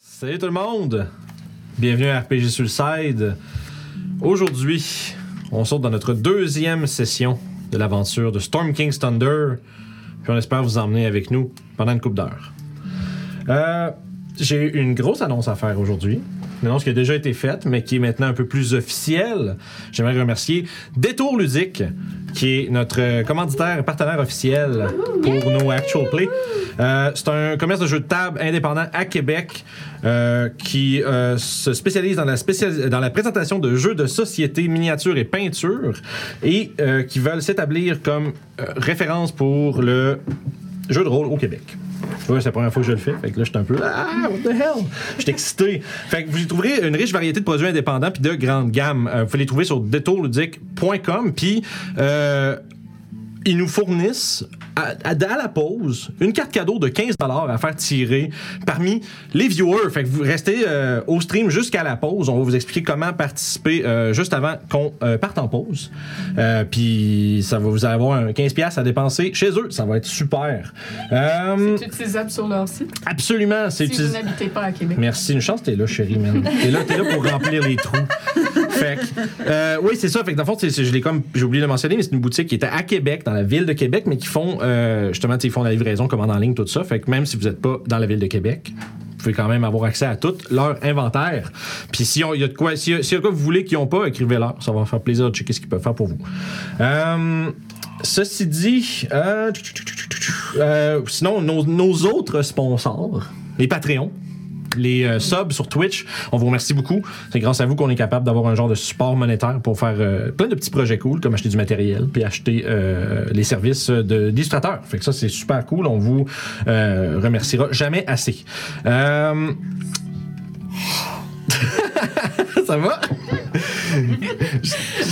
Salut tout le monde! Bienvenue à RPG Suicide. Aujourd'hui, on sort dans notre deuxième session de l'aventure de Storm King's Thunder. Puis on espère vous emmener avec nous pendant une coupe d'heure. Euh, J'ai une grosse annonce à faire aujourd'hui. Une annonce qui a déjà été faite, mais qui est maintenant un peu plus officielle. J'aimerais remercier Détour Ludique, qui est notre commanditaire et partenaire officiel pour nos Actual Play. Euh, c'est un commerce de jeux de table indépendant à Québec euh, qui euh, se spécialise dans la, spécialis- dans la présentation de jeux de société, miniatures et peintures, et euh, qui veulent s'établir comme euh, référence pour le jeu de rôle au Québec. Tu vois, c'est la première fois que je le fais. Fait que là, je suis un peu. Ah, what the hell? Je suis excité. Fait que vous y trouverez une riche variété de produits indépendants puis de grande gamme. Euh, vous pouvez les trouver sur détourludique.com. Puis, euh, ils nous fournissent à, à- à la pause une carte cadeau de 15 à faire tirer parmi les viewers. Fait que vous restez euh, au stream jusqu'à la pause. On va vous expliquer comment participer euh, juste avant qu'on euh, parte en pause. Euh, Puis ça va vous avoir un 15 à dépenser chez eux. Ça va être super. Euh, C'est utilisable sur leur site absolument, c'est si vous utilisé. n'habitez pas à Québec. Merci, une chance que t'es là, chérie, man. T'es là, t'es là pour remplir les trous. Fait que, euh, oui, c'est ça. Fait que dans le fond, c'est- c'est- je l'ai comme, j'ai oublié de le mentionner, mais c'est une boutique qui était à Québec, dans la ville de Québec, mais qui font, euh, justement, tu sais, ils font la livraison, commande en ligne, tout ça. Fait que même si vous n'êtes pas dans la ville de Québec, vous pouvez quand même avoir accès à tout leur inventaire. Puis si on- il y a de quoi, si, si y a de quoi vous voulez qu'ils n'ont pas, écrivez-leur. Ça va me faire plaisir de checker ce qu'ils peuvent faire pour vous. Euh, ceci dit, euh, euh, sinon, nos, nos autres sponsors, les Patreons, les euh, subs sur Twitch. On vous remercie beaucoup. C'est grâce à vous qu'on est capable d'avoir un genre de support monétaire pour faire euh, plein de petits projets cool, comme acheter du matériel, puis acheter euh, les services de- d'illustrateurs. Fait que ça, c'est super cool. On vous euh, remerciera jamais assez. Euh, ça va? Il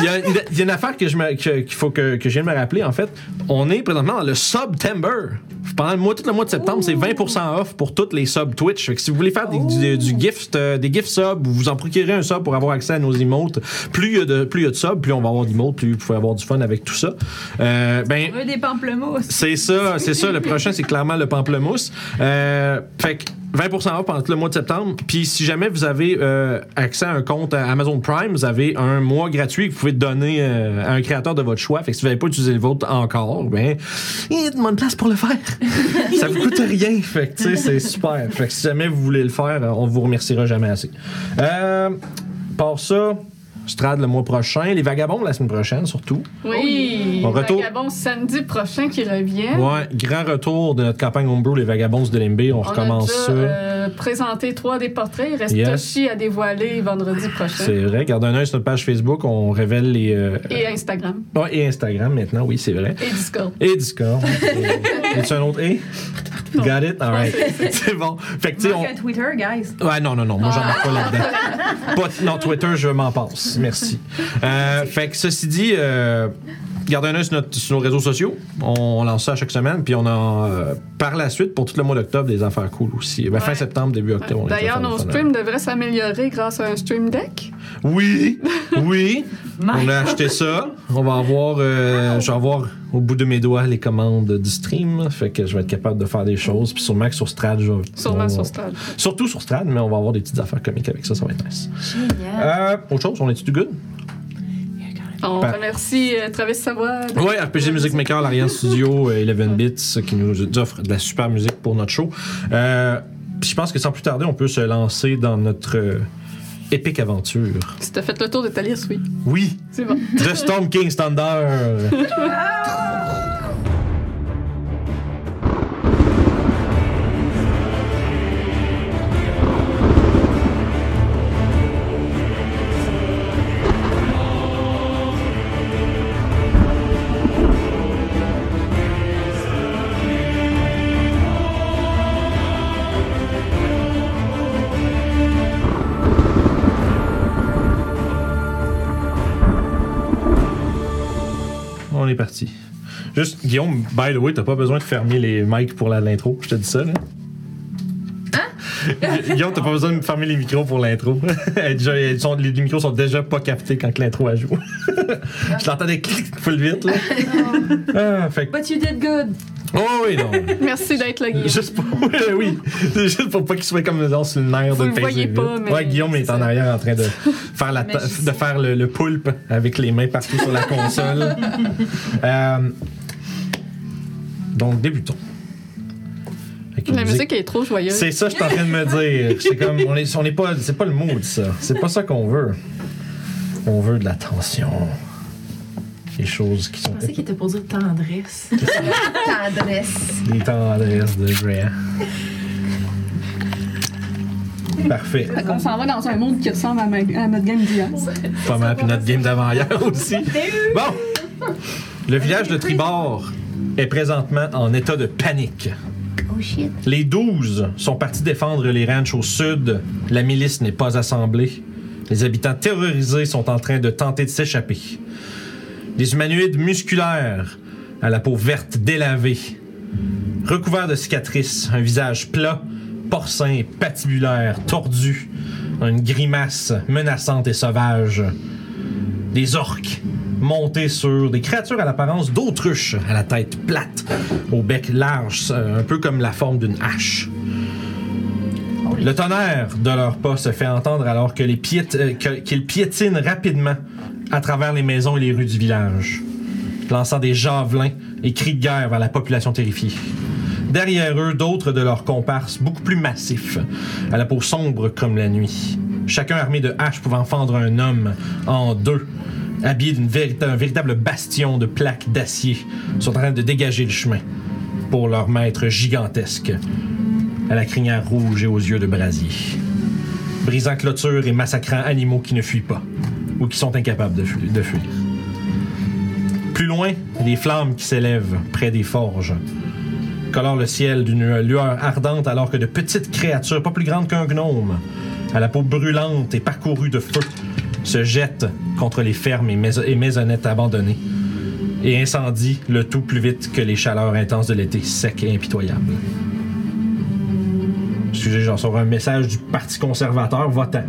y, a, il y a une affaire que je me- que- qu'il faut que, que je vienne me rappeler, en fait. On est présentement dans le September. Pendant le mois, tout le mois de septembre, c'est 20% off pour toutes les subs Twitch. Fait que si vous voulez faire des, du, du gift, euh, des gift subs, ou vous en procurez un sub pour avoir accès à nos emotes, plus il y a de, plus il y a de subs, plus on va avoir d'emotes, plus vous pouvez avoir du fun avec tout ça. Euh, ben, veut des pamplemousses. c'est ça, c'est ça. Le prochain, c'est clairement le pamplemousse. Euh, fait que 20% off pendant tout le mois de septembre. Puis si jamais vous avez euh, accès à un compte à Amazon Prime, vous avez un mois gratuit que vous pouvez donner euh, à un créateur de votre choix. Fait que si vous n'avez pas utilisé le vôtre encore, ben, il y a de bonne place pour le faire. ça vous coûte rien. Fait que tu sais, c'est super. Fait que si jamais vous voulez le faire, euh, on vous remerciera jamais assez. Euh, par ça, Strad le mois prochain, les Vagabonds la semaine prochaine surtout. Oui, On retourne. Vagabond samedi prochain qui revient. Ouais, grand retour de notre campagne Homebrew, les Vagabonds de Limbé. On, On recommence a déjà ça. euh, présenté trois des portraits. Il reste Yes. Toshi à dévoiler vendredi prochain. C'est vrai. Gardez un œil sur notre page Facebook. On révèle les. euh, Et Instagram. ouais, et Instagram maintenant, oui, c'est vrai. Et Discord. Et Discord. et tu un autre et? Got it? Alright. C'est bon. Fait que tu sais, on. Manque un Twitter, guys. Ouais, non, non, non, moi j'en ai pas Ah. là-dedans. Pas- non, Twitter, je m'en passe. Merci. Euh, fait que ceci dit, euh, gardez un œil sur, notre- sur nos réseaux sociaux. On, on lance ça à chaque semaine, puis on en euh, par la suite pour tout le mois d'octobre des affaires cool aussi. Ben, Fin Ouais. septembre, début octobre. on les D'ailleurs, fait nos faire. streams devraient s'améliorer grâce à un stream deck. Oui, oui. on a acheté ça. On va avoir, euh, je vais avoir au bout de mes doigts les commandes du stream. Fait que je vais être capable de faire des choses. Puis sûrement que sur Strad, je vais- Sûrement on- sur Stage. Surtout sur Strad, mais on va avoir des petites affaires comiques avec ça. Ça va être nice. Génial. Euh, autre chose, on est-tu good? On Par- remercie euh, Travis Savoie. Ouais, RPG Music Maker, l'Ariane Studio, euh, 11 Bits qui nous offre de la super musique pour notre show. Euh, puis je pense que sans plus tarder, on peut se lancer dans notre euh, épique aventure. Si t'as fait le tour de ta liste, oui. Oui! C'est bon. The Storm King Thunder. On est parti. Juste, Guillaume, by the way, t'as pas besoin de fermer les mics pour la- l'intro. Je te dis ça, là. Gu- Guillaume, t'as pas besoin de fermer les micros pour l'intro. Elle est déjà- elles sont- les micros sont déjà pas captés quand que l'intro a joué. Je l'entendais clic full vite, là. Ah, fait que- But you did good. Oh oui, non. Merci d'être là, Guillaume. Juste pour. Oui, oui. C'est juste pour pas qu'il soit comme dans sur le nerf Vous de le voyez vite. pas, mais Ouais, Guillaume c'est est en ça. arrière en train de faire, la ta- Mais je de sais. faire le, le poulpe avec les mains partout sur la console. Euh, Donc, débutons. Avec une La musique est trop joyeuse. C'est ça, que je suis en train de me dire. C'est comme, on est, on est pas, c'est pas le mood, ça. C'est pas ça qu'on veut. On veut de l'attention. Des choses qui sont Je pensais qu'il était pour dire tendresse. Tendresse. des tendresses de vrai. Parfait. On s'en va dans un monde qui ressemble à, ma- à notre game d'hier. Pas mal, puis notre game d'avant hier aussi. Bon! Le village de Tribord est présentement en état de panique. Oh shit. Les 12 sont partis défendre les ranchs au sud. La milice n'est pas assemblée. Les habitants terrorisés sont en train de tenter de s'échapper. Des humanoïdes musculaires, à la peau verte délavée, recouverts de cicatrices, un visage plat, porcin et patibulaire, tordu, une grimace menaçante et sauvage. Des orques montés sur des créatures à l'apparence d'autruches, à la tête plate, au bec large, euh, un peu comme la forme d'une hache. Le tonnerre de leurs pas se fait entendre alors que les piét- euh, que- qu'ils piétinent rapidement à travers les maisons et les rues du village, lançant des javelins et cris de guerre vers la population terrifiée. Derrière eux, d'autres de leurs comparses, beaucoup plus massifs, à la peau sombre comme la nuit. Chacun armé de haches pouvant fendre un homme en deux, habillé d'un véritable bastion de plaques d'acier, sont en train de dégager le chemin pour leur maître gigantesque, à la crinière rouge et aux yeux de brasier, brisant clôtures et massacrant animaux qui ne fuient pas ou qui sont incapables de fu- de fuir. Plus loin, des flammes qui s'élèvent près des forges colore le ciel d'une lueur ardente alors que de petites créatures, pas plus grandes qu'un gnome, à la peau brûlante et parcourue de feu, se jettent contre les fermes et, mais- et maisonnettes abandonnées et incendient le tout plus vite que les chaleurs intenses de l'été sec et impitoyable. Excusez, j'en sors un message du Parti conservateur votant.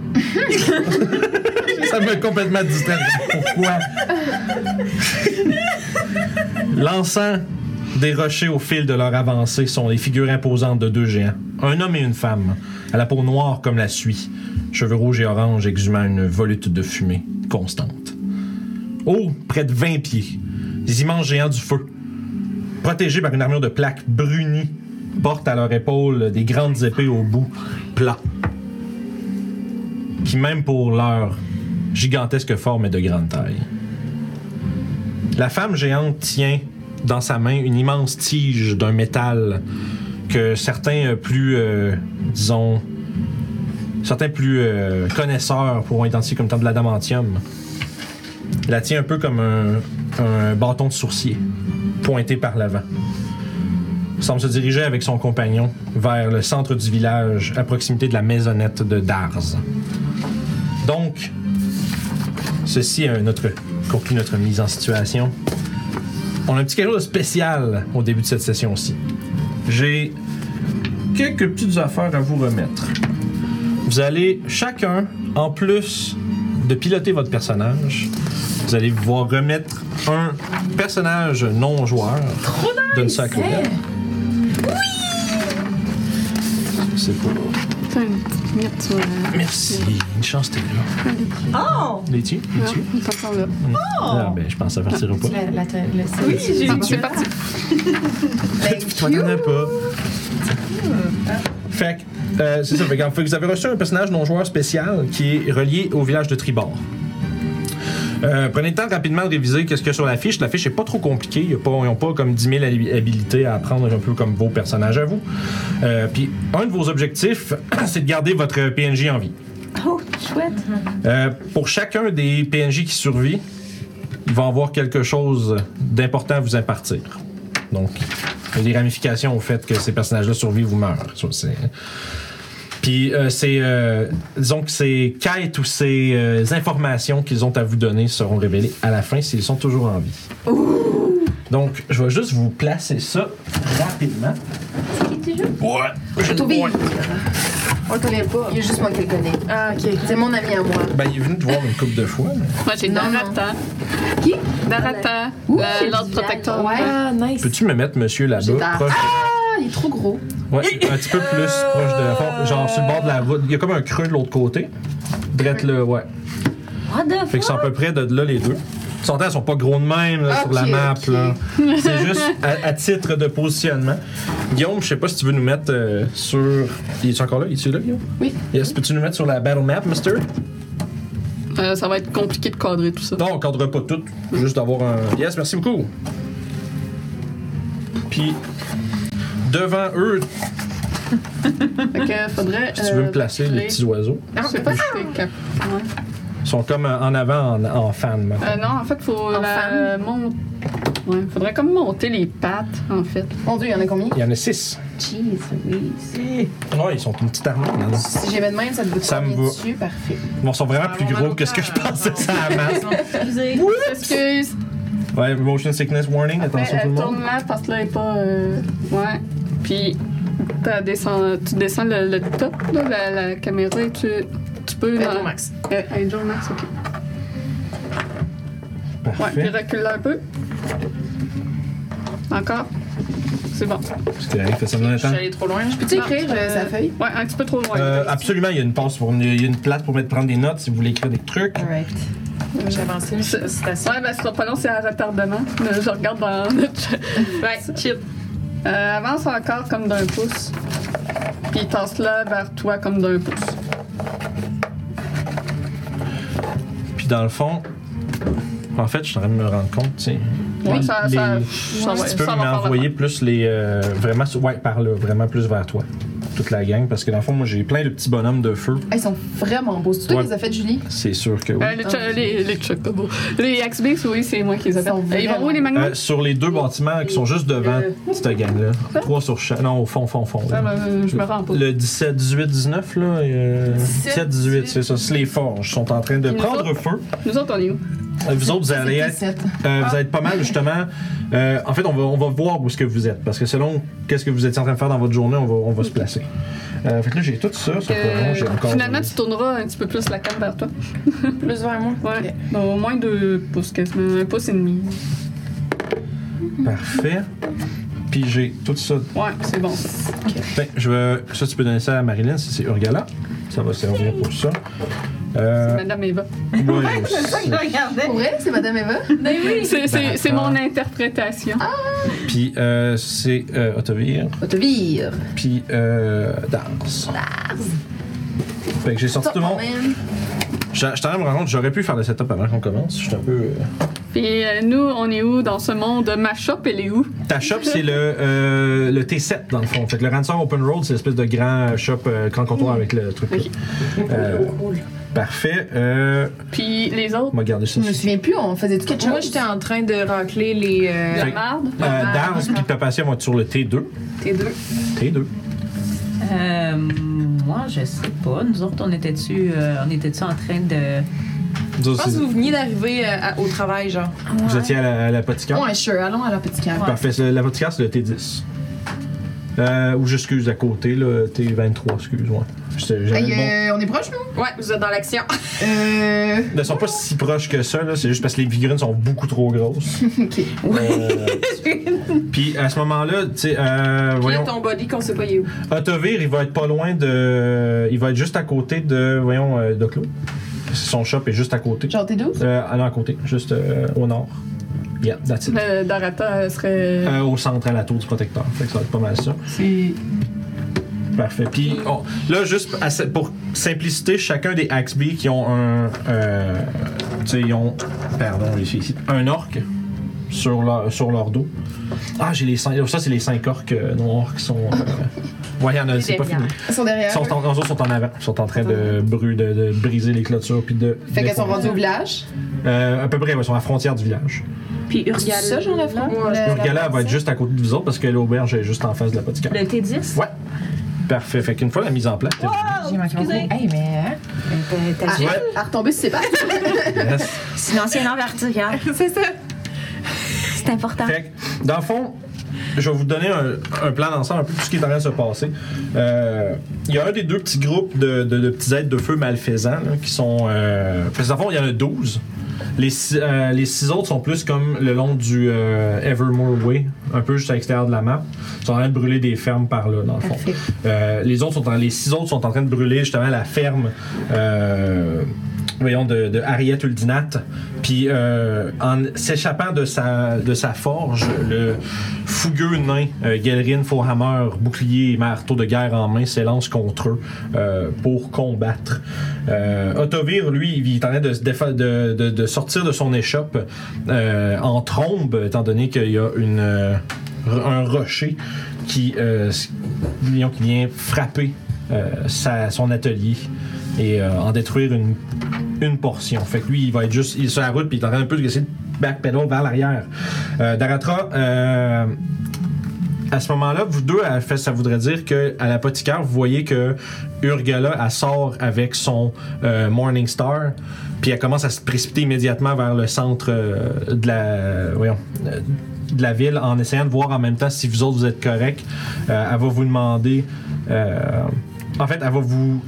Ça m'a complètement distrait. Pourquoi? Lançant des rochers au fil de leur avancée sont les figures imposantes de deux géants, un homme et une femme, à la peau noire comme la suie, cheveux rouges et orange exhumant une volute de fumée constante. Haut, près de 20 pieds, les immenses géants du feu, protégés par une armure de plaques brunies, portent à leur épaule des grandes épées au bout plat, qui même pour leur gigantesque forme est de grande taille. La femme géante tient dans sa main une immense tige d'un métal que certains euh, plus, euh, disons, certains plus euh, connaisseurs pourront identifier comme tant de l'adamantium. La tient un peu comme un, un bâton de sourcier, pointé par l'avant. Semble se diriger avec son compagnon vers le centre du village, à proximité de la maisonnette de Darz. Donc, ceci est notre, conclut notre mise en situation. On a un petit quelque chose de spécial au début de cette session aussi. J'ai quelques petites affaires à vous remettre. Vous allez chacun, en plus de piloter votre personnage, vous allez pouvoir remettre un personnage non joueur d'une sacre. hein? C'est pour. Putain, une petite merde, tu vois. Merci. Une chance t'es là. Oh! L'es-tu? Ah, L'es-tu? il est encore là. Ah ben je pense que ça partira pas. La, la, la, Oui, j'ai Ah, C'est parti. Puis toi, t'en as pas. Fait que, euh, c'est ça. Fait que, fait que vous avez reçu un personnage non-joueur spécial qui est relié au village de Tribord. Euh, prenez le temps rapidement de réviser qu'est-ce qu'il y a sur la fiche. La fiche est pas trop compliquée. Il y a pas- Ils n'ont pas comme 10 000 habi- habilités à apprendre un peu comme vos personnages à vous. Euh, Puis un de vos objectifs, c'est de garder votre PNJ en vie. Oh, chouette. Euh, pour chacun des PNJ qui survit, il va avoir quelque chose d'important à vous impartir. Donc, il y a des ramifications au fait que ces personnages-là survivent ou meurent. Ça, c'est- hein. Puis, euh, c'est, euh, disons que ces quêtes ou ces euh, informations qu'ils ont à vous donner seront révélées à la fin s'ils sont toujours en vie. Donc, je vais juste vous placer ça rapidement. C'est qui tu joues? Ouais. Toby. On le connaît pas. Il y a juste moi qui le connais. Ah, ok. C'est mon ami à moi. Ben, il est venu te voir une couple de fois. mais- Moi, j'ai Non, Narata. Qui? Narata, euh, Ouh, la- c'est l'ordre bizarre. protecteur. Ouais. Ah, nice. Peux-tu me mettre monsieur J'ai peur. là-bas? Proche... Ah, il est trop gros. Ouais, un petit peu plus proche de. fort- Genre sur le bord de la route. Il y a comme un creux de l'autre côté. Drette le, ouais. What the Fait qu'ils sont à peu près de de là, les deux. Ils sont, ils sont pas gros de même là, sur la Ok, map. ok. là. C'est juste à, à titre de positionnement. Guillaume, je sais pas si tu veux nous mettre euh, sur. Il est encore là? Il est là, Guillaume? Oui. Yes, peux-tu nous mettre sur la battle map, mister? Euh, ça va être compliqué de cadrer tout ça. Non, on cadre pas tout. Juste d'avoir un. Yes, merci beaucoup. Puis, devant eux, Fait que faudrait. euh, si tu Euh, veux me placer les petits oiseaux, Non, c'est pas Euh, ils sont comme euh, en avant en, en fan maintenant. Euh, non, en fait, faut En la monter. Ouais, faudrait comme monter les pattes, en fait. Mon dieu, il y en a combien? Il y en a six. Jeez Louise. Ouais, ils sont une petite armée. là. Si j'avais de même, ça te goûte Ça me combien va. dessus? Parfait. Bon, ils sont vraiment plus gros que ce que je pensais, ça amasse. Excuse, Ouais, motion sickness warning, attention mais, tout le euh, monde. tourne-la parce que là, elle est pas. euh, Ouais. Puis, t'as descend- tu descends le, le top, là, la, la caméra, et tu, tu peux. dans- Max. Euh, Angel Max, ok. Ouais, puis Parfait. recule un peu. Encore. C'est bon. C'était Eric, fais ça dans le temps. trop loin. Peux-tu écrire Non, euh, sa euh, feuille? Ouais, un petit peu trop loin. Euh, absolument, il y a une passe pour il y a une plate pour mettre prendre des notes si vous voulez écrire des trucs. Alright. Euh, J'ai avancé, mais je sais pas si c'est assez. Ouais, ben, ce sera pas long, c'est à retardement. Euh, Je regarde dans notre chat. Ouais, chip. Euh, avance encore comme d'un pouce. Puis tasse-la vers toi comme d'un pouce. Puis dans le fond, en fait, je suis en train de me rendre compte, tu sais. Ouais, Les- ça, ça, les- ça, Si ouais, tu peux ça va faire m'envoyer plus les. euh, vraiment, sur- ouais, par là, vraiment plus vers toi. Toute la gang, parce que dans le fond, moi, j'ai plein de petits bonhommes de feu. Ah, ils sont vraiment beaux. C'est toi Ouais. qui les as fait, Julie? C'est sûr que oui. la- Euh, les, cho- les, les chocobos. Les Axbix, oui, c'est moi qui les ai Ils sont fait. Ils vont où vraiment- les magnums? Euh, sur les deux bâtiments qui sont juste devant Euh, cette gang-là. ça? Trois sur chaque. Non, au fond, fond, fond. Ah, là. ben, je me rends pas. Euh, Le 17, 18, 19, là. euh, 17, 17, 18, c'est ça. C'est les forges. sont en train de Puis nous prendre autres? feu. Nous autres, on est où? Euh, Vous autres, vous allez C'est être, 17. euh, vous êtes pas mal, justement. Euh, en fait, on va, on va voir où est-ce que vous êtes. Parce que selon qu'est-ce que vous étiez en train de faire dans votre journée, on va, on va se placer. Euh, fait que là, j'ai tout ça. ça fait vraiment, Euh, j'ai encore- finalement, tu tourneras un petit peu plus la canne vers toi. Plus vers moi. Ouais. Donc, au moins deux pouces, quasiment. Un pouce et demi. Parfait. Puis j'ai tout ça. Ouais, c'est bon. Ben, je veux, ça, tu peux donner ça à Marilyn si c'est Urgala. Ça va servir pour ça. Euh, Madame Eva. ouais, Pour vrai, c'est Madame Eva? C'est- C'est c'est D'accord. Ah. mon interprétation. Puis euh, c'est euh, Ottovir. Autovire. Puis euh, Dars. Fait que j'ai sorti tout le monde. Je je t'en rends compte, j'aurais pu faire le setup avant qu'on commence. Je suis un peu. euh, Puis euh, nous, on est où dans ce monde? Ma shop, elle est où? Ta shop, c'est le, euh, le T7 dans le fond. Fait que le Ransom Open Road, c'est l'espèce de grand euh, shop, euh, grand comptoir avec le truc. là. Euh, parfait. Euh, Puis les autres? on va garder ça. Je me souviens plus, on faisait tout quelque chose. Moi, j'étais en train de racler les. euh, La Fait- marde? Euh, Dars puis Papacia vont être sur le T2. Tes deux. T2. Euh, moi, je sais pas. Nous autres, on était-tu euh, on était en train de. Vous, Je pense que vous veniez d'arriver euh, à- au travail, genre. vous étiez à la- à l'apothicaire. Ouais, sure, allons à la petite cave. Parfait. c'est- L'apothicaire, c'est le T10. Euh, ou j'excuse à côté, le T23, excuse-moi. J'étais- j'avais Hey, le bon- euh, on est proches, nous? Ouais, vous êtes dans l'action. Euh. Ne sont pas si proches que ça, là. c'est juste parce que les figurines sont beaucoup trop grosses. Ok. Euh, Puis à ce moment-là, tu sais, euh, Puis là, voyons, ton body qu'on sait pas il est où. Otovir, il va être pas loin de. Il va être juste à côté de. Voyons, euh, Doclo. Son shop est juste à côté. Genre, t'es douce? Euh, ah non, à côté, juste euh, au nord. Yeah, that's it. Euh, Darata elle serait. Euh, au centre, à la tour du protecteur. Fait que ça va être pas mal ça. C'est. Parfait. Puis on- là, juste à ce- pour simplicité, chacun des Axby qui ont un. euh, tu sais, ils ont. Pardon, ici, ici. Un orc sur leur, sur leur dos. Ah, j'ai les cinq. Ça, c'est les cinq orcs euh, noirs qui sont. euh, ouais, il y en a, c'est pas fini. Elles sont Ils derrière. sont en, eux autres sont en avant. Ils sont en train de, bru- de, de briser les clôtures. Puis de. Fait qu'elles sont défoncer. rendues au village. Euh, à peu près, ouais, ils sont à la frontière du village. Puis C'est Urgala. ça, genre, la frère? Ouais. Le gala va être juste à côté de vous autres parce que l'auberge est juste en face de la l'apothicaire. Le T10? Ouais. Parfait. Fait qu'une fois la mise en place, t'es- J'ai manqué mon coup. Excusez. Hey, mais. hein? Euh, t'as- Ouais. À retomber sur ses pattes. Yes. C'est une ancienne envergure. C'est ça. C'est important. Fait que, dans le fond, je vais vous donner un, un plan d'ensemble, un peu de tout ce qui est en train de se passer. Euh, Il y a un des deux petits groupes de, de- de petits êtres de feu malfaisants là, qui sont. Euh, parce qu'en fond, il y en a 12. Les six, euh, les six autres sont plus comme le long du euh, Evermore Way, un peu juste à l'extérieur de la map. Ils sont en train de brûler des fermes par là, dans le fond. Parfait. Euh, les, autres sont en- les six autres sont en train de brûler justement la ferme euh, voyons, de, de Harriet Uldinat. Puis euh, en s'échappant de sa, de sa forge, le fougueux nain euh, Gelrin Fohammer, bouclier et marteau de guerre en main, s'élance contre eux euh, pour combattre. Euh, Otovir, lui, il est en train de, se défa- de, de- de sortir de son échoppe euh, en trombe, étant donné qu'il y a une, euh, un rocher qui, euh, s- disons, qui vient frapper euh, sa- son atelier et euh, en détruire une, une portion. Fait que lui, il va être juste il est sur la route puis il est en train un peu d'essayer de backpedal vers l'arrière. Euh, Daratra, euh, à ce moment-là, vous deux, à- fait, ça voudrait dire que à l'apothicaire, vous voyez que Urgala elle sort avec son euh, Morning Star, puis elle commence à se précipiter immédiatement vers le centre euh, de la, voyons, euh, de la ville en essayant de voir en même temps si vous autres vous êtes corrects. Euh, elle va vous demander, euh, en fait, elle va vous vous-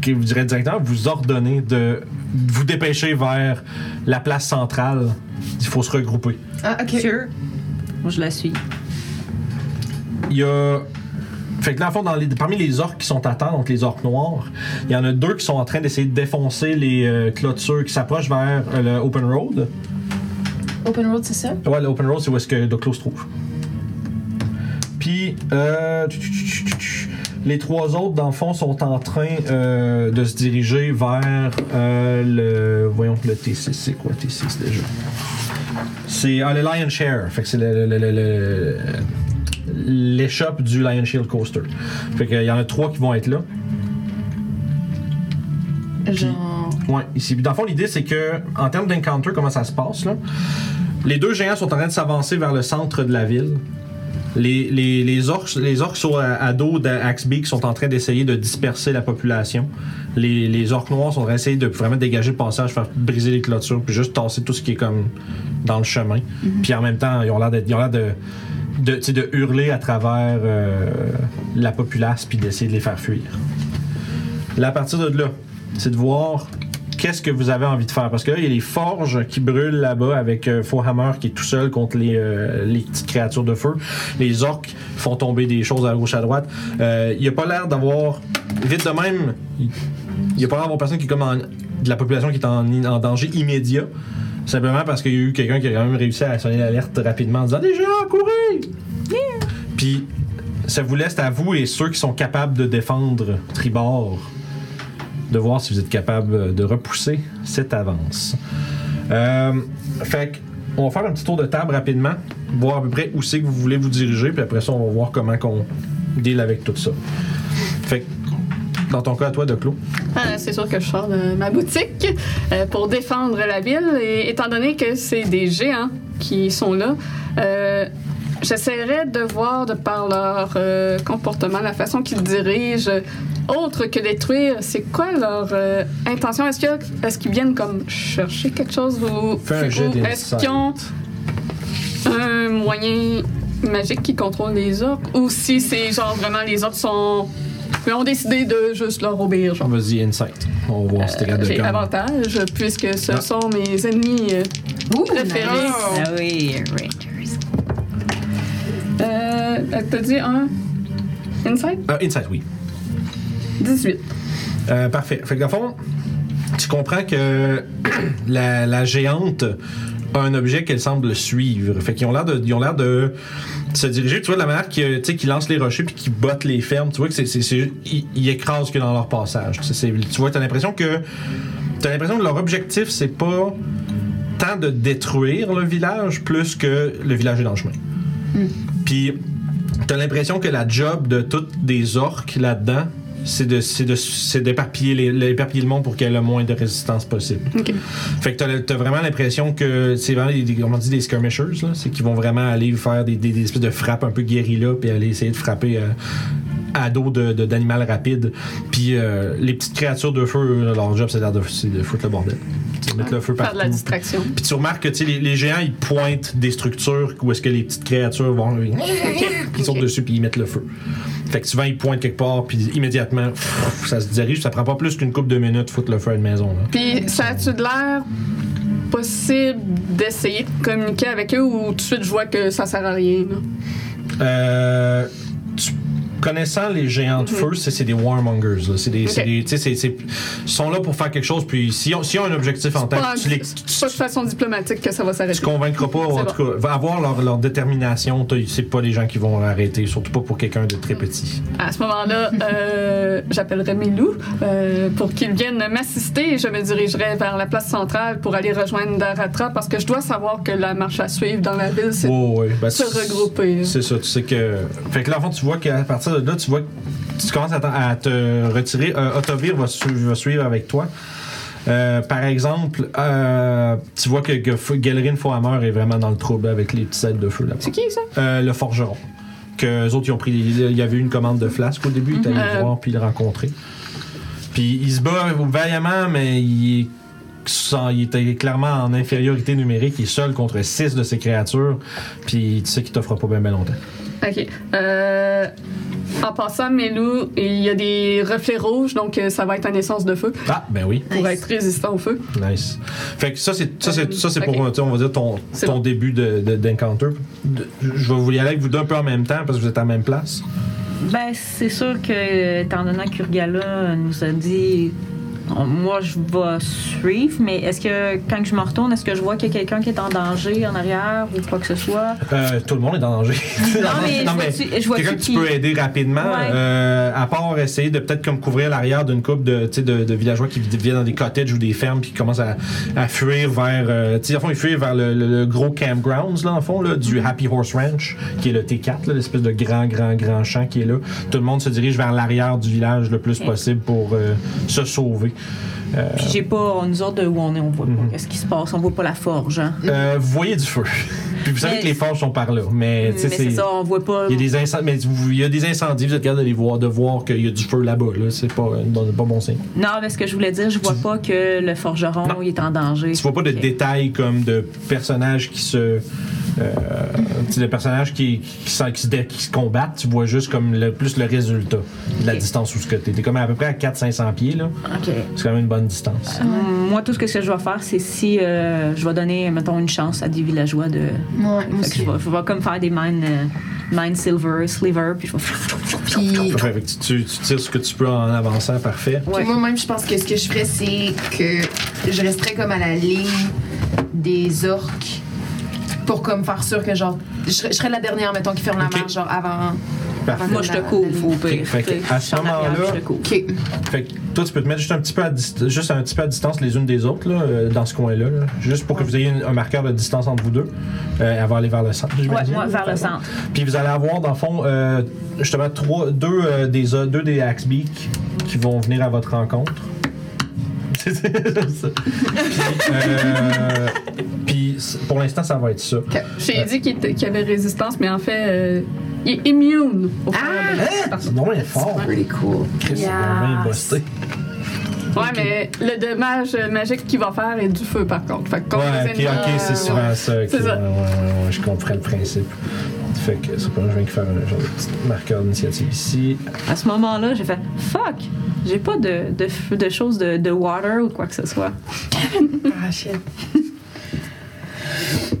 qui vous dirait directement, vous ordonnez de vous dépêcher vers la place centrale. Il faut se regrouper. Ah, ok. Sure. Moi, je la suis. Il y a. Fait que là, en fond, dans les- parmi les orques qui sont à terre, donc les orques noirs, il y en a deux qui sont en train d'essayer de défoncer les euh, clôtures qui s'approchent vers euh, le Open Road. Open road, c'est ça? Ouais, le Open Road, c'est où est-ce que Doclo se trouve. Puis, euh, tch, tch, tch, tch, tch. les trois autres, dans le fond, sont en train euh, de se diriger vers euh, le. Voyons, le T6, c'est quoi T6 déjà C'est ah, le Lion Share. Fait que c'est le- le- le- le- le- l'échoppe du Lion Shield Coaster. Fait qu'il y en a trois qui vont être là. Genre. Ouais, ici. Puis Dans le fond, l'idée, c'est que, en termes d'encounter, comment ça se passe, là? Les deux géants sont en train de s'avancer vers le centre de la ville. Les, les, les orques, les orques sur, à, à dos d'Axby qui sont en train d'essayer de disperser la population. Les, les orques noirs sont en train d'essayer de vraiment dégager le passage, faire briser les clôtures, puis juste tasser tout ce qui est comme dans le chemin. Puis en même temps, ils ont l'air d'être- ils ont l'air de, de, tu sais, de hurler à travers euh, la populace, puis d'essayer de les faire fuir. Là, à partir de là, c'est de voir qu'est-ce que vous avez envie de faire. Parce que là, il y a les forges qui brûlent là-bas avec euh, Fohammer qui est tout seul contre les, euh, les petites créatures de feu. Les orques font tomber des choses à gauche, à droite. Euh, il n'y a pas l'air d'avoir... Vite de même, il il n'y a pas l'air d'avoir personne qui est comme en- de la population qui est en, en danger immédiat. Simplement parce qu'il y a eu quelqu'un qui a quand même réussi à sonner l'alerte rapidement en disant « Des gens, courez! Puis ça vous laisse à vous et ceux qui sont capables de défendre Tribord de voir si vous êtes capable de repousser cette avance. Euh, fait que, on va faire un petit tour de table rapidement, voir à peu près où c'est que vous voulez vous diriger, puis après ça, on va voir comment qu'on deal avec tout ça. Fait que, dans ton cas, à toi, Doclo. Ah, c'est sûr que je sors de ma boutique euh, pour défendre la ville. Et étant donné que c'est des géants qui sont là, euh, j'essaierai de voir de par leur euh, comportement, la façon qu'ils dirigent, autre que détruire, c'est quoi leur euh, intention? Est-ce que- est-ce qu'ils viennent comme chercher quelque chose ou, Fais un jet ou est-ce d'insight. qu'ils ont un moyen magique qui contrôle les orques? Ou si c'est genre vraiment les orques sont... Mais ont décidé de juste leur obéir, genre. Vas-y, Insight. On va voir si t'es capable de J'ai comme- avantage puisque ce Ah. sont mes ennemis. euh, Ouh, Préféré. nice. Ah oui, Rangers. Euh, T'as dit un Insight Ah, insight, oui. 18. Euh, parfait. Fait que dans le fond, tu comprends que la, la géante a un objet qu'elle semble suivre. Fait qu'ils ont l'air de, ils ont l'air de se diriger. Tu vois, de la manière qu'ils qui lancent les rochers puis qu'ils bottent les fermes, tu vois que c'est, c'est, c'est- ils, ils écrasent que dans leur passage. C'est- c'est- tu vois, t'as l'impression que, t'as l'impression que leur objectif, c'est pas tant de détruire le village plus que le village est dans le chemin. Hmm. Puis, t'as l'impression que la job de toutes des orques là-dedans, c'est de, c'est de, c'est d'éparpiller, les, l'éparpiller le monde pour qu'il y ait le moins de résistance possible. Ok. Fait que t'as, t'as vraiment l'impression que c'est vraiment, des, des- comment on dit, des skirmishers, là. C'est qu'ils vont vraiment aller faire des, des- des espèces de frappes un peu guérilla puis aller essayer de frapper euh, à dos de- de- d'animal rapide. Puis euh, les petites créatures de feu, leur job, c'est de, c'est de foutre le bordel. C'est de mettre le feu Faire de partout. la distraction. Puis tu remarques que tu sais, les, les géants, ils pointent des structures où est-ce que les petites créatures vont. Ils ils sautent Ok. dessus puis ils mettent le feu. Fait que souvent, ils pointent quelque part puis immédiatement, pff, ça se dirige. Ça prend pas plus qu'une couple de minutes foutre le feu à une maison. Là. Puis ça a-tu de l'air possible d'essayer de communiquer avec eux ou tout de suite je vois que ça sert à rien? là? Euh, tu- connaissant les géants de feu, c'est c'est des warmongers. là. C'est des, c'est Mhm. Ok. des- tu sais, c'est- c'est- ils sont là pour faire quelque chose. Puis s'ils ont, s'ils ont un objectif en tête, Pas, tu les c'est pas de façon diplomatique que ça va s'arrêter. tu convaincras pas, en C'est tout cas, va avoir leur, leur détermination, t'as- c'est pas les gens qui vont arrêter, surtout pas pour quelqu'un de très petit. À ce moment-là, euh, j'appellerai Milou euh, pour qu'il vienne m'assister et je me dirigerai vers la place centrale pour aller rejoindre Daratra parce que je dois savoir que la marche à suivre dans la ville, c'est Ouais, ouais. Ben, se c'est- regrouper. hein. C'est ça, tu sais que. Fait que là, en fond, tu vois qu'à partir de là, tu vois que tu commences à, t'en- à te retirer. Euh, Otovir va, su- va suivre avec toi. Euh, par exemple, euh, tu vois que, que F- Galerin Fohammer est vraiment dans le trouble avec les petites aides de feu là-bas. C'est qui ça? Euh, le forgeron. Que eux autres, ils ont pris. Il y avait eu une commande de flasque au début, ils étaient allés Euh. le voir puis le rencontrer. Puis il se bat vaillamment, mais il est. sans- il était clairement en infériorité numérique, il est seul contre six de ses créatures, puis tu sais qu'il t'offre pas bien longtemps. Ok. Euh, en passant, Milou, il y a des reflets rouges, donc euh, ça va être un essence de feu Ah, ben oui, pour Nice. être résistant au feu. nice. Fait que ça, c'est ça, c'est ça, c'est Ok. pour, tu sais, on va dire, ton, C'est ton bon. début de- de- d'encounter. De- je vais vous y aller avec vous deux un peu en même temps, parce que vous êtes à la même place. Ben, c'est sûr que, euh, étant donné que Urgala nous a dit. on- Moi, je vais suivre, mais est-ce que quand je me retourne, est-ce que je vois qu'il y a quelqu'un qui est en danger en arrière ou quoi que ce soit? Euh, tout le monde est en danger. Non, mais je vois-tu- je vois quelqu'un que tu qui. peux aider rapidement, Ouais. euh, à part essayer de peut-être comme couvrir l'arrière d'une couple de, tu sais, de, de villageois qui viennent dans des cottages ou des fermes puis qui commencent à, à fuir vers, euh, tu sais, en fond, ils fuient vers le, le- le gros campgrounds, là, en fond, là, Mhm. du Happy Horse Ranch, qui est le T4, là, l'espèce de grand, grand, grand champ qui est là. Tout le monde se dirige vers l'arrière du village le plus Ok. possible pour euh, se sauver. Puis j'ai pas. Nous autres, de où on est, on voit Mhm. pas. Qu'est-ce qui se passe? On voit pas la forge, hein? Euh, vous voyez du feu. puis vous savez Mais- que les forges sont par là, mais, tu Mais sais, c'est ça, on voit pas. Il y a des incendies, mais vous- il y a des incendies, vous êtes capable de les voir, de voir qu'il y a du feu là-bas. Là. C'est pas, euh, pas bon signe. Non, mais ce que je voulais dire, je vois pas que le forgeron Non. il est en danger. Tu vois pas de Ok. détails comme de personnages qui se. Euh, tu sais, de personnages qui, qui, s'en- qui se, dé- qui se combattent. Tu vois juste comme le, plus le résultat de la Ok. distance où ce que t'es. T'es comme à peu près à 400-500 pieds. Là. Ok. C'est quand même une bonne distance. Euh, Moi, tout ce que je vais faire, c'est si euh, je vais donner, mettons, une chance à des villageois de. Ouais, moi Fait que je, aussi. vais, je vais comme faire des mines, euh, mines silver, sliver, puis je vais. Puis, Fait que tu, tu- tu tires ce que tu peux en avançant, parfait. puis moi-même, je pense que ce que je ferais, c'est que je resterais comme à la ligne des orques pour comme faire sûr que genre. Je, serais- je serais la dernière, mettons, qui ferme la Ok. marche, genre avant. Parfait. Moi, je te couvre, au pire. Fait que Tu sais, à je suis ce en arrière, moment-là- puis je te couvre. Ok. Fait que toi, tu peux te mettre juste un petit peu à, dist- juste un petit peu à distance les unes des autres, là, euh, dans ce coin-là. là. Juste pour que vous ayez une- un marqueur de distance entre vous deux. Euh, elle va aller vers le centre. Ouais, j'imagine. moi, vers le centre. Puis vous allez avoir, dans le fond, euh, justement, trois, deux, euh, des, euh, deux des Axbeak qui vont venir à votre rencontre. C'est ça. Puis, euh, puis c- pour l'instant, ça va être ça. J'ai Euh. dit qu'il était- qu'il y avait résistance, mais en fait, euh, il est immune au feu. C'est vraiment fort. Pretty cool. Chris, c'est vraiment busté. Ouais, mais le dommage magique qu'il va faire est du feu, par contre. Fait que contre Ouais, les ok, ennemis- ok, c'est souvent ça. ok, C'est ça. ouais, ouais, ouais, ouais, je comprends le principe. Fait que c'est pas je viens de faire un genre de petit marqueur d'initiative ici. À ce moment-là, j'ai fait fuck! J'ai pas de, de, f- de choses de, de water ou quoi que ce soit. Ah, shit. Donc,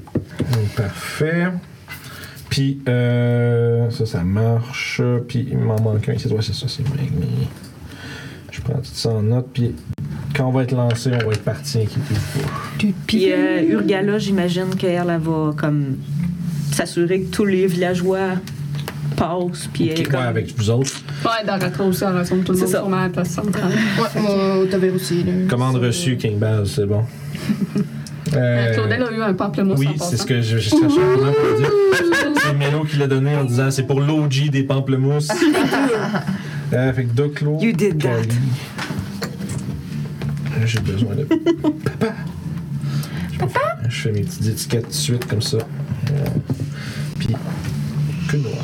Euh, parfait. Puis euh, ça, ça marche. Puis il m'en manque un ici. Ouais, c'est ça, c'est magnifique. Je prends tout ça en note. Puis quand on va être lancé, on va être parti. Inquiétez-vous pas. Puis euh, Urgala, j'imagine qu'elle elle va comme s'assurer que tous les villageois passent. Puis elle est Ok, comme- ouais, avec vous autres. Ouais, Daratra aussi, elle ressemble tout le C'est monde ça. sûrement à la place centrale. Ouais, moi, t'avais aussi, là. Commande reçue, King Baz, c'est bon. Euh, Euh, Claudel a eu un pamplemousse Oui, en passant. c'est ce que je, je cherchais à vous dire. C'est Melo qui l'a donné en disant c'est pour l'OG des pamplemousses. euh, fait que Doclo. Ah, You did that. Cali. Là, Euh, J'ai besoin de. Papa! Je Papa! Je fais mes petites étiquettes tout de suite comme ça. Euh, Puis, que noir.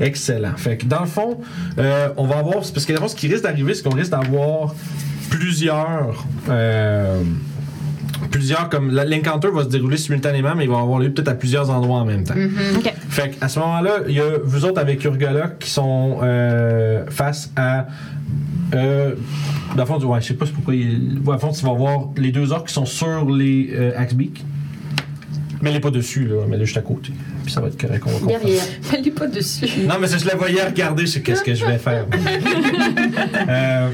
Excellent. Fait que dans le fond, euh, on va avoir. Parce que dans le fond, ce qui risque d'arriver, c'est qu'on risque d'avoir plusieurs. euh, plusieurs comme la- l'encounter va se dérouler simultanément mais il va avoir lieu peut-être à plusieurs endroits en même temps. Ok. Fait que à ce moment-là, il y a vous autres avec Urgala qui sont euh, face à euh, dans le fond, ouais, je sais pas c'est pourquoi. Il, ouais, à fond, tu vas voir les deux orques qui sont sur les euh, Axbeak. Mais elle est pas dessus, là. Mais elle est juste à côté. Puis ça va être correct. On va comprendre. Derrière. Elle est pas dessus. Non, mais si je la voyais regarder, c'est qu'est-ce que je vais faire. Euh,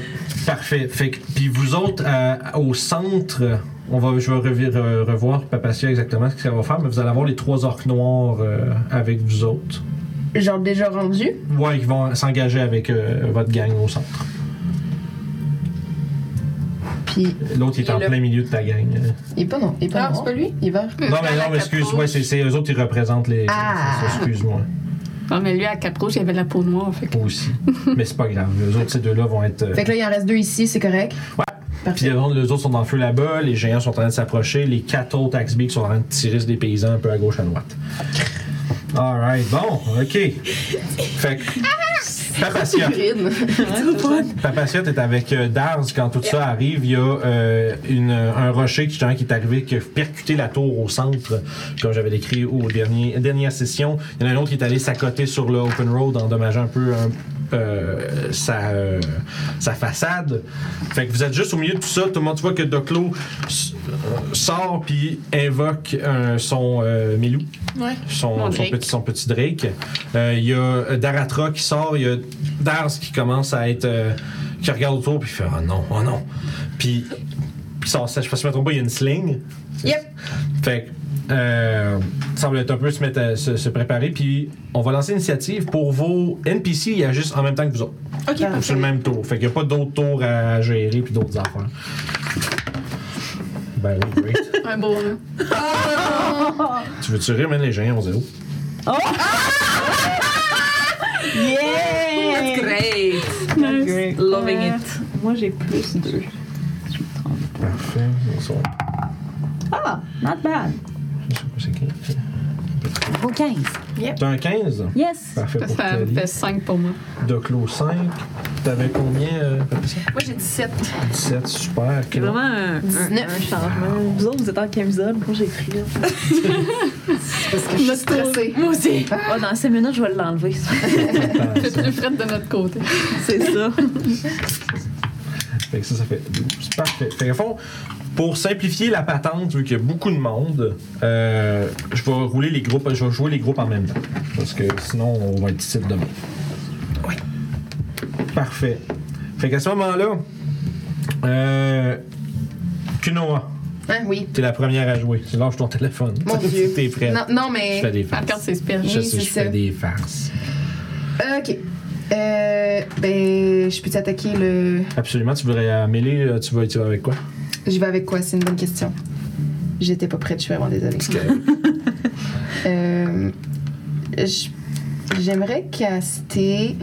parfait. Fait que- puis vous autres, euh, au centre, on va, je vais revi- re- revoir Papacia exactement ce que ça va faire, mais vous allez avoir les trois orques noirs euh, avec vous autres. Genre déjà rendu. Ouais, ils vont s'engager avec euh, votre gang au centre. Puis Hum. L'autre il est Il est en là. plein milieu de ta gang. il est pas non. Il est pas Ah, noir. c'est pas lui? Il est vert. Non, mais non, mais excuse-moi, c'est c'est eux autres qui représentent les. Ah. c'est ça, Excuse-moi. Non, mais lui, à Cap Rouge, il avait de la peau noire. Fait que... Aussi. mais c'est pas grave. Les autres, ces deux-là vont être. euh, Fait que là, il en reste deux ici, c'est correct. Ouais. Puis les Parfait. autres, les autres sont dans le feu là-bas, les géants sont en train de s'approcher, les quatre autres Axbeak sont en train de tirer sur des paysans un peu à gauche à droite. Alright, bon, ok. Fait que. Papacia. Bride. Papacia, t'es avec euh, Darz quand tout ça arrive. Il y a euh, une- un rocher qui, justement, qui est arrivé qui a percuté la tour au centre, comme j'avais décrit au dernier, dernière session. Il y en a un autre qui est allé s'accoter sur le open road, endommageant un peu hein, euh, sa, euh, sa façade. Fait que vous êtes juste au milieu de tout ça. Tout le monde, tu vois que Doclo s- euh, sort puis invoque euh, son euh, Milou Ouais. son, Mon son Drake. petit, son petit Drake. Euh, Il y a Daratra qui sort, il y a Dars qui commence à être. euh, qui regarde autour, puis il fait Oh non, oh non. Puis, puis ça, ça- je sais pas si je me trompe pas, il y a une sling. Yep. Fait que. Euh, semble être un peu se, mettre à- se, se préparer, puis on va lancer l'initiative. Pour vos NPC, il y a juste en même temps que vous autres. Ok, Sur le même tour. Fait qu'il n'y a pas d'autres tours à gérer, puis d'autres affaires. Ben oui, great. Un beau, là. tu veux-tu rire, même les géants ont zéro? Yeah! Great. Great. Loving Euh, it. Moi, j'ai plus deux. Parfait, bonsoir. Ah, not bad. Je sais pas c'est qui. Au 15. T'as un 15? Yes! Parfait Ça, pour Ça Tali. fait 5 pour moi. Doclo 5. T'avais combien? euh, Patricia? Moi, j'ai 17. 17, super. C'est Quel- vraiment un, un- un changement. Vous autres, vous êtes en camisole. Moi, j'ai pris là. Parce que je suis stressée. Moi aussi. Ah, dans 5 minutes, je vais l'enlever. C'est plus frais de notre côté. C'est ça. Fait que ça, ça fait 12. Parfait. Fait qu'à fond, pour simplifier la patente, vu qu'il y a beaucoup de monde, euh, je vais rouler les groupes, je vais jouer les groupes en même temps. Parce que sinon, on va être ici demain. Oui. Parfait. Fait qu'à ce moment-là, euh, Kunoa, Hein, oui. t'es la première à jouer. Lâche ton téléphone. Mon Dieu. T'es prête. Non, non, Je mais. fais des Elle perd farces. ses spells. Je Oui, sais, c'est je fais ça. des farces. Ok. Euh, ben, je peux t'attaquer le. Absolument, tu voudrais euh, mêler, euh, tu vas tu vas avec quoi? J'y vais avec quoi C'est une bonne question. J'étais pas prête, je suis vraiment désolée. Euh, je- J'aimerais caster.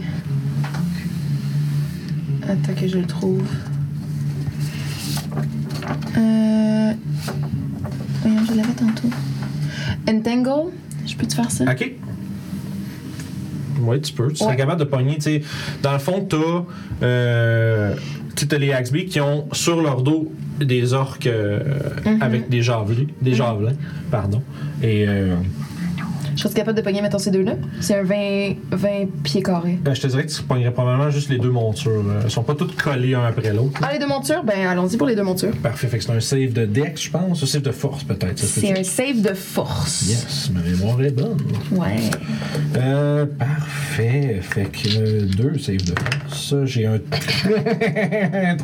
Attends que je le trouve. Euh... voyons, je l'avais tantôt. Entangle Je peux te faire ça Ok. Oui, tu peux. Tu serais Ouais. capable de pogner, tu sais. Dans le fond, t'as. Euh, tu sais, t'as les Axby qui ont sur leur dos des orques euh, Mhm. avec des javelins. Mm-hmm. Des javelins, pardon. Et euh, Je serais capable de pogner, mettons, ces deux-là. C'est un 20, 20 pieds carrés. ben, je te dirais que tu pognerais probablement juste les deux montures. là. Elles sont pas toutes collées un après l'autre. Ah, les deux montures Ben, allons-y pour les deux montures. Parfait. Fait que c'est un save de Dex, je pense. Un save de force, peut-être. Ça se C'est peut-tu? un save de force. Yes, ma mémoire est bonne. Ouais. Euh, parfait. Fait que euh, deux saves de force. Ça, j'ai un 3.5.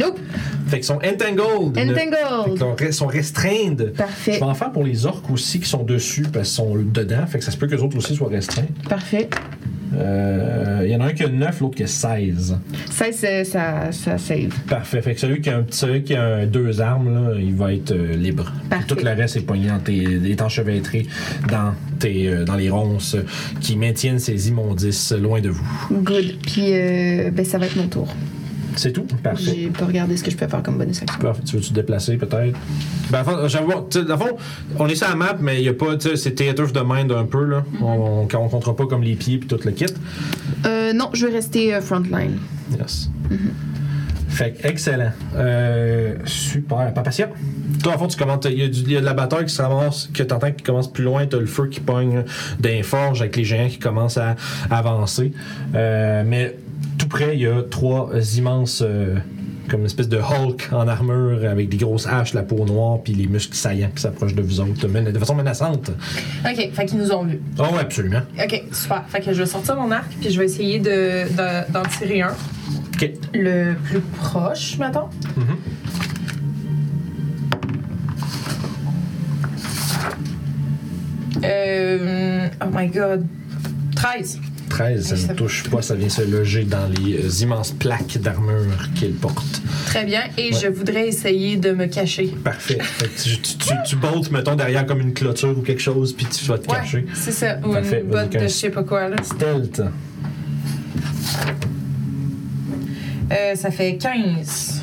Nope Fait qu'ils sont entangled. Fait Entangled qu'ils ont- Ils sont restreintes. Je Parfait. vais en faire pour les orques aussi qui sont dessus parce qu'ils sont dedans. Fait que ça se peut que les autres aussi soient restreints. Parfait. Euh, Il y en a un qui a 9, l'autre qui a 16. 16, c'est- ça, ça save. Parfait. Fait que celui qui a, un petit, celui qui a un- deux armes, là, il va être euh, libre. Parfait. Tout le reste est pogné dans tes, est enchevêtré dans, tes, euh, dans les ronces qui maintiennent ces immondices loin de vous. Good. Puis, euh, ben, ça va être mon tour. C'est tout? Parfait. J'ai pas regardé ce que je peux faire comme bonus action. Parfait. Tu veux-tu te déplacer peut-être? Ben, enfin, j'avoue, tu sais, dans le fond, on est sur la map, mais il n'y a pas, tu sais, c'est theater of the mind un peu, là. On, on, on comptera pas comme les pieds puis tout le kit. Euh, non, je vais rester euh, frontline. Yes. Fait que, excellent. Euh, super. Papatia? Toi, en fond, tu commentes. Il y, a du- il y a de la bataille qui se ramasse, que t'entends qui commence plus loin. T'as le feu qui pogne d'un forge avec les géants qui commencent à avancer. Euh, mais tout près, il y a trois immenses. euh, comme une espèce de Hulk en armure avec des grosses haches, la peau noire, puis les muscles saillants qui s'approchent de vous autres mena- de façon menaçante. Ok, fait qu'ils nous ont vus. Oh, ouais, absolument. Ok, super. Fait que je vais sortir mon arc, puis je vais essayer de- de- d'en tirer un. Ok. Le plus proche, mettons. Mhm. Euh, oh my god. 13. 13, ça ne touche pas, ça vient se loger dans les euh, immenses plaques d'armure qu'il porte. Très bien. Et Ouais. je voudrais essayer de me cacher. Parfait. Fait que tu, tu, tu, tu boltes, mettons, derrière comme une clôture ou quelque chose, puis tu vas te cacher. Ouais, c'est ça. Ou Parfait, une vas-y, botte de je cache. sais pas quoi, là. Stealth. Euh, ça fait 15.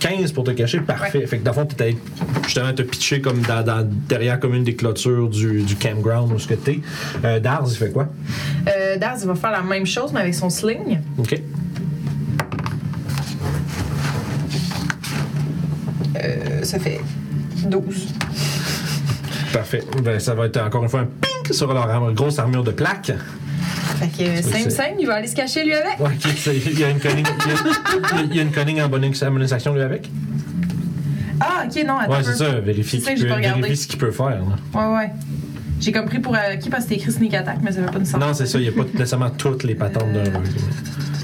15 pour te cacher, parfait. Fait que dans le fond, t'es allé justement te pitcher comme dans, dans- derrière comme une des clôtures du, du campground où ce que t'es. Euh, Dars, il fait quoi? Euh, Daz, il va faire la même chose, mais avec son sling. OK. Euh, ça fait 12. Parfait. Ben, ça va être encore une fois un ping sur leur armure, grosse armure de plaque. Fait c'est- que Sam Sam, il va aller se cacher lui avec. Ouais, ok, c'est- il y a une conning, il y a- il y a une conning en bonus, en bonus action, lui, avec. Ah, ok, non, attends. un Ouais, peu. c'est ça. Vérifie, C'est ça qu'il que j'ai peut- pas regardé. vérifie ce qu'il peut faire. là. Ouais, ouais. J'ai compris pour euh, qui parce que c'était écrit sneak attack, mais ça veut pas nous sortir. Non, c'est ça. Il n'y a pas nécessairement toutes les patentes d'un rogue.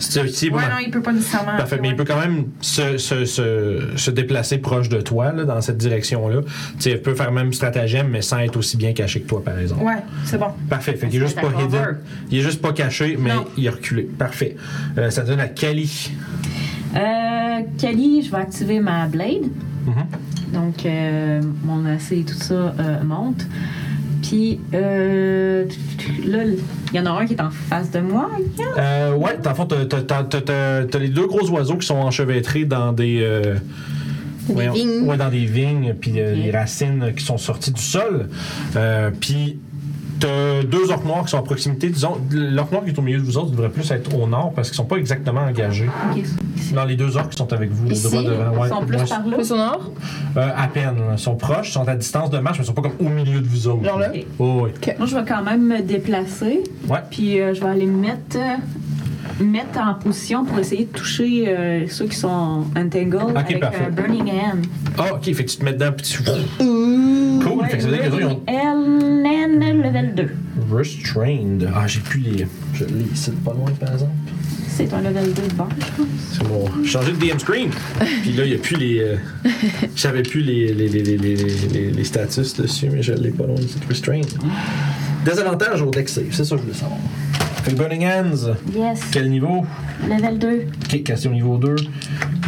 C'est c'est Ouais, vraiment- non, il peut pas nécessairement. ben, Parfait, mais il peut quand même se, se, se, se déplacer proche de toi, là, dans cette direction-là. Tu sais, il peut faire même stratagème, mais sans être aussi bien caché que toi, par exemple. Ouais, c'est bon. Parfait, fait qu'il est juste Ça pas fait cover. hidden. Il est juste pas caché, mais Non. il est reculé. Parfait. Euh, ça donne à Kali. Euh, Kali, je vais activer ma blade. Mhm. Donc, euh, mon AC et tout ça euh, monte. Puis, euh, là, il y en a un qui est en face de moi. Euh, ouais, dans le fond, t'as- t'as- t'as t'as- t'as- t'as les deux gros oiseaux qui sont enchevêtrés dans des. euh, voyons, vignes. ouais, dans des vignes, puis euh, Ok. les racines qui sont sorties du sol. Euh, puis t'as deux orques noirs qui sont à proximité. Disons, l'orque noir qui est au milieu de vous autres devrait plus être au nord parce qu'ils sont pas exactement engagés. Ok. Non, les deux orques qui sont avec vous, les Ici? droits devant. ouais, Ils sont plus ouais, par là. Plus au nord? euh, à peine. là. Ils sont proches, ils sont à distance de marche, mais ils sont pas comme au milieu de vous autres. Genre là? Ok. Oh, oui. Moi, je vais quand même me déplacer. Ouais. Puis, euh, je vais aller me mettre, euh, mettre en position pour essayer de toucher euh, ceux qui sont entangled avec parfait. euh, Burning Hand. Ah, ok, fait que tu te mets dedans, puis tu. Cool, fait que ça veut dire que les autres, ils ont LN level 2. Restrained. Ah, j'ai plus les. Je les cite pas loin, par exemple. C'est un level 2 de base, je pense. C'est bon. J'ai changé de DM screen. Puis là, il n'y a plus les. euh, J'avais plus les, les, les, les, les, les, les status dessus, mais je l'ai pas loin. C'est restrained. Désavantage au deck save, c'est ça que je voulais savoir. Fait que Burning Hands, Yes, quel niveau level 2. Ok, question niveau 2.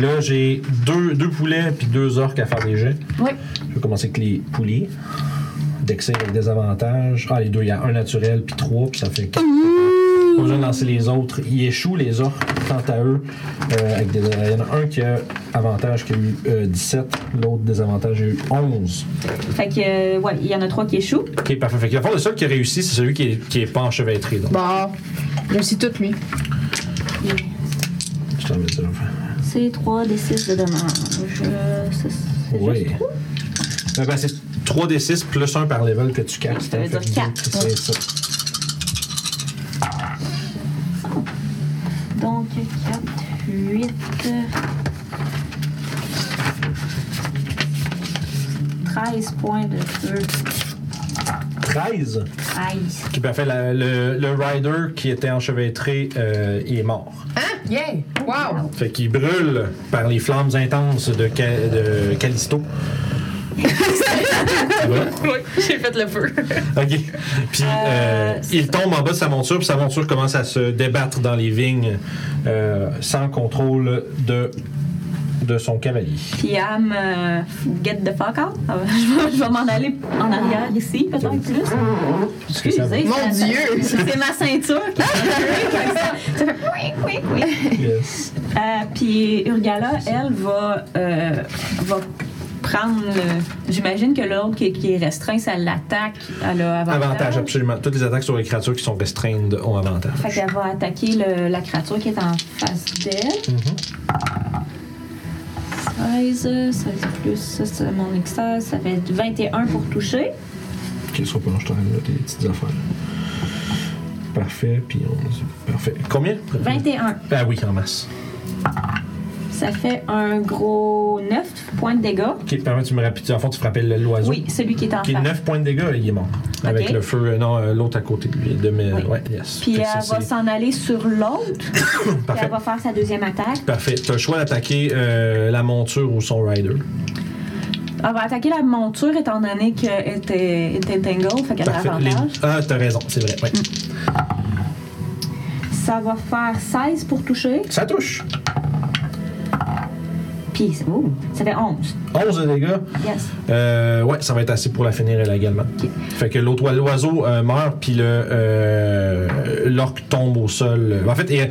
Là, j'ai deux, deux poulets puis deux orques à faire des jets. Oui. Je vais commencer avec les poulies. Deck save avec des avantages. Ah, les deux, il y a un naturel puis trois, puis ça fait quatre. Pas besoin de lancer les autres. Ils échouent, les orques, quant à eux, euh, avec des Il y en a un qui a avantage, qui a eu euh, 17. L'autre désavantage, a eu 11. Fait que, euh, ouais, il y en a trois qui échouent. Ok, parfait. Fait que, le fond, le seul qui a réussi, c'est celui qui est, qui est pas enchevêtré. Donc, Bah, réussis tout, lui. je t'en mets ça. C'est 3 des 6 de dommage. Euh, c'est- c'est Oui. juste- Ben, ben, c'est 3 des 6 plus 1 par level que tu captes. Ça veut dire Fait que quatre. C'est ça. Donc, 4, 8, 13 points de feu. 13. Aïe. Qui parfait. La- le, le rider qui était enchevêtré, euh, il est mort. Yeah! Wow! Fait qu'il brûle par les flammes intenses de, Ca- de Callisto. Ça va? Oui, j'ai fait le feu. OK. Puis euh, Euh, c'est il tombe en bas de sa monture, puis sa monture commence à se débattre dans les vignes euh, sans contrôle de de son cavalier. Puis Am, euh, get the fuck out. Ah, Je vais, je vais m'en aller en arrière ici, peut-être plus. Est-ce que ça va? Excusez, Mon c'est ma- Dieu! C'est ma ceinture qui est comme ça. Ça fait oui, oui, oui. Yes. Euh, Puis Urgala, elle, va, euh, va prendre. le- J'imagine que l'autre qui, qui est restreint, ça l'attaque. Elle a avantage. Avantage, absolument. Toutes les attaques sur les créatures qui sont restreintes ont avantage. Fait qu'elle va attaquer le- la créature qui est en face d'elle. Mm-hmm. 16, euh, 16 plus, ça c'est mon extase, ça fait 21 pour toucher. Ok, sois pas long, je t'en ai noté des petites affaires. Parfait, puis on. Parfait. Combien 21, Ah oui, en masse. ça fait un gros 9 points de dégâts. Ok, permets, tu me rappelles. En fond, tu frappais l'oiseau. Oui, celui qui est en Qui est face. 9 points de dégâts, il est mort. Avec le feu, euh, non, euh, l'autre à côté de lui. De mes, Oui. Ouais, yes. Puis Fait elle que ça, va c'est- s'en aller sur l'autre, puis Parfait. elle va faire sa deuxième attaque. Parfait. T'as le choix d'attaquer euh, la monture ou son rider. Elle va Ah, ben, attaquer la monture étant donné qu'elle était, était entangled, fait qu'elle a Les- avantage. Mm. Ah, t'as raison, c'est vrai. ouais. Ça va faire 16 pour toucher, Ça touche. puis oh, ça fait 11. 11 de dégâts. Yes. Euh, ouais, ça va être assez pour la finir, elle également. Ok. Fait que l'autre oise- l'oiseau euh, meurt, puis le euh, l'orque tombe au sol. En fait, il,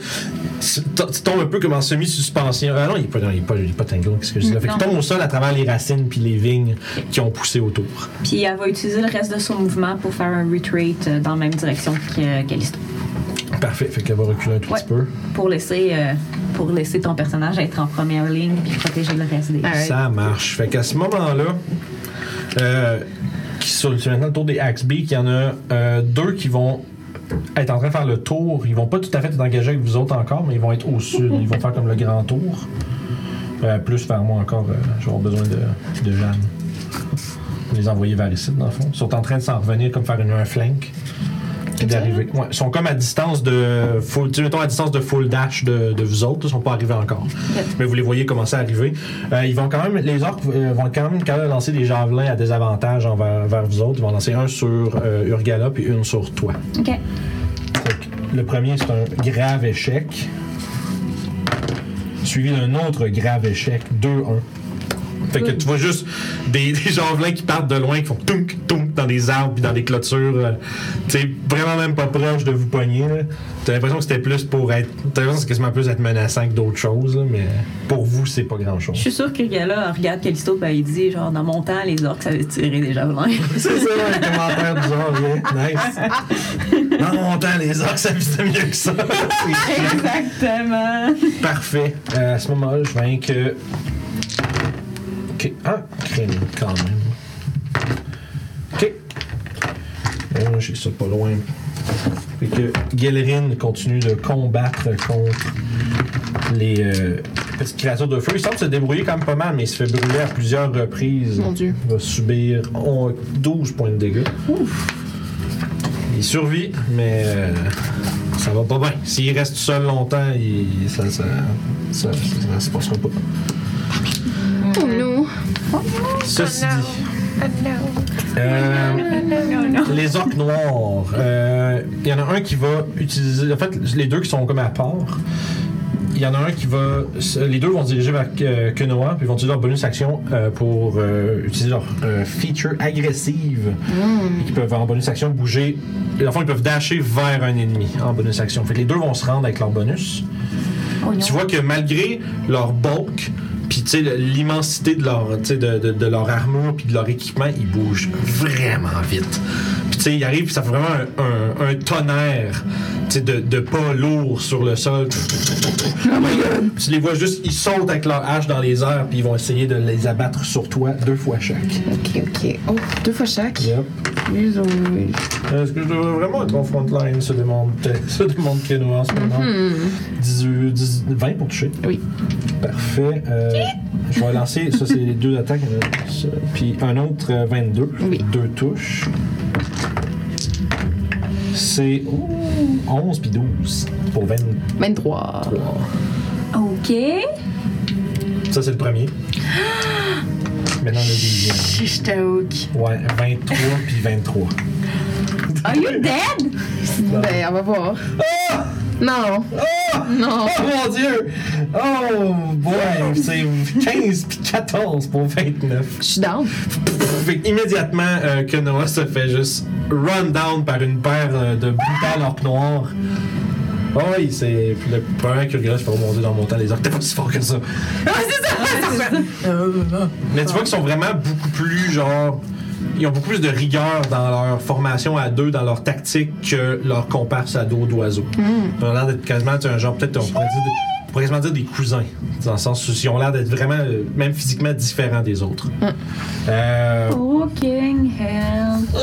c'est- to- tu tombes un peu comme en semi-suspension. Ah non, il est pas, non, il est pas, il est pas tangle, qu'est-ce que je dis là? Fait qu'il Non. tombe au sol à travers les racines puis les vignes qui ont poussé autour. Puis elle va utiliser le reste de son mouvement pour faire un retreat euh, dans la même direction que- qu'Alistair. Parfait, fait qu'elle va reculer un tout Ouais. petit peu. pour laisser, euh, pour laisser ton personnage être en première ligne puis protéger le reste des. Ça marche. Fait qu'à ce moment-là, euh, qui sont- c'est maintenant le tour des Axby, qu'il y en a euh, deux qui vont être en train de faire le tour. Ils vont pas tout à fait être engagés avec vous autres encore, mais ils vont être au sud. Ils vont faire comme le grand tour. Euh, plus vers moi encore, euh, je vais avoir besoin de, de Jeanne. Les envoyer vers ici, dans le fond. Ils sont en train de s'en revenir, comme faire une, un flank. Puis d'arriver. Ouais, ils sont comme à distance de full, tu sais, mettons à distance de full dash de, de vous autres. Ils sont pas arrivés encore. Mais vous les voyez commencer à arriver. Euh, ils vont quand même, les orques euh, vont quand même, quand même lancer des javelins à désavantage envers vers vous autres. Ils vont lancer un sur euh, Urgala puis une sur toi. Ok. Fait que Le premier, c'est un grave échec. Suivi d'un autre grave échec, 2-1. Fait que tu vois juste des, des javelins qui partent de loin, qui font tounk, tounk dans des arbres puis dans des clôtures. euh, tu sais, vraiment même pas proche de vous pogner. là. T'as l'impression que c'était plus pour être. T'as l'impression que c'est quasiment plus être menaçant que d'autres choses, là, mais pour vous, c'est pas grand Je chose. suis sûre que le gars-là regarde Calisto et il dit genre dans mon temps les orques savaient tirer des javelins. c'est ça, un commentaire du genre, ouais, nice. Dans mon temps, les orques, ça vivait mieux que ça. C'est chiant. Exactement. Parfait. Euh, à ce moment-là, je viens que. Ok. Ah, crème, quand même. Ok. Euh, J'ai ça pas loin. Fait que Galerin continue de combattre contre les euh, petites créatures de feu. Il semble se débrouiller quand même pas mal, mais il se fait brûler à plusieurs reprises. Mon Dieu. Il va subir on- 12 points de dégâts. Il survit, mais euh, ça va pas bien. S'il reste seul longtemps, il, ça, ça, ça, ça, ça se passera pas. Oh non. Ceci Oh dit, euh, les orques noirs, euh, il y en a un qui va utiliser. En fait, les deux qui sont comme à part. Il y en a un qui va. Les deux vont se diriger vers euh, Kenoa, puis ils vont utiliser leur bonus action euh, pour euh, utiliser leur euh, feature agressive. Puis Ils peuvent en bonus action bouger. Dans le fond, ils peuvent dasher vers un ennemi en bonus action. Fait que les deux vont se rendre avec leur bonus. Tu vois que malgré leur bulk, puis tu sais, le- l'immensité de leur, tu sais, de, de- de leur armure puis de leur équipement, ils bougent vraiment vite. Puis tu sais, ils arrivent, puis ça fait vraiment un, un- un tonnerre tu sais, de, de pas lourds sur le sol. tu les vois juste, ils sautent avec leur hache dans les airs, puis ils vont essayer de les abattre sur toi deux fois chaque. Ok, ok. Oh, deux fois chaque. Yep. Plus, oh, oui. Euh, Est-ce que je devrais vraiment être en frontline, ce demande, ce demande Kenoa en ce moment? 18, 10, 20 pour toucher. Mhm. Oui. Parfait. Euh, je vais lancer, ça c'est les deux attaques. euh, ça. Puis un autre euh, 22. Oui. Deux touches. C'est ouh, 11 puis 12 pour 23. 23. Ok. Ça c'est le premier. Maintenant le deuxième. Chiche ta Ah! hook. Ouais, 23 puis 23. Are you dead? Ben, on va voir. Non. Ah! Oh Non. mon dieu! Oh boy, c'est 15 puis 14 pour 29. Je suis down. Fait que immédiatement euh, que Noah se fait juste run down par une paire euh, de brutales orques noires. Oh oui, c'est. Puis le premier qui regarde, je fais remonter dans mon temps, les orques, t'es pas si fort que ça. Mais tu vois qu'ils sont vraiment beaucoup plus genre. Ils ont beaucoup plus de rigueur dans leur formation à deux, dans leur tactique que leur comparse à dos d'oiseau. Ils ont l'air d'être quasiment tu sais, un genre, peut-être, on pourrait, dire, des- on pourrait quasiment dire des cousins. Dans le sens où ils ont l'air d'être vraiment, euh, même physiquement, différents des autres. Euh, Fucking hell.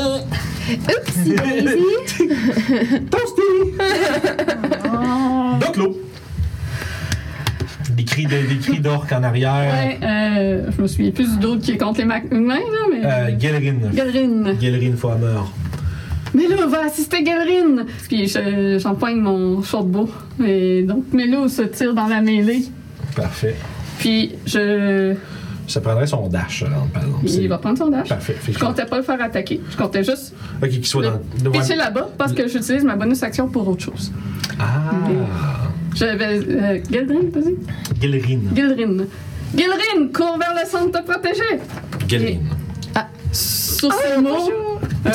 Oupsie daisy. Toasty! Donc l'eau. Des cris de- des cris d'orques en arrière. Ouais, euh, je me souviens plus du d'autre qui est contre les ma- humains, là, mais. Euh, Galerin. Galerin. Galerin Foamer. Mais là, va assister Galerin! Puis je- j'empoigne mon shortbow. Et donc, Melo se tire dans la mêlée. Parfait. Puis je. Ça prendrait son dash, là, par exemple. C'est Il va prendre son dash. Parfait. Fait Je que- comptais pas le faire attaquer. Je comptais juste Ok, qu'il soit dans. le ouais. pitcher là-bas parce que j'utilise ma bonus action pour autre chose. Ah! J'avais. Euh, Galerin, t'as dit? Galerin. Gilrin. Gilrin, cours vers le centre de te protéger! Galerin. Sur ces Ah, mots. euh,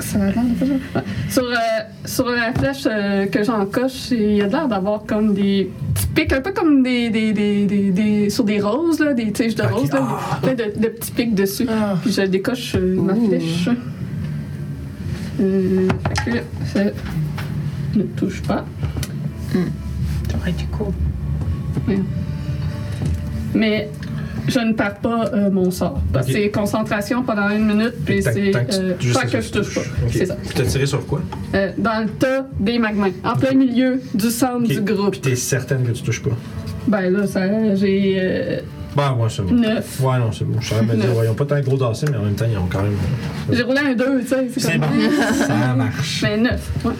Ça va rendre pas ça? Ouais. Sur, euh, sur la flèche euh, que j'encoche, il y a de l'air d'avoir comme des petits pics, un peu comme des. des, des, des, des- sur des roses, là, des tiges de Ok. roses, là, plein de, de petits pics dessus. Puis je décoche euh, ma flèche. Euh, fait que ça ne touche pas. T'aurais été cool. Mais je ne perds pas euh, mon sort. Parce que Ok. c'est concentration pendant une minute, puis Tac, c'est. tac, euh, juste tant ça, que ça je touche pas. Ok. C'est ça. Puis t'as tiré sur quoi? Euh, dans le tas des magmas, en plein milieu du centre Ok. du groupe. Puis t'es certaine que tu touches pas. Ben là, ça, j'ai euh, Bah, ouais, c'est bon. neuf. Ouais, non, c'est bon. Je saurais me dire, Neuf. ouais, ils ont pas tant de gros dassés, mais en même temps, ils ont quand même. J'ai roulé un 2, tu sais. C'est comme- bon. Ça marche. Mais neuf. Ouais.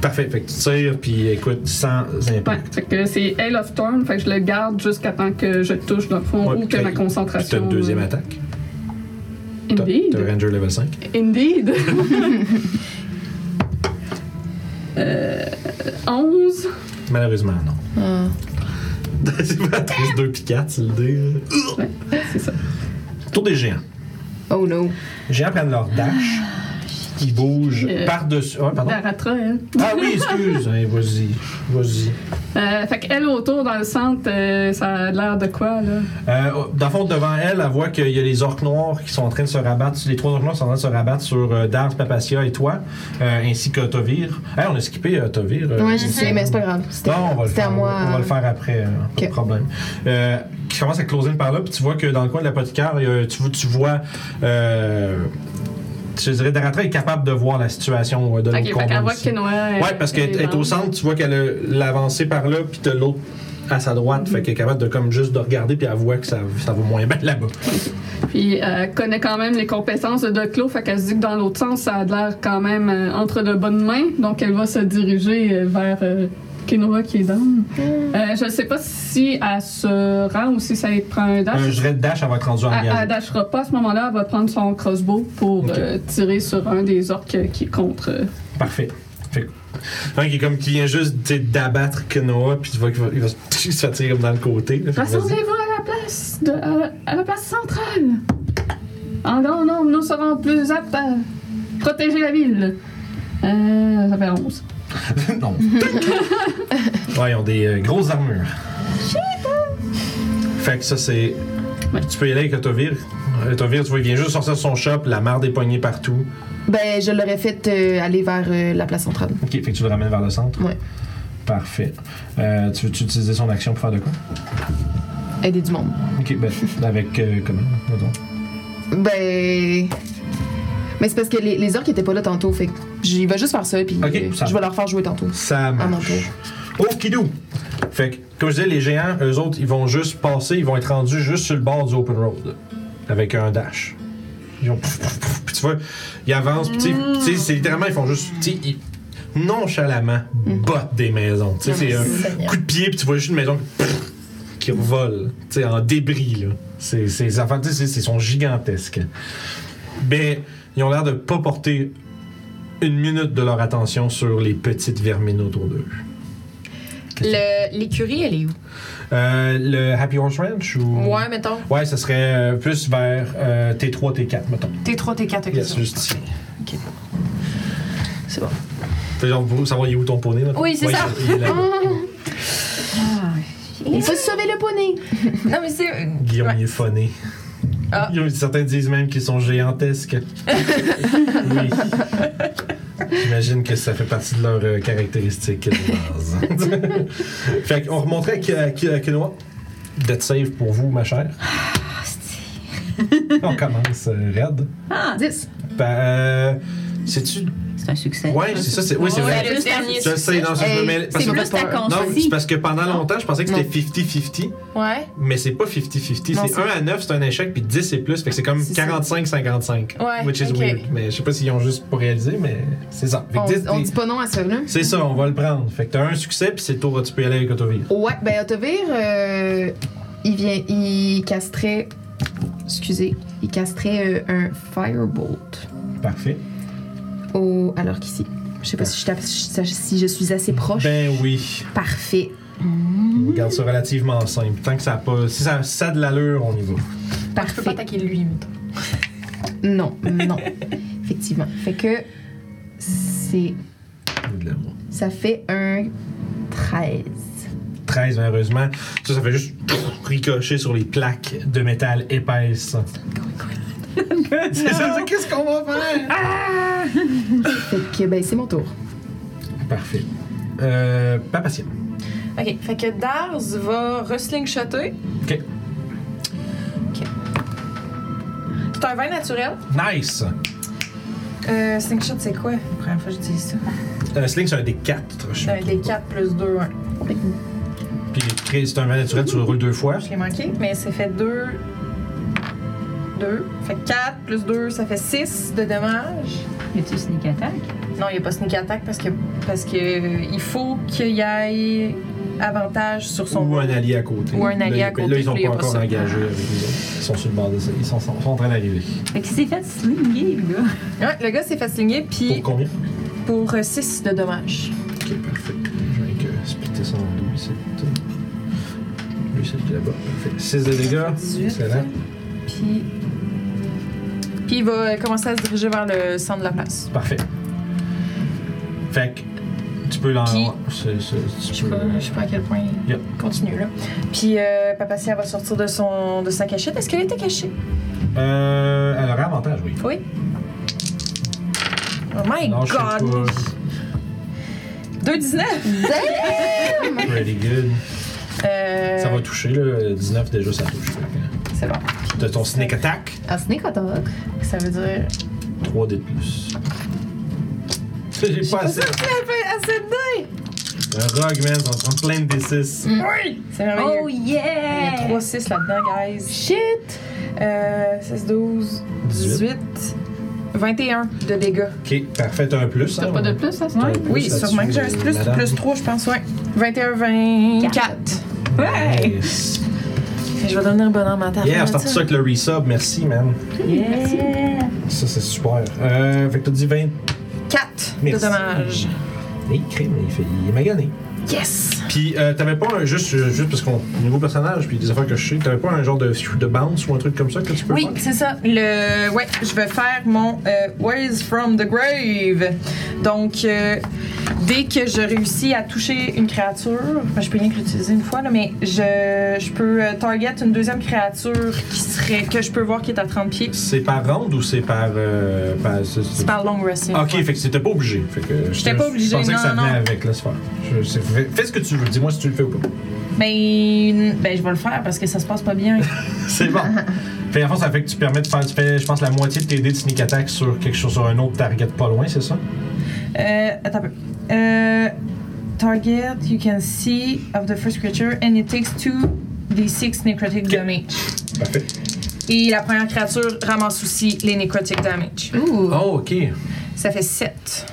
Parfait. Fait que tu tires, puis écoute, sans ouais. impact. Fait que c'est Hail of Turn, fait que je le garde jusqu'à temps que je touche dans le fond Ouais, ou puis que t'as- ma Puis t'as concentration. une deuxième euh, attaque. T'as t'as Indeed. Ranger level 5. Indeed. euh, 11. Malheureusement, non. Ah. C'est Patrice 2 puis 4, c'est le dé. là. C'est ça. Ah Tour des géants. Oh no. Ah, Les géants prennent leur dash. Ils bougent Euh, par-dessus. Ouais, pardon. Daratra, elle. Ah oui, excuse. Hey, vas-y. Vas-y. Euh, fait qu'elle autour dans le centre, euh, ça a l'air de quoi, là? Euh, dans le fond, devant elle, elle voit qu'il y a les orques noirs qui sont en train de se rabattre. Les trois orques noirs sont en train de se rabattre sur euh, Dars, Papacia et toi, euh, ainsi que Tovir. Hey, on a skippé euh, Tovir. euh, Ouais, je sais, mais c'est pas grave. C'était Non, on va le c'était faire. à moi. On va le faire après, euh, pas Ok. de problème. Euh, qui commence à closer par là, puis tu vois que dans le coin de l'apothicaire, il y a- tu, vois- tu vois. Euh, je dirais, Daratra est capable de voir la situation euh, de l'autre Ok, fait combat qu'elle voit aussi. que Noah. Ouais, parce qu'elle est au centre, tu vois qu'elle a l'avancée par là, puis t'as l'autre à sa droite, fait qu'elle est capable de comme juste de regarder, puis elle voit que ça, ça va moins bien là-bas. Puis euh, elle connaît quand même les compétences de Doc Lo, fait qu'elle se dit que dans l'autre sens, ça a l'air quand même euh, entre de bonnes mains. Donc elle va se diriger euh, vers euh, Kenoa qui est dans. Euh, je sais pas si elle se rend ou si ça lui prend un dash. Euh, je dirais dash, elle va être rendue en Elle, gage. elle dashera pas à ce moment-là, elle va prendre son crossbow pour Ok. euh, tirer sur un des orques euh, qui est contre. euh, Parfait. Fait que- un qui est comme qui vient juste tu sais, d'abattre Kenoa, puis tu vois qu'il va, il va se- il se fatiguer comme dans le côté. là. Fait que vas-y. Rassemblez-vous à la place de, à, la- à la place centrale. En grand nombre, nous serons plus aptes à protéger la ville. Euh, ça fait 11. non. ouais, ils ont des euh, grosses armures. Fait que ça, c'est. Ouais. Tu peux y aller avec Otovir. Otovir, tu vois, il vient juste sortir de son shop, la marde est poignée partout. Ben, je l'aurais fait euh, aller vers euh, la place centrale. Ok, fait que tu le ramènes vers le centre? Ouais. Parfait. Euh, tu veux-tu utiliser son action pour faire de quoi? Aider du monde. Ok, ben, avec euh, comment? mettons? Ben. Mais c'est parce que les, les orques étaient pas là tantôt, fait que j'y vais juste faire ça, puis Ok, euh, ça je va. vais leur faire jouer tantôt. Ça À mon marche. tour. Okidou! Fait que, comme je disais, les géants, eux autres, ils vont juste passer, ils vont être rendus juste sur le bord du open road. Avec un dash. Ils vont. pouf, pouf, pouf, Puis tu vois, ils avancent, puis tu sais- tu sais, c'est littéralement, ils font juste. Tu sais, ils nonchalamment bottent des maisons. Tu sais, c'est un coup de pied, puis tu vois juste une maison qui- pouf, qui revole. Tu sais, en débris, là. C'est, c'est, les affaires, tu sais, c'est- ils sont gigantesques. Ben, ils ont l'air de pas porter une minute de leur attention sur les petites vermines autour d'eux. question. Le- L'écurie, elle est où? Euh, le Happy Horse Ranch ou. Ouais, mettons. Ouais, ça serait euh, plus vers euh, T3, T4, mettons. T3, T4, ok. Yes, juste ici. Ok. C'est bon. T'as genre, vous savoir il est où ton poney, là? Oui, c'est Ouais, ça. il est là. Il faut sauver le poney. Non, mais c'est. euh, Guillaume, il est phoné. Ah. Guillaume, certains disent même qu'ils sont géantesques. oui. J'imagine que ça fait partie de leurs euh, caractéristiques de base. fait qu'on remonterait à Ki- à Kinoa. Death save pour vous, ma chère. On commence euh, raide. 10. Ben, euh, c'est-tu. C'est un succès. Ouais, c'est ça, c'est. Oui, c'est vrai. Ouais, Le juste à- dernier. Je sais, non, ça, je me Hey, mêle. Parce C'est que- plus ta Non, non, c'est conscience. parce que pendant longtemps, je pensais que c'était 50-50. Ouais. Mais c'est pas 50-50. Non, C'est c'est- 1 à 9, c'est un échec, puis 10 c'est plus. Fait que c'est comme C'est ça. 45-55. Ouais, Which is ok. weird. Mais je sais pas s'ils ont juste pas réalisé, mais c'est ça. Fait que On, 10, on t'es- dit pas non à ça, là. C'est ça, on va le prendre. Fait que t'as un succès, puis c'est le tour, tu peux y aller avec Autovir. Ouais, ben Autovir, euh, il vient, il castrait, excusez, il castrait euh, un firebolt Parfait. au, alors qu'ici, je sais pas si je, tape- si je- si je suis assez proche. Ben oui. Parfait. On garde ça relativement simple. Tant que ça a pas. Si ça, si ça a de l'allure, on y va. Je peux pas Parfait. attaquer lui, mettons. Non, non. Effectivement. Fait que c'est, Ou de l'amour. ça fait un 13. 13, malheureusement. Ça, ça fait juste ricocher sur les plaques de métal épaisse. c'est ça, c'est- qu'est-ce qu'on va faire? Fait que ben c'est mon tour. Parfait. Euh, pas patient. Ok, fait que Darz va reslingshotter. OK. C'est un vin naturel. Nice! Euh, slingshot, c'est quoi? Première fois que je dis ça. Un sling, c'est un des 4. C'est un des 4 plus 2, 1. Puis très- c'est un vin naturel, tu le roules deux fois. Je l'ai manqué, mais ça fait 2. 2. Fait 4 plus 2, ça fait 6 de dommages. Y a-tu sneak attack? Non, il n'y a pas sneak attack parce que parce que euh, il faut qu'il y ait avantage sur son. Ou un allié à côté. Ou un allié Là, à ils- côté, Là, ils sont là, pas il y a pas encore ça. engagés avec les autres. Ils sont sur le bord de ça. Ils sont, sont- sont en train d'arriver. Fait qu'il s'est fait slinguer, le gars. Ouais, le gars s'est fait slinger, puis Pour combien? pour 6 de dommages. Ok, parfait. Je vais que splitter ça en deux ici. Lui, c'est là-bas. Parfait. 6 de dégâts. 18. Excellent. Puis. Puis il va commencer à se diriger vers le centre de la place. Parfait. Fait que tu peux l'en. Puis- c'est- c'est- Je tu sais peux- pas, je sais pas à quel point. Yep. Continue là. Puis euh, Papacia va sortir de son de sa cachette. Est-ce qu'elle était cachée? Euh, elle aura avantage, oui. Oui. Oh my Non, je sais god! pas. 2,19! Pretty good. Euh, Ça va toucher, là. 19 déjà, ça touche. Fait que- C'est bon. De ton sneak attack, Un sneak attack. Ça veut dire. 3 d de plus. J'ai pas assez. À cette date! Un rogue, man, on prend plein de D6. Mm. Oui! C'est merveilleux. Oh Il y a yeah! 3-6 là-dedans, guys. Shit. Euh, 16, 12, 18, 21 de dégâts. Ok, parfait, t'as un plus. T'as hein, pas de ouais. plus à ce T'as un temps? plus Oui, là-dessus, sûrement que j'ai un euh, plus, madame. plus 3, je pense, ouais. 21, 24. Ouais! Nice. Je vais devenir bonhomme mental. Yeah, c'est ça avec le resub, merci, man. Yeah! Ça, c'est super. Euh, fait que t'as dit 20. 4 de Merci. dommages. Et il crime, il, fait, il est magané. Yes! Puis, euh, t'avais pas un, juste, euh, juste parce qu'on. Nouveau personnage, puis des affaires que je sais, t'avais pas un genre de, de bounce ou un truc comme ça que tu peux Oui, faire? c'est ça. Le, ouais, je vais faire mon euh, Ways from the Grave. Donc, euh, dès que je réussis à toucher une créature, ben, je peux rien que l'utiliser une fois, là, mais je, je peux euh, target une deuxième créature qui serait que je peux voir qui est à 30 pieds. C'est par ronde ou c'est par. euh, par- c'est- C'est par long rest. Ah, Ok, fait que c'était pas obligé. Fait que J'étais pas Je obligée, pensais que ça non, venait non. avec, laisse faire. Je- c'est- fais, fais ce que tu veux, dis-moi si tu le fais ou pas. Ben, ben, je vais le faire parce que ça se passe pas bien. C'est bon. fait en fait, ça fait que tu permets de faire, tu fais, je pense, la moitié de tes dés de sneak attack sur quelque chose, sur un autre target pas loin, c'est ça? Euh, attends un peu. Euh, target you can see of the first creature and it takes 2d6 necrotic damage. Parfait. Et la première créature ramasse aussi les necrotic damage. Ouh. Oh, ok. Fait Ça fait 7.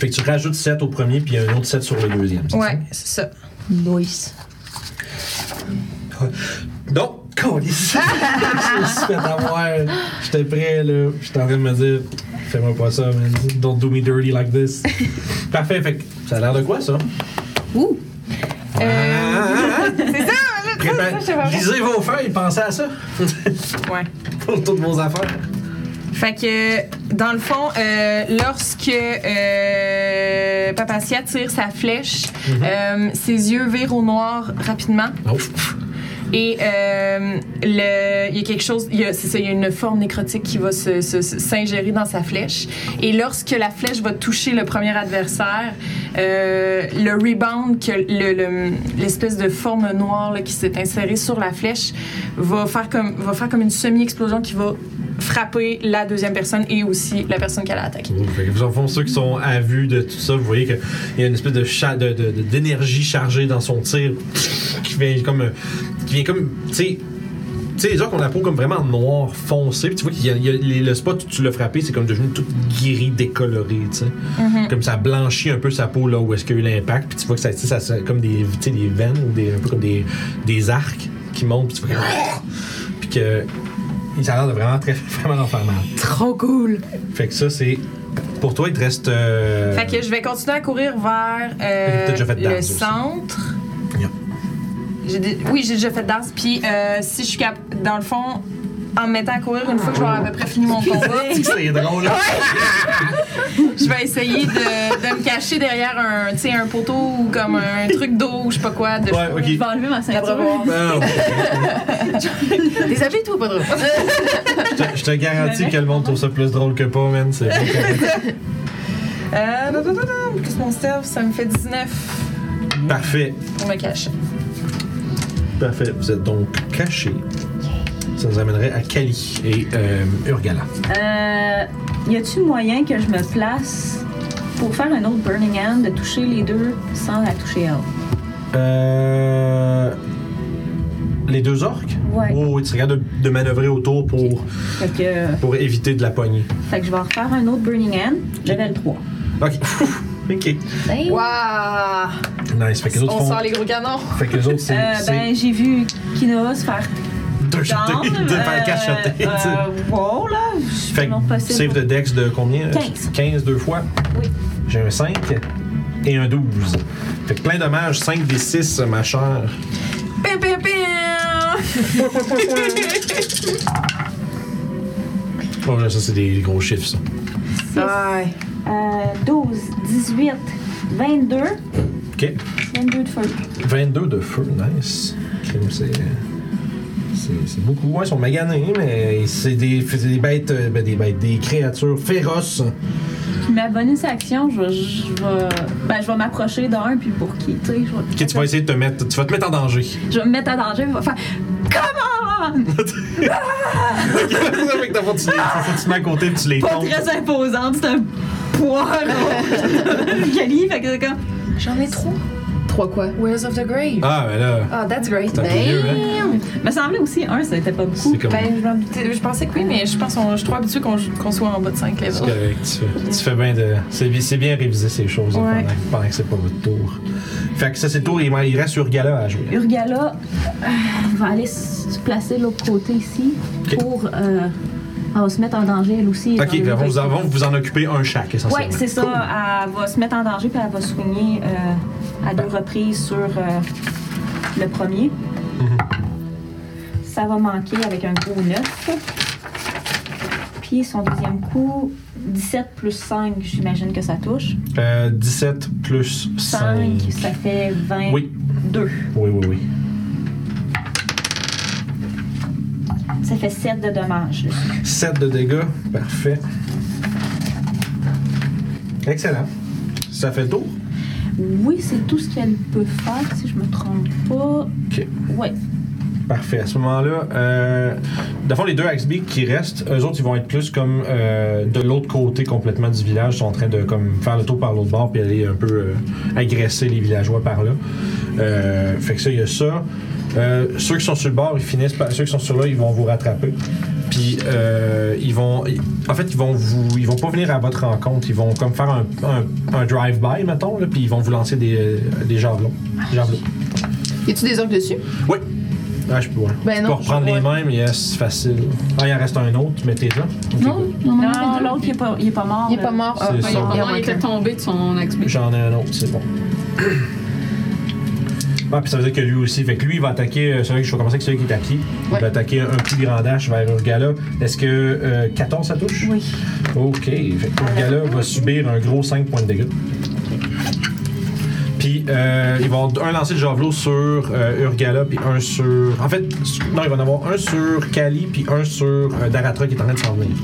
que tu rajoutes 7 au premier, puis un autre 7 sur le deuxième. c'est Ouais, c'est ça. Nice. Non, calice. je me suis fait avoir. J'étais prêt, là. J'étais en train de me dire, fais-moi pas ça, man. Don't do me dirty like this. Parfait, fait que ça a l'air de quoi, ça? Ouh. Ouais, Euh, Lisez vos feuilles, pensez à ça. Ouais. Pour toutes vos affaires. Fait que, dans le fond, euh, lorsque euh, Papacia tire sa flèche, euh, ses yeux virent au noir rapidement. Oh. Et euh, le- il y a quelque chose, il y a- c'est ça, il y a une forme nécrotique qui va se- se- se- s'ingérer dans sa flèche. Et lorsque la flèche va toucher le premier adversaire, euh, le rebound, que le- le- l'espèce de forme noire là, qui s'est insérée sur la flèche, va faire comme, va faire comme une semi-explosion qui va frapper la deuxième personne et aussi la personne qu'elle a attaquée. Fait que, en fond, ceux qui sont à vue de tout ça, vous voyez qu'il y a une espèce de cha- de- de- de- d'énergie chargée dans son tir qui vient comme. euh, qui vient comme. Tu sais. Tu sais, les orques ont la peau comme vraiment noire foncée. Puis tu vois qu'il y a, il y a les- le spot où tu l'as frappé, c'est comme devenu tout guéri, décoloré, tu sais. Comme ça blanchit un peu sa peau là où est-ce qu'il y a eu l'impact. Puis tu vois que ça, tu sais, ça, ça- comme des, tu sais, des veines ou des, un peu comme des, des arcs qui montent. Puis tu vois que. Puis que. Ça a l'air de vraiment très, vraiment d'en faire mal. Trop cool. Fait que ça, c'est. Pour toi, il te reste. euh, Fait que je vais continuer à courir vers euh, T'as déjà fait le dance aussi. centre. Yeah. J'ai dé- Oui, j'ai déjà fait danse. Puis euh, si je suis capable, dans le fond, en me mettant à courir une fois que j'aurai à peu près fini mon combat, C'est drôle. je vais essayer de, de me cacher derrière un, tu sais, un poteau ou comme un truc d'eau ou je sais pas quoi. De Ouais, Je vais ok. enlever ma ceinture. Ben, non. Déshabille-toi, pas drôle. Je te- je te garantis que le monde trouve ça plus drôle que pas, man. C'est Euh, da, da, da, da, plus mon stealth, ça me fait 19 parfait. pour me cacher. Parfait. Vous êtes donc cachés. Ça nous amènerait à Kali et euh, Urgala. Euh, y a-tu moyen que je me place pour faire un autre Burning Hand, de toucher les deux sans la toucher elle? Euh, Les deux orques? Ouais. Oh, oui, tu regardes de, de manœuvrer autour pour, Fait que, pour éviter de la poignée. fait que je vais refaire un autre Burning Hand, level 3. Ok. ok. Waouh. Nice. Fait que les autres On font. sort les gros canons. Fait que les autres, c'est. Euh, c'est ben, j'ai vu Kinoa se faire deux down. jetés. Deux faire quatre euh, jetés, tu sais. euh, wow, là. je suis Fait non que possible. save de dex de combien 15. 15 deux fois Oui. J'ai un 5 et un 12. Fait que plein dommages, 5 des 6, ma chère. Pim, pim, pim! Oh là, ça, c'est des gros chiffres, ça. Six, euh, 12, 18, 22. Ok. 22 de feu. 22 de feu, nice. Crime, C'est. c'est- C'est beaucoup. Ouais, ils sont maganés, mais c'est des, c'est des bêtes, euh, ben, des bêtes, des créatures féroces. Puis ma bonus action, je vais, je vais, ben, je vais m'approcher d'un, puis pour qui, tu sais. je vais- Ok, tu vas essayer de te mettre, tu vas te mettre en danger. Je vais me mettre en danger, je vais faire Come on! Fait que d'abord, tu, les- c'est ça, tu mets à côté puis tu les Pas tombes. très imposante, c'est un poireau! Cali, fait que c'est comme. J'en ai trop. Trois quoi? Wheels of the Grave. Ah, ben là, Ah, that's great. t'as Ben, mieux, hein. Me semblait aussi, un, ça n'était pas beaucoup. C'est comme. Ben, je, m'en doutais- je pensais que oui, mais je pense qu'on je suis trop habituée qu'on qu'on soit en bas de 5 C'est levels. correct, tu fais, tu fais bien de. C'est, bi- c'est bien réviser ces choses hein, Ouais. pendant, pendant que c'est pas votre tour. Fait que ça, c'est le tour, il, il reste Urgala à jouer. Urgala euh, va aller se placer de l'autre côté ici Ok. pour. euh, on va se mettre en danger, elle aussi. Ok, étant ben, donné vous, que- avons- vous en occupez un chaque, essentiellement. Ouais, c'est ça. Elle va se mettre en danger, puis elle va soigner euh, à deux reprises sur euh, le premier. Ça va manquer avec un gros 9. Puis son deuxième coup, 17 plus 5, j'imagine que ça touche. Euh, 17 plus 5. 5, ça fait 22. Oui, oui, oui, oui. Ça fait 7 de dommages. 7 de dégâts, parfait. Excellent. Ça fait le tour. Oui, c'est tout ce qu'elle peut faire, si je me trompe pas. Ok. Ouais. Parfait. À ce moment-là, euh, dans le fond, les deux Axby qui restent, eux autres, ils vont être plus comme euh, de l'autre côté complètement du village. Ils sont en train de comme, faire le tour par l'autre bord puis aller un peu euh, agresser les villageois par là. Euh, fait que ça, il y a ça. Euh, ceux qui sont sur le bord, ils finissent par. Ceux qui sont sur là, ils vont vous rattraper. Puis euh, ils vont. ils- En fait, ils vont vous. Ils vont pas venir à votre rencontre. Ils vont comme faire un, un- un drive-by, mettons, là, puis ils vont vous lancer des, euh, des javelots. Javelots. Y a-tu des orques dessus? Oui. Ah, je peux, ouais. Ben Tu peux non, reprendre je- les ouais. mêmes, yes, facile. Ah, il en reste un autre, mettez-le. Ok, cool. Non, non, non. l'autre, il est pas- il est pas mort. Il est là. pas mort. C'est Ah, ça. Ouais, en comment il manque était un. tombé de son ex J'en ai un autre, c'est bon. Ah, puis ça veut dire que lui aussi. Fait que lui, il va attaquer. euh, celui, je vais commencer avec celui qui est à pied. Il Ouais. va attaquer un plus grand dash vers Urgala. Est-ce que euh, 14 ça touche? Oui. Ok. Fait que Urgala va subir un gros 5 points de dégâts. Puis euh, il va y avoir un lancer de javelot sur euh, Urgala, puis un sur. En fait, sur- non, il va en avoir un sur Kali, puis un sur euh, Daratra qui est en train de s'en venir.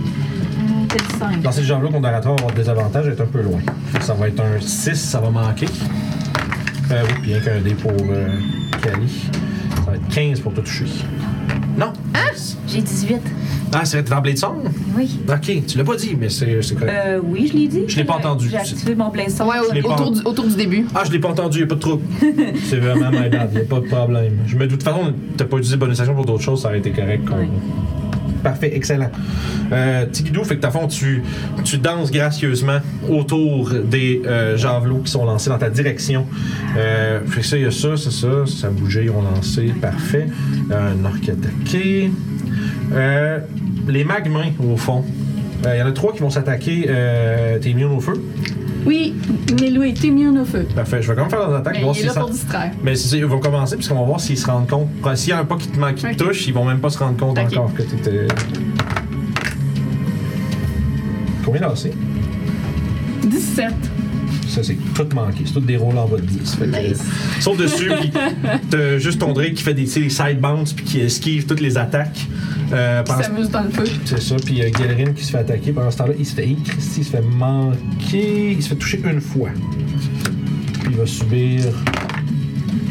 C'est le 5. Lancer de javelot contre Daratra, on va avoir des avantages, être un peu loin. Fait que Ça va être un 6, ça va manquer. Euh, oui, bien qu'un dé pour euh, Kali. Ça va être 15 pour te toucher. Non! J'ai 18. Ah, c'est dans Blade Song? Oui. Ok, tu l'as pas dit, mais c'est c'est correct. Euh, oui, je l'ai dit. Je l'ai pas entendu. J'ai activé mon blason. Ouais, Je l'ai au- pas. autour, du, autour du début. Ah, je l'ai pas entendu, y a pas de trouble. c'est vraiment my bad, y a pas de problème. Je me doute, de toute façon, t'as pas utilisé bonus action pour d'autres choses, ça aurait été correct. qu'on- Oui. Parfait, excellent. Euh, Tikidou, fait que ta fond, tu, tu danses gracieusement autour des euh, javelots qui sont lancés dans ta direction. Euh, fait que ça, il y a ça, c'est ça, ça a bougé, ils ont lancé, parfait. Un orc attaqué. Euh, les magmins, au fond. Il y en a trois qui vont s'attaquer. Euh, T'es immune au feu? Oui, Mélou a été mis en au feu. Parfait, Ben, je vais quand même faire leurs attaques, Mais voir Ben, il s'ils est là s'en- pour distraire. mais c'est ça, ils vont commencer, puisqu'on va voir s'ils se rendent compte. Enfin, S'il y en a pas qui te, man- qui te Ok. touche, ils vont même pas se rendre compte Ok. encore que t'étais. Combien lancé 17. Ça, c'est tout manqué. C'est tout des rôles en bas de 10. Fait que, Nice. euh, saute dessus, puis t'as juste ton Drake qui fait des, tu sais, des side bounce, puis qui esquive toutes les attaques. Euh, Qui pendant- s'amuse dans le feu. c'est ça, puis euh, Galerin qui se fait attaquer. Pendant ce temps-là, il se fait. hey, Christy, il se fait manquer. Il se fait toucher une fois. Puis il va subir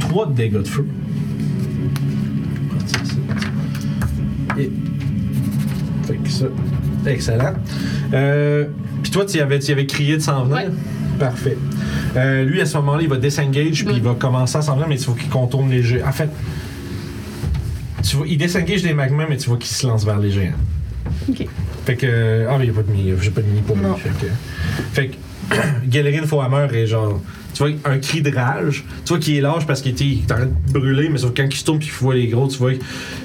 3 de dégâts de feu. Et- Fait que ça. Excellent. Euh, puis toi, tu y avais, tu y avais crié de s'en venir? Ouais. Parfait. Euh, lui, à ce moment-là, il va disengage, puis Mm. il va commencer à s'en venir, mais il faut qu'il contourne les géants. En fait, tu vois, il disengage des magmas, mais tu vois qu'il se lance vers les géants. Ok. Fait que. Ah, mais il n'y a pas de mini. J'ai pas de mini pour lui. Non. Fait que. Fait que. Galerin Fohammer est genre. Tu vois, un cri de rage. Tu vois qu'il est lâche parce qu'il était il est en train de brûler, mais sauf que quand il se tourne puis qu'il voit les gros, tu vois,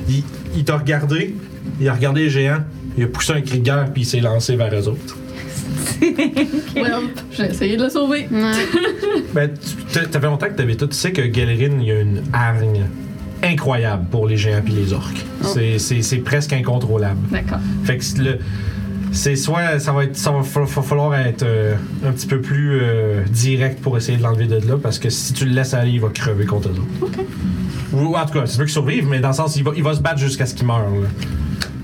il, il t'a regardé, il a regardé les géants, il a poussé un cri de guerre puis il s'est lancé vers eux autres. Well, j'ai essayé de le sauver. Ben, tu- t'a- t'avais longtemps que t'avais tout. Tu sais que Galerin, il y a une hargne incroyable pour les géants puis les orques. C'est- C'est c'est presque incontrôlable. D'accord. Fait que c'est le- c'est soit ça va être ça va, fa- fa- falloir être euh, un petit peu plus euh, direct pour essayer de l'enlever de là parce que si tu le laisses aller, il va crever contre eux. autres. Ou en tout cas, c'est mieux qu'il survive, mais dans le sens il va, il va se battre jusqu'à ce qu'il meure. là.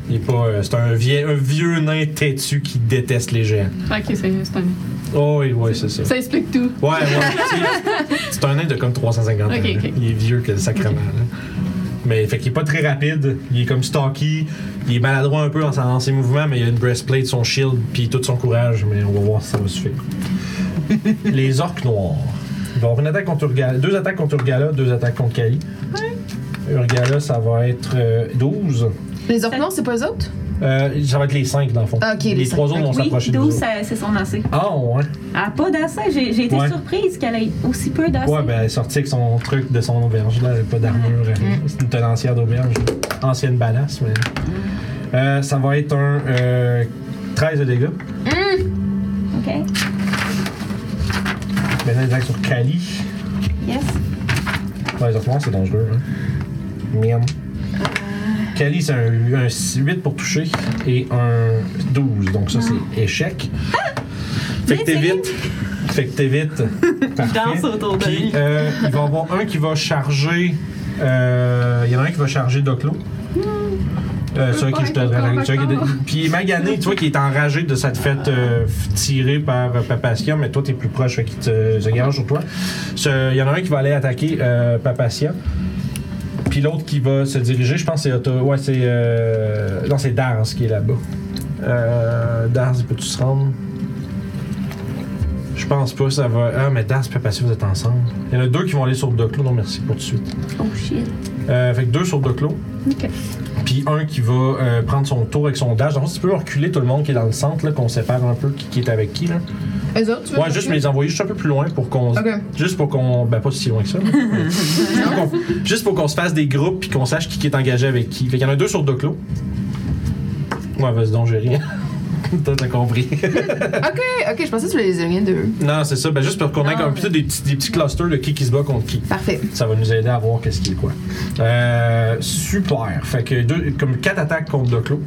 Il est pas euh, c'est un vieux un vieux nain têtu qui déteste les géants. Ok, c'est c'est un. Oh oui, oui, c'est ça. Ça explique tout. Ouais, ouais. c'est- C'est un nain de comme 350 ans. Ok, là. ok. Il est vieux que le sacrement. là. Mais fait qu'il est pas très rapide. Il est comme stocky. Il est maladroit un peu dans, sa- dans ses mouvements, mais il a une breastplate, son shield, puis tout son courage. Mais on va voir si ça va suffire. Les orques noirs. Il va y avoir une attaque contre Urgala, deux attaques contre Urgala, deux attaques contre Kali. Urgala, ça va être euh, 12. Les orques, non, c'est pas eux autres? Euh, ça va être les 5 dans le fond. Ah, ok, les les cinq. trois autres vont Oui, s'approcher de nous. 12, autres. ça- c'est son AC. Ah, ouais. Ah, pas d'AC. J'ai j'ai été Ouais. surprise qu'elle ait aussi peu d'AC. Ouais, ben elle est sortie avec son truc de son auberge, là, elle a pas d'armure. rien. C'est une tenancière d'auberge. Ancienne balasse, mais. Euh, ça va être un euh, 13 de dégâts. OK. Maintenant, Ben, les attaques sur Kali. Yes. Ouais, les autres noirs, c'est dangereux. Hein. Miam. Kali, c'est un, un 8 pour toucher et un 12. Donc, ça, c'est échec. Fait que Mais t'évites. Fait que t'évites. Parfait. danse autour de Puis, lui. euh, il va y avoir un qui va charger. euh, Il y en a un qui va charger Doclo. Euh, celui pas qui je te être encore celui qui est de- d'accord. Puis il est magané, tu vois, qui est enragé de s'être fait euh, tirer par euh, Papacia, mais toi, t'es plus proche, fait qu'il te se garage sur toi. Ce- Il y en a un qui va aller attaquer euh, Papacia. Puis l'autre qui va se diriger, je pense que c'est Otto- Ouais, c'est. euh, Non, c'est Dars qui est là-bas. Euh, Dars, peux-tu se rendre? Je pense pas, ça va. Ah, mais Dars, Papacia, vous êtes ensemble. Il y en a deux qui vont aller sur Doclo, non merci pour tout de suite. Oh, shit. Euh, fait que deux sur Doclo. Ok. Puis un qui va euh, prendre son tour avec son dash. Dans le fond, si tu peux reculer tout le monde qui est dans le centre, là, qu'on sépare un peu qui, qui est avec qui. Là. Eux autres, tu veux? Ouais, juste me les envoyer juste un peu plus loin pour qu'on. Ok. Juste pour qu'on. Ben, pas si loin que ça. mais- juste pour qu'on- juste pour qu'on se fasse des groupes puis qu'on sache qui, qui est engagé avec qui. Fait qu'il y en a deux sur Doclo. Ouais, vas-y donc, j'ai rien. Toi, t'as compris. Ok, ok, je pensais que tu voulais les éloigner d'eux. non, c'est ça. Ben, juste pour Ah, qu'on ait Non, comme mais- plutôt des, petits, des petits clusters de qui qui se bat contre qui. Parfait. Ça va nous aider à voir qu'est-ce qui est quoi. Euh, super. Fait que deux, comme 4 attaques contre Doclo.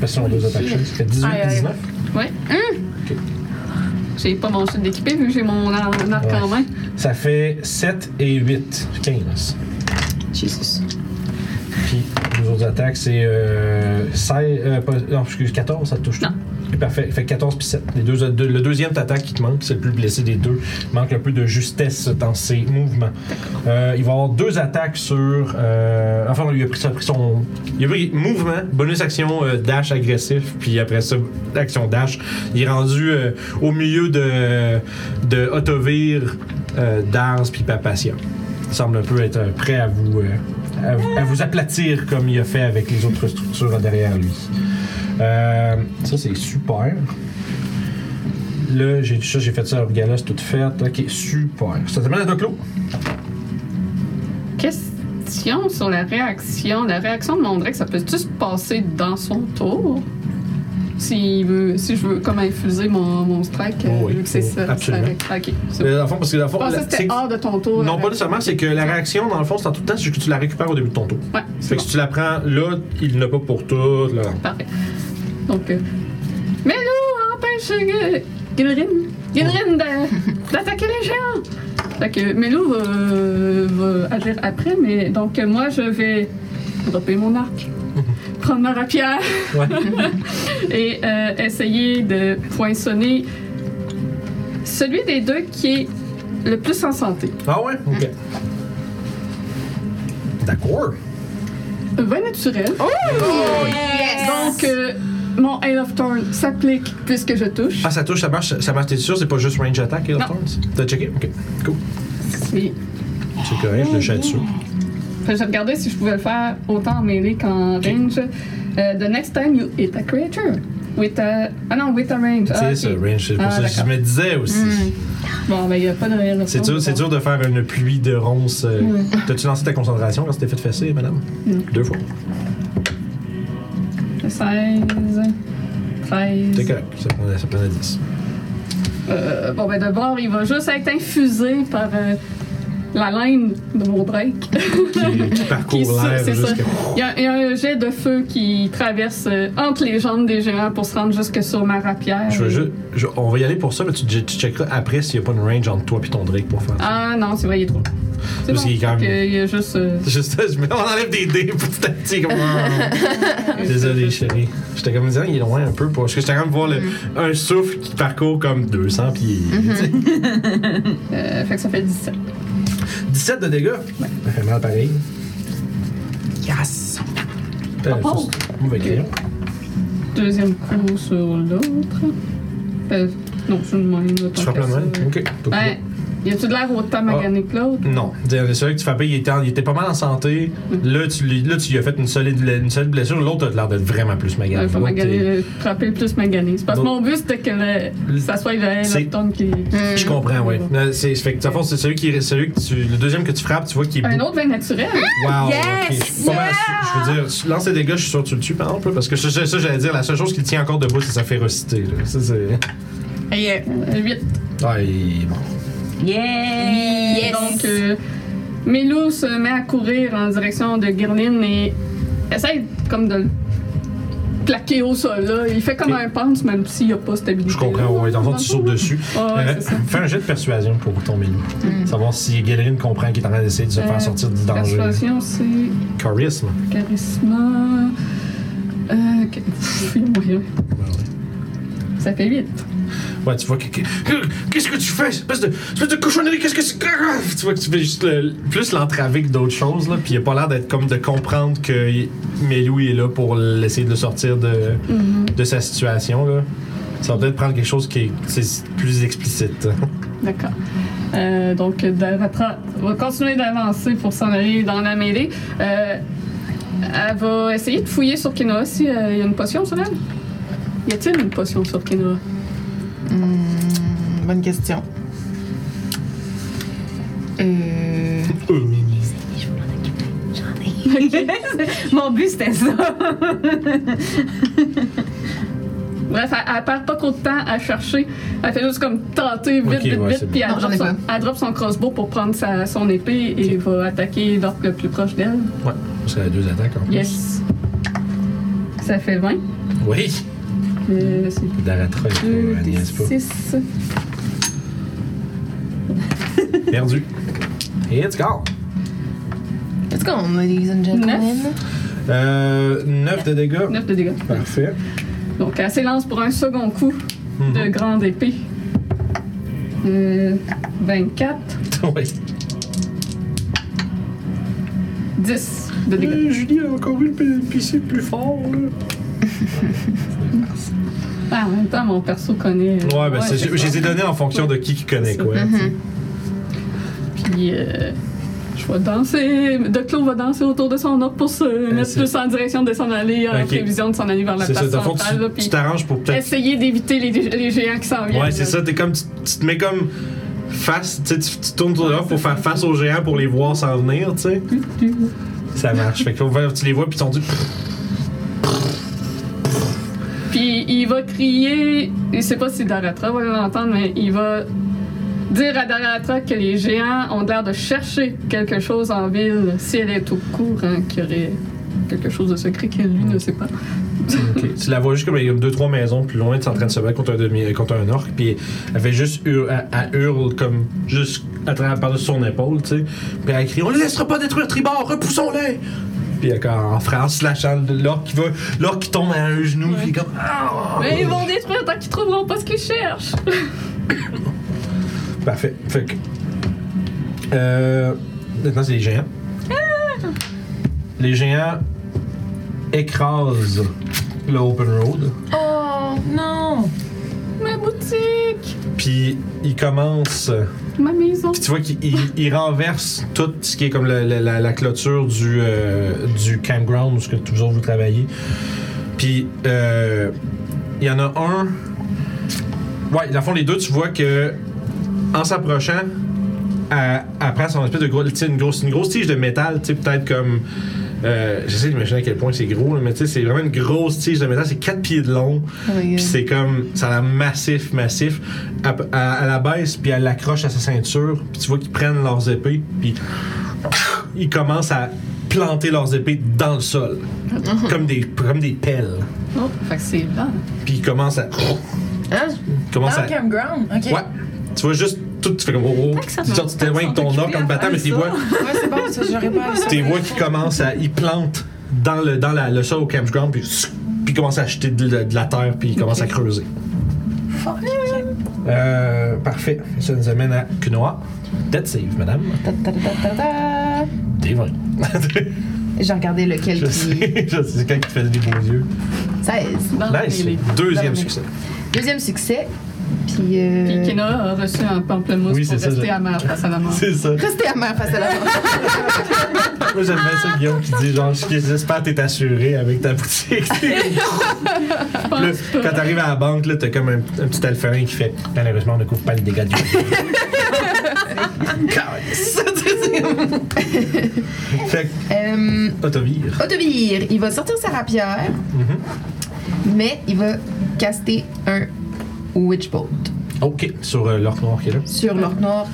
Parce qu'ils ont deux attaques chacun. Ça fait 18 Hmm. Aïe, et aïe. 19. Ouais. Ok. J'ai pas mon sud d'équipé, vu que j'ai mon ar- arc Ouais. en main. Ça fait 7 et 8. 15. Jesus. Puis les autres attaques, c'est euh, 16. euh, pas- non, excuse, 14, ça te touche. Non. Ok, Parfait. Fait que 14 puis 7. Les deux, euh, deux- le deuxième t'attaque qui te manque, c'est le plus blessé des deux. Il manque un peu de justesse dans ses mouvements. Euh, il va avoir deux attaques sur. euh, enfin, il a pris, ça a pris son. Il a pris mouvement, bonus action euh, dash agressif, puis après ça, action dash. Il est rendu euh, au milieu de, de Autovir, euh, Dars, puis Papatia. Il semble un peu être euh, prêt à vous, euh, à vous- à vous aplatir comme il a fait avec les autres structures derrière lui. Euh, ça, c'est super. Là, j'ai ça, j'ai fait ça à Orgala, c'est tout fait. Ok, super. Ça t'amène à Doclo? Question sur la réaction. La réaction de mon Drake, ça peut-tu se passer dans son tour? S'il veut, si je veux comme infuser mon, mon strike, euh, Oh oui, vu que c'est oh, ça. absolument. ça- Ok. c'est bon. Euh, dans le fond, parce que dans le Je fond, pensais la- que c'est- c'était hors de ton tour. non, la pas nécessairement, c'est que la réaction, dans le fond, c'est en tout le temps, c'est que tu la récupères au début de ton tour. Ouais, c'est Fait que si tu la prends là, il n'a pas pour tout. Là. Parfait. Donc, euh, mais nous, empêche euh, Gilrin, Gilrin d'a- d'attaquer les géants. Fait que Melou va, va agir après, mais donc euh, moi je vais dropper mon arc, prendre ma rapière Ouais. et euh, essayer de poinçonner celui des deux qui est le plus en santé. Ah ouais? Ok. D'accord. Va naturel. Oh yes! Donc euh, mon Hail of Thorn s'applique puisque je touche. Ah, ça touche, ça marche, ça marche, t'es sûr? C'est pas juste range attack, là, Non. T'as checké? Ok, cool. Et C'est correct, je le jette dessus. Fait que J'ai regardé si Ben, je pouvais le faire autant en mêlée qu'en range. Euh, the next time you hit a creature with a. Ah non, with a range. Ah, C'est ok. ça, range, c'est pour Ah, ça que je d'accord. Hmm. me disais aussi. Bon, ben, il n'y a pas de rayon. C'est dur, c'est dur de faire une pluie de ronces. euh, Hmm. T'as-tu lancé ta concentration quand c'était fait de fesser, madame? Non. Deux fois. 16. C'est 13. correct, ça prenait, ça prenait 10. Euh, bon, ben, d'abord, il va juste être infusé par euh, la laine de mon Drake. Qui, qui Qui parcourt ça, l'air c'est ça. jusqu'à. Il y, a, il y a un jet de feu qui traverse euh, entre les jambes des géants pour se rendre jusque sur ma rapière. Je veux juste, je- on va y aller pour ça, mais tu, tu checkeras après s'il n'y a pas une range entre toi et ton Drake pour faire ça. Ah non, c'est vrai, il est trop. C'est Parce bon, qu'il est quand fait même- que Il y a juste. euh, Juste, je me- on enlève des dés petit à petit. Comme... Désolé, chérie. J'étais comme disant, il est loin un peu. Pour... Parce que j'étais quand même voir le- Hmm. un souffle qui parcourt comme 200 pieds. Mm-hmm. euh, fait que ça fait 17. 17 de dégâts. Ça fait mal pareil. Yes! Euh, Oh, ça, c'est Mauvais crayon. Deuxième coup sur l'autre. Euh, non, je me demande une autre. Tu frappes le même. Ok. Ah. Mm. Ben, y a-tu de l'air autant magané que l'autre? Non. C'est vrai que tu frappais, il était, en- il était pas mal en santé. Là, tu, lui- là, tu lui as fait une solide, une solide blessure. L'autre a l'air d'être vraiment plus magané. Euh, pas L'autre, magané, t'es- le- frapper plus magané. C'est parce que Non. mon but c'était que le- ça soit le C'est- l'automne qui. Je comprends, oui. C'est fait que, dans le fond, c'est celui qui, celui que tu, le deuxième que tu frappes, tu vois qu'il est Un beaucoup- autre vin naturel. Wow, Yes! ok. Je suis pas mal sûr- Je veux dire, lance tes dégâts, je suis sûr que tu le tues, par exemple, là, parce que ça, ça, ça, j'allais dire, la seule chose qui le tient encore debout, c'est sa férocité. Là. Ça, c'est. Hey, euh, 8. Ah, il est bon. Yeah! Donc, euh, Mélou se met à courir en direction de Girlin et essaye comme de le plaquer au sol. Là. Il fait comme Ok. un punch, même s'il n'y a pas stabilité. Je comprends, ouais, dans le fond, tu sautes dessus. Ah, ouais, Euh, c'est ça. Mm. fais un jet de persuasion pour tomber là. Savoir si Galerine comprend qu'il est en train d'essayer de se Euh, faire sortir du danger. Persuasion, c'est. Charisme. Charisme. Euh, ok. Pff, il y a moyen. Ça fait 8. Ouais, tu vois que. que- Qu'est-ce que tu fais, espèce de, espèce de cochonnerie, qu'est-ce que c'est. Ah! Tu vois que tu fais juste le- plus l'entraver que d'autres choses, là. Puis il a pas l'air d'être comme de comprendre que il- Melou est là pour l'essayer de le sortir de, Mm-hmm. de sa situation, là. Ça va peut-être prendre quelque chose qui est, c'est plus explicite. D'accord. Euh, donc, Davatra va continuer d'avancer pour s'en aller dans la mêlée. Euh, elle va essayer de fouiller sur Kenoa s'il y a une potion sur elle. Y a-t-il une potion sur Kenoa? Bonne question. Euh. Mon but, c'était ça. Bref, elle, elle perd pas trop de temps à chercher. Elle fait juste comme tenter vite, Ok, vite, ouais, c'est vite, puis elle, Non, j'en drop ai son, pas. elle drop son crossbow pour prendre sa, son épée et va attaquer l'orc le plus proche d'elle. Ouais, c'est la deux attaques en plus. Yes. Ça fait 20. Oui! Euh, c'est De la rattrape, deux, des n'est-ce pas? six. Perdu. It's gone! Let's go, ladies and gentlemen. Euh, 9 de dégâts. 9 de dégâts. Parfait. Donc, elle s'élance pour un second coup de grande épée. Euh, 24, Mhm. Ouais. 10 de dégâts. Euh, Julie a encore eu le PC plus fort, là. Ah, en même temps, mon perso connaît. euh, Ouais, ben, c'est- c'est je je les ai donnés en fonction de qui qui connaît quoi. tu sais. ça. Puis, euh, je vais danser. Doclo va danser autour de son orbe pour se mettre Euh, c'est- plus en direction de son allée en Ok. prévision de son allée vers Mhm. la C'est ça, place dans le fond, centrale. là, tu- tu puis t'arranges pour peut-être. essayer d'éviter les, les géants qui s'en viennent. Ouais, c'est là. ça, t'es comme, tu, tu te mets comme face, tu, sais, tu, tu tournes ton dehors pour faire face aux géants pour les voir s'en venir, tu sais. Ça marche. Fait que là, tu les vois, puis ils sont dit. Puis il va crier, je sais pas si Daratra va l'entendre, mais il va dire à Daratra que les géants ont l'air de chercher quelque chose en ville, si elle est au courant qu'il y aurait quelque chose de secret qu'elle lui ne sait pas. Ok. Tu la vois juste comme il y a deux, trois maisons plus loin, tu es en train de se battre contre un, demi, euh, contre un orc, puis elle fait juste hur- elle- elle hurle comme juste à travers par-dessus son épaule, tu sais. Puis elle crie On ne laissera pas détruire Tribord, repoussons-les Puis elle, en France, lâchant l'orc qui va, l'orc qui tombe à un genou, puis comme. Ah! Mais ils vont détruire tant qu'ils trouveront pas ce qu'ils cherchent. Parfait. Fait que. Euh, maintenant, c'est les géants. Les géants écrasent le open road. Oh non! Ma boutique, Puis ils commencent. ma maison. Puis tu vois qu'ils ils- ils renversent tout ce qui est comme le- le- la, la clôture du, euh, du campground où ce que tous autres vous travaillez. Puis euh, il y en a un. Ouais, dans le fond, les deux, tu vois que en s'approchant, elle, elle prend son espèce de gros, tu sais, une, grosse, une grosse tige de métal, tu sais, peut-être comme. euh, J'essaie d'imaginer à quel point c'est gros, là, mais tu sais, c'est vraiment une grosse tige de métal, c'est 4 pieds de long. Puis c'est comme, ça a l'air massif, massif. À, à- à la baisse, puis elle l'accroche à sa ceinture. Puis tu vois qu'ils prennent leurs épées, puis ils commencent à planter leurs épées dans le sol. comme, des, comme des pelles. Oh, fait que c'est là. Puis ils commencent à. Hein? ils commencent Dans à le campground? Ah, Ok. ouais. Tu vois juste, tout, tu fais comme. Oh, oh. que ça Genre, tu t'éloignes de ton m'intéresse, orc en te battant, mais ça. tu vois, Ouais, c'est bon, ça, j'aurais pas aimé ça. tes voix qui commencent à. Ils plantent dans le, dans la, le sol au campground, puis, puis ils commencent à acheter de, de- de la terre, puis ils commencent à creuser. Fuck. Euh, parfait. Ça nous amène à Kunoa. Dead save, madame. Ta, ta, ta, ta, ta. Divin. J'ai regardé lequel je qui. sais, je sais, c'est quand qui te faisait des beaux yeux. 16. Dans la Nice. télé. Deuxième Dans la succès. Deuxième succès. Puis. euh, Puis Kena a reçu un pamplemousse Oui, pour c'est ça, rester je- amère face à la mort. C'est ça. Restez amère face à la Moi, j'aime bien ça, Guillaume, qui dit genre, j'espère que t'es assuré avec ta boutique. Je Là, pense pas. quand t'arrives à la banque, là, t'as comme un, un petit alphabet qui fait Malheureusement, on ne couvre pas les dégâts du Fait que, Euh, Autovir. Autobir, il va sortir sa rapière, Mhm. mais il va caster un Witch Bolt Ok, sur euh, l'orc noir qui est là. sur l'orc noir.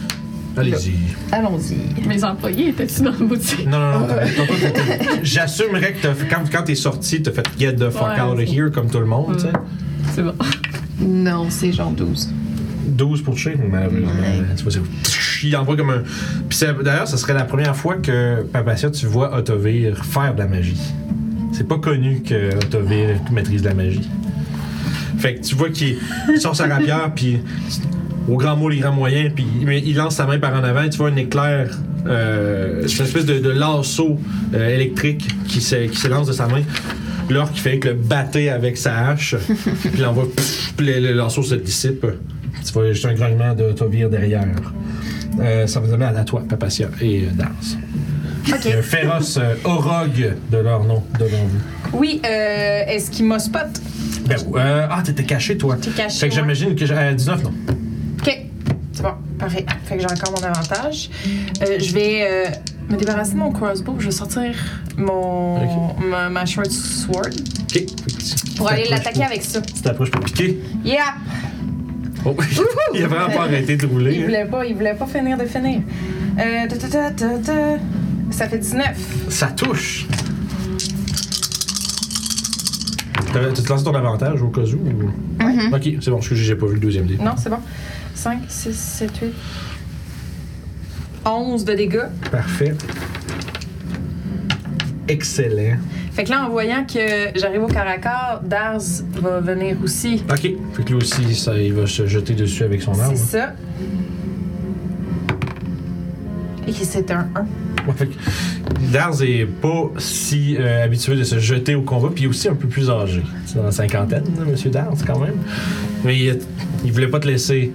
Allez-y. Allons-y. Mes employés étaient-ils dans la boutique? Non, non, non, t'arrêtes pas, t'as- t'as- J'assumerais que t'as fait- quand, quand t'es sorti, t'as fait Get the fuck Ouais, out of c'est- here comme tout le monde, tu sais. C'est bon. Non, c'est genre 12. 12 pour toucher, malheureusement. Ouais. Tu vois, c'est- il envoie comme un. Puis c'est- d'ailleurs, ce serait la première fois que Papacia, tu vois Autovir faire de la magie. C'est pas connu que Autovir maîtrise de la magie. Fait que tu vois qu'il sort sa rapière, puis au grand mot, les grands moyens, puis mais il lance sa main par en avant, et tu vois un éclair, euh, c'est une espèce de, de lasso euh, électrique qui se- qui s'élance de sa main. L'orc qui fait que le battait avec sa hache, puis l'envoie, pff, puis le, le lasso se dissipe. Tu vois juste un grognement de Tovir derrière. Euh, ça vous amène à la toi, Papacia, et euh, danse. Il y a un féroce euh, orogue de leur nom devant vous. Oui, euh, est-ce qu'il m'a spot? Ben, euh, ah, t'étais caché, toi. T'es caché. Fait que ouais. j'imagine que j'ai à 19, non. Ok, c'est bon, parfait. Fait que j'ai encore mon avantage. Euh, je vais euh, me débarrasser de mon crossbow. Je vais sortir mon ma, ma short sword. Ok. Fait que tu- pour aller T'approches l'attaquer pas. avec ça. Tu t'approches pour piquer. Yeah! Oh, il a vraiment pas arrêté de rouler. Il hein. voulait pas, il voulait pas finir de finir. Euh, ta, ta, ta, ta, ta. Ça fait 19. hein. Ça touche. T'as- Tu te lances ton avantage au cas où? ou- Ok, c'est bon, parce que j'ai pas vu le deuxième dé. Mhm. Non, c'est bon. 5, 6, 7, 8. 11 de dégâts. Parfait. Excellent. Fait que là, en voyant que j'arrive au caracor, Dars va venir aussi. Ok, fait que lui aussi, ça, il va se jeter dessus avec son arme. C'est ça. Et c'est un 1. Ouais, fait que Dars est pas si euh, habitué de se jeter au combat, puis il est aussi un peu plus âgé. C'est dans la cinquantaine, là, monsieur Dars, quand même. Mais il, il voulait pas te laisser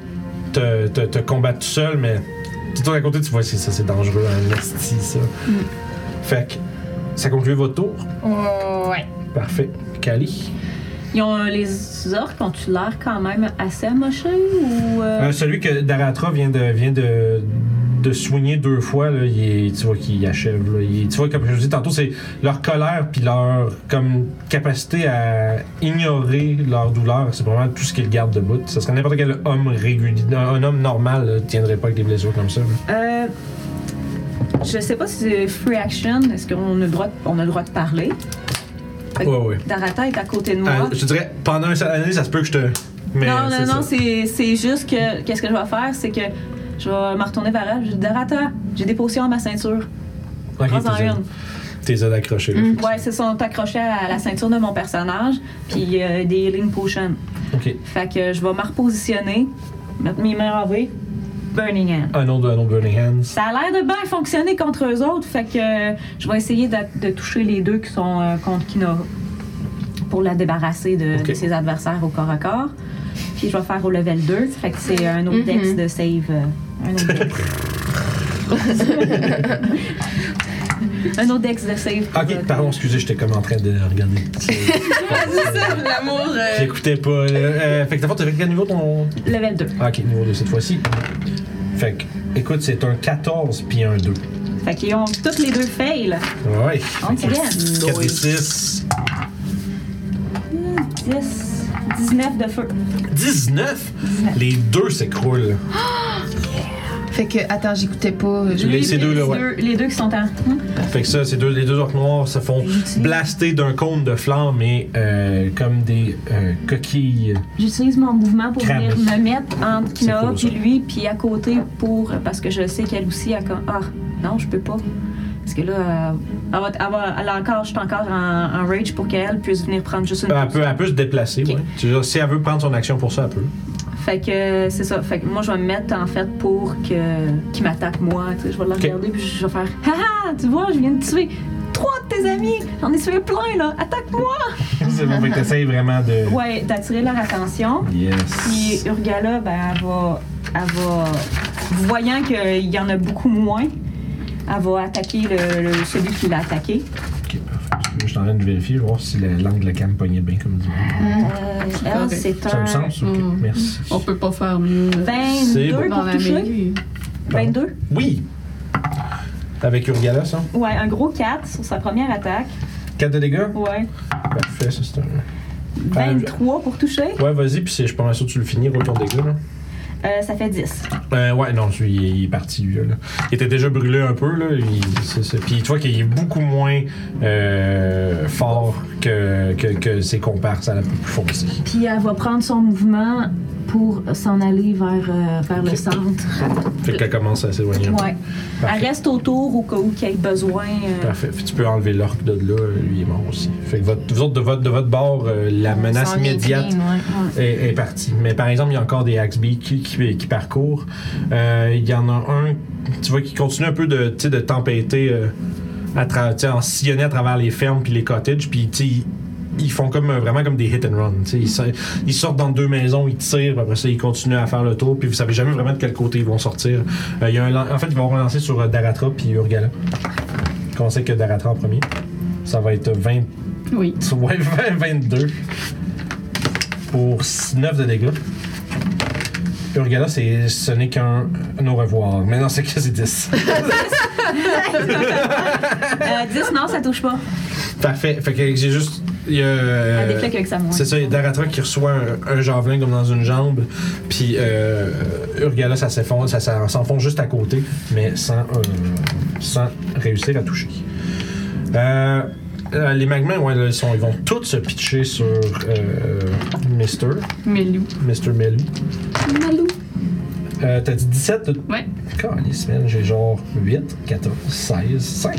te, te- te combattre tout seul, mais tu tournes à côté, tu vois, c'est ça, c'est dangereux, un esti, ça. Fait que ça conclut votre tour. ouais. Parfait. Kali. Ils ont, euh, les orques ont-tu l'air quand même assez amochés ou. euh, Euh, celui que Daratra vient de, vient de, de soigner deux fois, là, il est- tu vois qu'il achève. là. Il- tu vois, comme je vous dis tantôt, c'est leur colère puis leur comme, capacité à ignorer leur douleur. C'est vraiment tout ce qu'ils gardent debout. Ça serait n'importe quel homme régulier. Un, un homme normal ne tiendrait pas avec des blessures comme ça. là. euh, je sais pas si c'est free action. Est-ce qu'on a, le droit- on a le droit de parler? Fait que Ouais, ouais. Darata est à côté de moi. Euh, je te dirais, pendant une année, ça se peut que je te. Mais non, c'est non, non, ça. c'est c'est juste que. Qu'est-ce que je vais faire? C'est que je vais me retourner vers elle. Je vais dire, Darata, j'ai des potions à ma ceinture. Ok, Prends-en t'es- une. T'es accroché. là. Ouais, c'est ça, on est accroché à la ceinture de mon personnage, puis euh, des healing potions. Ok. Fait que je vais me repositionner, mettre mes mains ravées, Burning Hand. Un autre, un autre Burning Hands. Ça a l'air de bien fonctionner contre eux autres, fait que euh, je vais essayer de, de toucher les deux qui sont euh, contre Kinora pour la débarrasser de, Ok. de ses adversaires au corps à corps. Puis je vais faire au level 2, fait que c'est un autre dex de save. euh, un autre dex. un autre dex de save. pour, euh, Ok, pardon, excusez, j'étais comme en train de regarder. L'amour. euh, J'écoutais pas. là. Euh, fait que d'abord, t'avais quel niveau ton. Level 2. Ah, ok, niveau 2 cette fois-ci. Fait que, écoute, c'est un 14 puis un 2. Fait qu'ils ont toutes les deux fail. Ouais. On dirait. 4 et 6. 10, 19 de feu. 19! Les deux s'écroulent. Fait que, attends, j'écoutais pas. je- Les- ces deux-là, ouais. les deux qui sont en. Hum? Fait que ça, ces deux, les deux orques noirs se font blaster d'un cône de flamme et euh, comme des euh, coquilles. euh, J'utilise mon mouvement pour Crabe. venir me mettre entre Kinoa cool, ça. puis lui, puis à côté pour. Parce que je sais qu'elle aussi a comme. Ah, non, je peux pas. Parce que là, euh, elle, va, elle, va- elle a encore, je suis encore en, en rage pour qu'elle puisse venir prendre juste une. Euh, Elle pause. peut, elle peut se déplacer, Ok. ouais. Tu veux dire, si elle veut prendre son action pour ça, elle peut. Fait que euh, c'est ça. Fait que moi, je vais me mettre en fait pour que qu'il m'attaque moi. Tu sais, je vais le regarder puis je vais faire Haha, tu vois, je viens de tuer trois de tes amis. J'en ai tué plein là. Attaque-moi. c'est bon, fait que t'essayes vraiment de. Ouais, d'attirer leur attention. Puis Yes. Urgala, ben, elle va, elle va, voyant qu'il y en a beaucoup moins, elle va attaquer le, le- celui qui l'a attaqué. Ok, parfait. Je suis en train de vérifier, voir si la langue de la cam pognait bien comme du monde. Euh, elle, c'est Ça un me sens? Ok, Mm. merci. On peut pas faire mieux. là. C'est 22 bon. Ben, pour toucher. mêlée. 22. Oui! Avec Urgala, ça? Ouais, un gros 4 sur sa première attaque. 4 de dégâts? Ouais. Parfait, ça c'est un. Ah, 23 pour toucher. Ouais, vas-y, puis c'est- je suis pas mal sûr que tu le finis, retour dégâts. Là. Euh, ça fait 10. Euh, ouais, non, celui, il, est- il est parti, lui, là. Il était déjà brûlé un peu, là. il- c'est ça. Puis tu vois qu'il est beaucoup moins euh, fort que, que, que ses comparses à la plus foncée. Puis elle va prendre son mouvement pour s'en aller vers, euh, vers le centre. Fait qu'elle commence à s'éloigner. un peu. Ouais. Elle Parfait. reste autour au cas où qu'elle ait besoin. euh, Parfait. Puis tu peux enlever l'orque de là, euh, lui il est mort aussi. Fait que votre, vous autres, de votre, de votre bord, euh, la menace Sans lien immédiate clean, ouais. est, est parti. Mais par exemple, il y a encore des Axby qui, qui, qui parcourent. Euh, il y en a un, tu vois, qui continue un peu de, tu sais, de tempêter euh, à tra- tu sais, en sillonner à travers les fermes puis les cottages. Puis, tu sais, ils- ils font comme, euh, vraiment comme des hit and run. tu sais. Ils, sa- ils sortent dans deux maisons, ils tirent, puis après ça, ils continuent à faire le tour. Puis vous savez jamais vraiment de quel côté ils vont sortir. Euh, il y a un lan- en fait, ils vont relancer sur euh, Daratra puis Urgala. Comment c'est que Daratra en premier? Ça va être 20 Oui. Ouais, 20, 22. Pour 9 de dégâts. Urgala, c'est, ce n'est qu'un un au revoir. Mais non, c'est que c'est 10. euh, 10, non, ça touche pas. Parfait. Fait que j'ai juste il y a. Elle euh, déflèque avec sa main. C'est ça, il y a Daratra qui reçoit un, un javelin comme dans une jambe, puis euh, Urgala, ça s'effondre, ça, ça s'enfonce juste à côté, mais sans, euh, sans réussir à toucher. Euh, euh, les magmas, ouais, là, ils, sont- ils vont tous se pitcher sur euh, Mister, Melou. Mister Melou. Malou. Euh, T'as dit 17? Ouais. Câlisse, man, j'ai genre 8, 14, 16, 5.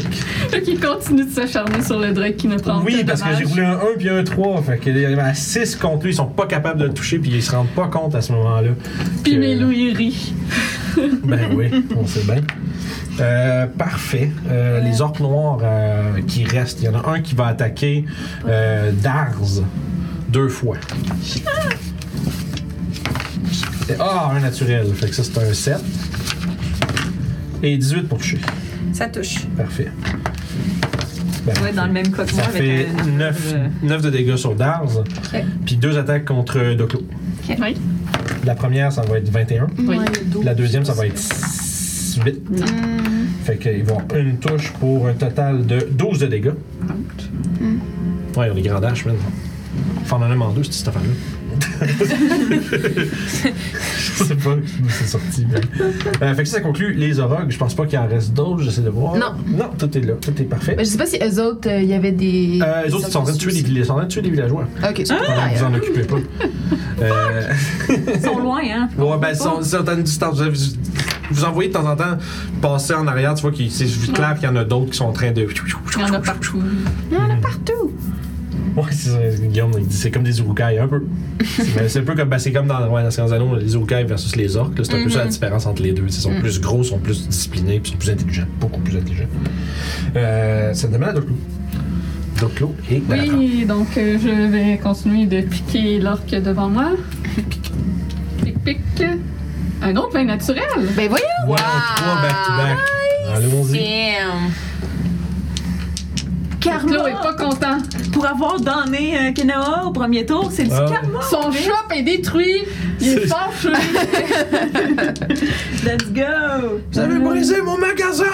Ceux qui continue de s'acharner sur le Drake qui ne prend Oui, aucun parce que j'ai dommage. roulé un 1 puis un 3. Fait qu'il y en a 6 contre lui, ils sont pas capables de le toucher puis ils se rendent pas compte à ce moment-là. Puis que- Melou, il rit. Ben oui, on sait bien. Euh, parfait. Euh, Les orques noirs euh, qui restent, il y en a un qui va attaquer euh, Darz deux fois. Et- Ah, un naturel. Fait que ça, c'est un 7. Et 18 pour toucher. Ça touche. Parfait. Ben, Ouais, dans le même cas que ça moi. avec fait un- 9, euh, de dégâts sur Darz. Puis deux attaques contre Doclo. Oui. La première, ça va être 21. Oui. La deuxième, ça va être 8. Fait qu'ils vont avoir une touche pour un total de 12 de dégâts. Ouais, on est grand dash, man. Faut en donner un en deux, cette cette affaire-là. je sais pas d'où c'est sorti, mais. Euh, fait que ça, ça conclut les orogues. Je pense pas qu'il en reste d'autres, j'essaie de voir. Non. Non, tout est là, tout est parfait. Mais je sais pas si eux autres, euh, il y avait des. Euh, les autres, ils sont en train de tuer des, vill- ils sont en train de tuer des villageois. Ok, c'est Pendant que vous en occupez pas. Euh, Ils sont loin, hein. Ouais, ben, ils sont, ils sont à une distance. Vous, vous envoyez de temps en temps passer en arrière, tu vois qu'il c'est clair qu'il y en a d'autres qui sont en train de. Il y en a partout. Ouais, c'est ça, Guillaume, il dit c'est comme des urukai, un peu. C'est mais c'est un peu comme, ben, c'est comme dans ouais, dans Seigneur des Anneaux, les urukai versus les orques. là, C'est un peu ça la différence entre les deux. t'sais, Ils sont plus gros, ils sont plus disciplinés, puis ils sont plus intelligents, beaucoup plus intelligents. Euh, ça me demande à Doclo. Doclo et Dalatra. Oui, donc euh, je vais continuer de piquer l'orque devant moi. Pic, pic. Un autre vin naturel. Ben voyons! Wow, trois back-to-back. Allons-y. Damn. Carlo est pas content. Pour avoir donné euh, Kenoa au premier tour, c'est du Ah. karma. Son shop est détruit. Il est C'est- fâché. Let's go. Vous avez brisé mon magasin!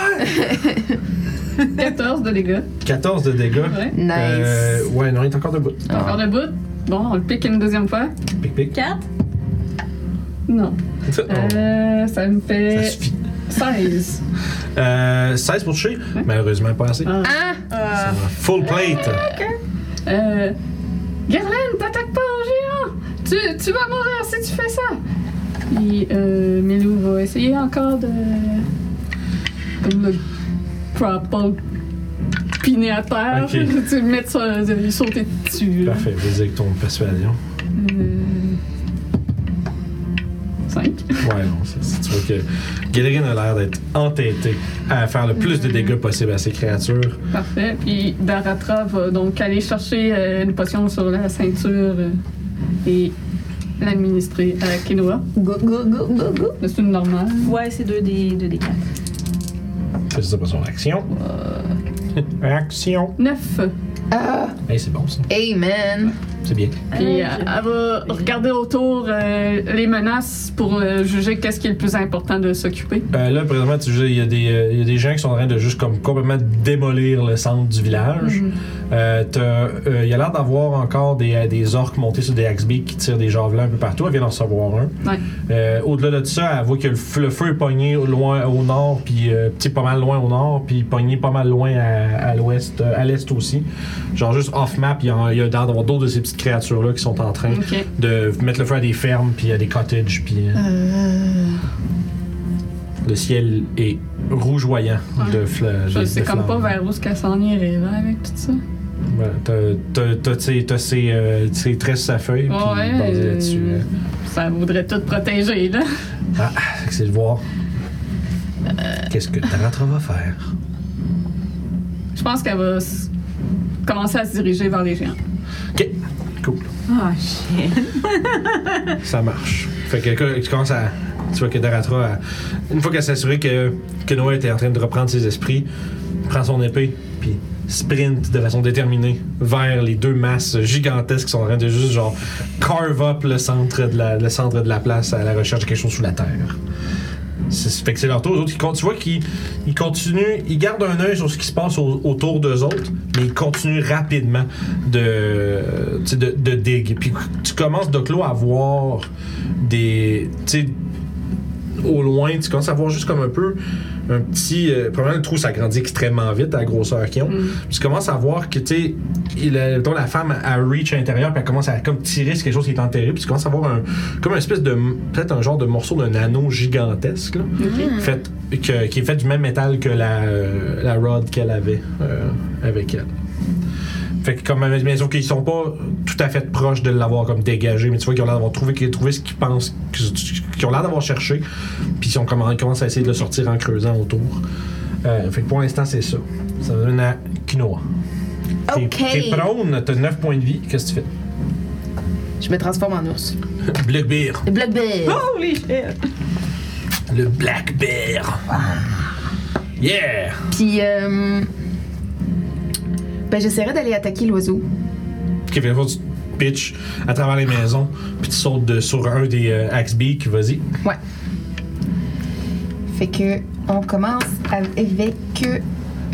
14 de dégâts. 14 de dégâts. Ouais. Nice! Euh, ouais, non, il est encore debout. Ah, Encore le bout. Bon, on le pique une deuxième fois. Pic, pic. 4. Non. Oh, Euh, ça me Ça fait suffit. 16. Euh, 16 pour toucher, malheureusement pas assez. Ah. Ah! Ah. Full plate. Euh, Garland, t'attaques pas un géant! Tu, tu vas mourir si tu fais ça! Et euh, Milou va essayer encore de. Comme le propre piner à terre, Ok. tu le mettre sur, de lui sauter dessus. Euh, Parfait, vas-y avec ton persuasion. 5. Ouais, non, c'est- c'est- tu vois que Galerin a l'air d'être entêté à faire le plus de dégâts possible à ses créatures. Parfait. Puis Daratra va donc aller chercher euh, une potion sur la ceinture euh, et l'administrer à Kenoa. Go, go, go, go, go! C'est une normale. Ouais, c'est 2 des, 2 des 4. C'est ça pour son action. Action. 9. Ah! Hey, c'est bon ça. Amen! C'est bien. Puis euh, elle va regarder autour euh, les menaces pour euh, juger qu'est-ce qui est le plus important de s'occuper. Euh, là, présentement, tu sais, il y, a des, euh, il y a des gens qui sont en train de juste comme complètement démolir le centre du village. Euh, t'as, euh, il y a l'air d'avoir encore des, euh, des orques montés sur des axebeaks qui tirent des javelins un peu partout. Elle vient d'en recevoir un. Ouais. Euh, au-delà de ça, elle voit que le, f- le feu est pogné au loin au nord, puis euh, petit pas mal loin au nord, puis pogné pas mal loin à, à l'ouest, euh, à l'est aussi. Genre juste off map, il y a, il y a l'air d'avoir d'autres de ces petites créatures là qui sont en train Ok. de mettre le feu à des fermes, puis à des cottages, puis euh, le ciel est rougeoyant de, fla- Je de- sais de comme pas flammes. vers où ce qu'elle s'en irait là avec tout ça. Ouais, t'as- t'as- t'as ses- t'as ses euh, ses tresses à feuilles, puis Ouais, basé là-dessus. euh, euh. Ça voudrait tout protéger là. Ah, fait que c'est de voir. Euh. Qu'est-ce que Tanatra va faire? Je pense qu'elle va s- commencer à se diriger vers les géants. Ok, cool. Ah, shit. Ça marche. Fait que quand tu commences à. Tu vois que Daratra, elle- une fois qu'elle s'est assurée que, que Noah était en train de reprendre ses esprits, prend son épée, puis sprint de façon déterminée vers les deux masses gigantesques qui sont en train de juste genre carve up le centre de la, le centre de la place à la recherche de quelque chose sous la terre. C'est- c'est- Fait que c'est leur tour. Eux autres, ils, con- tu vois qu'ils ils continuent, ils gardent un œil sur ce qui se passe au- autour d'eux autres, mais ils continuent rapidement de, euh, tu sais, de, de dig. Puis tu commences, Doclo, à voir des. Tu sais, au loin, tu commences à voir juste comme un peu un petit. euh, premièrement, le trou s'agrandit extrêmement vite à la grosseur qu'ils ont. Puis tu commences à voir que, tu sais, il a- mettons, la femme a reach à l'intérieur, puis elle commence à comme tirer sur quelque chose qui est enterré, puis tu commences à voir un, comme une espèce de. Peut-être un genre de morceau d'un anneau gigantesque, là, fait, que- qui est fait du même métal que la, euh, la rod qu'elle avait euh, avec elle. Fait que comme mais sauf qu'ils sont pas tout à fait proches de l'avoir comme dégagé, mais tu vois qu'ils ont l'air d'avoir trouvé, qu'ils ont trouvé ce qu'ils pensent, qu'ils qu'ils ont l'air d'avoir cherché, puis ils, sont comme- ils commencent à essayer de le sortir en creusant autour. Euh, fait que pour l'instant c'est ça. Ça me donne à Quinoa. T'es- Ok. T'es prône, t'as 9 points de vie, qu'est-ce que tu Je me transforme en ours. Oh! fais? Black Bear. Black Bear. Holy shit! Le Black Bear. Yeah! Puis, euh, ben, j'essaierai d'aller attaquer l'oiseau. Ok, fait que faut que tu te pitches à travers les maisons, puis tu sautes de- sur un des euh, Axe Beak, vas-y. Ouais. Fait que on commence avec euh,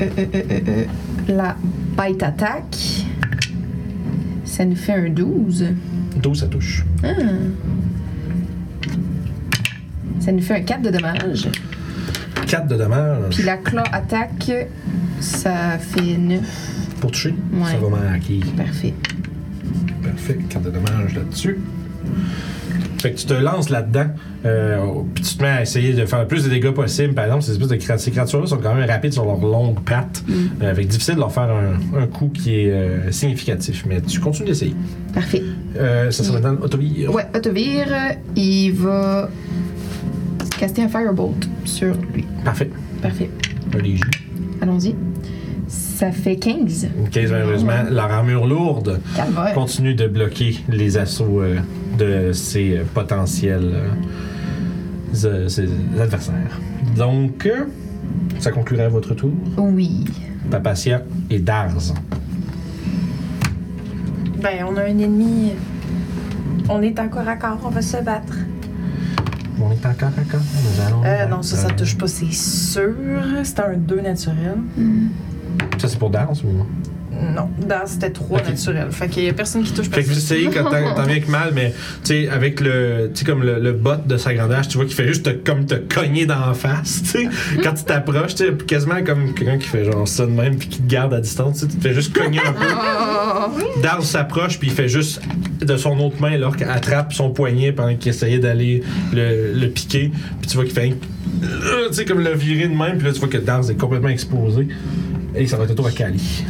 euh, euh, euh, euh, la bite attack. Ça nous fait un 12. 12, ça touche. Ah. Ça nous fait un 4 de dommage. 4 de dommage. Puis la claw attaque, ça fait 9. Pour toucher, Ouais. ça va manquer. Parfait. Parfait, carte de dommage là-dessus. Fait que tu te lances là-dedans, euh, puis tu te mets à essayer de faire le plus de dégâts possible. Par exemple, ces espèces de cra- ces créatures-là sont quand même rapides sur leurs longues pattes. Mm. Euh, fait que difficile de leur faire un, un coup qui est euh, significatif. Mais tu continues d'essayer. Parfait. Euh, ça, ça va dans Autobir. Mm. Ouais, Autovir, euh, il va caster un firebolt sur lui. Parfait. Parfait. Un léger. Allons-y. Ça fait 15. Une 15, malheureusement. Leur armure lourde Calvaire. continue de bloquer les assauts euh, de ses euh, potentiels euh, ze- ses adversaires. Donc, euh, ça conclurait votre tour. Oui. Papacia et Darz. Ben, on a un ennemi. On est encore à corps, on va se battre. On est encore, encore. Nous allons. Euh, non, ça, ça touche pas, c'est sûr. C'était un 2 naturel. Ça, c'est pour Darz ou non? Non, dans, c'était 3 Ok. naturel. Fait qu'il y a personne qui touche Fait que vous personne. essayez quand t'en t'en viens avec mal, mais tu sais, avec le, tu sais, comme le, le bot de sa grandage, tu vois qu'il fait juste te, comme te cogner dans la face, tu sais, quand tu t'approches, tu sais, quasiment comme quelqu'un qui fait genre ça de même puis qui te garde à distance, tu sais, tu te fais juste cogner un peu. Darz s'approche puis il fait juste de son autre main, alors qu'il attrape son poignet pendant qu'il essayait d'aller le, le piquer, puis tu vois qu'il fait, euh, tu sais, comme le virer de même, puis là tu vois que Darz est complètement exposé. Et ça va être autour à Cali.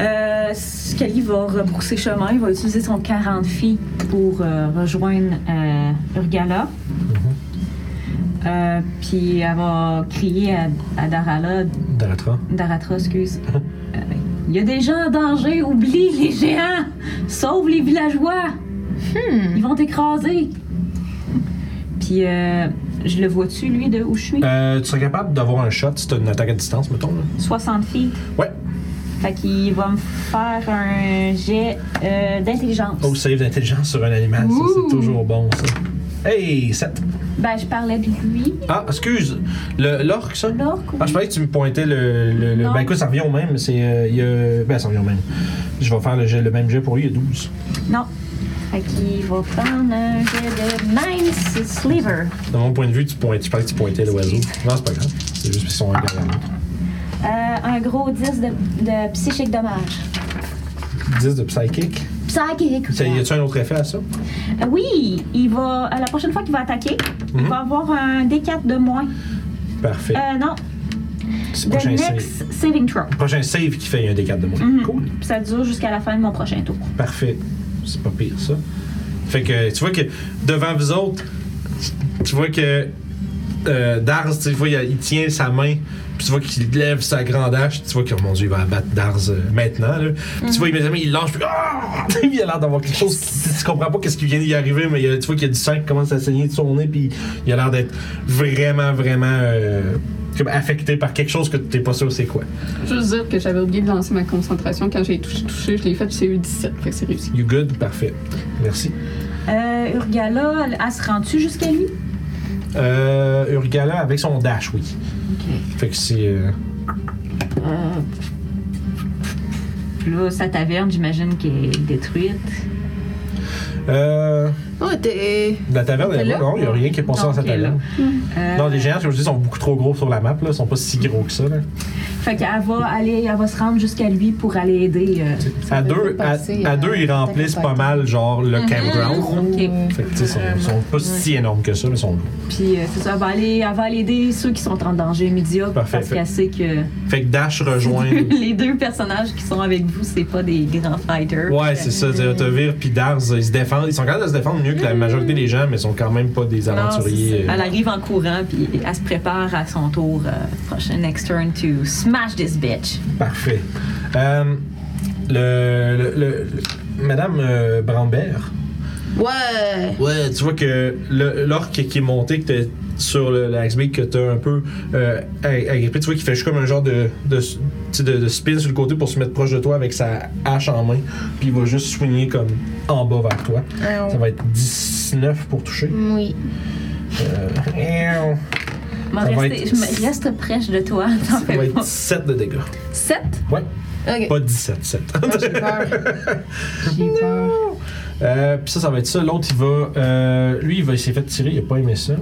Euh, Scully va rebrousser chemin, il va utiliser son 40 filles pour euh, rejoindre euh, Urgala. Mm-hmm. Euh, puis elle va crier à, à Darala, Daratra. Daratra, excuse. Euh, Il y a des gens en danger, oublie les géants! Sauve les villageois! Ils vont t'écraser! Puis euh, je le vois-tu, lui, de où je suis? Euh, tu serais capable d'avoir un shot si t'as une attaque à distance, mettons. Là. 60 filles. Ouais. Fait qu'il va me faire un jet euh, d'intelligence. Oh, save d'intelligence sur un animal, ça, c'est toujours bon, ça. Hey, 7. Ben, je parlais de lui, Ah, excuse. Le- L'orc, ça? l'orque. ou- Ah, je pensais que tu me pointais le. le, le- Non. Ben, écoute, ça revient au même. C'est. euh, il y a- Ben, ça revient au même. Je vais faire le, jet- le même jet pour lui, il y a 12. Non. Fait qu'il va prendre un jet de Nice Sliver. De mon point de vue, tu pointes. Je pensais que tu pointais l'oiseau. Non, c'est pas grave. C'est juste qu'ils sont un gars à l'autre. Euh, un gros 10 de, de psychique dommage. 10 de psychic. Psychique. Ça, Y ouais. a-tu un autre effet à ça? Euh, oui, il va. à la prochaine fois qu'il va attaquer, il Mhm. va avoir un D4 de moins. Parfait. Euh, non, c'est the prochain save. next saving throw. Prochain save qui fait un des 4 de moins. Mhm. Cool. Puis ça dure jusqu'à la fin de mon prochain tour. Parfait. C'est pas pire, ça. Fait que tu vois que devant vous autres, tu vois que euh, Darz, tu vois, il, a- il tient sa main, puis tu vois qu'il lève sa grande hache, tu vois que, oh mon dieu, il va abattre Darz euh, maintenant, là. Puis tu vois, immédiatement, il lance, puis Ah! il a l'air d'avoir quelque chose, tu, tu comprends pas qu'est-ce qui vient d'y arriver, mais il y a- tu vois qu'il y a du sang qui commence à saigner de son nez, puis il a l'air d'être vraiment, vraiment euh, comme affecté par quelque chose que t'es pas sûr c'est quoi. Juste dire que j'avais oublié de lancer ma concentration quand j'ai touché, touché, je l'ai fait, puis c'est eu 17, fait que c'est réussi. You good? Parfait. Merci. Euh, Urgala, elle, elle se rend-tu jusqu'à lui? Euh, Urgala avec son dash, oui. Ok. Fait que c'est. euh, Euh, Là, sa taverne, j'imagine qu'elle est détruite. euh, Oh, t'es. la taverne, elle est là, non, il n'y a rien qui est passé Non, dans sa ok, là. taverne. Euh, Non, les géants, comme je dis, sont beaucoup trop gros sur la map, là. Ils sont pas si gros que ça, là. Fait qu'elle va aller, elle va se rendre jusqu'à lui pour aller aider. euh, À peut deux, à, passer, à euh, deux, ils remplissent pas mal, genre, le campground. Mhm. Ok. Fait que, tu sais, ils sont, ils sont pas si énormes que ça, mais ils sont gros. Puis euh, c'est ça, elle va aller, elle va aller aider ceux qui sont en danger immédiat Parfait, parce fait- qu'elle sait que Fait que Dash rejoint. les deux personnages qui sont avec vous, c'est pas des grands fighters. Ouais, c'est ça. c'est Autovir puis Darz, ils se défendent. Ils sont capables de se défendre mieux que Mhm. la majorité des gens, mais ils sont quand même pas des aventuriers. Elle euh, arrive en courant puis elle se prépare à son tour euh, prochain next turn to smash this bitch. Parfait. Euh, le, le- le- le- Madame euh, Brambert. Ouais. Ouais, tu vois que le- l'orque qui est monté que t'es sur le- l'axbig que t'as un peu euh, ag- agrippé, tu vois qu'il fait juste comme un genre de, de, tu sais, de- de spin sur le côté pour se mettre proche de toi avec sa hache en main, puis il va juste soigner comme en bas vers toi. Euh, Ça va être 19 pour toucher. Oh. Oui. Euh, M'en Ça va rester- être- Je me reste près de toi. t'en Ça fais va être pas. 7 de dégâts. 7? Ouais, Ok. pas 17, 7. J'ai peur. J'ai peur. Euh, puis ça, ça va être ça. L'autre, il va. euh, lui, il, va- il s'est fait tirer, il a pas aimé ça.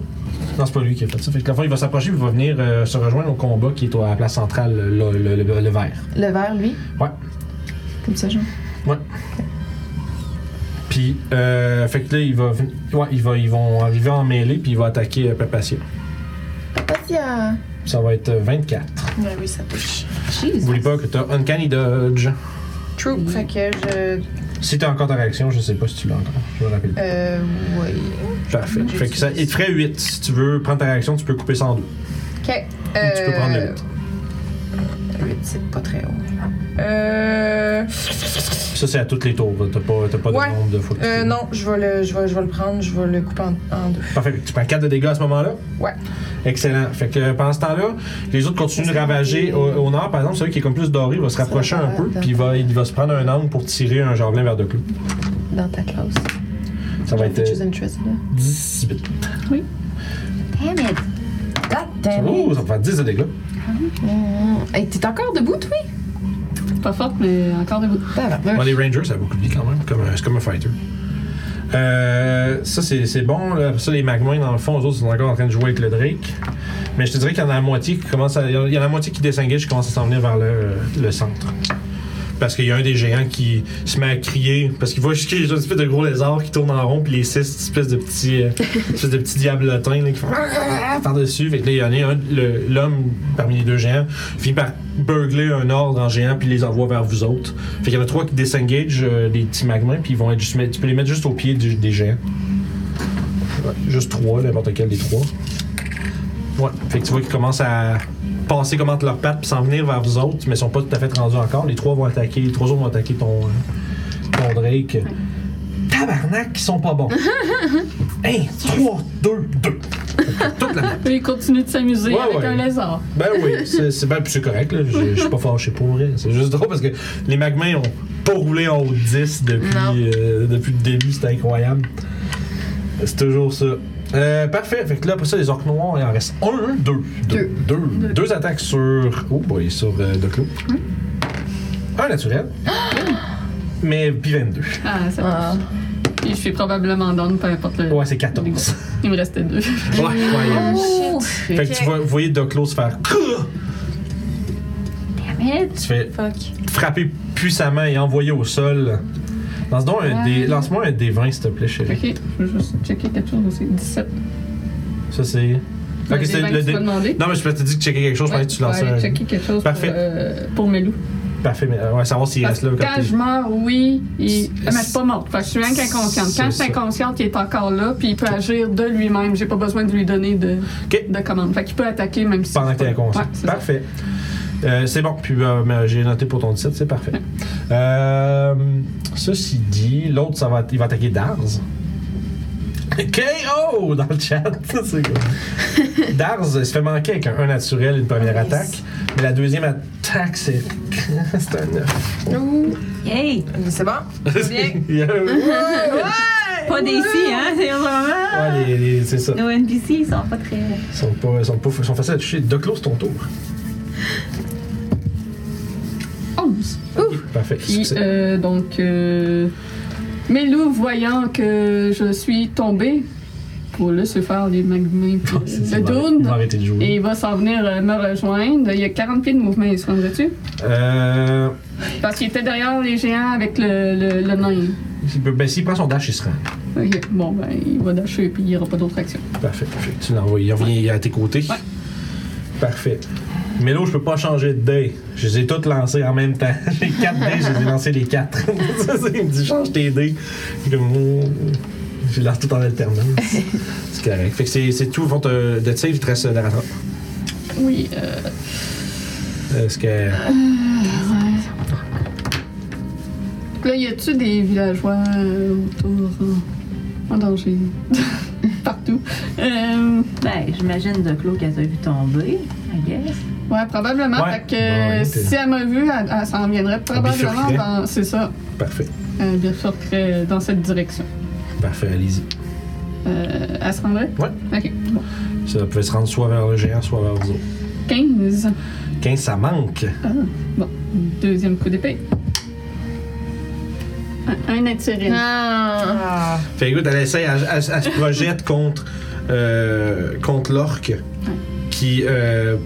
Non, c'est pas lui qui a fait ça. Fait que la fois, il va s'approcher, puis il va venir euh, se rejoindre au combat qui est à la place centrale, le, le, le- le vert. Le verre, lui? Ouais. Comme ça, genre. Ouais. Puis, euh, fait que là, il va, ven- ouais, il va, ils vont arriver en mêlée, puis il va attaquer euh, Papacia. Patia! Ça va être euh, 24. Ben oui, ça touche. N'oublie pas que t'as Uncanny Dodge. True. Fait que je. Si t'as encore ta réaction, je sais pas si tu l'as encore. Je me rappelle. Euh. Ouais. Parfait. Fait que ça, il te ferait 8. Si tu veux prendre ta réaction, tu peux couper ça en deux. Ok. Ou tu peux prendre le 8. Euh. 8, c'est pas très haut. Euh. Ça, c'est à toutes les tours. là. T'as pas, t'as pas Ouais. de nombre de fois. que tu Euh, peux. non, je vais, le, je, vais, je vais le prendre, je vais le couper en, en deux. Parfait. Tu prends 4 de dégâts à ce moment-là? Ouais. Excellent. Fait que pendant ce temps-là, les autres continuent de ravager au, au nord. Par exemple, celui qui est comme plus doré il va se rapprocher un peu, puis il va, il va se prendre un angle pour tirer un javelin vers le clou. Dans ta classe. Ça va être euh, Choose and trust, là. 18. Damn it. God Mm-hmm. Oh, ça va faire 10 de dégâts. Hey, t'es encore debout, toi? Pas forte, mais encore debout. Bon, les Rangers, ça a beaucoup de vie quand même. Comme un- C'est comme un fighter. Euh, ça, c'est c'est bon. Là. Après Ça, les Magmoins, dans le fond, eux autres, sont encore en train de jouer avec le Drake. Mais je te dirais qu'il y en a la moitié qui commence à, il y en a la moitié qui disengage, qui commence à s'en venir vers le, le centre. Parce qu'il y a un des géants qui se met à crier, parce qu'il voit juste qu'il y a une espèce de gros lézard qui tourne en rond, puis les six espèces de petits, euh, espèces de petits diablotins là, qui font Ah! par-dessus. Fait que là, il y en a un, le- l'homme parmi les deux géants, finit par burgler un ordre en géant, puis les envoie vers vous autres. Fait qu'il y en a trois qui disengagent euh, des petits magmins, puis ils vont être juste, mais tu peux les mettre juste au pied du- des géants. Ouais, juste trois, n'importe quel des trois. Ouais, fait que tu vois qu'ils commencent à passer comme entre leurs pattes puis s'en venir vers vous autres, mais ils sont pas tout à fait rendus encore. Les trois vont attaquer, les trois autres vont attaquer ton, euh, ton Drake. Tabarnak, ils sont pas bons. 1, 3, 2, 2. Toute la map. Puis il continue de s'amuser Ouais, avec ouais. un lézard. Ben oui, c'est c'est- ben, puis c'est correct, là. Je je suis pas fâché pour vrai. C'est juste drôle parce que les magmins ont pas roulé en haut de 10 depuis, Non. euh, depuis le début, c'était incroyable. C'est toujours ça. Euh, parfait, fait que là, après ça, les orques noirs, il en reste un, deux. Deux. Deux, Deux attaques sur. Oh boy, sur euh, de clou. Un naturel. Mais puis 22. Ah, ça touche. Et je suis probablement down, peu importe le. Ah. Ouais, c'est 14. Il me restait deux. Ouais, ouais, il y a eu- Shit. Fait que tu vois, vous voyez Doclo se faire. Tu fais Fuck. frapper puissamment et envoyer au sol. Lance donc un dé- Lance-moi un D20, s'il te plaît, chérie. Ok, je veux juste checker quelque chose aussi. 17. Ça, c'est. Ok, Le c'est D20 que le tu dé- m'as demandé. Non, mais je peux te dire que checker quelque chose, je pensais que tu Ouais, lançais je vais un. aller checker quelque chose Parfait. pour, euh, pour Melou. Parfait, mais euh, ouais, savoir s'il Parce reste que là. quand t'es- je meurs, oui, il... Ah, C'est- mais je suis pas morte. Fait que je suis rien qu'inconsciente. C'est Quand je ça. suis inconsciente, il est encore là, puis il peut agir de lui-même. J'ai pas besoin de lui donner de, Ok. de commande. Fait qu'il peut attaquer même si. Pendant que t'es inconscient. Ouais, c'est ça. parfait. Euh, c'est bon, puis euh, mais j'ai noté pour ton 17, c'est parfait. Euh, ceci dit, l'autre, ça va, il va attaquer Darz. KO dans le chat. c'est cool. Darz, il se fait manquer avec un 1 naturel, une première attaque. Mais la deuxième attaque, c'est. c'est un 9. Ouh. Hey! C'est bon? Bien. Il y a un- pas des si, hein? C'est vraiment. Ouais, les- les- c'est ça. Nos NPC, ils sont pas très. Ils sont, pas, ils sont, pas, ils sont faciles à toucher. Doclo, c'est ton tour. 11. Parfait. Puis, Succès. euh, donc, euh, Melou, voyant que je suis tombée, pour laisser faire les magmins, puis Oh, c'est- le c'est bon. Il va tourne. arrêter de jouer. Et il va s'en venir euh, me rejoindre. Il y a 40 pieds de mouvement, il se rendrait-tu? Euh, Parce qu'il était derrière les géants avec le, le, le nain. il peut- ben, s'il prend son dash, il se rend. Ok, Bon, ben, il va dasher puis il n'y aura pas d'autre action. Parfait, parfait. Tu l'envoies. Il revient à tes côtés. Ouais. Parfait. Mais là, je peux pas changer de dés. Je les ai toutes lancées en même temps. J'ai quatre dés, je les ai lancés les quatre. Ça, c'est- il me dit change tes dés. Je suis comme, oh. Je les lance tout en alternance. c'est correct. Fait que c'est, c'est tout. Votre euh, de save, il te reste euh, la rattrape. Oui, euh, Est-ce Euh, que. Là, y a-tu des villageois euh, autour Ah, en, en danger? Partout. Euh, Ben, j'imagine de Claude qu'elle t'a vu tomber, I guess. ouais, probablement. Ouais. Fait que Bon, ok. si elle m'a vu, elle, elle s'en viendrait probablement bifurquerait. dans. C'est ça. Parfait. Elle bifurquerait dans cette direction. Parfait, allez-y. Euh, elle se rendrait? Ouais. Ok. Bon. Ça pouvait se rendre soit vers le géant, soit vers vous autres. 15. 15, ça manque. Bon. Deuxième coup d'épée. Un, un attiré. Ah. Fait que écoute, elle essaie, elle, elle- elle se projette contre, euh, contre l'orque qui, euh,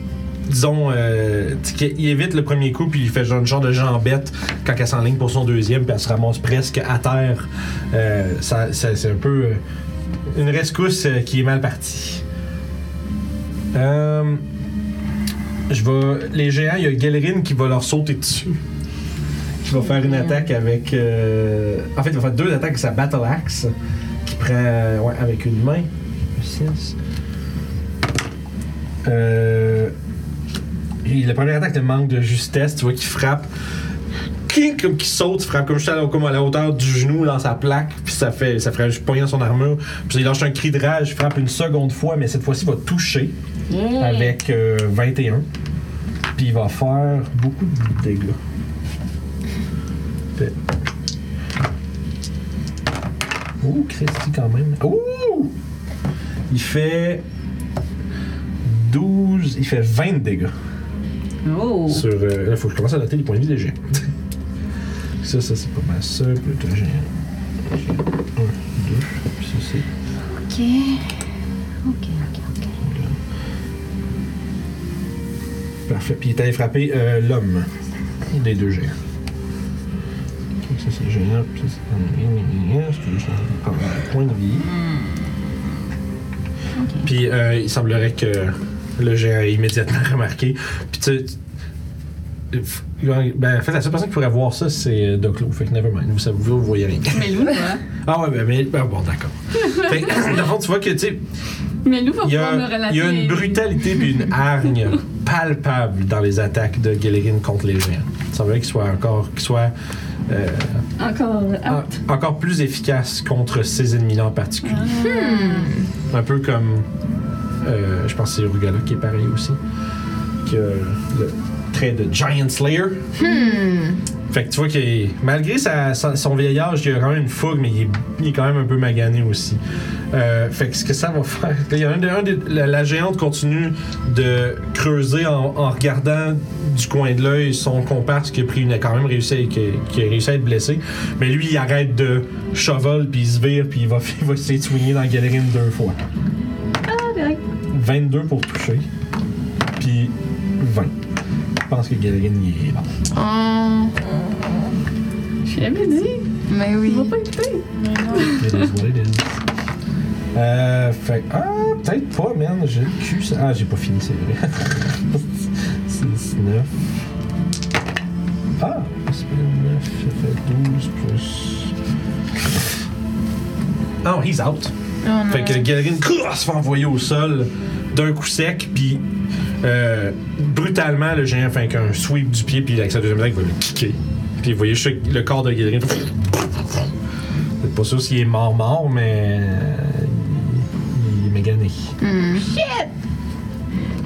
disons, euh, tu- qui- il évite le premier coup puis il fait genre, une genre de jambette quand elle s'enligne pour son deuxième puis elle se ramasse presque à terre. Euh, ça- ça- C'est un peu euh, une rescousse euh, qui est mal partie. Euh, je vais, les géants, il y a Galerin qui va leur sauter dessus. Qui va faire une attaque avec. euh, en fait, il va faire deux attaques avec sa Battle Axe. Qui prend. euh, ouais, avec une main. 6. Euh. et La première attaque de manque de justesse, tu vois, qui frappe. Qui, comme qui saute, il frappe comme juste à la, comme à la hauteur du genou dans sa plaque, puis ça fait, ça ferait juste poignant son armure. Puis il lâche un cri de rage, il frappe une seconde fois, mais cette fois-ci, il va toucher avec euh, 21. Puis il va faire beaucoup de dégâts. Fait. Oh, Christy quand même. Oh! Il fait 12, il fait 20 dégâts Oh! sur. euh, là, faut que je commence à noter les points de vie des géants. ça, ça, c'est pas mal ça. Puis là, t'as géant. géant. Un, deux. Puis ça, c'est. Ok. Ok, ok, ok. Parfait. Puis il est allé frapper euh, l'homme des deux géants. Ok, Ça, c'est géant. Puis ça, c'est. Excusez, je vais prendre un point de vie. Puis euh, il semblerait que le géant ait immédiatement remarqué. Puis tu. tu- Ben, en fait, la seule personne qui pourrait voir ça, c'est euh, Doclo. Fait que nevermind. Vous, savez- vous, vous voyez rien. Melou, voilà. Ah ouais, ben, mais. ben, bon, d'accord. fait que, dans le fond, tu vois que, tu sais, Melou va il y, pouvoir me a, relater. il y a une brutalité et une hargne palpable dans les attaques de Gilligan contre les géants. Ça veut dire qu'il soit encore, qu'il soit euh, Encore. en- out. encore Ah. plus efficace contre ces ennemis-là en particulier. Un peu comme, euh, je pense que c'est Urgala qui est pareil aussi, que le trait de Giant Slayer. Fait que tu vois que malgré sa- sa- son vieil âge, il a quand même une fougue, mais il est, il est quand même un peu magané aussi. Euh, fait que ce que ça va faire. Il y a un des- un des- la, la géante continue de creuser en, en regardant du coin de l'œil son comparse qui a, pris, une- a quand même réussi, à- qui, a- qui a réussi à être blessé. Mais lui, il arrête de cheval, puis il se vire, puis il va, il va essayer de swinguer dans la galerie deux fois. Ah, correct. 22 pour toucher, puis 20. Je pense que Galerin il est bon. Hum, Je l'avais dit. Mais Il oui. va pas écouter. It is what it is. Euh, fait que- ah, peut-être pas, man. J'ai le cul. ça- Ah, j'ai pas fini, c'est vrai. c'est 19. Ah, c'est pas 9, ça fait 12 plus. Oh, he's out. Fait que Galerin se fait envoyer au sol d'un coup sec, puis euh, brutalement, le géant fait un sweep du pied, puis avec sa deuxième attaque, il va le kicker. Puis vous voyez juste le corps de Galerin. Vous êtes pas sûr s'il est mort-mort, mais. euh, Il, il est mégané. Mhm.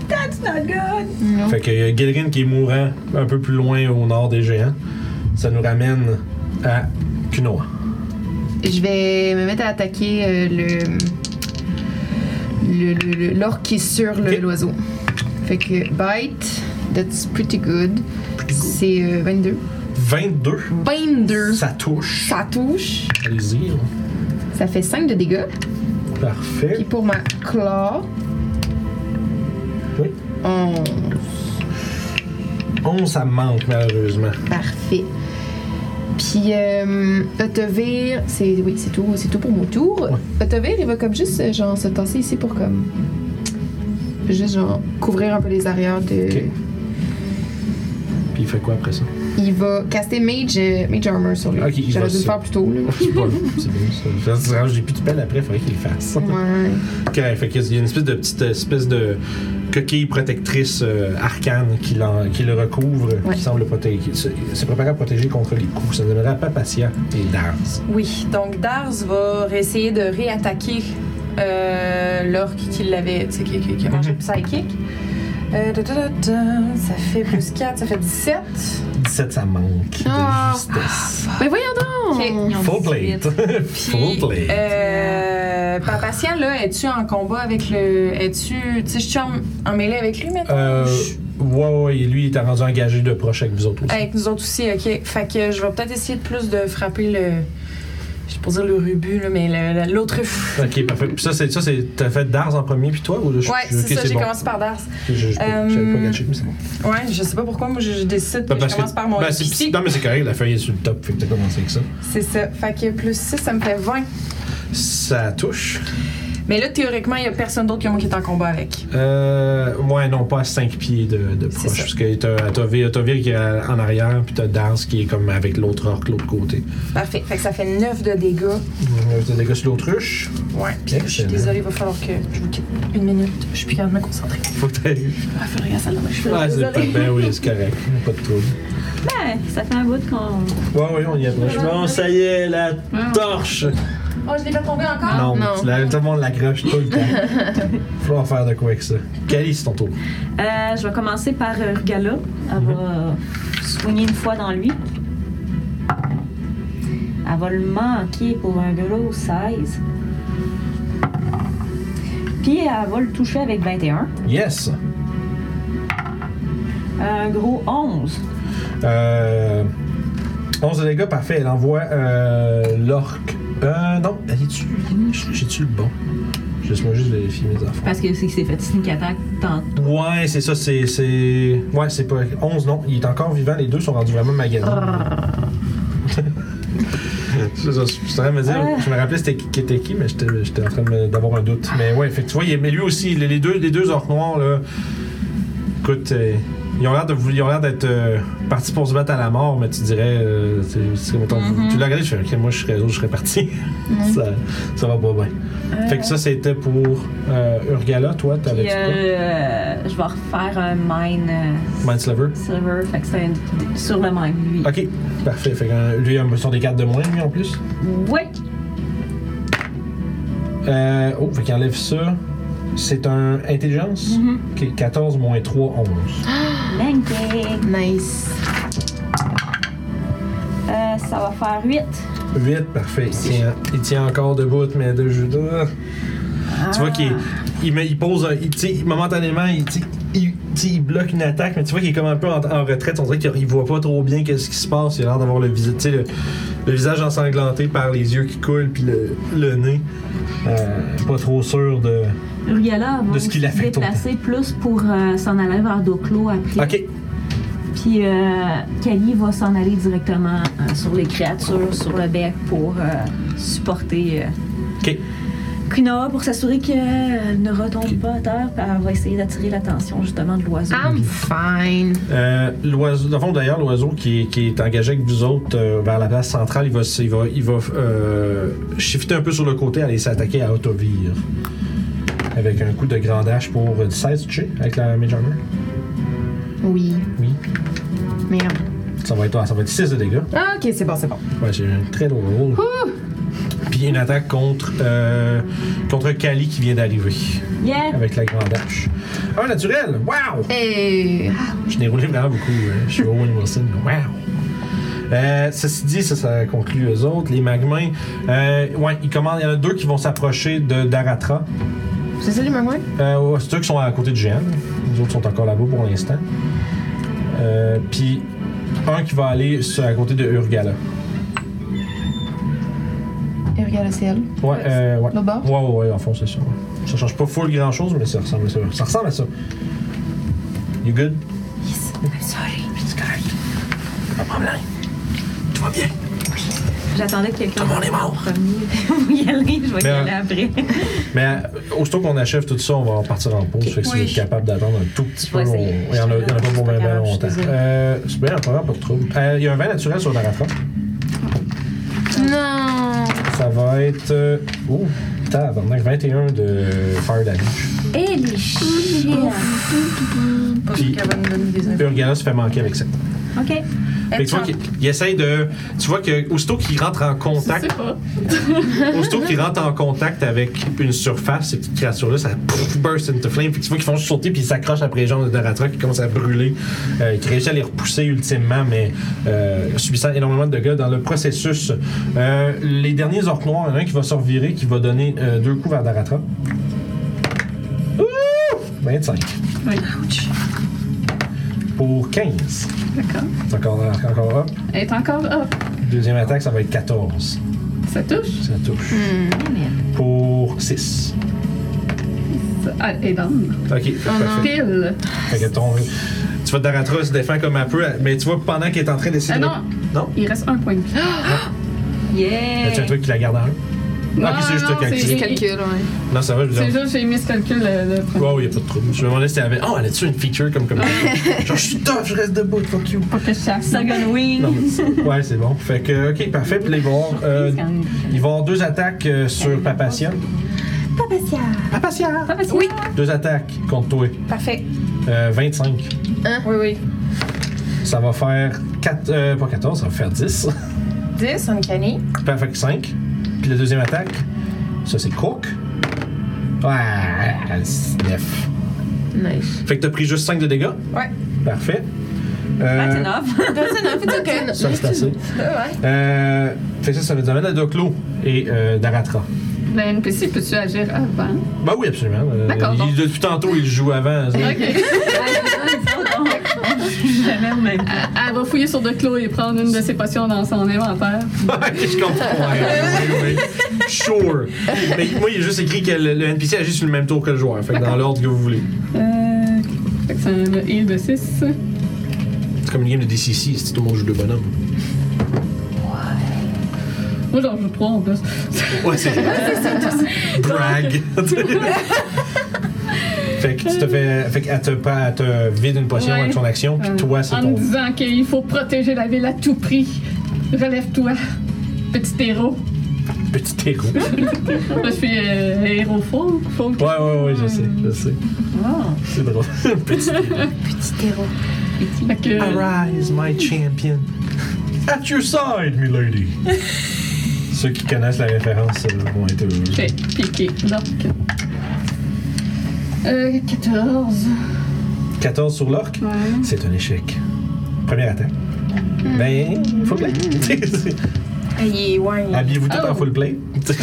That's not good! Fait que euh, Gilrin qui est mourant un peu plus loin au nord des géants, ça nous ramène à Kunoa. Je vais me mettre à attaquer euh, le. le- le- le- L'orque qui est sur le- Ok. l'oiseau. Fait que bite, that's pretty good. C'est euh, 22. 22. 22! Ça touche. Ça touche. Allez-y. hein. Ça fait 5 de dégâts. Puis Parfait. pour ma claw. Oui. 11. 11, ça manque malheureusement. Parfait. Puis, euh, Otavir, c'est oui, c'est tout, c'est tout pour mon tour. Otavir, il va comme juste euh, genre se tasser ici pour comme juste genre couvrir un peu les arrières de. Ok. Puis il fait quoi après ça? Il va caster mage, euh, mage armor sur lui. Ok, il va J'aurais dû le se- faire plus tôt. là. C'est pas grave, c'est bien ça. Ça, J'ai plus de pelle après, il faudrait qu'il le fasse. Ouais. Ok, fait qu'il y a une espèce de petite espèce de coquille protectrice euh, arcane qui, l'en- qui le recouvre, Ouais. qui semble protéger. qui se- C'est préparé à protéger contre les coups. Ça donnera pas patient et danse. Oui, donc Dars va essayer de réattaquer euh, l'orque qui l'avait, tu sais, qui, qui- qui a Mhm. mangé le psychic. Euh, da, da, da, da, ça fait plus 4, ça fait 17. 17, ça manque Ah. de justesse. Mais voyons donc! Ok. Full plate. Full Puis, plate. euh, Papatia, là, es-tu en combat avec le. Es-tu. Tu sais, je suis en, en mêlée avec lui maintenant? Euh, Je- ouais, ouais, et lui, il t'a rendu engagé de proche avec vous autres aussi. Avec nous autres aussi, ok. Fait que je vais peut-être essayer de plus de frapper le. Je sais pas dire le rubus, là, mais le- le- l'autruche. Ok, parfait. Puis ça, c'est ça, c'est t'as fait Dars en premier puis toi ou je, Ouais, je- ok, c'est ça, j'ai bon. commencé par Dars. Je, je, je- j'avais pas Euh, catché, mais c'est bon. Ouais, je sais pas pourquoi, moi je, je décide que je commence par mon ben, c'est- ici. non mais c'est correct, la feuille est sur le top, fait que t'as commencé avec ça. C'est ça. Fait que plus 6, ça me fait 20. Ça touche. Mais là, théoriquement, il y a personne d'autre que moi qui est en combat avec. Euh, ouais, non, pas à 5 pieds de, de C'est proche. ça. Parce que t'as t'as Vir t'as Vir qui est à- en arrière, puis t'as Dance qui est comme avec l'autre orc, l'autre côté. Parfait. Fait que ça fait 9 de dégâts. T'as des gars sur l'autruche. Ouais. Puis je suis Excellent. désolée, il va falloir que je vous quitte une minute. Je suis plus capable de me concentrer. Faut que t'ailles. Ah, faut regarder ça là je suis Ouais, c'est pas désolée. bien, oui, c'est correct. Pas de trouble. Ben, ça fait un bout qu'on. Ouais, oui, on y approche. Bon, ça y est, la torche! Oh, je l'ai fait tomber encore? Non, non. tu la- tout le monde l'accroche tout le temps. Faut en faire de quoi avec ça. Cali, c'est ton tour. Euh, je vais commencer par euh, Rugala. Elle va euh, soigner une fois dans lui. Elle va le manquer pour un gros 16. Puis elle va le toucher avec 21. Yes! Un gros 11. Euh, 11 de dégâts, parfait. Elle envoie euh, l'orc. Euh, non, j'ai-tu j'ai-tu le bon? Laisse-moi juste vérifier mes affaires. Parce que c'est qu'il s'est fait sneak attack tant. Ouais, c'est ça, c'est. c'est- Ouais, c'est pas. 11, non, il est encore vivant, les deux sont rendus vraiment maganés. C'est ça, je suis en train de me dire, je me rappelais c'était qui, qui était qui, mais j'étais j'étais en train de me- d'avoir un doute. Mais ouais, fait que tu vois, il est- mais lui aussi, les, les deux, les deux orques noirs, là. Écoute, euh, ils ont l'air de vou- ils ont l'air d'être euh, partis pour se battre à la mort, mais tu dirais, euh, c'est- c'est- mettons, Mm-hmm. tu l'as regardé, tu fais, ok, moi je serais, je serais parti. ça, ça va pas bien. Fait que ça, c'était pour euh, Urgala, toi, Euh. Puis t'avais-tu quoi? euh, je vais refaire un mine euh, Mind Sliver. silver. Fait que c'est un- sur le mine, lui. Ok, parfait. Fait que euh, lui, il a sur des cartes de moins, lui, en plus. Ouais. Euh, oh, fait qu'il enlève ça. C'est un intelligence. Ok, 14 moins 3, 11. Manqué. Nice. Euh, ça va faire 8. 8, parfait. Il tient, il tient encore debout, mais de judas. Tu vois qu'il il, met- il pose, un- il, tu sais, momentanément, il, tu sais, il- tu sais, il bloque une attaque, mais tu vois qu'il est comme un peu en, en retraite. On dirait qu'il il voit pas trop bien qu'est-ce qui se passe. Il a l'air d'avoir le, visi- tu sais, le, le visage ensanglanté par les yeux qui coulent, puis le, le nez. Euh, pas trop sûr de. Rugala va De ce qu'il a se fait, ton déplacer plus pour euh, s'en aller vers Doclo après. Ok, Puis euh, Kali va s'en aller directement euh, sur les créatures, sur le bec pour euh, supporter euh, ok. Kunoa pour s'assurer qu'elle ne retombe pas à terre. Puis elle va essayer d'attirer l'attention justement de l'oiseau. I'm fine. Euh, l'oiseau, dans le fond, d'ailleurs, l'oiseau qui, est- qui est engagé avec vous autres euh, vers la place centrale, il va, s- il va, il va euh, shifter un peu sur le côté, aller s'attaquer à Autovir. Avec un coup de grand dash pour euh, 16 toucher avec la Mage Armor. Oui. Oui. Merde. Ça va être, ça va être 6 de dégâts. Ah, ok, c'est bon, c'est bon. Ouais, j'ai un très lourd rôle. Puis une attaque contre, euh, contre Kali qui vient d'arriver Yeah! avec la grand dash. Un naturel! Wow! Hey. euh, Je n'ai roulé vraiment beaucoup. hein. Je suis au Owen Wilson. mais Wow! Euh, ceci dit, ça, ça conclut les autres. Les magmains, euh, ouais, ils commandent- il y en a deux qui vont s'approcher de d'Aratra. C'est ça les magouins? Euh, ouais, c'est eux qui sont à côté de GN. Les autres sont encore là-bas pour l'instant. Euh, Puis un qui va aller sur- à côté de Urgala. Et regarde le ciel. Ouais, euh, ouais. L'autre bord? Ouais, ouais, ouais, en fond, c'est ça. ouais. Ça change pas full grand chose, mais ça ressemble à ça. Ça ressemble à ça. You good? J'attendais que quelqu'un. on est mort. Oui, allez, je vais y Ben, aller après. Mais euh, aussitôt qu'on achève tout ça, on va repartir en pause. Fait que si Oui. vous êtes capable d'attendre un tout petit Je peu, vais on- essayer. il y en a, il y en a pas pour Je suis pas bien, bien capable, je suis longtemps. désolée. Euh, c'est bien, pas grave, pas de trouble. Euh, il y a un vin naturel sur Naratra. Non! Ça va être. Euh, ouh, tabarnak, 21 de Fire Damage. Et les chiens. Pas sûr qu'elle va nous donner des infos. Urgana se fait manquer avec ça. OK. Fait que tu vois qu'il il essaye de. Tu vois que aussitôt qu'il rentre en Je sais contact, pas. aussitôt qu'il rentre en contact avec une surface, ces petites créatures-là, ça pff, burst into flame. Fait que tu vois qu'ils font juste sauter puis ils s'accrochent après les jambes de Naratra qui commencent à brûler. Euh, qui réussit à les repousser ultimement, mais euh, subissant énormément de dégâts dans le processus. Euh, les derniers orques noirs, il y en a un qui va se revirer, qui va donner euh, deux coups vers Naratra. Ouh! 25. Pour 15. D'accord. C'est encore, encore up. Elle est encore up. Deuxième attaque, ça va être 14. Ça touche. Ça touche. Hmm, Pour 6. Ah, elle est down. Ok, fait que parfait. Pile. Fait que ton- Tu vois, Daratra se défend comme un peu, mais tu vois, pendant qu'elle est en train d'essayer Ah de. non. Non? Il reste un point de vie. Ah! Yeah. As-tu un truc qui la garde en un? Non, puis c'est juste non, toi qui as c'est- tiré. Calcul, ouais. Non, ça va, je veux C'est dire. juste, j'ai miscalculé le, le point. Wow, y a pas de trouble. Je me demandais si elle avait. Oh, elle a-tu une feature comme comme. Genre, je suis tough, je reste debout, fuck you. Pas que je sache. Second wing. Non, mais- ouais, c'est bon. Fait que, ok, parfait. Puis là, ils vont avoir, euh, ils vont avoir deux attaques euh, sur Papatia. Papatia. Papatia! Papatia. Oui. Deux attaques contre toi. Parfait. Euh, 25. Oui, oui. Ça va faire 4, euh, pas 14, ça va faire 10. 10, Uncanny. Perfect 5. Puis la deuxième attaque, ça c'est croc. Ouais, 9. Nice. Fait que t'as pris juste 5 de dégâts. Ouais. Parfait. Ah, That's Euh, enough. ça c'est assez. Euh, fait que ça, ça nous amène à Doclo et euh, Daratra. Le NPC, peux-tu agir avant? Bah oui, absolument. Euh, D'accord, il- donc. depuis tantôt, il joue avant. c'est- Ok. Jamais au même. Elle va fouiller sur Declos et prendre une de ses potions dans son inventaire. je comprends. Ouais, oui, oui. Sure. Mais moi, il a juste écrit que le, le NPC agit sur le même tour que le joueur. Fait que dans l'ordre que vous voulez. Euh, fait que c'est un le heal de 6. C'est comme une game de DCC, c'est tout le monde joue de bonhomme. Moi, j'en joue 3 en plus. Ah, Ouais, c'est Brag. fait que tu te fais. Fait qu'elle te, pa- elle te vide une potion Ouais. avec son action, puis Euh, toi, c'est en me ton. disant qu'il faut protéger la ville à tout prix. Relève-toi, petit héros. Petit héros. Ouais, Moi, je suis euh, héros faux. faux. ouais, ouais, je sais, je sais. Wow. C'est drôle. Petit héros. Fait que, Arise, my champion. At your side, milady. Ceux qui connaissent la référence euh, vont être heureux. j'ai piqué. Donc. Euh, 14. 14 sur l'orc, Ouais. c'est un échec. Première attaque. Ben, faut play. Aïe, ouais. Ah, Habillez-vous tout en Oh. full play. 26.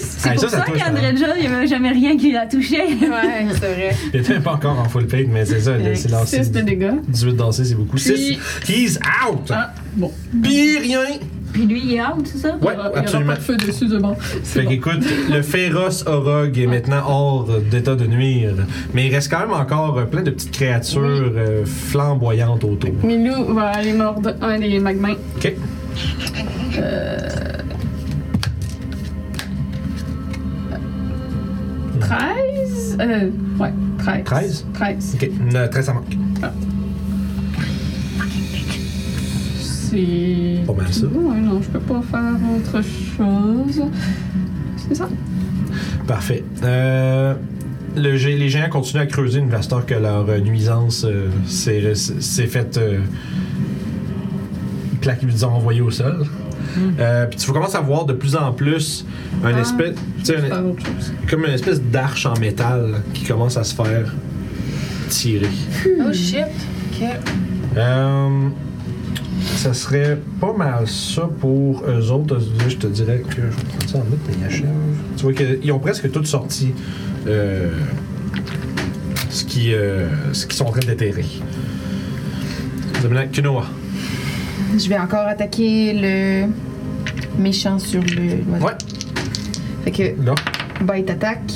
C'est Ah, pour ça, ça, ça touche, qu'André hein. John, il n'y avait jamais rien qui l'a touché. Ouais, c'est vrai. Il était pas encore en full plate, mais c'est ça, Correct. c'est lancé. 6 de dégâts. 18 dansés, c'est beaucoup. Puis- 6. He's out! Ah, bon. Pis rien! Puis lui, il est out, c'est ça? Ouais, il y aura- Il y aura absolument. pas de feu dessus, de bon. Fait C'est bon. qu'écoute, le féroce Orog est maintenant hors d'état de nuire. Mais il reste quand même encore euh, plein de petites créatures euh, flamboyantes autour. Milou va aller mordre un des magmains. Ok. Euh, 13? Euh, ouais, 13. 13? 13. Ok. Ne- très ça manque. C'est. Pas mal ça. Ouais, non, je peux pas faire autre chose. C'est ça. Parfait. Euh, le gé- les géants continuent à creuser une vaste heure que leur euh, nuisance euh, s'est s'est faite. euh, plaque, ils ont envoyé au sol. Euh, Puis tu commences à voir de plus en plus un Ah, espèce. tu sais, un- Faire autre chose. comme une espèce d'arche en métal qui commence à se faire tirer. Oh shit. Ok. Euh, ça serait pas mal ça pour eux autres. Je te dirais que je vais prendre ça en note, mais ils achèvent. Tu vois qu'ils ont presque toutes sorti euh, ce qui, euh, ce qu'ils sont en train de déterrer. Maintenant, Kunoa. Je vais encore attaquer le méchant sur le. l'oiseau. Ouais. Fait que Là. bite attaque.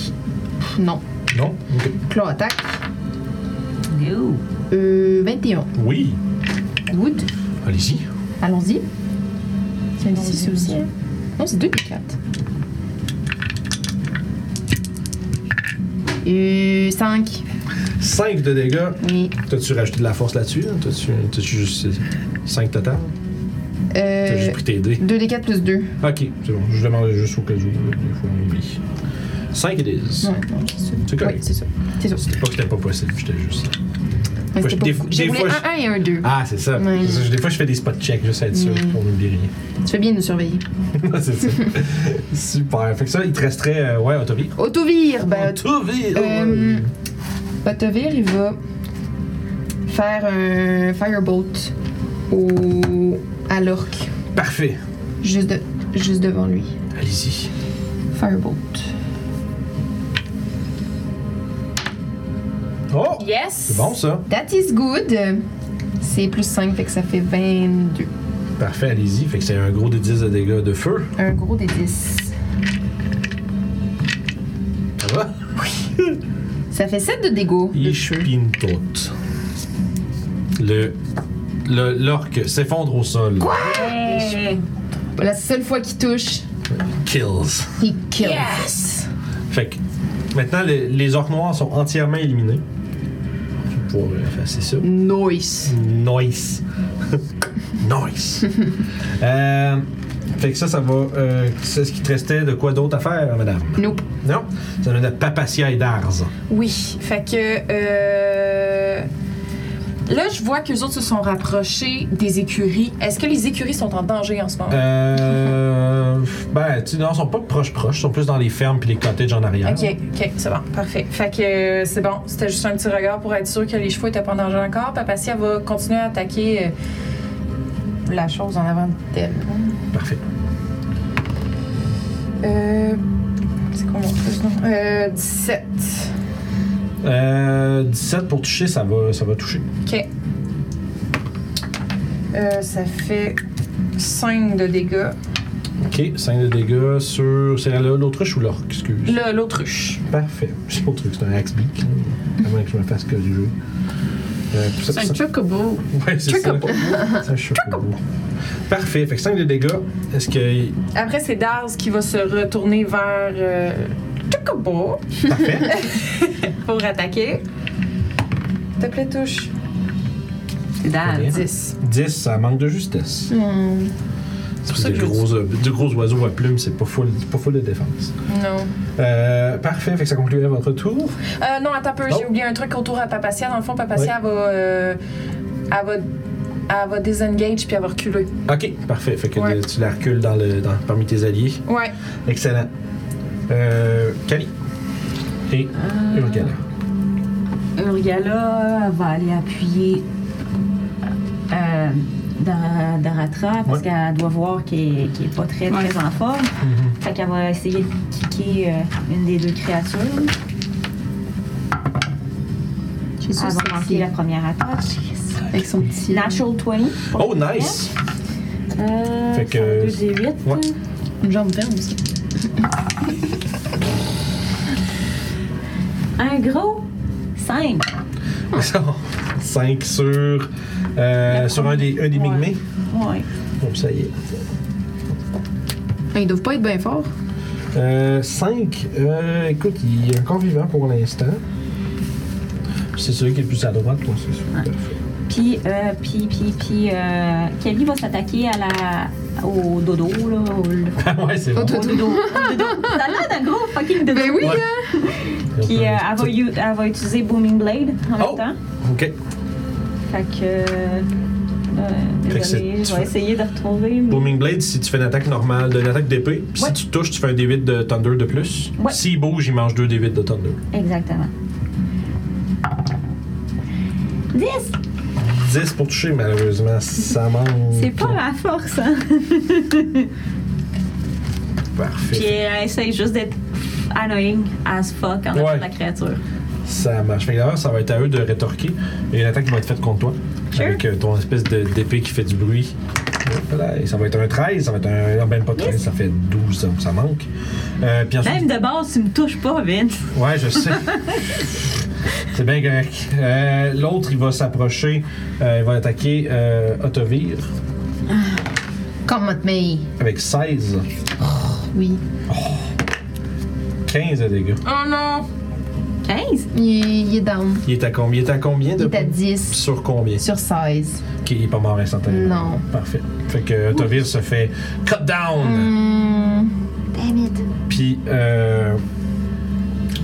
Non. Non. Ok. Claw attaque. No. Euh, 21. Oui. Good. Allez-y. Allons-y. C'est un 6 aussi. hein? Non, c'est 2 plus 4. Euh, 5. 5 de dégâts. Oui. T'as-tu rajouté de la force là-dessus? hein? T'as-tu t'as-tu juste 5 total? T'as Euh, juste pris tes dés. 2d4 plus 2. Ok, c'est bon. Je demandais juste au cas où. là, Des fois, on oublie. 5 et 10. Ouais, non, c'est ça. C'est correct. Oui, c'est ça. C'est ça. C'était pas que c'était pas possible, j'étais juste. Ouais, Faut- c'était des- pas- des J'ai voulu fois, un 1 et un 2. Ah, c'est ça. Ouais. C'est ça, Des fois, je fais des spot checks juste à être sûr Mm. pour n'oublier rien. Tu fais bien de nous surveiller. c'est ça. Super. Fait que ça, il te resterait. euh, ouais, Autovi. Autovir! Ben, Autovi! euh, Autovir, il va faire un euh, firebolt au... à l'orque. Parfait. Juste, de- juste devant lui. Allez-y. Firebolt. Oh! Yes! C'est bon, ça. That is good. C'est plus 5, fait que ça fait 22. Parfait, allez-y. Fait que c'est un gros de 10 de dégâts de feu. Un gros des 10. Ça va? Ça fait 7 de dégâts. de Ich feu. bin tot. Le. le- L'orque s'effondre au sol. Hey. La seule fois qu'il touche, Kills. he kills. Fait que maintenant, les, les orques noirs sont entièrement éliminés. Je vais pouvoir effacer ça. Nice. Nice. nice. Euh, fait que ça, ça va. euh, c'est ce qui te restait de quoi d'autre à faire, madame? Nope. Non? Ça donne de Papacia et d'Ars. Oui, fait que. euh, Là, je vois qu'eux autres se sont rapprochés des écuries. Est-ce que les écuries sont en danger en ce moment? Euh, ben, tu sais, non, ils sont pas proches-proches. Ils sont plus dans les fermes puis les cottages en arrière. Ok, ok, c'est bon, parfait. Fait que euh, c'est bon, c'était juste un petit regard pour être sûr que les chevaux étaient pas en danger encore. Papacia va continuer à attaquer euh, la chose en avant d'elle. Parfait. Euh. C'est quoi mon plus, non? Euh. 17. Euh, 17 pour toucher, ça va, ça va toucher. Ok. Euh, ça fait 5 de dégâts. Ok, 5 de dégâts sur. C'est là l'autruche ou l'orque, excuse. Le- L'autruche. Parfait. C'est pas le truc, c'est un axe beak. Avant que je me fasse que du jeu. Euh, puis ça- C'est un ça- chocobo. Ouais, c'est ça. Chocobo. C'est un chocobo. Parfait. Fait que 5 de dégâts. Est-ce que. Après, c'est Dars qui va se retourner vers euh, Chocobo Parfait. pour attaquer. S'il te plaît, touche. Dan. 10. 10, ça manque de justesse. Hmm. C'est pour ça des que je gros, euh, des gros oiseaux à plumes, c'est pas full, pas full de défense. Non. Euh, parfait. Fait que ça concluait votre tour. Euh, non, attends un peu, Non. j'ai oublié un truc autour à Papacia. Dans le fond, Papacia elle va, euh, elle va. Elle va désengage puis elle va reculer. Ok, parfait. Fait que Ouais. le- tu la recules dans le, dans- parmi tes alliés. Ouais. Excellent. Euh, Kali. Et Euh, Urgala. Urgala va aller appuyer euh, Dar- Daratra parce Ouais. qu'elle doit voir qu'elle n'est pas très, très en forme. Mm-hmm. Fait qu'elle va essayer de kicker euh, une des deux créatures. J'ai Elle va lancer la première attaque. Avec son petit. Natural 20. pour Oh, la première. nice! Euh, Fait que- 2d8. Ouais. Une jambe ferme aussi. Un gros 5. 5 sur, euh, La sur un des, un des Ouais. Migmés. Ouais. Bon, ça y est. Ah, Ils doivent pas être bien forts. 5, Euh, écoute, il est encore vivant pour l'instant. C'est celui qui est le plus à droite, toi, c'est sûr. Ouais. Parfait. Puis, euh, puis, puis, puis, euh, Kelly va s'attaquer à la... au dodo, là. au- le- Ah ouais, c'est bon. Au dodo. Au dodo. Ça a l'air d'un gros fucking dodo. Ben oui, Ouais. là. Puis euh, elle, va, u- elle va utiliser Booming Blade en Oh! même temps. Ok. Fait que. euh, Fait que désolée, c'est- je vais essayer de retrouver. mais- Booming Blade, si tu fais une attaque normale, de- une attaque d'épée, puis si Ouais. tu touches, tu fais un D8 de Thunder de plus. Ouais. S'il bouge, il mange 2 D8 de Thunder. Exactement. 10! 10 pour toucher, malheureusement. Ça manque. C'est pas ma force, hein? Puis Parfait. elle essaye juste d'être annoying as fuck en Ouais. la créature. Ça marche. Fait que d'ailleurs, ça va être à eux de rétorquer. Et une attaque qui va être faite contre toi. Sure. Avec euh, ton espèce de- d'épée qui fait du bruit. Hop là, Et ça va être un 13, ça va être un. Non, même pas 13, ça fait 12, ça, ça manque. Euh, puis ensuite, Même de base, tu me touches pas, Vince. Ouais, je sais. C'est bien correct. Euh, L'autre, il va s'approcher, euh, il va attaquer euh, Otovir Comment mais avec 16, oui. 15 de dégâts. Ah. Oh non! 15? Il est, il est down. Il est à combien Il est à combien Il de est à 10 Sur combien sur 16. Qui est pas mort instantanément. Non. Parfait. Fait que Otovir se fait cut down. Hmm. Puis euh,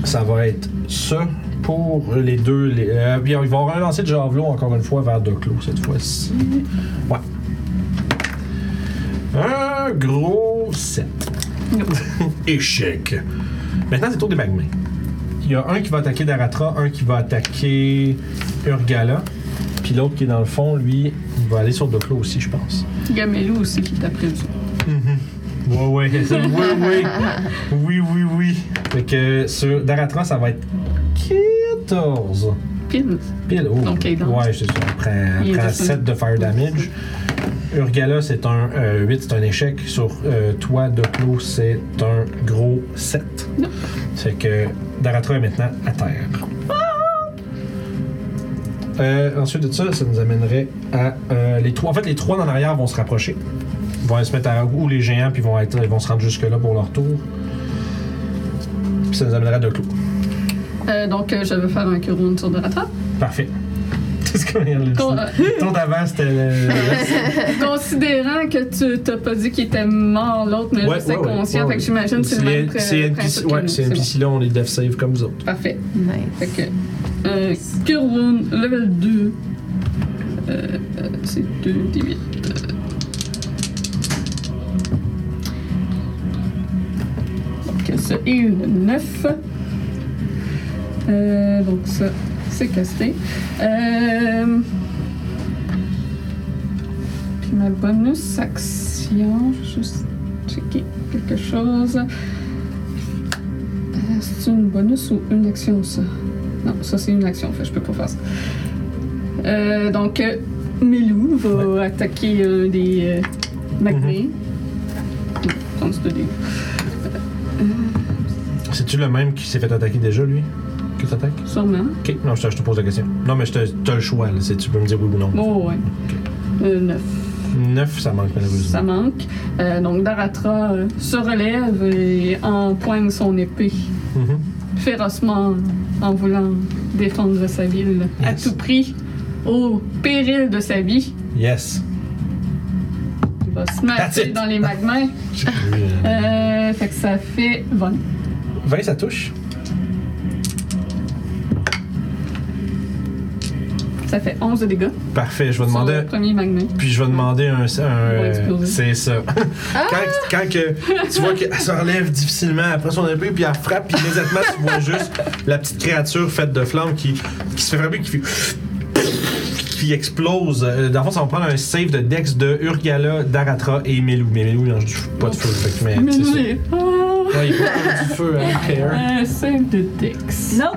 ça va être ça pour les deux. Les, euh, puis il va y avoir un lancer de javelot encore une fois vers Doclo cette fois-ci. Mm-hmm. Ouais. Un gros 7. Échec. Maintenant, c'est le tour des magmins. Il y a un qui va attaquer Daratra, un qui va attaquer Urgala, puis l'autre qui est dans le fond, lui, il va aller sur Doclo aussi, je pense. Il y a Melou aussi qui t'a pris. Ouais, ouais, c'est- oui, oui. Oui, oui, oui. Fait que sur Daratran, ça va être 14. Pile. Pile. Oh. Ok, donc. ouais, c'est ça. Il Prends, est prends descendu. 7 de fire damage. Urgala, c'est un 8, c'est un échec. Sur euh, toi, Doclo, c'est un gros 7. Non. Fait que Daratra est maintenant à terre. Ah! Euh, ensuite de ça, ça nous amènerait à euh, les trois. En fait, les trois en arrière vont se rapprocher. Ils vont se mettre à ou les géants, puis vont être, ils vont se rendre jusque là pour leur tour. Puis ça nous amènerait à Doclo. Euh, donc, euh, je vais faire un curon sur de la trappe. Parfait. C'est ce qu'on vient de le Con- dire. Ton d'avant, c'était le. Considérant que tu t'as pas dit qu'il était mort l'autre, mais Ouais, je ouais, sais ouais, conscient, ouais, fait que j'imagine que c'est le même pr- C'est principe NPC, que ouais, nous. c'est bon. NPC là, on les dev save comme vous autres. Parfait. Fait Nice. que. Euh, Cure Wound, level 2. Euh, euh, c'est 2 D8. Euh. Donc, ça et une 9. Euh, donc, ça, c'est casté. Euh, puis ma bonus action, je vais juste checker quelque chose. Euh, c'est une bonus ou une action, ça? Non, ça c'est une action, fait que je peux pas faire ça. Euh, donc, euh, Melou va attaquer un des euh, Magné. Donc, c'est des- C'est-tu le même qui s'est fait attaquer déjà, lui Que t'attaques Sûrement. Ok, non, je te, je te pose la question. Non, mais je te- t'as le choix, là, si tu peux me dire oui ou non. Oh, ouais. Euh, neuf. 9, ça manque Ça malheureusement. manque. Euh, donc, Daratra euh, se relève et empoigne son épée Mhm. férocement en voulant défendre sa ville à Yes. tout prix, au péril de sa vie. Yes. Il va se That's it. mettre dans les magmas. J'ai cru, euh, Euh, fait que ça fait 20. 20, ça touche. Ça fait 11 de dégâts. Parfait, je vais sur demander. le premier magnet. Puis je vais demander un. un, euh, exploser. c'est ça. quand quand que tu vois qu'elle se relève difficilement après son épée, puis elle frappe, puis immédiatement tu vois juste la petite créature faite de flammes qui, qui se fait frapper, qui fait. qui explose. Euh, Dans le fond, ça va prendre un save de Dex de Urgala, Daratra et Melou. Mais Melou, il mange du f- pas de feu. Fait que, mais, Mais c'est ça. j'ai pas Ouais, il peut avoir du feu, hein, Claire. un save de Dex. Non,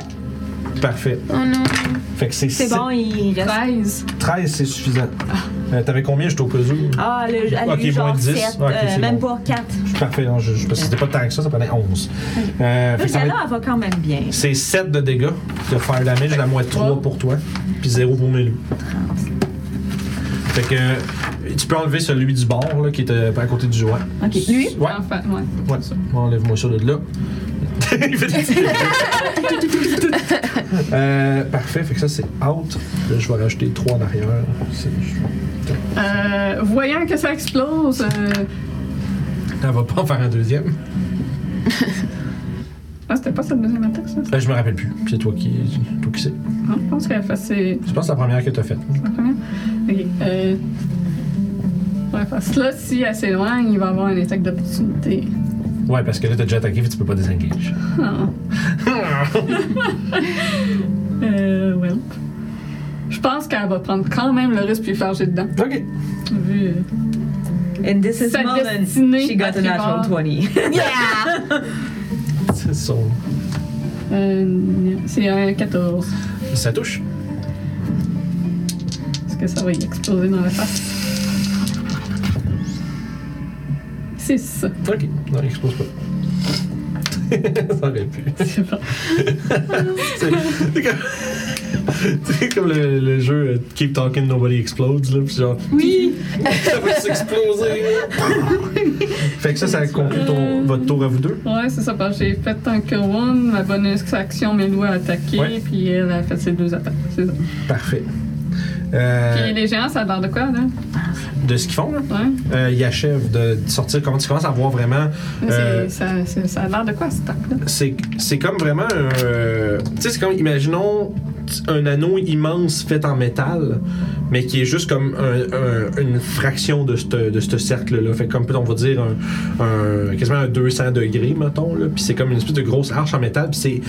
Parfait. Oh non. Fait que c'est c'est six- bon, il reste. 13. 13, c'est suffisant. Euh, T'avais combien? J'étais au cas où. Ah, le, elle a Ok, eu moins genre 10. 7, Ok, euh, c'est même bon. pas 4. Parfait, non, je, je, parce que c'était pas tant que ça, ça prenait 11. Euh, fait Le que ça va être- gala, elle va quand même bien. C'est 7 de dégâts de faire damage, la moins 3 pour toi, puis 0 pour Melu. Fait que euh, tu peux enlever celui du bord là, qui était à côté du joueur. Ok, Lui? Ouais, Enfin, ouais. ouais. Enlève-moi ça de là. Il fait des petits- euh, parfait, fait que ça c'est out. Là, je vais rajouter 3 en arrière. C'est- Euh, voyant que ça explose, euh, Elle va pas en faire un deuxième. ah, c'était pas sa deuxième attaque, ça? Euh, je me rappelle plus. C'est toi qui, toi qui sais. Non, je pense qu'elle fait ses... Je pense que c'est la première que t'as faite. la première. Ok, euh, ouais, parce que là, si elle s'éloigne, il va avoir une attaque d'opportunité. Ouais, parce que là t'as déjà attaqué et tu peux pas désengage. Ah. euh, well. Je pense qu'elle va prendre quand même le risque puis faire jet dedans. Ok. Vu. euh, And this is Sa more than destinée she got a natural attribante. 20. C'est son. Euh, c'est un 14. Ça touche. Est-ce que ça va y exploser dans la face? 6. Ok. Non, il explose pas. ça aurait pu. C'est bon. C'est- c'est comme- C'est comme le, le jeu euh, Keep Talking Nobody Explodes, là, pis genre, Oui! ça va s'exploser! fait que ça, ça conclut ton, votre tour à vous deux. Ouais, c'est ça, parce que j'ai fait Tanker One, ma bonus action, mes loups a attaqué, Ouais. puis elle a fait ses deux attaques. C'est ça. Parfait. Euh, Puis les géants, ça a l'air de quoi, là? de ce qu'ils font, là, Ouais. euh, ils achèvent de de sortir. Comment tu commences à voir vraiment. Mais euh, c'est- ça, c'est- ça a l'air de quoi, cette attaque-là? c'est c'est comme vraiment un. euh, tu sais, c'est comme, imaginons un anneau immense fait en métal, mais qui est juste comme un- un- une fraction de ce de ce cercle-là. Fait que comme on va dire un, un- quasiment un 200 degrés, mettons. là. Puis c'est comme une espèce de grosse arche en métal, puis c'est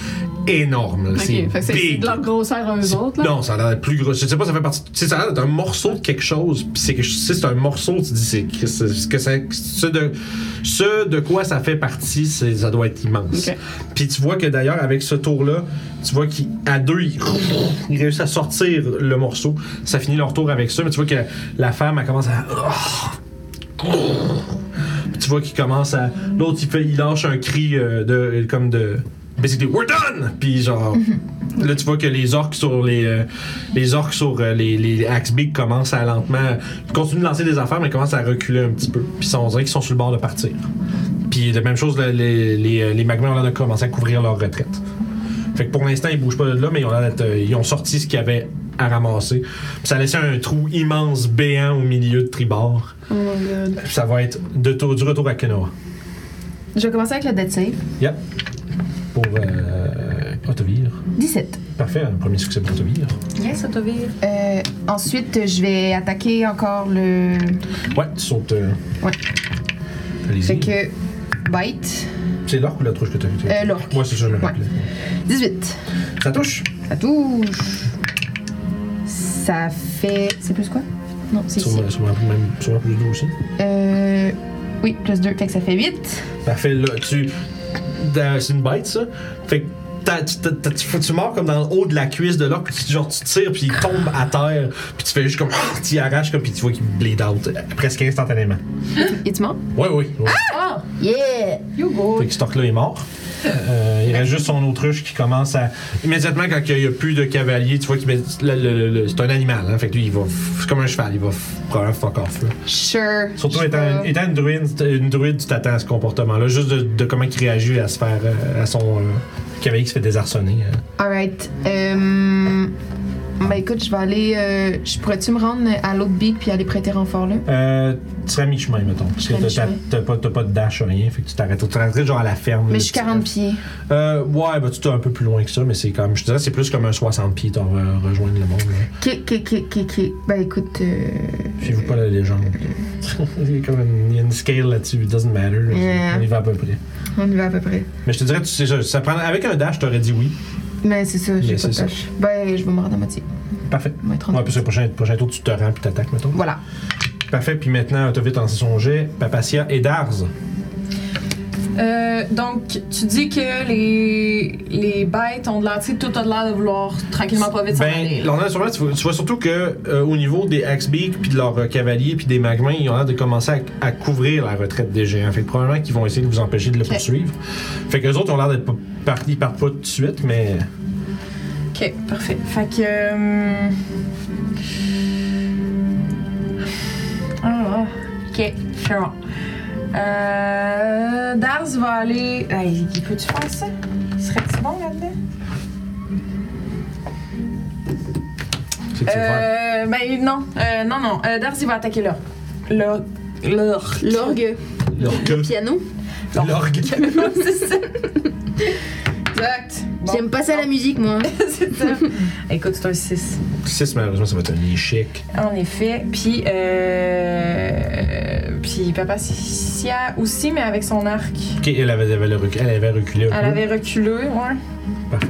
énorme. là. Ok, fait que C'est c'est c'est big. de leur grosseur à eux C'est- autres, là. Non, ça a l'air d'être plus gros. Je sais pas, ça fait partie. Tu sais, ça a l'air d'un morceau de quelque chose. Puis c'est que si c'est un morceau, tu dis c'est que, c'est- que ça- ce de ce de quoi ça fait partie, c'est ça doit être immense. Ok. Puis tu vois que d'ailleurs avec ce tour là, tu vois qu'à deux ils, ils réussissent à sortir le morceau. Ça finit leur tour avec ça, mais tu vois que la femme elle commence à Puis tu vois qu'il commence à l'autre il fait il lâche un cri euh, de comme de basically we're done. Puis genre Là, tu vois que les orques sur les euh, les orques sur euh, les, les axes big commencent à lentement ils continuent de lancer des affaires mais ils commencent à reculer un petit peu. Puis ils sont- on dirait qu'ils sont sur le bord de partir. Puis la même chose, le- les, les, euh, les magmas ont l'air de commencer à couvrir leur retraite. Fait que pour l'instant, ils bougent pas de là, mais ils ont, l'air d'être, euh, ils ont sorti ce qu'il y avait à ramasser. Puis ça laissait un trou immense béant au milieu de Tribord. Oh my god. Puis ça va être de tour- du retour à Kenoa. Je vais commencer avec le dead save. Yep. Pour euh, Otovir. 17. Parfait, un premier succès pour Otovir. Yes, Otovir. Euh, ensuite, je vais attaquer encore le. Ouais, tu sautes. euh, Ouais. Allez-y. Fait que. Bite. C'est l'orque ou la touche que t'as vu? Euh, l'orque. Moi, c'est ça, je me rappelais. 18. Ça touche. Ça touche. Ça fait. C'est plus quoi? Non, c'est ici. Sûrement, sûrement, même, sûrement plus doux aussi. Euh. Oui, plus 2. Fait que ça fait 8. Parfait, là, tu. dans- C'est une bête, ça. Fait que t'as- tu- t'as- t'as- tu, tu mords comme dans le haut de la cuisse de l'orque, puis tu, genre, tu tires, puis il tombe à terre, puis tu fais juste comme. Tu y arraches, comme, puis tu vois qu'il bleed out euh, presque instantanément. Et tu mens? Ouais, oui. oui. Ah! Yeah! You go! Fait que cet orque-là est mort. Euh, il reste juste son autruche qui commence à. Immédiatement, quand il n'y a plus de cavalier, tu vois qu'il met. le- le- le- C'est un animal, hein. Fait que lui, il va. C'est comme un cheval, il va f- probablement fuck off, là. Sure. Surtout Je étant, vais- étant une druide, une druide, tu t'attends à ce comportement-là, juste de, de comment il réagit à se faire euh, à son euh, cavalier qui se fait désarçonner. hein. Alright. Euh. Bah écoute, je vais aller. euh, Je pourrais-tu me rendre à l'autre big puis aller prêter renfort là? Euh, tu serais à mi-chemin, mettons. Parce que serais à t'as- mi-chemin. t'as t'as pas, t'as pas de dash, rien. Fait que tu t'arrêtes. Tu t'arrêterais genre à la ferme. Mais là, je suis tu- 40 pieds. Euh, ouais, bah tu t'es un peu plus loin que ça, mais c'est comme. Je te dirais, c'est plus comme un 60 pieds, t'en vas rejoindre le monde. là. Ok, ok, ok, ok, ok. Bah écoute. euh, Suivez pas la légende. il y a comme une, il y a une scale là-dessus, it doesn't matter. là. Yeah. On y va à peu près. On y va à peu près. Mais je te dirais, tu sais, ça, ça prend, avec un dash, t'aurais dit oui. Mais c'est ça, Mais j'ai c'est pas de ça. tâche. Ben, je vais me rendre à moitié. Parfait. Moi, 30. Ouais, puis le prochain, prochain tour, tu te rends puis t'attaques, mettons. Voilà. Parfait, puis maintenant, t'as vite lancé son jet, Papacia et Darz. Euh, donc, tu dis que les, les bêtes ont de l'air, tu sais, tout a de l'air de vouloir tranquillement pas vite s'en aller. Ben, l'on a sûrement, tu vois, tu vois surtout que euh, au niveau des Axbeak, puis de leurs euh, cavaliers, puis des magmins, ils ont l'air de commencer à, à couvrir la retraite des géants. Fait que probablement qu'ils vont essayer de vous empêcher de le poursuivre. Fait que les autres ont l'air d'être pas- partis, ils partent pas tout de suite, mais Ok, parfait. Fait que. euh, Ah, ok, c'est bon. Euh, Dars va aller. Hey, il peut-tu faire ça? Serait-tu bon là-dedans? c'est que tu veux faire. Euh, ben non, euh, non, non. Euh, Dars, il va attaquer l'or. L'or. L'or. L'orgue, L'orgue. piano. L'orgue. c'est ça. Exact. Bon. J'aime pas ça la musique, moi. C'est ça. Écoute, c'est un 6. 6, malheureusement, ça va être un échec. En effet. Puis, euh, puis Papa Sia aussi, mais avec son arc. Ok, elle avait, elle avait, reculé, elle avait reculé un Elle peu. avait reculé, ouais. Parfait.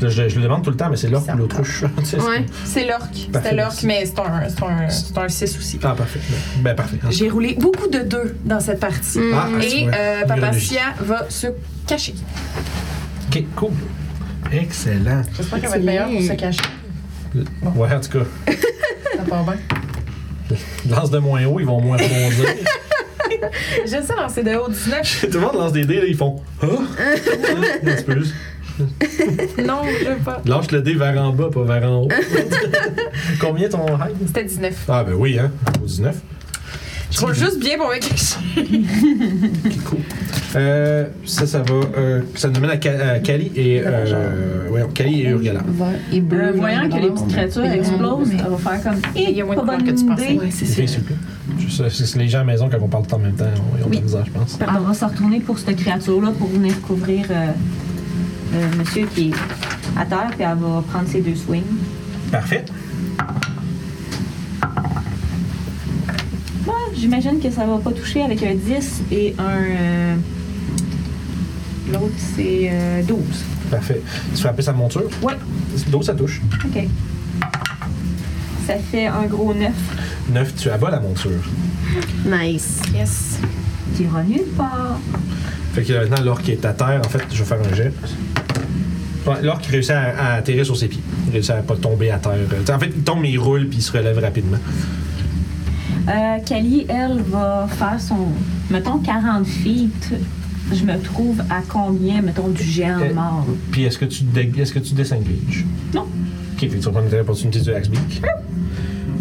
Vous je, je le demande tout le temps, mais c'est l'orque Ça ou l'autruche. Tu sais, c'est- Ouais. C'est l'orque. Parfait, C'était l'orque, merci. mais c'est un, c'est un, c'est un 6 aussi. Ah, parfait. Ben, parfait. J'ai roulé beaucoup de deux dans cette partie. Mm. Mm. Ah, ah, tu Et vois. euh, Biologie. Papacia va se cacher. Ok, cool. Excellent. J'espère qu'elle va être meilleure pour se cacher. Ouais, en tout cas, Ça part bien. lance de moins haut, ils vont moins rebondir. J'aime ça lancer de haut 19. tout le monde lance des dés, là, ils font. Ah! Un petit peu juste. Non, je veux pas. Lâche le dé vers en bas, pas vers en haut. Combien ton height? C'était 19. Ah, ben oui, hein. Au 19. Je roule juste bien pour me cacher. Cool. Euh, ça, ça va. euh, ça nous mène à, Ca- à Cali et. Euh, voyons, Cali et Urgala. Vert et bleu. Euh, voyant que les petites créatures explosent, mais- elle va faire comme. Eh, Il y a moins de pas points que bonne tu pensais. idée. Ouais, c'est Bien, ça. s'il vous plaît. Je sais, c'est les gens à la maison, quand on parle tout en même temps, ils ont de la misère, je pense. Pardon, on va se retourner pour cette créature-là pour venir couvrir euh, euh, monsieur qui est à terre, puis elle va prendre ses deux swings. Parfait. Ouais, J'imagine que ça va pas toucher avec un 10 et un. euh, L'autre, c'est euh, 12. Parfait. Tu frappes sa monture? Ouais. D'eau, ça touche. OK. Ça fait un gros 9 9, tu abats la monture. Nice. Yes. qui ira nulle part. Fait que là, maintenant, l'orque est à terre, en fait, je vais faire un jet. Ouais, l'orque réussit à, à atterrir sur ses pieds. Il réussit à pas tomber à terre. Euh, t'sais, en fait, il tombe, mais il roule, puis il se relève rapidement. Euh, Kali, elle, va faire son. Mettons 40 feet. Je me trouve à combien, mettons, du géant Euh, mort? Puis est-ce que tu dé- est-ce que tu désengage? Non. Ok, fait que tu vas prendre une opportunité de Axbeak.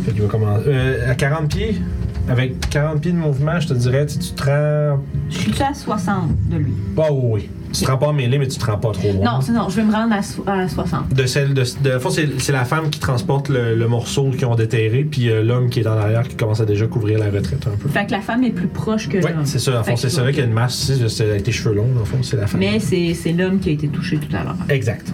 Fait qu'il va commencer. Euh, à 40 pieds, avec 40 pieds de mouvement, je te dirais, tu tu te rends. Je suis à 60 de lui. Oh oui. Tu te rends pas mêlé, mais tu te rends pas trop loin. Non, c'est non, je vais me rendre à, so- à 60. De celle de. de- de- fond, c'est, c'est la femme qui transporte le, le morceau qu'ils ont déterré, puis euh, l'homme qui est en arrière qui commence à déjà couvrir la retraite un peu. Fait que la femme est plus proche que Ouais, l'homme. c'est ça. En fond, Fait c'est que- ça là qu'il y a une masse, tu sais, c'est avec tes cheveux longs, en fond, c'est la femme. Mais c'est c'est l'homme qui a été touché tout à l'heure. Exact.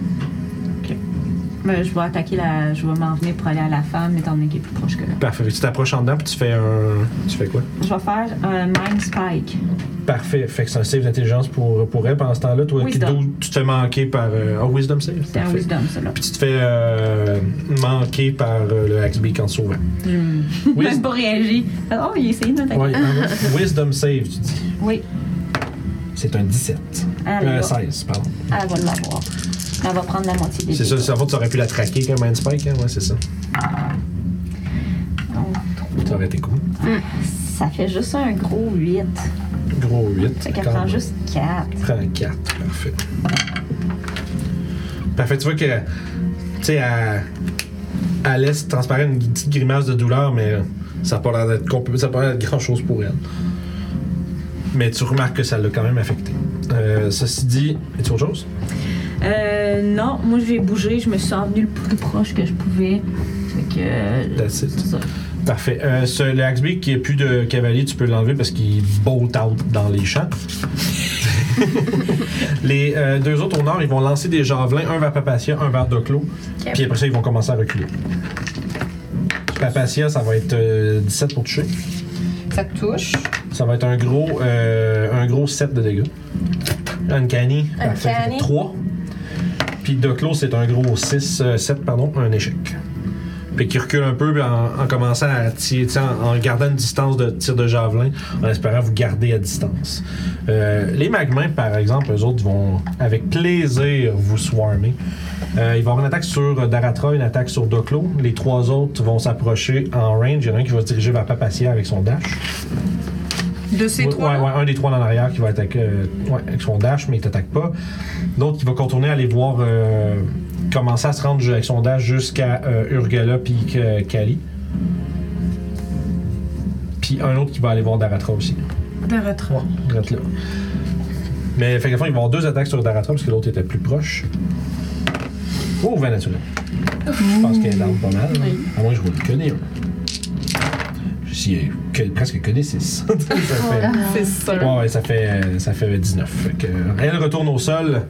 Ben, je vais attaquer la. Je vais m'en venir pour aller à la femme, étant donné qu'elle est plus proche que l'homme. Parfait. Fait que Tu t'approches en dedans, puis tu fais un. Tu fais quoi? Je vais faire un Mind Spike. Parfait. Fait que c'est un save d'intelligence pour, pour elle pendant ce temps-là. Toi, qui- Wisdom. d'où tu te fais manquer par. Euh, oh, Wisdom save. C'est un Parfait. Wisdom, ça, là. Puis tu te fais euh, manquer par euh, le Axby quand tu sauves. J'ai même pas réagi. Oh, il a essayé de m'attaquer. Ouais, pardon. Wisdom save, tu dis. Oui, C'est un 17. elle, Euh, va, 16, pardon. elle va l'avoir. Elle va prendre la moitié des C'est ça, dégâts. ça va, tu aurais pu la traquer comme un spike, hein? Ouais, c'est ça. Donc, Ça aurait été cool. ça fait juste un gros 8. Gros 8. Fait qu'elle prend juste 4. Prends 4, parfait. Parfait, tu vois que. Tu sais, elle, elle laisse transparaître une petite grimace de douleur, mais ça n'a pas l'air d'être compl- ça a pas l'air d'être grand-chose pour elle. Mais tu remarques que ça l'a quand même affectée. Euh, ceci dit, est autre chose? Euh, non, moi, je vais bouger. Je me suis envenue le plus proche que je pouvais. Fait que. euh, That's it. C'est ça. Parfait. Euh, ce, le Axby qui n'a plus de cavalier, tu peux l'enlever parce qu'il bolt out dans les champs. les euh, deux autres au nord, ils vont lancer des javelins, un vers Papacia, un vers Doclo. Puis après ça, ils vont commencer à reculer. Papacia, ça va être euh, 17 pour toucher. Ça te touche. Ça va être un gros, euh, un gros 7 de dégâts. Uncanny, Uncanny. 3. Puis Doclo, c'est un gros 6, 7, pardon, un échec. Puis Ben, qui recule un peu puis en, en commençant à tirer, tu sais, en, en gardant une distance de tir de javelin, en espérant vous garder à distance. Euh, les magmins, par exemple, eux autres vont avec plaisir vous swarmer. Euh, il va y avoir une attaque sur euh, Daratra, une attaque sur Doclo. Les trois autres vont s'approcher en range. Il y en a un qui va se diriger vers Papacia avec son dash. De ces Ouais, trois. ouais, ouais, un des trois dans l'arrière qui va attaquer euh, ouais, avec son dash, mais il t'attaque pas. L'autre qui va contourner, aller voir, euh, commencer à se rendre avec son dash jusqu'à euh, Urgala puis euh, Kali. Puis un autre qui va aller voir Daratra aussi. De retrait. Ouais, drette là. Mais fait qu'à la fin, il va y avoir deux attaques sur Daratra parce que l'autre était plus proche. Oh, 20 naturel. Je pense qu'elle est down pas mal. hein. À moins que je roule que des 1. Si, que- presque que des 6. C'est sûr. Ouais, ouais, ça fait, ça fait 19. Fait que, elle retourne au sol.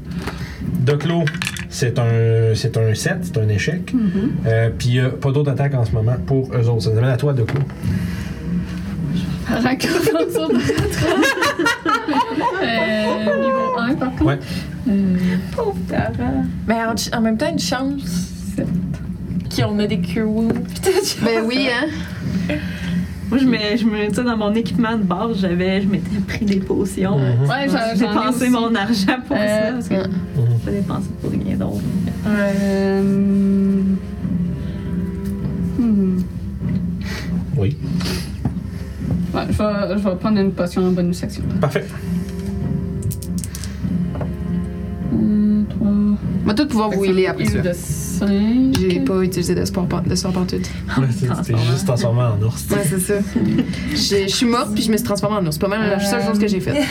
Doclo, c'est un, c'est un 7, c'est un échec. Mhm. Euh, Puis il n'y a pas d'autres attaques en ce moment pour eux autres. Ça nous amène à toi, Doclo. Raconte sur le 4. euh, niveau 1, par contre. Ouais. Euh, Pauvre Tara. Mais en, en même temps, une chance. Qui on a des cure wounds. pis tout ça. Ben oui, hein? Moi, je me, je me, tu sais, dans mon équipement de base, j'avais, je m'étais pris des potions. Mhm. Ouais, j'en- J'ai j'en ai dépensé aussi. mon argent pour Euh, ça, parce que hein. Mhm. je pas dépensé pour rien d'autre. Euh, hmm. Oui. Ouais, je, vais, je vais prendre une potion en bonus action. Parfait. Hum, trois. On va tout pouvoir vous healer après ça. Heal de cinq. J'ai pas utilisé de sport pan- de sort pantoute. T'es juste transformé en ours. Ouais, c'est ça. Euh. J'ai- Je suis morte puis je me suis transformée en ours. C'est pas mal la seule chose que j'ai faite.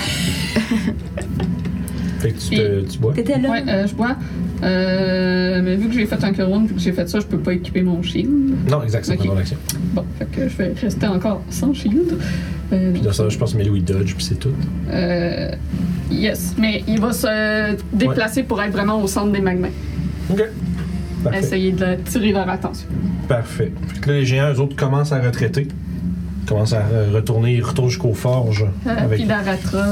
Fait que tu, te- tu bois. T'étais là. Ouais, euh, je bois. Euh, mais vu que j'ai fait un round, vu que j'ai fait ça, je peux pas équiper mon shield. Non, exact, c'est Ok. pas mon action. Bon, fait que je vais rester encore sans shield. Euh, Puis dans ça, je pense que Melou il dodge, puis c'est tout. euh, yes, mais il va se déplacer pour être vraiment au centre des magmas. Ok. Parfait. Essayer de tirer leur attention. Parfait. Fait que là, les géants, eux autres, commencent à retraiter. Ils commencent à euh, retourner, ils retournent jusqu'aux forges. Euh, avec... Puis Daratra.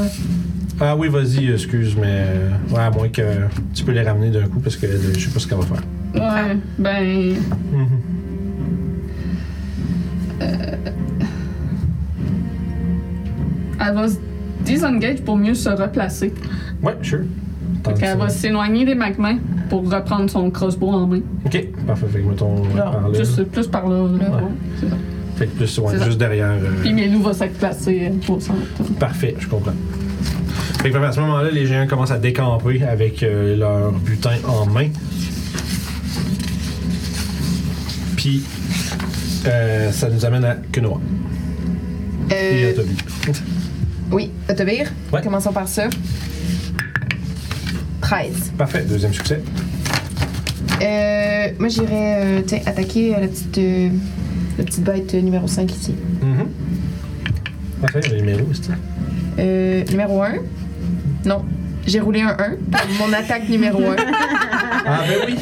Ah oui, vas-y, excuse, mais. euh, Ouais, à moins que tu peux les ramener d'un coup, parce que euh, je sais pas ce qu'elle va faire. Ouais, ben. Elle va se disengage pour mieux se replacer. Ouais, sure. Tant que Elle va ça. s'éloigner des magmas pour reprendre son crossbow en main. Ok, parfait. Fait que mettons ouais, Non, par là. Plus, plus par là. là. Ouais. Ouais, c'est ça. Fait que plus, ouais, C'est ça. juste derrière. euh, Puis Melou va se placer au centre. Parfait, je comprends. Fait que à ce moment-là, les géants commencent à décamper avec euh, leur butin en main. Puis, euh, ça nous amène à Kunoa et à Euh, Toby. oui, Otavir. Ouais. Commençons par ça. 13. Parfait, deuxième succès. Euh, moi, j'irais euh, tiens, attaquer euh, la petite, euh, la petite bête euh, numéro 5 ici. Mhm. Mm-hmm. Parfait, le numéro, c'est ça. Euh, numéro 1. Non, j'ai roulé un 1. Mon attaque numéro 1. Ah ben oui!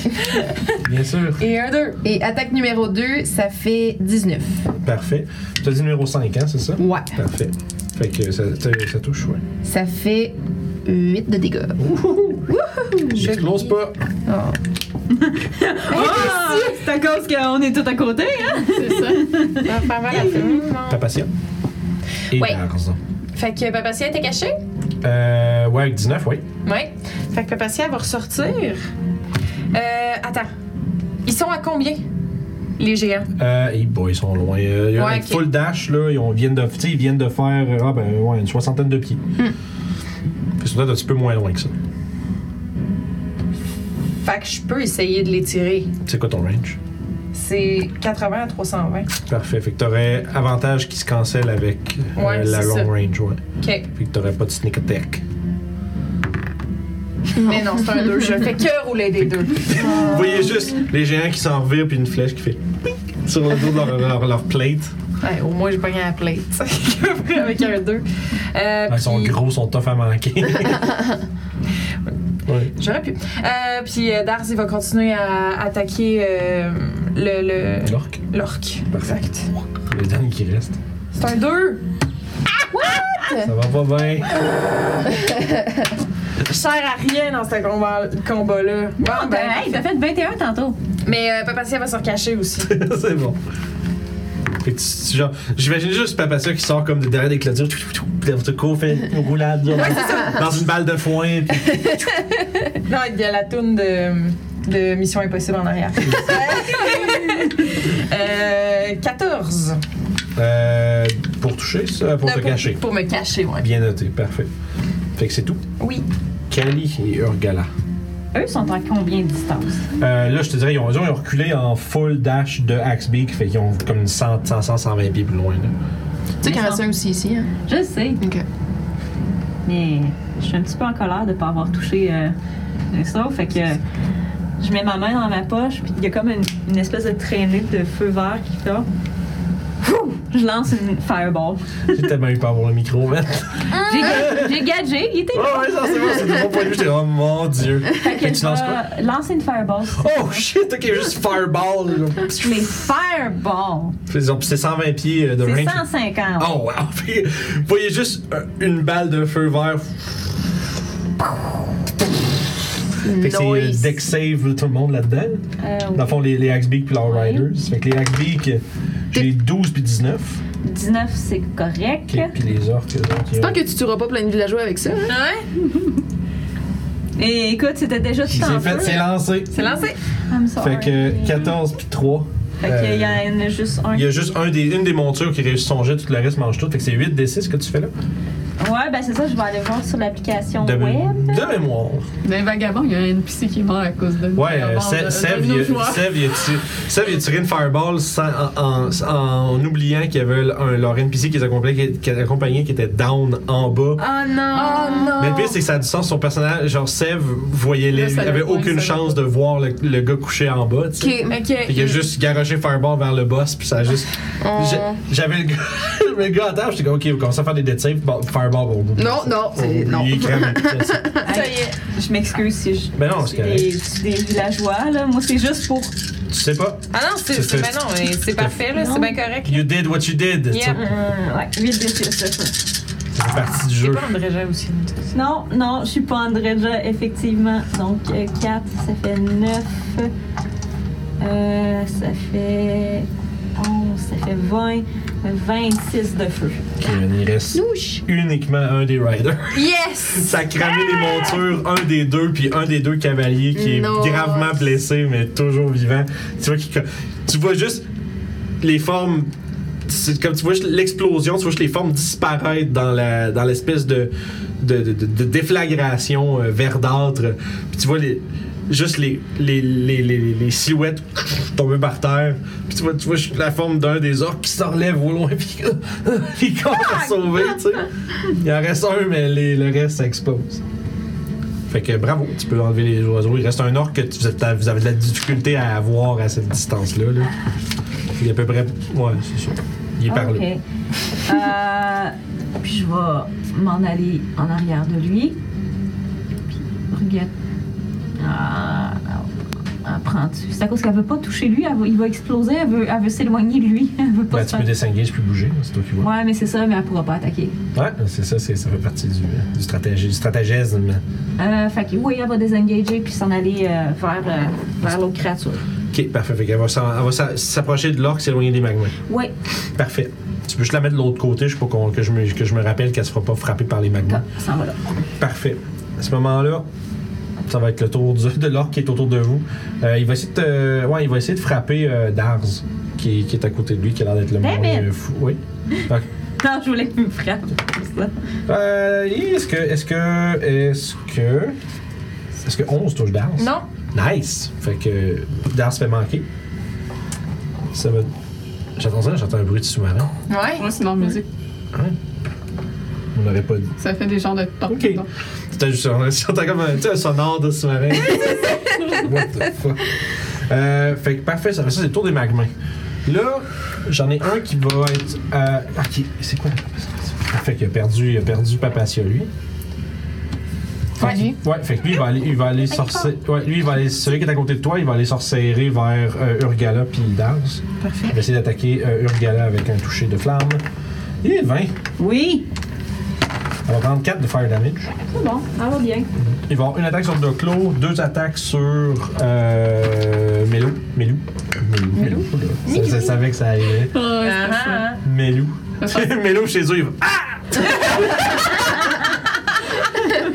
Bien sûr. Et un deux. Et attaque numéro 2, ça fait 19. Parfait. Tu as dit numéro 5, hein, c'est ça? Ouais. Parfait. Fait que ça, ça- ça touche, ouais. Ça fait 8 de dégâts. J'explose pas. Oh. Ah! C'est à cause qu'on est tout à côté, hein? C'est ça. Ça va faire mal à tout le monde. Papatia. Et Ouais. Lars. Fait que Papacia était cachée? Euh, ouais, avec 19, oui. Ouais. Fait que Papacia va ressortir. Euh, attends. Ils sont à combien? Les géants. Euh, hey boy, ils sont loin. Euh, il y a Ouais, un ok. full dash, là. Ils, ont- viennent de, tu sais, ils viennent de faire euh, ah, ben, ouais, une soixantaine de pieds. Hmm. Ils sont peut-être un petit peu moins loin que ça. Fait que je peux essayer de les tirer. C'est quoi ton range? C'est 80 à 320. Parfait. Fait que t'aurais avantage qui se cancelle avec euh, Ouais, la c'est long ça. range, ouais. OK. Fait que t'aurais pas de sneak attack. Mais non, c'est un 2. Je fais que rouler des deux. Vous Ah. voyez juste les géants qui s'en revirent puis une flèche qui fait ping sur le dos de leur, leur, leur plate. Ouais, au moins, j'ai pas gagné la plate. Avec un 2. Euh, Ah, ils sont puis- gros, ils sont tough à manquer. ouais. J'aurais pu. Euh, puis euh, Dars, il va continuer à attaquer euh, le. le- L'orc, L'orc. Parfait. Exact. le dernier qui reste. C'est un 2. Ça va pas bien. Je sers à rien dans ce combat- combat-là. Ah, Bon, ben, ben. hey, t'as fait 21 tantôt. Mais euh, Papacia va se recacher aussi. c'est bon. Fait que tu- tu- genre, j'imagine juste Papacia qui sort comme de derrière des clôtures, tout, tout, tout, puis dans cours, fait une roulade genre, dans une balle de foin. puis- Non, il y a la toune de, de Mission Impossible en arrière. euh, 14. Euh, pour toucher, ça, pour Euh, te cacher. Pour me cacher, ouais. Bien noté, parfait. Fait que c'est tout. Oui. Kali et Urgala. Eux sont à combien de distance? Euh, là, je te dirais, ils ont, ils ont reculé en full dash de Axebeak, fait qu'ils ont comme 100, 100, 100, 120 pieds plus loin. Là. Tu sais qu'il y en a un aussi ici. Hein? Je sais, Ok. mais je suis un petit peu en colère de ne pas avoir touché euh, ça. Fait que je mets ma main dans ma poche, puis il y a comme une, une espèce de traînée de feu vert qui fait. Fou! Je lance une fireball. J'ai tellement eu peur pour le micro, man. J'ai ga- j'ai gadgé, il était. Oh, ouais, ça, c'est bon, c'est du bon point de vue. J'étais, oh mon dieu. Fait que Fait que tu je lances vais quoi? lancer une fireball. Oh shit, ok, juste fireball. là. Mais fireball! Puis ils ont- puis c'est 120 pieds euh, de C'est range. 150. Oh wow! Puis, Vous voyez juste euh, une balle de feu vert Fait que c'est euh, Nice. deck save tout le monde là-dedans. Euh, Dans le fond, les, les Axbeak puis leurs Ouais. Riders. Fait que les Axbeak, j'ai 12 puis 19. 19, c'est correct. Ok, Puis les orques, eux autres, ils ont- Tant que tu tueras pas plein de villageois avec ça. hein. Ouais. Et écoute, c'était déjà Puis tout en c'est feu. fait, c'est lancé. C'est lancé. I'm sorry. Fait que 14 puis 3. Fait qu'il y en a juste un. Il y a juste un des, une des montures qui réussit son jet, tout le reste mange tout. Fait que c'est 8 des 6 que tu fais là. Ouais, ben c'est ça, je vais aller voir sur l'application De, web. de mémoire. Dans les vagabonds, Ben, il y a un NPC qui est mort à cause de Ouais, euh, de- Sev, de- Sev, de il nos a- joueurs. Sev, il a tiré- Sev, il a tiré une fireball sans- en, en- en oubliant qu'il y avait un, leur NPC qui les accompagnait, qui les accompagnait, qui était down en bas. Oh non. Mais le pire, c'est que ça a du sens. Son personnage, genre Sev, voyait Là, les, il ça avait l'a pas, aucune ça l'a chance de voir le, le gars couché en bas. tu sais. Fait qu'il a juste garoché Fireball vers le boss, puis ça a juste. Oh. J'a- J'avais le gars, j'avais le gars à table, j'étais comme, ok, vous commencez à faire des dead saves, bon, Fireball, bon, Non, non, c'est. Non. Ça y est. Je m'excuse si je. Ben non, c'est je suis correct. des, je suis des villageois, là. Moi, c'est juste pour. Tu sais pas. Ah non, c'est, C'est c'est, fait. ben non, mais c'est parfait, là, c'est bien correct. You did what you did. tu sais. Yeah. Hum, ouais, 8 des 6, c'est ça. Ça fait partie du jeu. pas un vrai jet aussi. Non, non, je suis pas Andréja, effectivement. Donc, 4, ça fait 9. Euh, ça fait 11, ça fait 20. 26 de feu. Ok, il reste uniquement un des riders. Yes! Ça a cramé les montures, un des deux, puis un des deux cavaliers qui Non. est gravement blessé, mais toujours vivant. Tu vois, qu'il co- tu vois juste les formes. c'est Comme tu vois juste l'explosion, tu vois juste les formes disparaître dans la dans l'espèce de, de, de- de- de déflagration euh, verdâtre. Puis tu vois les, juste les, les, les, les, les- les silhouettes tomber par terre. Puis tu vois, tu vois juste la forme d'un des orques qui s'enlève au loin, puis qui commence à sauver, tu sais. Il en reste un, mais les- le reste s'expose. Fait que bravo, tu peux enlever les oiseaux. Il reste un orc que tu- vous avez, vous avez de la difficulté à avoir à cette distance-là. là. Il est à peu près. Ouais, c'est ça. Il est par là. Ah, Ok. Euh, puis je vais m'en aller en arrière de lui. Puis regarde. Ah, ah, prends-tu. C'est à cause qu'elle veut pas toucher lui, elle va- il va exploser, elle veut, elle veut s'éloigner de lui. Elle veut pas Là, Bah, se tu faire- peux désengager puis bouger, c'est toi qui vois. Ouais, mais c'est ça, mais elle pourra pas attaquer. Ouais, c'est ça, c'est- ça fait partie du, du, stratégie, du stratagèsme. Euh, fait que oui, elle va désengager puis s'en aller euh, vers, euh, vers l'autre créature. Ok, parfait. Fait qu'elle va s'en- elle va s'a- s'approcher de l'orc, s'éloigner des magmas. Ouais, Parfait. Tu peux juste la mettre de l'autre côté, je sais pas qu'on- que je, me, que je me rappelle qu'elle se fera pas frapper par les magmas. comme, s'en va là. Parfait. À ce moment-là, ça va être le tour du- de l'orc qui est autour de vous. Euh, il, va essayer de, te- ouais, il va essayer de frapper euh, Darz, qui, qui est à côté de lui, qui a l'air d'être le Damn moins, it! euh, fou. Oui. Ok. Non, je voulais qu'il me frappe. c'est ça. Euh, est-ce que. Est-ce que. Est-ce que. Est-ce que 11 touche Darz? Non? Nice! Fait que Darz fait manquer. Ça va. J'entends ça, j'entends un bruit de sous-marin. Ouais. Ouais, c'est leur musique. On n'aurait pas dit. Ça fait des genres de temps. Ok. C'était juste un, c'était comme un, tu sais, un sonore de sous-marin. What the fuck? Euh, fait que parfait, ça fait ça, c'est le tour des magmas. Là, j'en ai un qui va être. Euh, ok, c'est quoi la Papa Fait qu'il a perdu, il a perdu Papacia, lui. Ouais, lui. Ouais, fait que lui, il va aller, il va aller sorcer. Ouais, lui, il va aller. Celui qui est à côté de toi, il va aller sorcerer vers euh, Urgala puis Dance. Parfait. Il va essayer d'attaquer euh, Urgala avec un toucher de flamme. Il est 20. Oui, On va prendre 4 de fire damage. c'est bon, ça va bien. Il va y avoir une attaque sur Doclo, deux attaques sur euh, Melou. Melou. Melou. Melou. Ça, ça savait que ça allait. Ah, ah. Melou. Melou chez eux, il va. Ah!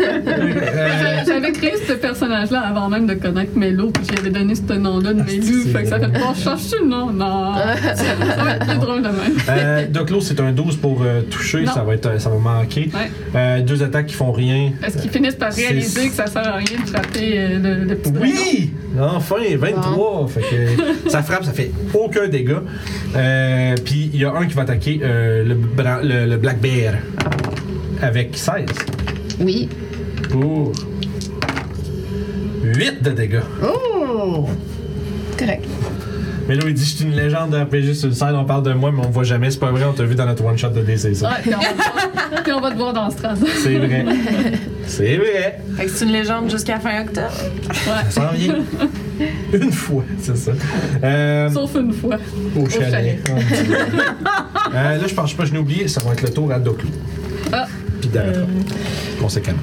Euh, J'avais créé ce personnage-là avant même de connaître Melo, puis j'avais donné ce nom-là de Melu. Ah, c'est Fait que ça fait vrai. bon, cherche le nom. Non. Ça va être plus drôle de même. euh, Doclo, c'est un 12 pour euh, toucher, Non. ça va, être, ça va manquer. Ouais. Euh, deux attaques qui font rien. Est-ce qu'ils finissent par C'est- réaliser que ça sert à rien de frapper euh, le, le petit dragon? Oui! Enfin, 23! Fait que ça frappe, ça fait aucun dégât. Euh, Puis il y a un qui va attaquer euh, le, bra- le, le Black Bear avec 16 Oui. pour 8 de dégâts. Oh! Correct. Mais là, il dit Je suis une légende de RPG sur le side, on parle de moi, mais on me voit jamais, c'est pas vrai, on t'a vu dans notre one-shot de DC. ça. Ouais, puis on va te voir- puis on va te voir dans Stras. Ouais. C'est vrai. c'est vrai. Fait que c'est une légende jusqu'à fin octobre. Ça s'en vient. Une fois, c'est ça. Euh, Sauf une fois. Au chalet. chalet. Oh, mon Dieu. Euh, là, je pense pas, je n'ai oublié, ça va être le tour à Doclo. Ah. Puis d'Aratra. Conséquemment.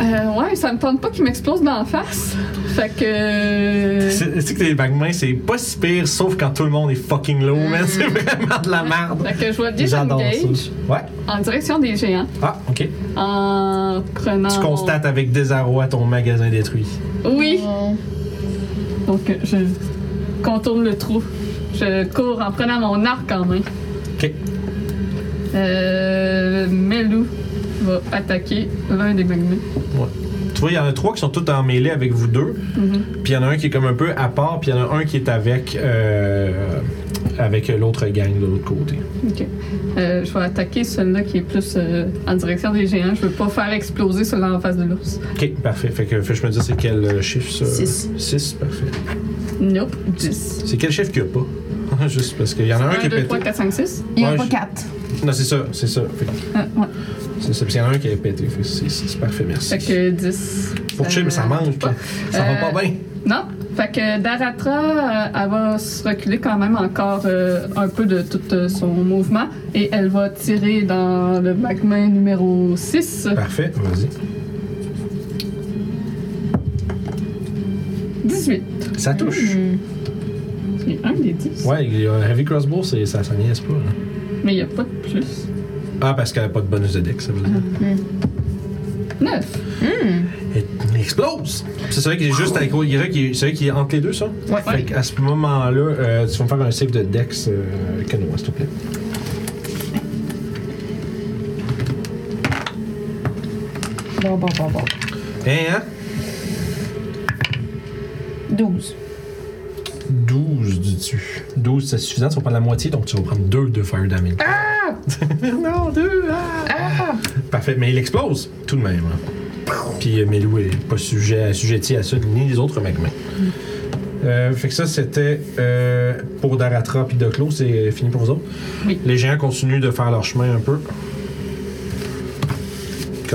Euh, ouais, ça me tente pas qu'il m'explose dans la face. Fait que. C'est- Tu sais que les bagues-mains, c'est pas si pire, sauf quand tout le monde est fucking low, man. C'est vraiment de la merde. Fait que je vois J'adore ça. disengage Ouais. en direction des géants. Ah, ok. En prenant. Tu constates avec désarroi ton magasin détruit. Oui. Hum. Donc euh, je contourne le trou. Je cours en prenant mon arc en main. Ok. Euh, Melou va attaquer l'un des magnets. Tu vois, il y en a trois qui sont tous en mêlée avec vous deux. Puis il y en a un qui est comme un peu à part, puis il y en a un qui est avec, euh, avec l'autre gang de l'autre côté. Ok. Euh, je vais attaquer celui-là qui est plus euh, en direction des géants. Je veux pas faire exploser celui-là en face de l'ours. Ok, parfait. Fait que fais je me dire c'est quel euh, chiffre ça Six. 6, parfait. Nope. 10. C'est quel chiffre qu'il n'y a pas Juste parce qu'il y en a un, 1, qui est 2, pété. 3, 4, 5, 6. Il y en Ouais, a pas je- quatre. Non, c'est ça, c'est ça. Fait que ouais. C'est ça. Puis il y en a un qui est pété. Fait que c'est c'est parfait, merci. Fait que 10. Pour chier, mais ça manque. pas. Ça va Euh, pas bien. Non. Fait que Daratra, euh, elle va se reculer quand même encore euh, un peu de tout euh, son mouvement et elle va tirer dans le magma numéro 6. Parfait, vas-y. 18. Ça touche. hmm. C'est un des 10. Ouais, il y a un heavy crossbow, c'est- ça ça niaise pas. là. Mais il n'y a pas de plus. Ah, parce qu'elle a pas de bonus de deck, ça veut dire. Uh-huh. 9. Elle explose! C'est celui qui est juste à l'écran. Il y en a qui- C'est celui qui est entre les deux, ça? Ouais. Fait qu'à ce moment-là, euh, tu vas me faire un save de Dex, euh, Kenoa, s'il te plaît. Bon, bon, bon, bon. Hein, hein? 12. 12, dis-tu. 12, c'est suffisant, tu vas prendre la moitié, donc tu vas prendre 2 de fire damage. Ah! non, 2! Ah! Parfait, mais il explose, tout de même. hein. Puis euh, Melou est pas sujet, assujetti à ça, ni les autres magmas. Euh, fait que ça, c'était euh, pour Daratra puis Doclo, c'est fini pour vous autres. Oui. Les géants continuent de faire leur chemin un peu. Ça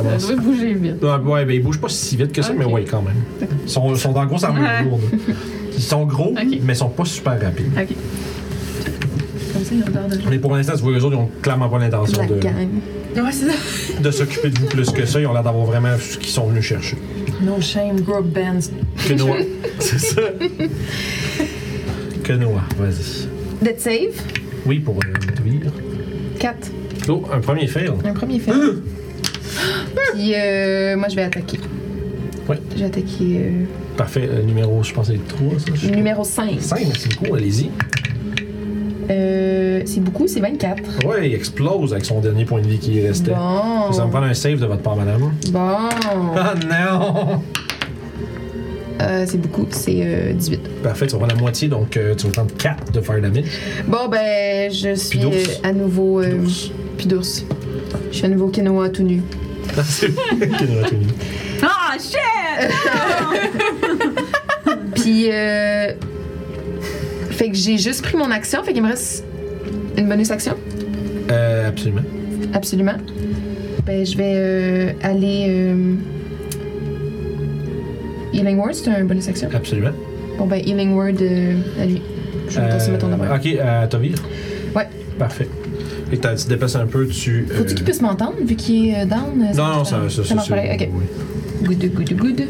Comment ça? doit bouger vite. Ouais, ouais, ben ils bougent pas si vite que ça, Ok. mais ouais, quand même. Ils sont, ils sont dans grosse armure Ouais. lourde. Ils sont gros, Ok. mais ils sont pas super rapides. Ok. Comme ça, il y a l'odeur de Mais pour l'instant, tu vois, les autres, ils ont clairement pas l'intention la de, gang. Ouais, c'est ça. de s'occuper de vous plus que ça. Ils ont l'air d'avoir vraiment ce qu'ils sont venus chercher. No shame, group bands. Kenoa. C'est ça. Kenoa, vas-y. Dead save. Oui, pour euh, devenir. 4. Oh, un premier fail. Un premier Ah! fait. Puis euh, moi, je vais attaquer. Ouais. Je vais attaquer euh, Parfait. euh, numéro, je pense, c'est 3, ça. je- numéro 5. 5, merci beaucoup, allez-y. Euh, c'est beaucoup, c'est 24. Ouais, il explose avec son dernier point de vie qui restait. Bon. Ça va me prendre un save de votre part, madame. Bon. Oh non! Euh, c'est beaucoup, c'est euh, 18. Parfait, tu vas prendre la moitié, donc euh, tu vas prendre 4 de fire damage. Bon, ben, je suis d'ours. euh, à nouveau. euh, puis d'ours. Je suis à nouveau quinoa tout nu. Ah, C'est Kenoa Tony. Ah, shit! Puis. Euh, fait que j'ai juste pris mon action, fait qu'il me reste une bonus action. Euh, absolument. Absolument. Ben, je vais euh, aller. Euh, Healing Word, c'est un bonus action. Absolument. Bon, ben, Healing Word euh, à lui. Je vais tasser mettre en avant. Euh, Ok, à Tovir? Ouais. Parfait. Et tu te déplaces un peu, tu. euh, Faut-tu qu'il puisse m'entendre vu qu'il est euh, down? euh, Non, non, marche ça, pas? ça, Ça ça. marche ça- pareil, ok. oui. Good, good, good.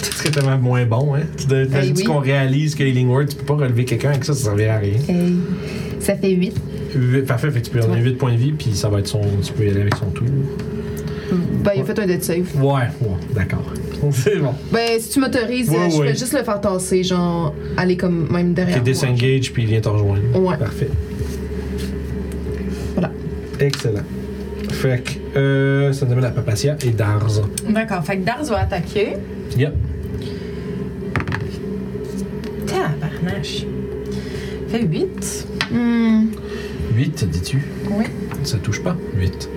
Ce serait tellement moins bon, hein. Tu dois- t'as Eh dit oui. qu'on réalise que Healing Word, tu peux pas relever quelqu'un avec ça, ça servirait à rien. Hey, ça fait 8. Huit- Parfait, fait que tu peux enlever 8 points de vie, puis ça va être son. Tu peux y aller avec son tour. Ben, il a fait un dead save. Ouais, ouais, d'accord. C'est bon. Ben, si tu m'autorises, Ouais, euh, je ouais. vais juste le faire tasser, genre, aller comme même derrière. Tu moi. disengage, puis il vient te rejoindre. Ouais. Parfait. Voilà. Excellent. Fait que, euh, ça nous amène à Papatia et Darz. D'accord, fait que Darz va attaquer. Yep. Tabarnache. Fait 8. Hmm, 8, dis-tu? Oui. Ça touche pas? 8.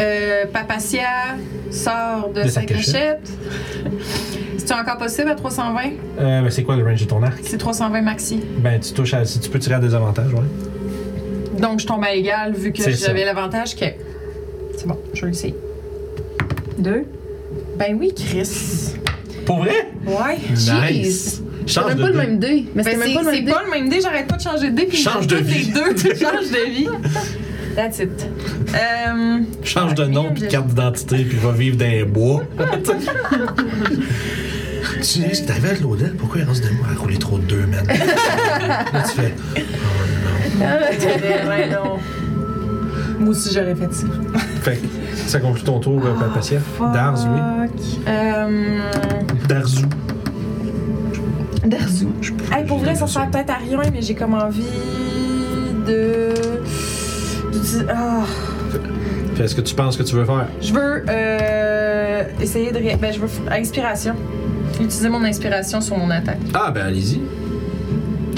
Euh, Papacia sort de, De sa sa cachette. C'est encore possible à 320? Euh, ben, c'est quoi le range de ton arc? C'est 320 maxi. Ben, tu touches à. Si tu peux tirer à des avantages, ouais. Donc je tombe à égal vu que C'est ça. j'avais l'avantage que. C'est bon, je le sais. Deux. Ben oui, Chris. Pour vrai? Ouais. Jeez. C'est Change même de pas le dé. même dé. Ben, Mais c'est c'est même pas le c'est même dé. pas le même dé, j'arrête pas de changer de dé, puis Change je de joue vie. les deux, tu changes de vie. that's it. Euh, Change de nom, puis de carte d'identité, puis va vivre dans les bois. Tu sais, si t'avais de l'Odell, pourquoi il reste de moi à rouler trop de deux, man? Là, tu fais. Ouais, non. moi aussi, j'aurais fait ça. fait que ça conclut ton tour, euh, Papatia. Oh, Darz, lui. Fuck. Euh, Darzou. Darzu. Je- Hey, pour vrai, ça je- sert peut-être à rien, mais j'ai comme envie de. d'utiliser- Ah, Fait ce que tu penses que tu veux faire. je veux euh, essayer de. ré- Ben, je veux. f- Inspiration. Utiliser mon inspiration sur mon attaque. Ah, ben allez-y.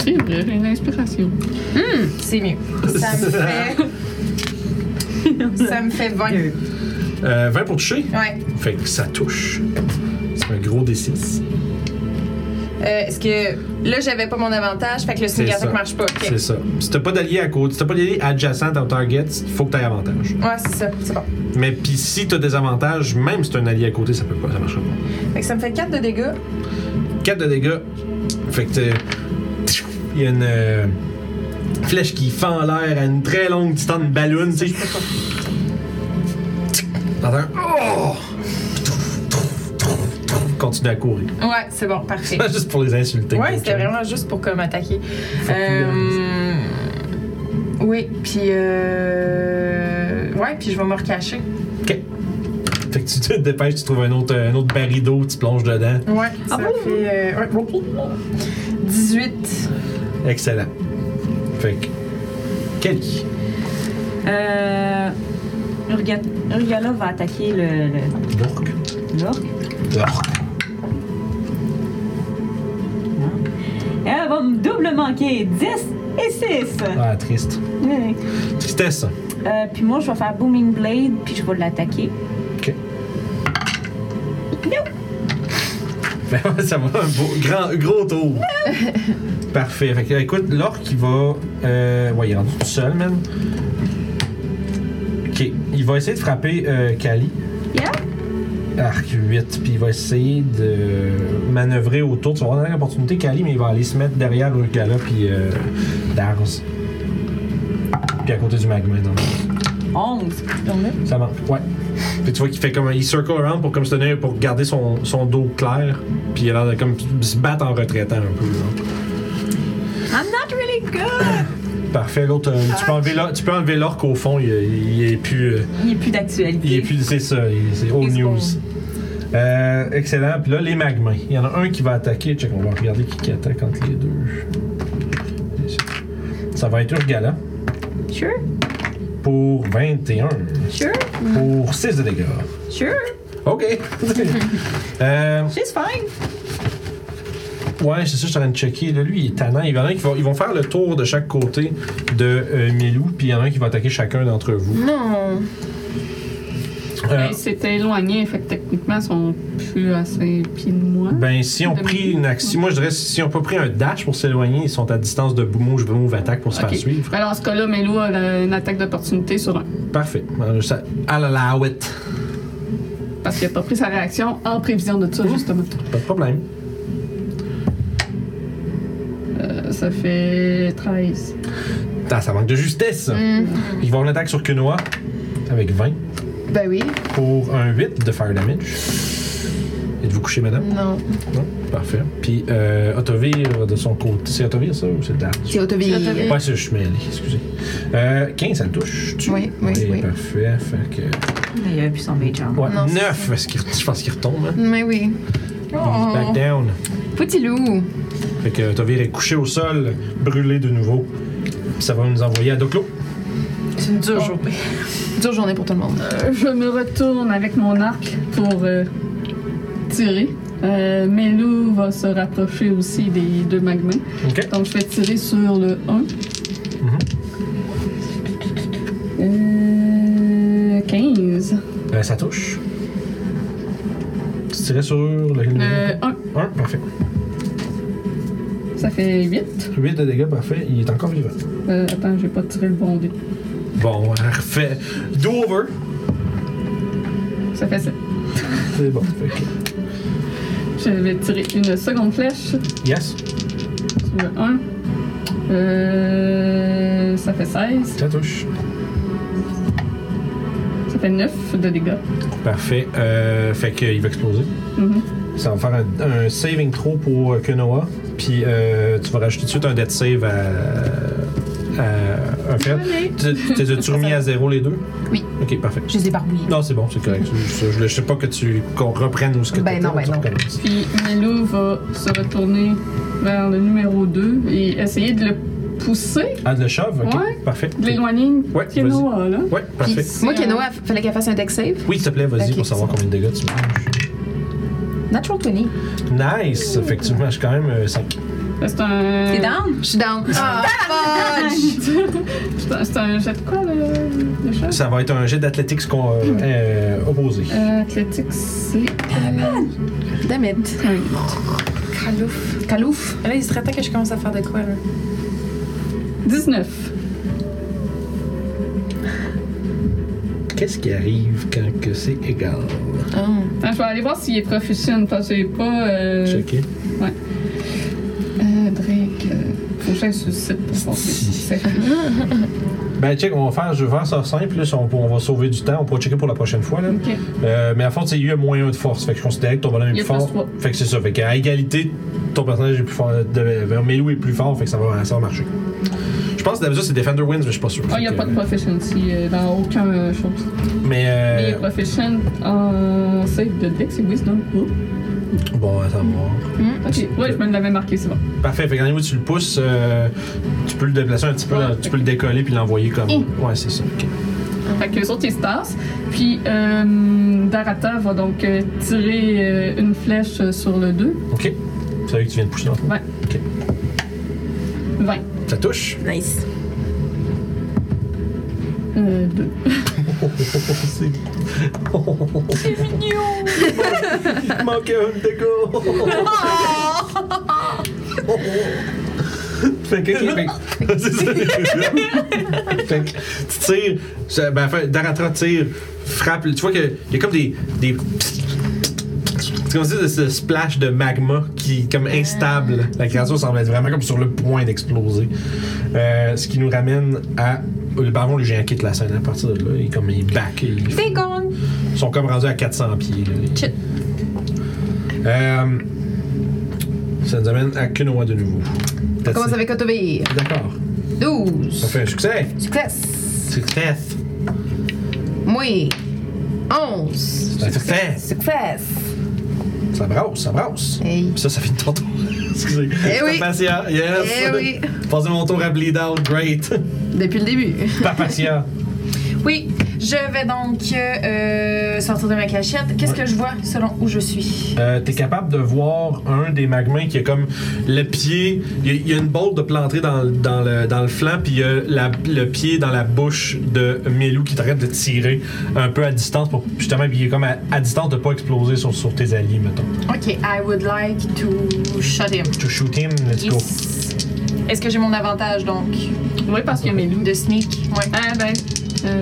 C'est vrai, j'ai une inspiration. C'est mieux. Ça me fait. ça me fait 20. Euh, 20 pour toucher. Ouais. Fait que ça touche. C'est un gros D6. Euh, Est-ce que. Là, j'avais pas mon avantage, fait que le sneak C'est attack ça. marche Ah, pas. ok. C'est ça. Si t'as pas d'allié à côté, si t'as pas d'allié adjacent à ton target, faut que t'aies avantage. Ouais, c'est ça. C'est bon. Mais pis si t'as des avantages, même si t'as un allié à côté, ça peut pas, ça marchera pas. Fait que ça me fait 4 de dégâts. 4 de dégâts. Fait que t'es- il y a une euh, flèche qui fend en l'air à une très longue distance de ballon, tu sais. T'entends? Oh! Continue à courir. Ouais, c'est bon. Parfait. Juste pour les insulter. Ouais, c'était vraiment juste pour comme attaquer. Fuck Euh, oui, puis euh, ouais, puis je vais me recacher. Fait que tu te dépêches, tu trouves un autre, un autre baril d'eau, tu plonges dedans. Ouais, ça fait euh, ouais, 18. Excellent. Fait que. Kelly. Euh, Urga- Urgala va attaquer le, le- Bourg. l'orque. Bourg. Elle va me double manquer 10 et 6. Ah, triste. Ouais. Tristesse. Euh, puis moi, je vais faire Booming Blade, puis je vais l'attaquer. ça va, un beau- grand, gros tour. Parfait. Fait que, écoute, l'orque, il va. Euh, ouais, il est rendu tout seul, man. Ok. Il va essayer de frapper euh, Kali. Yeah. Arc 8. Puis il va essayer de manœuvrer autour. Tu vas avoir une opportunité, Kali, mais il va aller se mettre derrière Urgala, puis euh, Darz. Puis à côté du magma, donc. 11. Ça manque, ouais. Puis tu vois qu'il fait comme. un- Il circle around pour comme se tenir, pour garder son, son dos clair. Puis il a l'air de comme se battre en retraitant un peu. là. I'm not really good. Parfait, l'autre. euh, tu peux enlever l'or- tu peux enlever l'orque au fond, il, il est plus. euh, Il n'est Il plus est d'actualité. plus. C'est ça, il- c'est old It's news. old. Euh, excellent. Puis là, les magmas. Il y en a un qui va attaquer. Check, on va regarder qui, qui attaque entre les deux. Ça va être Urgala Sure, pour 21. sure, Pour 6 de dégâts. sure. OK. euh, She's fine. Ouais, c'est ça, je suis en train de checker. Là, lui, il est tannant. Il y en a un qui vont, ils vont faire le tour de chaque côté de euh, Milou, puis il y en a un qui va attaquer chacun d'entre vous. Non. Euh, Ben, c'est éloigné, fait que techniquement, ils sont plus à 5 pieds de moi. ben, si on pris une action, moi je dirais, si on pas pris un dash pour s'éloigner, ils sont à distance de Boumouche, Boumouche attaque pour se Ok. faire suivre. Alors, en ce cas-là, Melou a la- une attaque d'opportunité sur un. Parfait. Alors, ça- I'll allow it. Parce qu'il a pas pris sa réaction en prévision de ça, justement. Pas de problème. Euh, ça fait 13. Ah, ça manque de justesse. Mm-hmm. Ils vont avoir une attaque sur Kunoa avec 20 Ben oui, pour un 8 de fire damage. Êtes-vous couché, madame? non. Non? Parfait. Puis, euh, Otovir de son côté. C'est Otovir, ça, ou c'est Dash? C'est Autovie. Ouais, c'est je suis mêlé, excusez. Euh, 15, ça le touche. tu- Oui, oui, oui. Parfait, fait que. Mais il a plus son béjard. Ouais, Non, c'est 9, parce qu'il- je pense qu'il retombe. Hein. Mais oui. Oh. He's Back down. Petit loup. Fait que Tovir est couché au sol, brûlé de nouveau. Ça va nous envoyer à Doclo. C'est une dure journée. Dure journée pour tout le monde. Euh, je me retourne avec mon arc pour euh, tirer. Euh, Melou va se rapprocher aussi des deux magmas. Ok. Donc, je vais tirer sur le 1. Euh, 15. Euh, ça touche. Tu tirais sur lequel Euh. Le 1, 1, parfait. Euh, ça fait 8. 8 de dégâts, parfait. Il est encore vivant. Euh, attends, je vais pas tirer le bon dé. Bon, parfait. Do over. Ça fait 7. C'est bon. Fait que- Je vais tirer une seconde flèche Yes, sur le 1. Euh, ça fait 16. ça touche. fait 9 de dégâts. Parfait. Euh, fait qu'il va exploser. Mm-hmm. Mhm. Ça va me faire un, un saving throw pour euh, Kenoa. Puis euh, tu vas rajouter tout de suite un death save à. à un fait. Tu- tu- T'as-tu remis à zéro les deux? Oui. Ok, parfait. Je les ai barbouillés. Non, c'est bon, c'est correct. C'est juste ça. Je, ne sais pas que tu qu'on reprenne où ce que Ben t'étais, non, ben tu non. recommences. Puis Melou va se retourner vers le numéro 2 et essayer de le pousser, Ah, de le shove? Ok, Ouais. parfait. de l'éloigner Ouais, de Kenoa, là. Ouais, Puis, parfait. moi, Kenoa, il fallait qu'elle fasse un deck save. Oui, s'il te plaît, vas-y Ok, pour savoir combien de dégâts tu Natural 20. manges. Nice! Effectivement, je suis quand même euh, 5. C'est un. T'es down? Je suis down. Ah, C'est un- c'est un jet de quoi, le, le chat? Ça va être un jet d'athlétique qu'on, Mm-hmm. euh, euh, opposé. Euh, athlétique, c'est. damn it. un Calouf. Calouf. Là, il serait temps que je commence à faire de quoi, là? 19. Qu'est-ce qui arrive quand que c'est égal? Attends, je vais aller voir s'il est proficient parce que j'ai pas. Euh, Checker. euh, Drake. euh, faut que j'aille sur le site pour voir si c'est. Ben, check, on va faire, je vais faire ça simple, là, si on, peut- on va sauver du temps, on pourra checker pour la prochaine fois. Là. Ok. Euh, mais à fond, c'est eu moins 1 de force, fait que je considérais que ton bonhomme est Il plus est plus fort. trois. Fait que c'est ça, fait qu'à égalité, ton personnage est plus fort, de, de- Melou est plus fort, fait que ça va, ça va marcher. Je pense que d'habitude c'est Defender Wins, mais je suis pas sûr. Ah, il n'y a Fait pas que- de proficiency euh, dans aucun euh, chose. Mais, euh, Mais il est proficient en save de deck, c'est wisdom. Oh. bon, attends, voir. Ok, ouais, je me l'avais marqué, c'est bon. Parfait, fait qu'en niveau tu le pousses, euh, tu peux le déplacer un petit peu, Ouais, dans- tu ok. peux le décoller puis l'envoyer comme. Hum. Ouais, c'est ça. ok. Fait que les autres, ils se tassent. Puis euh, Darata va donc euh, tirer euh, une flèche euh, sur le 2. Ok. C'est celui que tu viens de pousser dans le fond. Ouais. Ok. 20. Ça touche. Nice. Euh, 2. c'est. mignon! Il manquait un dégât! Fait que, fait que- c'est ça. fait que tu tires, ça- ben, fait, Daratra tire, frappe, tu vois qu'il y a comme des. des c'est comme si c'était ce splash de magma qui est comme instable. La créature semble être vraiment comme sur le point d'exploser. Euh, ce qui nous ramène à. Le baron, le géant quitte la scène à partir de là. Il, est comme, il back. il- T'es gone! ils sont comme rendus à 400 pieds. là. Shit. Euh, ça nous amène à Kunoa de nouveau. On commence avec Otovir. D'accord. 12. Ça fait un succès. Success. Succès. Moi. 11. C'est un succès. Success. Ça brasse, ça brasse. Hey. Puis ça, ça fait une tonton. Excusez. J'étais Eh. oui. patient. Yes. Eh oui. Passez mon tour à bleed out. Great. Depuis le début. Pas patient. Oui, je vais donc euh, sortir de ma cachette. Qu'est-ce que je vois selon où je suis? Euh, T'es capable de voir un des magmains qui a comme le pied. Il y a- il y, a une botte de planter dans, le- dans le, dans le flanc, puis il y a la- le pied dans la bouche de Melou qui t'arrête de tirer un peu à distance pour justement, puis il est comme à, à distance de pas exploser sur, sur tes alliés, mettons. Ok, I would like to shut him. To shoot him, let's go. Yes. Est-ce que j'ai mon avantage donc Oui, parce qu'il y a mes loups. de sneak? Ouais. Ah, ben. Euh,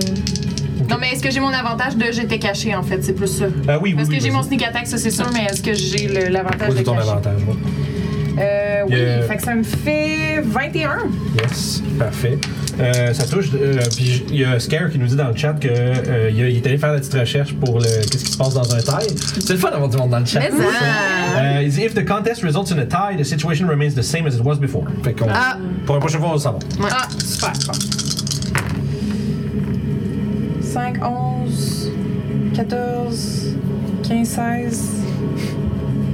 Non, mais est-ce que j'ai mon avantage de j'étais caché en fait? C'est plus ça. Ah oui, oui, Parce oui. que j'ai vas-y. mon sneak attack, ça c'est sûr, mais est-ce que j'ai le- l'avantage Pose de ton cacher? avantage. ouais. Euh, oui, Euh, fait que ça me fait 21. Yes, parfait. Euh, ça touche. euh, puis il y a Scare qui nous dit dans le chat que euh, il a- il est allé faire la petite recherche pour le qu'est-ce qui se passe dans un taille. C'est le fun d'avoir du monde dans le chat. Mais ça. Euh, il dit, if the contest results in a tie, the situation remains the same as it was before. Fait qu'on. Ah. Pour la prochaine fois, on va le savoir. Ah, super. 5, 11, 14, 15,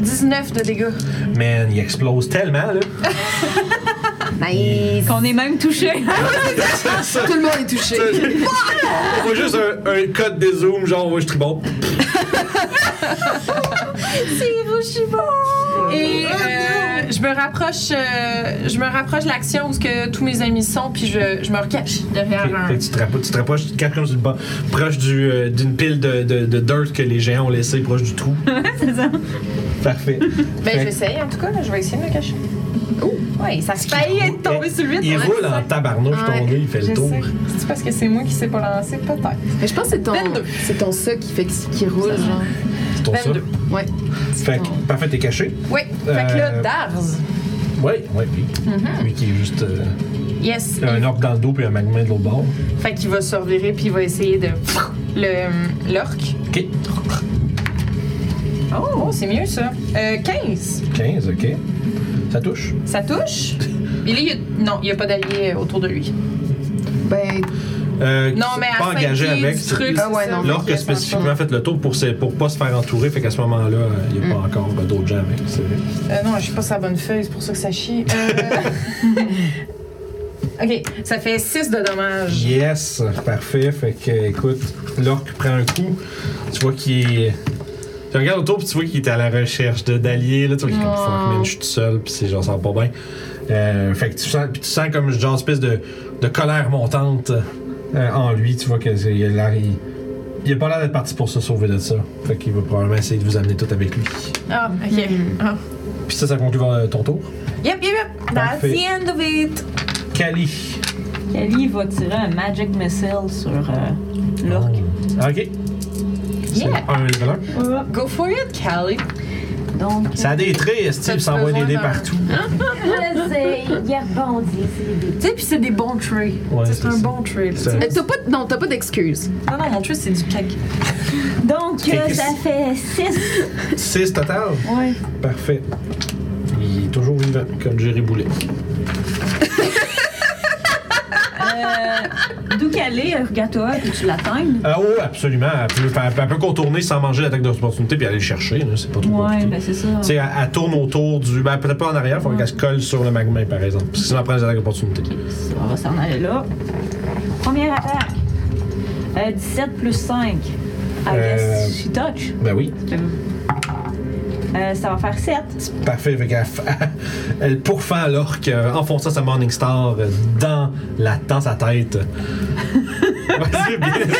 16, 19 de dégâts. Man, il explose tellement, là. Nice. Qu'on est même touché. Tout le monde est touché. on va juste un, un code de zoom, genre, ouais, je tribon. Et euh, je me rapproche, euh, je me rapproche de l'action où ce que tous mes amis sont, puis je, je me recache derrière un. Fait que tu te rapproches, tu te rapproches, tu te caches comme sur le bas, proche du, euh, d'une pile de, de, de dirt que les géants ont laissé proche du trou. C'est ça. Parfait. Ben, Fait- je vais essayer en tout cas, là, je vais essayer de me cacher. Oh, ouais, ça se faillit être tombé sur lui. Il ouais, roule c'est ça. en tabarnouche, ton Ouais, nez, il fait Je le tour. sais. C'est parce que c'est moi qui sais pas lancer, peut-être. Mais je pense que c'est ton, Vingt-deux. c'est ton ça qui fait qui, qui roule, genre. C'est ton ça. 22. Ouais. Fait que, ton- parfait, t'es caché. Oui, fait que là, Euh, Darz. Ouais, ouais, oui. Mm-hmm. Lui qui est juste euh, Yes. un orbe dans le dos puis un magma de l'autre bord. Fait qu'il va se revirer puis il va essayer de le- euh, l'orque. Ok. Oh, c'est mieux ça. Euh, 15. 15, ok. Ça touche. Ça touche? Billy, il y a- non, il n'y a pas d'allié euh, autour de lui. Ben, Euh, Non, mais à pas engagé 5 pieds avec. du truc, Ah ouais, c'est non, ça. mais- L'orque a spécifiquement fait le tour pour ne pour pas se faire entourer, fait qu'à ce moment-là, euh, il n'y Mm. a pas encore euh, d'autres gens avec. C'est vrai. Euh, non, je suis pas sa bonne feuille, c'est pour ça que ça chie. Euh, ok, ça fait 6 de dommages. Yes, parfait. Fait que, écoute, l'orque prend un coup. Tu vois qu'il est. Tu regardes autour, puis tu vois qu'il est à la recherche de d'alliés. Là, tu vois qu'il est comme Oh. fuck, man, je suis tout seul, puis c'est genre, ça va pas bien. Euh, fait que tu sens, puis tu sens comme genre une espèce de, de colère montante euh, en lui. Tu vois qu'il il a l'air- il, il a pas l'air d'être parti pour se sauver de ça. Fait qu'il va probablement essayer de vous amener tout avec lui. Ah, Mm-hmm. ok. Ah. Puis ça, ça conclut euh, ton tour. Yep, yep, yep. That's Parfait. the end of it. Kali. Kali va tirer un Magic Missile sur euh, l'orque. Ok. C'est Yeah. un level un. Go for it, Callie. Donc, Ça détruit, Steve Ça, tu s'envoie peux des dés voir dans- partout. il a rebondi. Tu sais, puis c'est des bons traits. Ouais, Tu sais, c'est c'est un ça. bon trait. là, tu C'est- sais. euh, t'as pas, non, t'as pas d'excuses. Non, non, mon trait, c'est du caca. Donc, euh, ça fait 6. 6 total? Ouais. Parfait. Il est toujours vivant, comme Jerry Boulet. Euh, D'où qu'elle est, regarde-toi, que tu l'atteignes. Ah oui, absolument. Elle peut, elle peut- elle peut contourner sans manger l'attaque d'opportunité puis aller le chercher. là. C'est pas trop Ouais, compliqué. ben c'est ça. Tu sais, elle, elle tourne autour du. Ben, peut-être pas en arrière, faut qu'elle se colle sur le magma, par exemple. Parce que sinon, elle prend les attaques d'opportunité. On va s'en aller là. Première attaque. Euh, 17 plus 5. I Euh, guess she touch. Ben oui. Euh, ça va faire 7. C'est parfait. Fait qu'elle f- elle pourfend l'orque euh, en fonçant sa Morning Star euh, dans, la, dans sa tête. Vas-y, bien.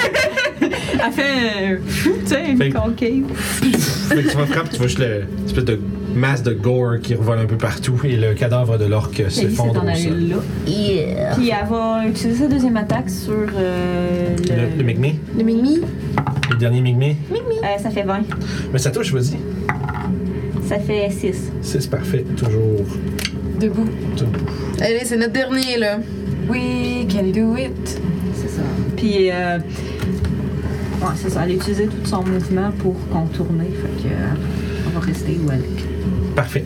Elle fait, euh, tu sais, Fait- une concave. Fait que tu vas frapper, tu vois juste le- l'espèce de masse de gore qui revole un peu partout et le cadavre de l'orque Elle dit, c'est s'effondre d'en au aller sol. là. Puis elle va utiliser sa deuxième attaque sur euh, Le, le. le Migmi, Le mini, le dernier Migmi. Euh, ça fait 20. Mais ça touche, vas-y. Ça fait 6. C'est c'est parfait, toujours. Debout. Debout. allez, c'est notre dernier, là. We can do it. C'est ça. Puis, euh, ouais, c'est ça. Elle a utilisé tout son mouvement pour contourner. Fait que, euh, on va rester où elle est. Parfait.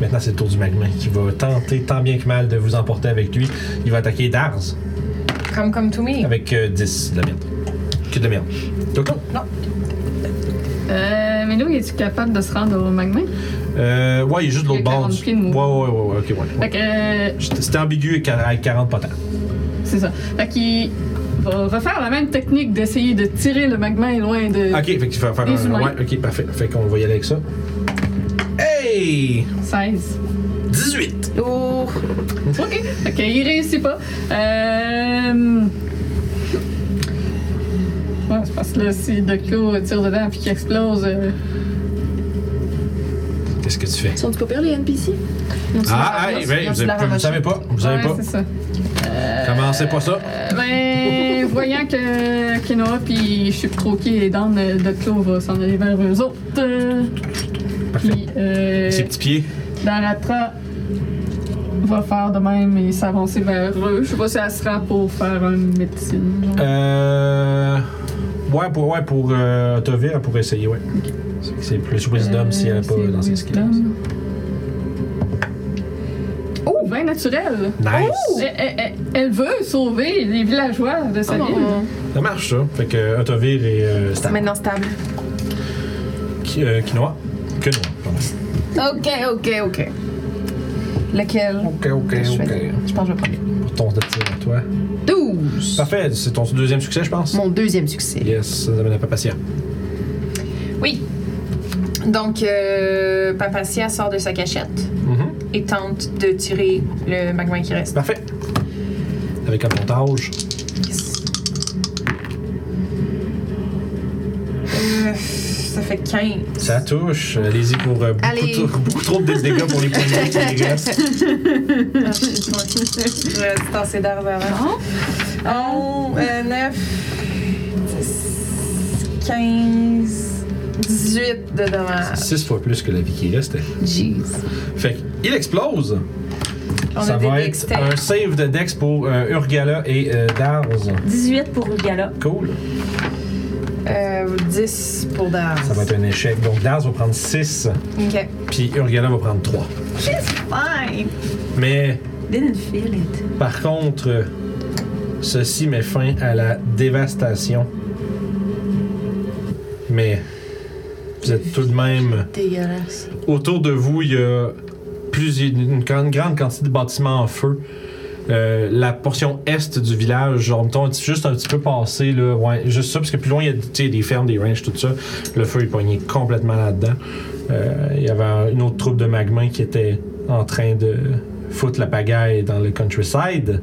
Maintenant, c'est le tour du Magma qui va tenter tant bien que mal de vous emporter avec lui. Il va attaquer Darz Come, come to me. avec euh, 10 de la merde. Que de la merde. Donc, non. Euh, mais là, es-tu capable de se rendre au magma? Euh, ouais, il est juste de Il y a l'autre bord. 40 du- pieds de Ouais, ouais, mouvement. ouais, ouais, ok, ouais. Fait que, euh, C'était ambigu avec- avec 40 potents. c'est ça. Fait qu'il va refaire la même technique d'essayer de tirer le magma loin de. Ok, fait qu'il va faire Des un. humains. Ouais, ok, parfait. Fait qu'on va y aller avec ça. Hey! 16. 18! Oh, Ok. Fait qu'il réussit pas. Euh. Ouais, c'est parce que là, si Doco tire dedans puis qu'il explose. euh, Qu'est-ce que tu fais? sont-tu pas pires, les NPC? Ah, ah, ben, vous, avez- vous savez pas, vous savez ouais, pas. c'est ça. Commencez pas ça. Euh, ben, voyant que Kenoa puis Chip Croquis et Dan, euh, Doco va s'en aller vers eux autres. euh, Parfait. Puis, euh, Ses petits pieds. dans la trappe, va faire de même et s'avancer vers eux. Je sais pas si elle sera pour faire une médecine. Ah, genre. Euh. Ouais, pour, ouais, pour euh, Tovir, pour essayer, ouais. C'est- C'est plus wisdom si elle a pas Euh, dans ses c'est skills. wisdom. Oh, vin naturel! Nice! Elle, elle- elle- elle veut sauver les villageois de sa ville. Ça marche, ça. Fait que euh, Otovir et euh, Stan. Maintenant stable. Qui- euh, Quinoa. Quinoa, pardon. Ok, ok, ok. Lequel? Ok, ok, Je ok. choisis. Je pense que je vais prendre. Pour ton tir à toi. 12! Parfait, c'est ton deuxième succès, je pense. Mon deuxième succès. Yes, ça nous amène à Papatia. Oui. Donc, euh, Papacia sort de sa cachette Mhm. et tente de tirer le magma qui reste. Parfait. Avec un montage. Euh, ça fait 15. Ça touche. Allez-y pour euh, beaucoup, Allez. trop- beaucoup trop de dégâts pour les points de vie, les gars. Je vais tasser d'arbre avant. 11, 9, 10, 15, 18 de dommages. 6 fois plus que la vie qui reste. Fait qu'il explose. On ça a des va dex être saves. un save de Dex pour euh, Urgala et euh, Darz. 18 pour Gala. Cool. Euh, 10 pour Daz. Ça va être un échec. Donc Daz va prendre 6, Ok. puis Urgala va prendre 3. She's fine. Mais Didn't feel it. par contre, euh, ceci met fin à la dévastation. Mais vous êtes tout de même. Dégueulasse. Autour de vous, il y a plusieurs, une, grande, grande quantité de bâtiments en feu. Euh, la portion est du village, genre, mettons, un petit- juste un petit peu passé, là, ouais, juste ça, parce que plus loin, il y a tu sais, des fermes, des ranchs, tout ça. Le feu est poigné complètement là-dedans. Euh, il y avait une autre troupe de magma qui était en train de foutre la pagaille dans le countryside.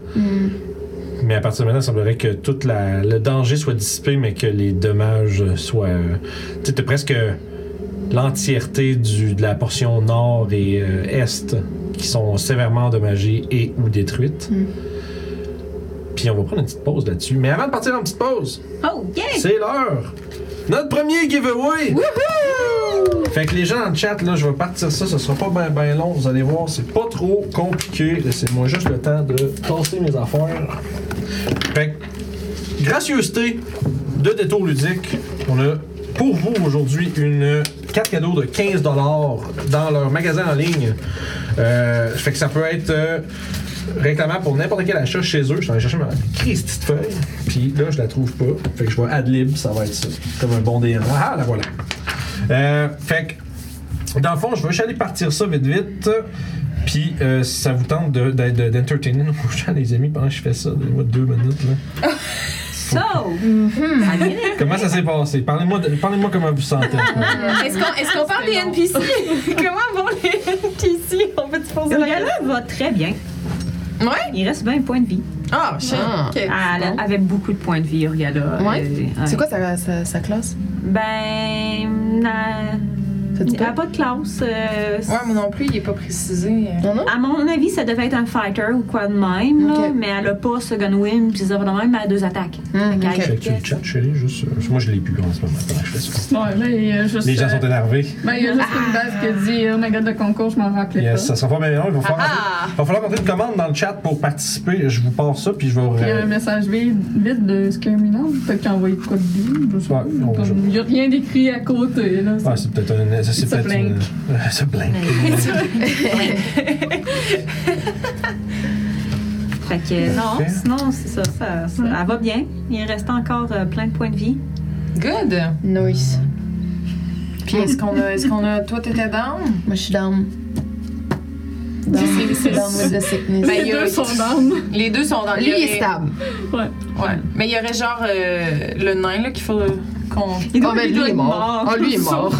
Mais à partir de maintenant, il semblerait que tout la- le danger soit dissipé, mais que les dommages soient. euh, tu sais, t'as presque l'entièreté du- de la portion nord et euh, est qui sont sévèrement endommagées et ou détruites. Mm. Puis on va prendre une petite pause là-dessus. Mais avant de partir en petite pause, Oh, yeah! c'est l'heure! Notre premier giveaway! Fait que les gens dans le chat, là, je vais partir ça, ce sera pas bien ben long, vous allez voir, c'est pas trop compliqué. Laissez-moi juste le temps de tasser mes affaires. Fait que, gracieuseté de Détour Ludique, on a pour vous aujourd'hui une carte cadeau de 15$ dans leur magasin en ligne. Euh, fait que ça peut être euh, réclamable pour n'importe quel achat chez eux. Je suis allé chercher ma Christie de feuille, puis là, je la trouve pas. Fait que je vais adlib, ça va être ça. Comme un bon délire. Ah, la voilà. Euh, fait que dans le fond, je vais juste aller partir ça vite vite. Puis, euh, si ça vous tente de- de- de- d'entertainer nos gens, les amis, pendant que je fais ça, donnez-moi deux minutes. Là. So! Ça vient d'être- Comment ça s'est passé? Parlez-moi de- parlez-moi comment vous sentez. Ah, Est-ce qu'on est-ce qu'on parle des NPC? Comment vont les NPC? On peut-tu poser la Urgala va très bien. Ouais? Il reste 20 points de vie. Ah, shit. Ah. Ok. Ah, Elle avait beaucoup de points de vie, Urgala. Ouais. Euh, ouais. C'est quoi sa, sa, sa classe? Ben. Ça Elle dit elle a pas? pas de classe. euh, Ouais, moi non plus, il est pas précisé. Non, non? À mon avis, ça devait être un fighter ou quoi de même, là, Ok. mais elle a pas second win puis ça va de même, mais elle a deux attaques. Hmm, Fait ok. qu'elle- Fait que tu le chat, chérie, juste. euh, parce que moi, je l'ai plus en ce moment pendant que je fais ça. Ouais, là, il y a juste, Les gens sont euh, énervés. ben, il y a juste une base qui dit euh, Oh my god, le concours, je m'en rappelais Yes, pas. Ah, ça sera pas bien long. Il va falloir, il va falloir compter une commande dans le chat pour participer. Je vous passe ça, puis je vais. Il y a un euh, message vide, vide de Skirmiland, peut-être qu'il a envoyé de quoi de bien, je sais Ouais, pas. on va- Comme, Il n'y a rien d'écrit à côté, là. ouais, c'est peut-être un. ça, C'est It's a peut-être une. Ça blank. Fait que non, Parfait. sinon c'est ça, ça, ça- elle va bien. Il reste encore euh, plein de points de vie. Good. Nice. Puis est-ce qu'on a, est-ce qu'on a, toi t'étais down? Moi, je suis down. Down down with the sickness. Ben, Les il y a- deux sont d'âme. Les deux sont down. Lui, il est down. stable. Ouais. Mais il y aurait genre euh, le nain là qu'il faut qu'on. Oh, Ah, ben, lui, il est mort. Ah, lui, il est mort.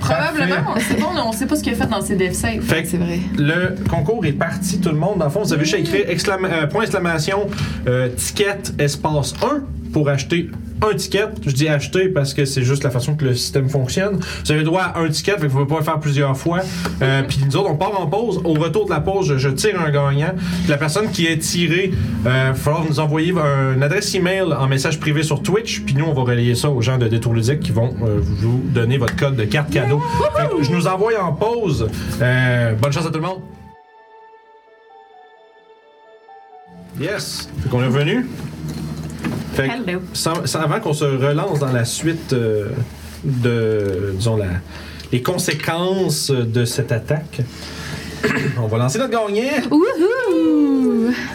Probablement, on sait pas, on- on sait pas ce qu'il a fait dans ses dev saves. Fait que C'est vrai. Le concours est parti, tout le monde. Dans le fond, vous avez juste à écrire exclama- euh, point exclamation, euh, ticket, espace 1 pour acheter un ticket. Je dis acheter parce que c'est juste la façon que le système fonctionne. Vous avez droit à un ticket, fait que vous pouvez pas le faire plusieurs fois. Euh, Puis nous autres, on part en pause. Au retour de la pause, je, je tire un gagnant. Puis la personne qui est tirée, euh, faudra nous envoyer une adresse email en message privé sur Twitch. Puis nous, on va relayer ça aux gens de Détour Ludique qui vont euh, vous donner votre code de carte cadeau. Fait que je nous envoie en pause. Euh, bonne chance à tout le monde. Yes! Fait qu'on est revenu. Fait que, Hello. sans- sans- avant qu'on se relance dans la suite euh, de, disons, la, les conséquences de cette attaque, on va lancer notre gagnant.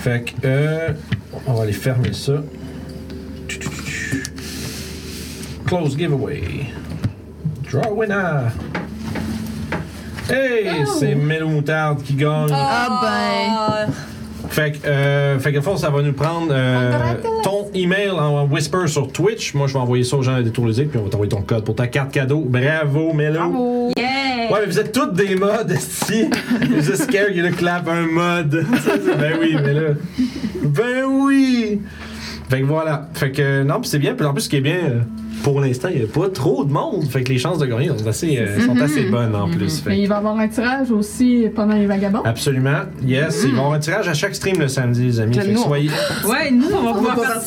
Fait que, euh, on va aller fermer ça. Close giveaway. Draw winner. Hey, c'est Melo Moutarde qui gagne. Ah, Fait que, euh, fait que, au fond, ça va nous prendre euh, ton email en whisper sur Twitch. Moi, je vais envoyer ça aux gens de Détour Ludique, puis on va t'envoyer ton code pour ta carte cadeau. Bravo, Melo. Oh, Yeah! Ouais, mais vous êtes toutes des mods, si. Just scared you look clap un mod. ben oui, mais là. Ben oui! Fait que voilà. Fait que, euh, non, puis c'est bien. Puis en plus, ce qui est bien, euh, pour l'instant, il n'y a pas trop de monde. Fait que les chances de gagner sont assez, euh, sont assez bonnes en plus. Fait Mais Mm-hmm. il va y avoir un tirage aussi pendant les vagabonds. Absolument. Yes, ils vont avoir un tirage à chaque stream le samedi, les amis. Fait que, nous, on- soyez... ben. Ouais, nous on va pouvoir faire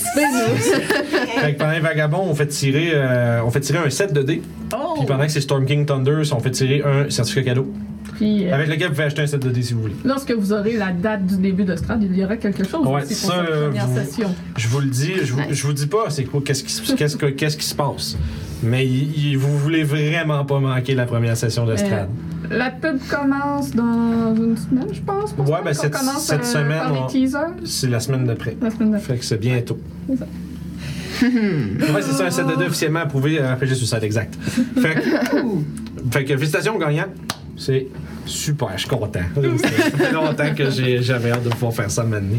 fait que pendant les vagabonds, on fait tirer, euh, on fait tirer un set de dés. Oh! Puis pendant que c'est Storm King Thunders, on fait tirer un certificat cadeau. Puis, euh, Avec lequel vous pouvez acheter un set de dés si vous voulez. lorsque vous aurez la date du début de Strad, il y aura quelque chose Ouais, aussi ça, pour cette euh, première vous- session. Je vous le dis, je vous, je vous dis pas c'est quoi, qu'est-ce qui, se- qu'est-ce que- qu'est-ce qui se passe. Mais il- il- vous voulez vraiment pas manquer la première session d'estrade. La pub commence dans une semaine, je pense. pour Ouais, ça, ben, qu'on cette- commence, cette euh, semaine, par les on- teasers C'est la semaine d'après. la semaine d'après. Fait que c'est bientôt. C'est ça. ouais, c'est ça, un set de deux officiellement approuvé euh, à RPG Suicide, exact. Fait que, fait que félicitations aux gagnants. C'est super, je suis content. Ça fait longtemps que j'ai- j'avais hâte de pouvoir faire ça maintenant.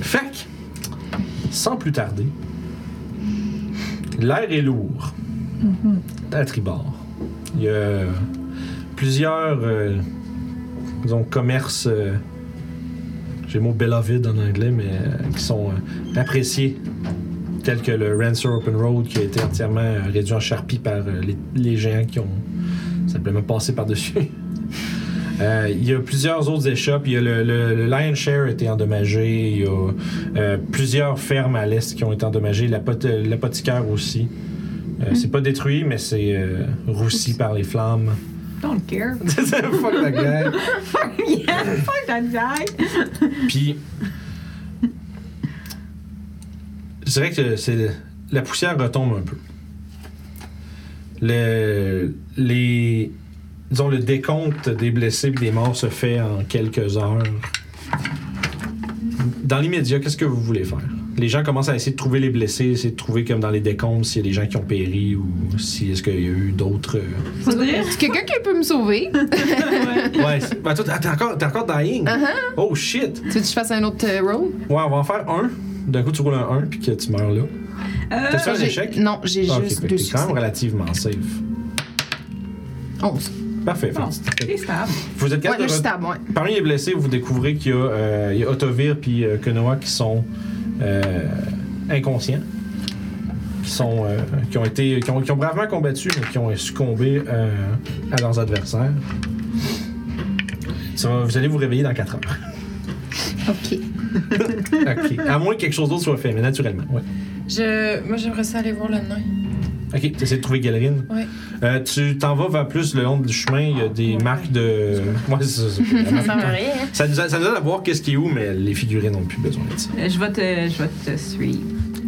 Fait que, sans plus tarder, l'air est lourd. Mm-hmm. À tribord. Il y a plusieurs, euh, disons, commerces. euh, j'ai le mot beloved en anglais, mais euh, qui sont euh, appréciés tels que le Rancer Open Road qui a été entièrement euh, réduit en charpie par euh, les, les géants qui ont simplement passé par-dessus. Euh, Il y a plusieurs autres échoppes. Il y a le, le- le Lion Share a été endommagé. Il y a euh, plusieurs fermes à l'est qui ont été endommagées. L'apoth- euh, L'apothicaire aussi. Euh, C'est pas détruit, mais c'est euh, roussi par les flammes. Don't care. Fuck la gueule. yeah, fuck that guy. Puis, je dirais que c'est la poussière retombe un peu. Le, les, disons, le décompte des blessés et des morts se fait en quelques heures. Dans l'immédiat, qu'est-ce que vous voulez faire? Les gens commencent à essayer de trouver les blessés, essayer de trouver comme dans les décombres s'il y a des gens qui ont péri ou si est-ce qu'il y a eu d'autres. euh, Faudrait. Est-ce que quelqu'un peut me sauver? Ouais, c'est- ben, toi, t'es encore, t'es encore dying. Oh shit! tu veux que je fasse un autre euh, roll? Ouais, on va en faire un. D'un coup, tu roules un 1 puis que tu meurs là. T'as fait un Euh, J'ai- échec? Non, j'ai Ah, ok, juste fait que deux t'es quand succès. même relativement safe. 11. Parfait. Bon, fait que- c'est stable. Vous êtes Ouais, capable là, de je suis re- stable, ouais. Parmi les blessés, vous découvrez qu'il y a, euh, il y a Otovir puis euh, Konoha qui sont euh, inconscients, qui, sont, euh, qui, ont été, qui, ont, qui ont bravement combattu, mais qui ont succombé euh, à leurs adversaires. Ça va- vous allez vous réveiller dans 4 heures. OK. Ok. À moins que quelque chose d'autre soit fait, mais naturellement. Ouais. Je... Moi, j'aimerais ça aller voir le nain. Ok, tu essaies de trouver Galerine. Ouais. Ah, Euh, tu t'en vas vers plus le long du chemin, il y a des marques de. Ouais, c'est ça. c'est ça. Ça me rien. hein. Ça nous, a- ça nous aide à voir qu'est-ce qui est où, mais les figurines n'ont plus besoin de ça. Euh, Je vais te, je vais te suivre.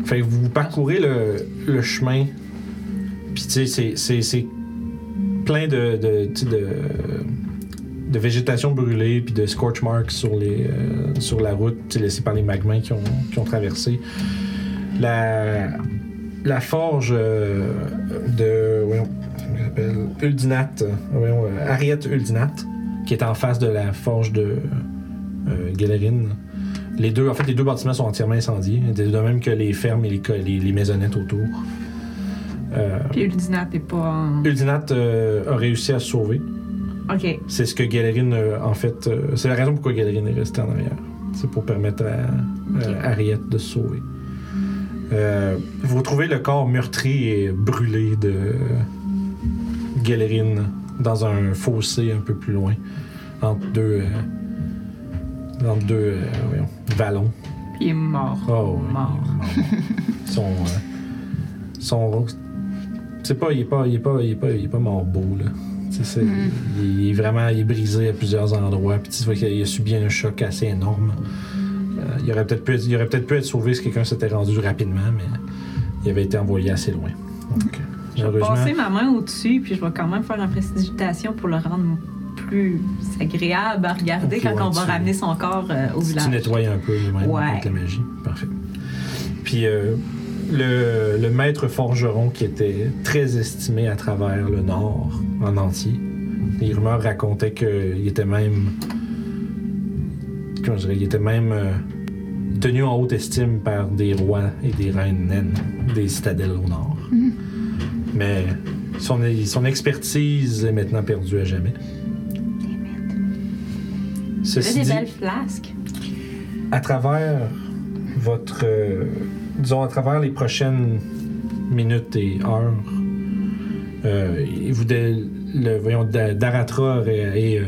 Fait que vous parcourez le, le chemin, puis tu sais, c'est- c'est- c'est plein de, de, tu sais, de, de végétation brûlée, puis de scorch marks sur, les, euh, sur la route tu sais, laissée par les magmas qui ont, qui ont traversé. La, la forge euh, de. Voyons, comment elle s'appelle Uldinat. euh, Voyons, euh, Harriet Uldinat, qui est en face de la forge de euh, Galerine. Les deux, en fait, les deux bâtiments sont entièrement incendiés, de de même que les fermes et les, co- les, les maisonnettes autour. Euh, Puis Uldinat t'es pas en... Uldinat euh, a réussi à se sauver. Ok. C'est ce que Galerine, euh, en fait, euh, c'est la raison pourquoi Galerine est restée en arrière. C'est pour permettre à euh, Harriet de se sauver. Euh, vous retrouvez le corps meurtri et brûlé de Galerine dans un fossé un peu plus loin, entre deux, euh, entre deux euh, voyons, vallons. Puis il est mort. Oh, oui. Mort. Son. euh, son. C'est pas. Il est pas. Il est pas. Il est pas. Il est pas mort beau, là. Tu sais, c'est- Mm-hmm. Il est vraiment. Il est brisé à plusieurs endroits. Puis tu vois qu'il a subi un choc assez énorme. Euh, il aurait peut-être pu, être- il aurait peut-être pu être sauvé si quelqu'un s'était rendu rapidement, mais il avait été envoyé assez loin. Donc, Je vais malheureusement- passer ma main au-dessus, puis je vais quand même faire une précipitation pour le rendre plus agréable à regarder Ok, quand ouais, on va tu- ramener son corps euh, au Tu village. nettoies un peu lui-même Ouais. avec la magie. Parfait. Puis euh, le, le maître forgeron qui était très estimé à travers le Nord en entier. Les rumeurs racontaient qu'il était même. Comment je dirais Il était même euh, tenu en haute estime par des rois et des reines naines des citadelles au Nord. Mm-hmm. Mais son, son expertise est maintenant perdue à jamais. J'ai Ceci des dit- belles flasques. à travers votre. euh, disons, à travers les prochaines minutes et heures, euh, il vous dé- le, voyons, Da- Daratra et, et, euh,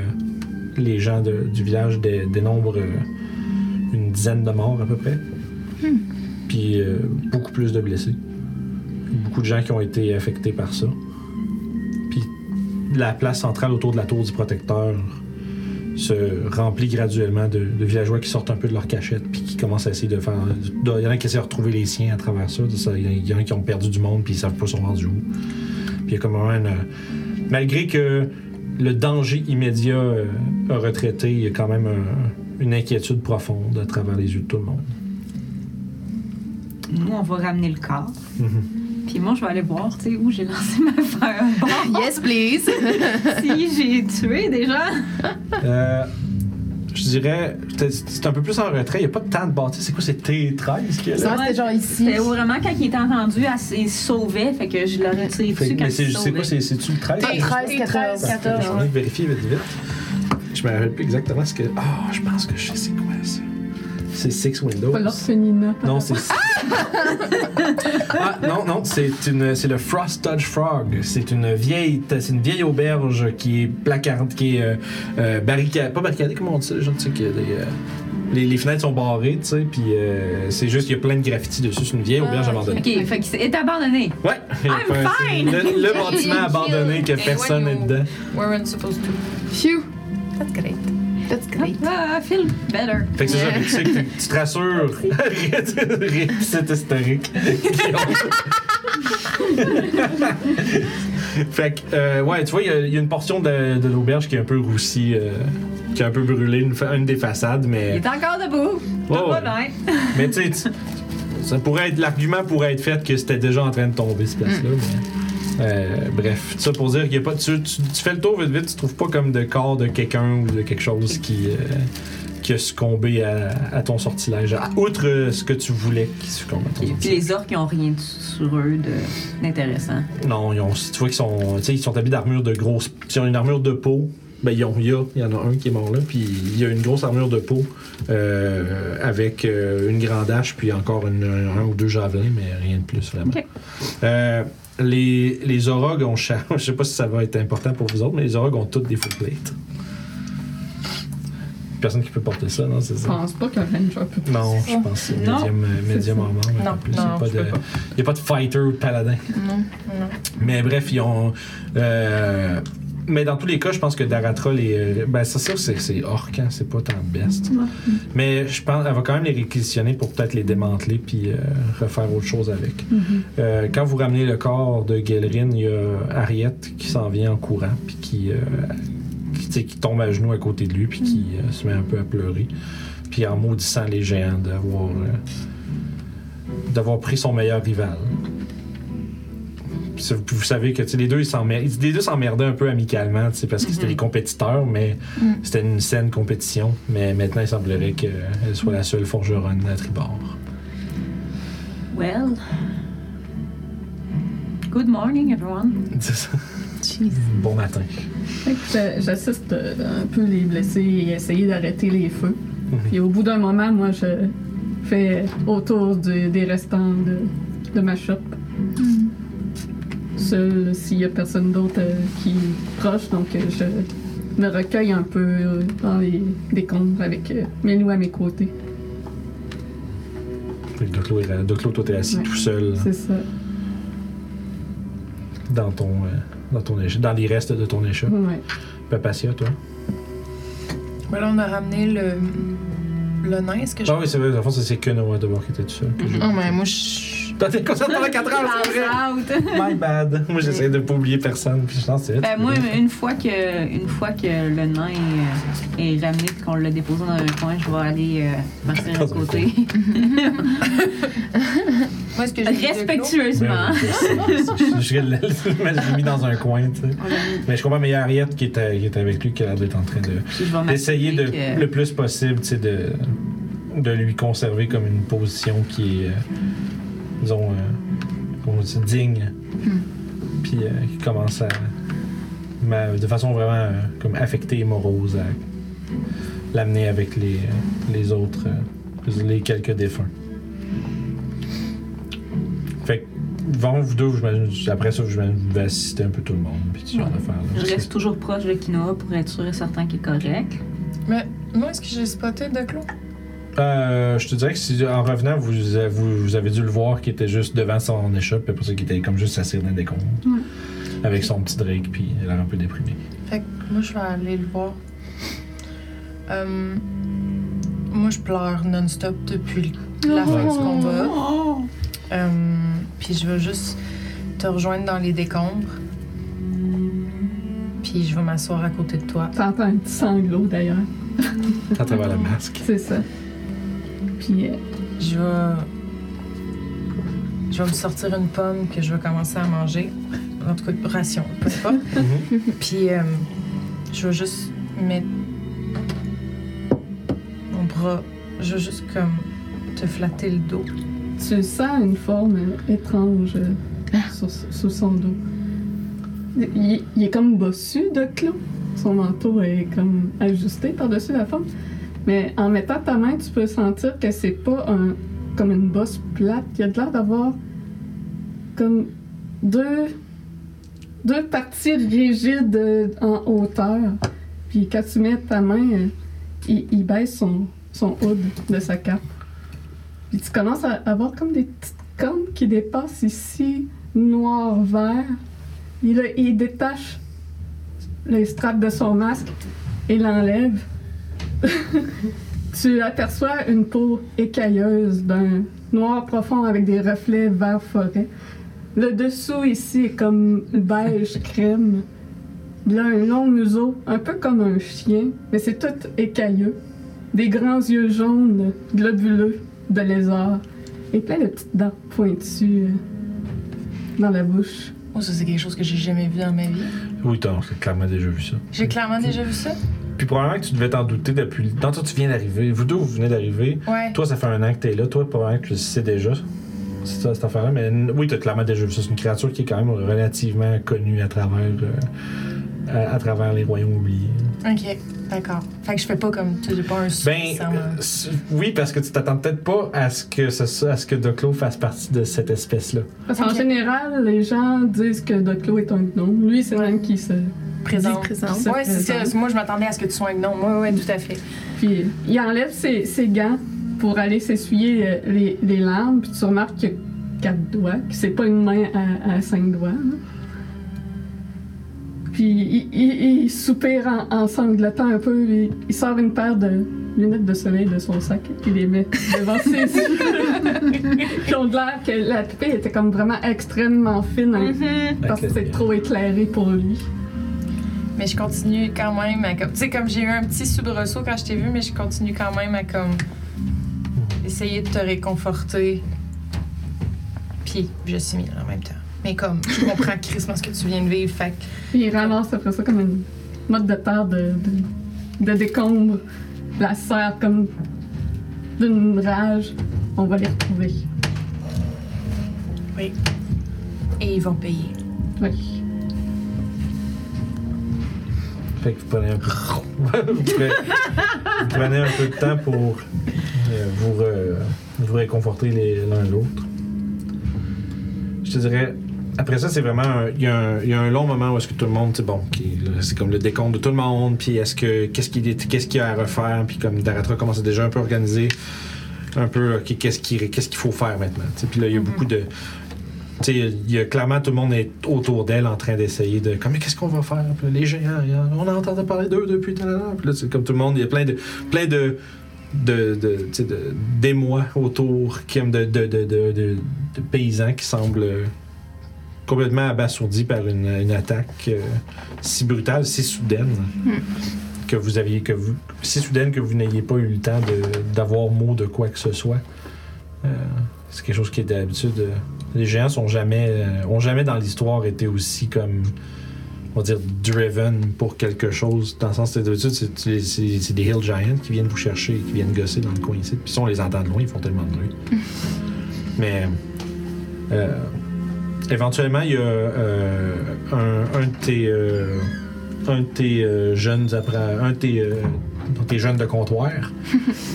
les gens de- du village dé- dénombrent euh, une dizaine de morts à peu près. Puis euh, beaucoup plus de blessés. Beaucoup de gens qui ont été affectés par ça. Puis la place centrale autour de la tour du protecteur se remplit graduellement de, de villageois qui sortent un peu de leur cachette puis qui commencent à essayer de faire. Il y en a qui essaient de retrouver les siens à travers ça. Ça, Il y en a qui ont perdu du monde puis ils savent pas son rendu où. Puis il y a comme vraiment une- Malgré que le danger immédiat euh, a retraité, il y a quand même un- une inquiétude profonde à travers les yeux de tout le monde. Nous, on va ramener le corps. Mm-hmm. Puis moi, je vais aller voir, tu sais, où j'ai lancé ma fleur. Bon, Oh! Yes, please! si j'ai tué des gens. Euh, je dirais, c'est- c'est un peu plus en retrait. Il n'y a pas tant de bâtisses. C'est quoi, c'est T13 qu'il y a là? Ça, c'était genre ici. C'est vraiment quand il était entendu, elle s'est sauvée. Fait que je l'aurais tiré Fait- dessus quand mais il c'est s'est c'est sauvé. quoi, c'est- c'est-tu le 13? T13, 14. Parfait, Je vais aller vérifier vite, vite. Je me rappelle plus exactement ce que. Ah, je pense que je sais c'est quoi ça. C'est Six Windows. Pas l'orphelinat. Non, c'est. ah, non, non, c'est une, c'est le Frost Touch Frog. C'est une vieille, c'est une vieille auberge qui est placardée, qui est euh, euh, barricadée, pas barricadée, comment on dit ça, je sais que des, euh, les, les fenêtres sont barrées, tu sais, puis euh, c'est juste, il y a plein de graffitis dessus. C'est une vieille auberge abandonnée. Ok, fait qu'il est abandonné. Ouais. Enfin, c'est fine. Le, le bâtiment abandonné que personne n'est voyons. dedans. Weren't supposed to. Phew! That's great. That's great. Ah, I feel better. Fait que c'est ça, fait que tu sais que tu- tu te rassures. Rip, c'est historique. fait que, euh, ouais, tu vois, il y a- il y, a une portion de, de l'auberge qui est un peu roussie, euh, qui est un peu brûlée, une, fa- une des façades, Il mais. est encore debout. Oh, Pas ouais. mal. Mais tu sais, tu- ça pourrait être. L'argument pourrait être fait que c'était déjà en train de tomber, cette place-là, Mm. mais. euh, bref, ça pour dire qu'il y a pas. Tu, tu- tu fais le tour vite vite, tu trouves pas comme de corps de quelqu'un ou de quelque chose qui, euh, qui a succombé à, à ton sortilège. À- Outre euh, ce que tu voulais qui succombe à ton Puis puis sortilège. les orques, ils ont rien de- sur eux de- d'intéressant. Non, ils ont, tu vois qu'ils sont. Tu sais, ils sont habillés d'armure de grosse. Ils ont une armure de peau. Ben, ils ont, il y, a- il y en a un qui est mort là, puis il y a une grosse armure de peau euh, avec euh, une grande hache, puis encore une- un ou deux javelins, mais rien de plus vraiment. Ok. Euh, les, les orogues ont. cha- Je sais pas si ça va être important pour vous autres, mais les orogues ont toutes des full plates. Personne qui peut porter ça, non, c'est Je ça? pense pas qu'un ranger peut. Non, je pense que c'est Non. médium, euh, médium armor. mais Non, en plus, non, il je n'y a, pas peux pas. de- il y a pas de fighter ou de paladin. Mais bref, ils ont. euh, mais dans tous les cas, je pense que Daratra, les. euh, Ben, ça, ça c'est, c'est orc, hein, c'est pas tant best. Mais je pense elle va quand même les réquisitionner pour peut-être les démanteler puis euh, refaire autre chose avec. Mhm. Euh, quand vous ramenez le corps de Gelrin, il y a Harriet qui s'en vient en courant puis qui. euh, qui, tu sais, qui tombe à genoux à côté de lui puis qui euh, se met un peu à pleurer. Puis en maudissant les géants d'avoir. euh, d'avoir pris son meilleur rival. Puis vous savez que tu sais, les deux ils s'emmer- ils- les deux s'emmerdaient un peu amicalement, tu sais, parce que Mm-hmm. c'était les compétiteurs, mais Mm. c'était une saine compétition. Mais maintenant, il semblerait qu'elle soit la seule forgeronne à tribord. Well. Good morning, everyone. C'est ça. Bon matin. Fait que je- j'assiste euh, un peu les blessés et essayer d'arrêter les feux. Puis au bout d'un moment, moi, je fais autour du- des restants de, de ma shop. Seul, s'il y a personne d'autre euh, qui est proche, donc euh, je me recueille un peu euh, dans les décombres avec euh, Melou à mes côtés. Fait que Doclo, est- Doclo, toi, t'es assis Ouais. tout seul C'est ça. dans ton, euh, dans ton éche- dans les restes de ton échoppe. Ouais. Papacia, toi. Ben là, on a ramené le, le nain. Est-ce que je. Ah oui, c'est vrai, dans le fond, c'est- c'est que Noah d'abord qui était tout seul. que Mm-hmm. Ah. j'ai- Oh, mais moi, je. T'as été concentré pendant 4 heures, c'est vrai! Out. My bad! Moi, j'essaie de pas oublier personne, puis je pense que c'est Ben, moi, une fois que, une fois que le nain euh, est ramené et qu'on l'a déposé dans un coin, je vais aller euh, m'asseoir à Dans un côté. Moi, est-ce que je. Respectueusement. Ben oui, je sais. Je- je l'ai- je l'ai mis dans un coin, tu sais. Mais je comprends, mais il y a Ariette qui était, qui était avec lui, qui a l'air d'être en train de- Puis je vais d'essayer de, m'assurer que- le plus possible, tu sais, de, de lui conserver comme une position qui est, euh, disons, euh, comment on dit, digne. Puis euh, qui commence à, ma- de façon vraiment euh, comme affectée et morose, à l'amener avec les, euh, les autres, euh, les quelques défunts. Fait que, vont vous deux, j'imagine, après ça, j'imagine, vous devez assister un peu tout le monde, puis tu genre d'affaires. là. Je reste toujours proche de Quinoa pour être sûr et certain qu'il est correct. Mais moi, est-ce que j'ai spoté de Clos? Euh, je te dirais que si, en revenant, vous, a- vous, vous avez dû le voir qui était juste devant son échoppe, puis après ça, qui était comme juste assis dans des comptes. Avec son petit Drake, puis elle a l'air un peu déprimée. Fait que moi, je vais aller le voir. euh, moi, je pleure non-stop depuis la Oh. fin du combat. Euh, puis je veux juste te rejoindre dans les décombres. Puis je vais m'asseoir à côté de toi. T'entends un petit sanglot d'ailleurs, à travers le masque. c'est ça. Puis euh, Je vais. Je vais me sortir une pomme que je vais commencer à manger. En tout cas, ration, peu importe. Puis euh, je vais juste mettre mon bras. Je vais juste comme te flatter le dos. tu sens une forme euh, étrange euh, sur- sous son dos. Il, il est comme bossu de clous. Son manteau est comme ajusté par-dessus la forme. Mais en mettant ta main, tu peux sentir que c'est pas un, comme une bosse plate. Il y a de l'air d'avoir comme deux, deux parties rigides euh, en hauteur. Puis quand tu mets ta main, euh, il, il baisse son, son hood de sa cape. Puis tu commences à avoir comme des petites cornes qui dépassent ici, noir-vert. Il, le- il détache les straps de son masque et l'enlève. tu aperçois une peau écailleuse d'un noir profond avec des reflets vert forêt. Le dessous ici est comme beige crème. Il a un long museau, un peu comme un chien, mais c'est tout écailleux. Des grands yeux jaunes, globuleux de lézard et plein de petites dents pointues euh, dans la bouche. Oh, ça, c'est quelque chose que j'ai jamais vu dans ma vie. Oui, t'as t'as clairement déjà vu ça. J'ai clairement déjà vu ça. Puis probablement que tu devais t'en douter depuis. Dans toi, tu viens d'arriver. Vous deux, vous venez d'arriver. Ouais. Toi, ça fait un an que t'es là. Toi, probablement que tu le sais déjà. C'est ça, cette affaire-là. Mais n- oui, t'as clairement déjà vu ça. C'est une créature qui est quand même relativement connue à travers, euh, à, à travers les royaumes oubliés. Ok, d'accord. Fait que je fais pas comme. Tu sais, j'ai pas un Ben, souci sans- euh, c'est- oui, parce que tu t'attends peut-être pas à ce que ce, soit- à ce que Doclo fasse partie de cette espèce-là. Parce qu'en général, les gens disent que Doclo est un gnome. Lui, c'est même qui se. présent. présente. Ouais, c'est ça. Moi, je m'attendais à ce que tu sois un gnome. Ouais, ouais, tout à fait. Puis il enlève ses, ses gants pour aller s'essuyer euh, les, les larmes. Puis tu remarques qu'il y a quatre doigts, que c'est pas une main à, à cinq doigts. là. Puis il, il- il soupire en, en sanglotant un peu. Il, il sort une paire de lunettes de soleil de son sac et les met devant ses yeux. Qui ont de l'air que la poupée était comme vraiment extrêmement fine hein, Mm-hmm. parce que c'est trop éclairé pour lui. Mais je continue quand même à comme. Tu sais, comme j'ai eu un petit soubresaut quand je t'ai vu, mais je continue quand même à comme. Essayer de te réconforter. Puis, je suis mis en même temps. Mais comme, je comprends Christmas ce que tu viens de vivre, fait que Puis il ramasse après ça comme une mode de terre de, de, de décombre. La serre comme d'une rage. On va les retrouver. Et ils vont payer. Oui. Fait que vous prenez un peu. vous, prenez, vous prenez un peu de temps pour euh, vous, re- vous réconforter les- l'un l'autre. Je te dirais, après ça, c'est vraiment. un- Il y, a un- il y a un long moment où est-ce que tout le monde, c'est bon, qui- là, c'est comme le décompte de tout le monde, puis est-ce que qu'est-ce qu'il est- qu'est-ce qu'il y a à refaire, puis comme Daratra commence à déjà un peu organiser, un peu ok, qu'est-ce qu'il qu'est-ce qu'il faut faire maintenant. tu sais. Puis là, il y a beaucoup de tu sais, il y a clairement tout le monde est autour d'elle en train d'essayer de comme mais qu'est-ce qu'on va faire Puis là, les géants il y en- on a entendu parler d'eux depuis ta, ta, ta. Puis là c'est comme tout le monde il y a plein de plein de de, de, tu sais, de- d'émoi autour qui aiment de, de, de, de, de- de paysans qui semblent euh, complètement abasourdis par une, une attaque euh, si brutale si soudaine que vous aviez que vous si soudaine que vous n'ayez pas eu le temps de- d'avoir mot de quoi que ce soit Euh, c'est quelque chose qui est d'habitude euh, les géants sont jamais, euh, ont jamais dans l'histoire été aussi comme, on va dire, driven pour quelque chose. Dans le sens, c'est d'habitude, c'est- c'est c'est- c'est des hill giants qui viennent vous chercher, qui viennent gosser dans le coin ici. Puis si on les entend de loin, ils font tellement de bruit. Mais euh, éventuellement, il y a euh, un, un de tes, euh, un de tes euh, jeunes après, un de tes, euh, tes jeunes de comptoir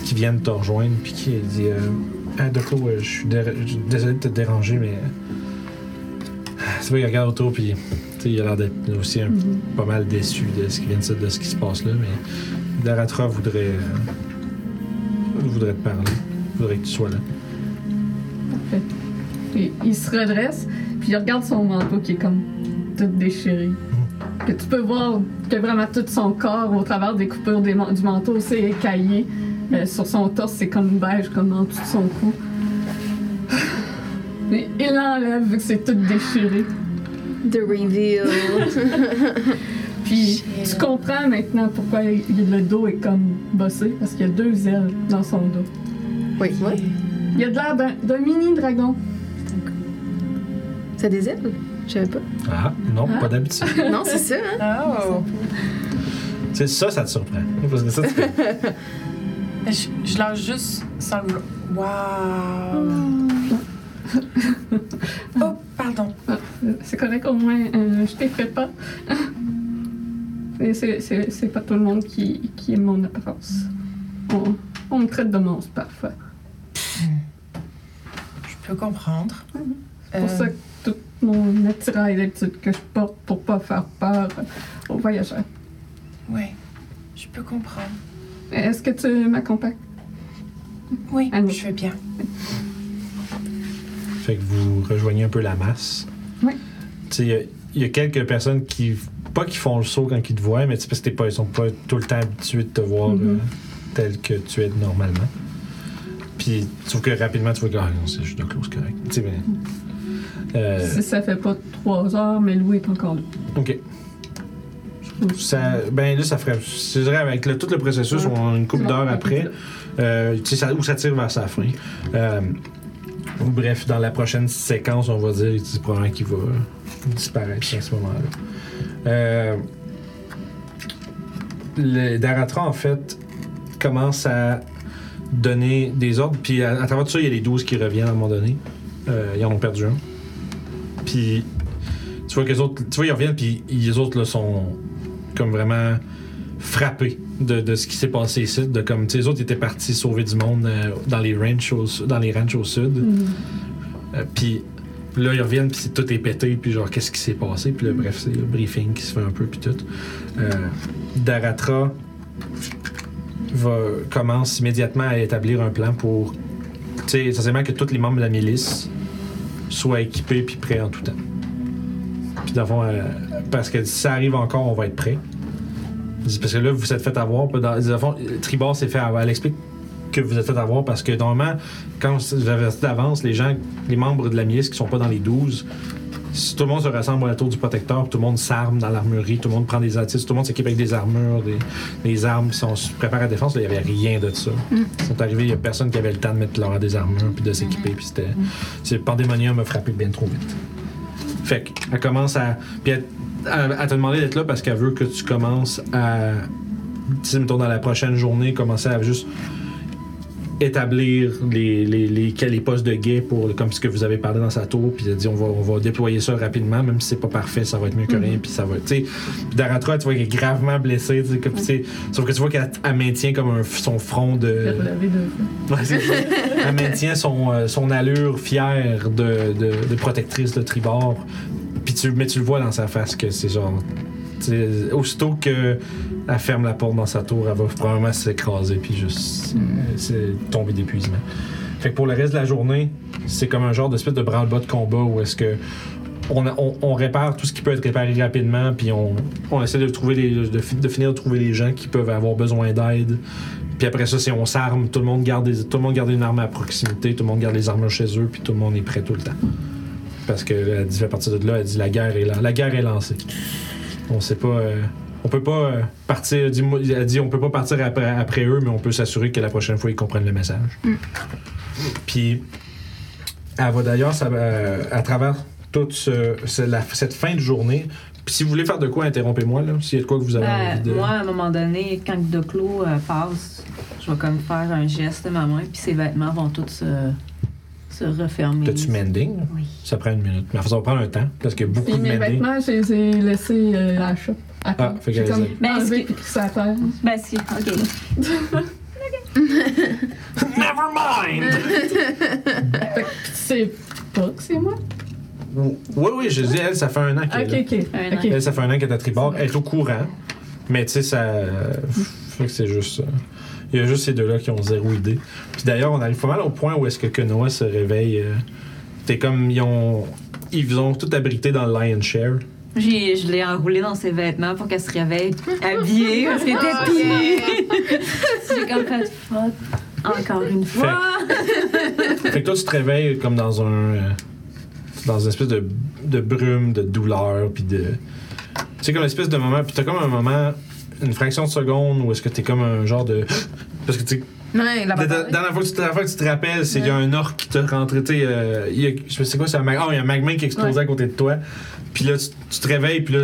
qui viennent te rejoindre puis qui dit. euh, ah, Doco, euh, je suis dé- je suis désolé de te déranger, mais. ah, Tu vois, il regarde autour, puis. tu sais, il a l'air d'être aussi un- pas mal déçu de ce qui vient de, se- de ce qui se passe là, mais. Daratra voudrait. euh, voudrait te parler. Voudrait que tu sois là. Parfait. Puis il se redresse, puis il regarde son manteau qui est comme tout déchiré. que tu peux voir que vraiment tout son corps, au travers des coupures des man- du manteau, s'est écaillé. Euh, sur son torse, c'est comme beige, comme en dessous de son cou. Mais il l'enlève vu que c'est tout déchiré. The reveal. Puis tu comprends maintenant pourquoi il- le dos est comme bossé, parce qu'il y a deux ailes dans son dos. oui. Il a de l'air d'un- d'un mini dragon. Ça des ailes? Je savais pas. Ah, non, pas d'habitude. Non, c'est ça, hein? Oh. C'est ça, ça te surprend. Parce que ça, tu fais- Je, je lance juste sans le vouloir. Wow! oh, pardon. C'est correct, au moins, euh, je t'ai fait pas. C'est- c'est- C'est c'est pas tout le monde qui, qui aime mon apparence. On, on me traite de monstre parfois. Je peux comprendre. C'est pour Euh, ça que tout mon attirail d'habitude que je porte pour pas faire peur aux voyageurs. Ouais, je peux comprendre. Est-ce que tu m'accompagnes? Oui, Ah oui. je vais bien. Fait que vous rejoignez un peu la masse. Oui. Tu sais, il y a- il y, a quelques personnes qui. Pas qui font le saut quand ils te voient, mais tu sais, parce que t'es pas, ils sont pas tout le temps habitués de te voir Mhm. euh, tel que tu es normalement. Puis, sauf que rapidement, tu vois que. Ah non, c'est juste de close, correct. Tu sais, mais. Euh, Si ça fait pas trois heures, mais Louis est encore là. ok. trouve Ça, ben là, ça ferait. Je dirais, avec le- tout le processus, on- une couple C'est long, d'heures mais après, euh, tu sais, ça- où ça tire vers sa fin. Euh, ou bref, dans la prochaine séquence, on va dire, c'est probablement qu'il va disparaître à ce moment-là. Euh, le Daratra, en fait, commence à donner des ordres, puis à, à travers tout ça, il y a les 12 qui reviennent à un moment donné. Euh, ils en ont perdu un. Puis, tu vois que les autres, tu vois, ils reviennent, puis les autres, là, sont comme vraiment frappés de, de ce qui s'est passé ici. De comme, tu sais, les autres étaient partis sauver du monde euh, dans les ranchs au, su- dans les ranchs au sud. Mm. Euh, puis là, ils reviennent, puis c'est- tout est pété, puis genre, qu'est-ce qui s'est passé? Puis là, bref, c'est le briefing qui se fait un peu, puis tout. Euh, Daratra va, commence immédiatement à établir un plan pour, tu sais, essentiellement que tous les membres de la milice soient équipés puis prêts en tout temps. Puis dans le fond, euh, parce que si ça arrive encore, on va être prêt. Parce que là, vous vous êtes fait avoir. puis Dans, dans le fond, euh, Tribord s'est fait avoir. Elle explique que vous vous êtes fait avoir parce que normalement, quand vous avertis d'avance, les gens, les membres de la milice qui sont pas dans les 12, si tout le monde se rassemble à la tour du protecteur, puis tout le monde s'arme dans l'armurerie, tout le monde prend des artistes, tout le monde s'équipe avec des armures, des, des armes, puis on se prépare à la défense, là, il n'y avait rien de ça. Ils sont arrivés, il n'y a personne qui avait le temps de mettre leur des armures, puis de s'équiper, puis c'était. c'est- Le pandémonium a frappé bien trop vite. Fait qu'elle commence à. Puis elle, elle- elle te demander d'être là parce qu'elle veut que tu commences à. Tu sais, mettons, dans la prochaine journée, commencer à juste établir les, les, les, quels- les postes de guet pour comme ce que vous avez parlé dans sa tour puis elle dit on va, on va déployer ça rapidement même si c'est pas parfait ça va être mieux que rien puis ça va tu sais puis Daratra tu vois qu'elle est gravement blessée tu sais, comme, tu sais, sauf que tu vois qu'elle elle maintient comme un f- son front de Je vais te laver deux fois. Ouais, c'est ça. Elle maintient son, euh, son allure fière de, de- de protectrice de tribord. Puis tu, mais tu le vois dans sa face que c'est genre. tu sais, Aussitôt qu'elle ferme la porte dans sa tour, elle va probablement s'écraser puis juste euh, c'est- tomber d'épuisement. Fait que pour le reste de la journée, c'est comme un genre d'espèce de branle-bas de combat où est-ce que on, a- on- on répare tout ce qui peut être réparé rapidement, puis on, on essaie de, trouver les, de, fi- de finir de trouver les gens qui peuvent avoir besoin d'aide. Puis après ça, si on s'arme, tout le monde garde des- tout le monde garde une arme à proximité, tout le monde garde les armes chez eux, puis tout le monde est prêt tout le temps. Parce que elle dit, à partir de là, elle dit la guerre est lan- la guerre est lancée. On sait pas, euh, on peut pas euh, partir. dis elle dit on peut pas partir après, après eux, mais on peut s'assurer que la prochaine fois ils comprennent le message. Mm. Puis elle va d'ailleurs, ça va, euh, à travers toute ce- ce- la- cette fin de journée. Puis si vous voulez faire de quoi, interrompez-moi là. S'il y a de quoi que vous avez Ben, envie de. Moi, à un moment donné, quand le Doclo euh, passe, je vais comme faire un geste de ma main, puis ses vêtements vont tous se, se refermer. T'as-tu mending? Oui. Ça prend une minute. Mais ça va prendre un temps, parce qu'il y a beaucoup Puis de mes mending. vêtements, je les ai laissés euh, à la shop. À Ah, terre. fait J'ai qu'elle comme les a- Mais enlevé est-ce que- puis poussé à terre. Ben, si, OK. Never mind! Puis tu sais pas que c'est moi? oui, oui, je dis, elle, ça fait un an qu'elle est Ok, là. ok. Un an. ok. Elle, ça fait un an qu'elle est à tribord. Elle est au courant. Mais tu sais, ça. Fait que c'est juste. euh, Il y a juste ces deux-là qui ont zéro idée. Puis d'ailleurs, on arrive pas mal au point où est-ce que Kenoa se réveille. euh, T'es comme. Ils ont. Ils ont tout abrité dans le Lion Share. J'ai- je l'ai enroulée dans ses vêtements pour qu'elle se réveille habillée parce qu'elle était pieds. J'ai comme fait fuck. Encore une fois. Fait que toi, tu te réveilles comme dans un. euh, dans une espèce de, de brume, de douleur, puis de. C'est comme une espèce de moment, puis t'as comme un moment, une fraction de seconde où est-ce que t'es comme un genre de. Parce que tu sais, Ouais, la la bataille. dernière fois que tu te, la fois que tu te rappelles, c'est qu'il y a un orc qui t'a rentré, tu sais, euh, il y a- je sais pas c'est quoi, c'est un mag- ah, il y a un magma qui explosait à côté de toi. Puis là, tu, tu te réveilles, puis là,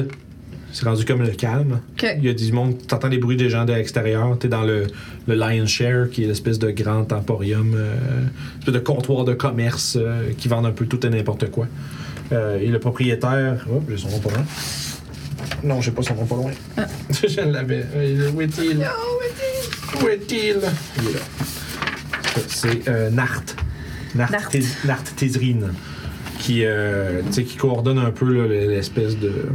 c'est rendu comme le calme. Ok. Il y a du monde, t'entends les bruits des gens de l'extérieur. T'es dans le, le Lion's Share, qui est l'espèce de grand emporium, euh, espèce de comptoir de commerce euh, qui vendent un peu tout et n'importe quoi. Euh, et le propriétaire, oh, j'ai son nom pas loin. Non, j'ai pas son nom pas loin. Je l'avais. Euh, Ah. Où est-il? Où est-il? Il est là. Ça, C'est euh, Nart. Nart, Nart. Tez- Nart Tezrin, qui, euh, tu sais, qui coordonne un peu là, l'espèce de.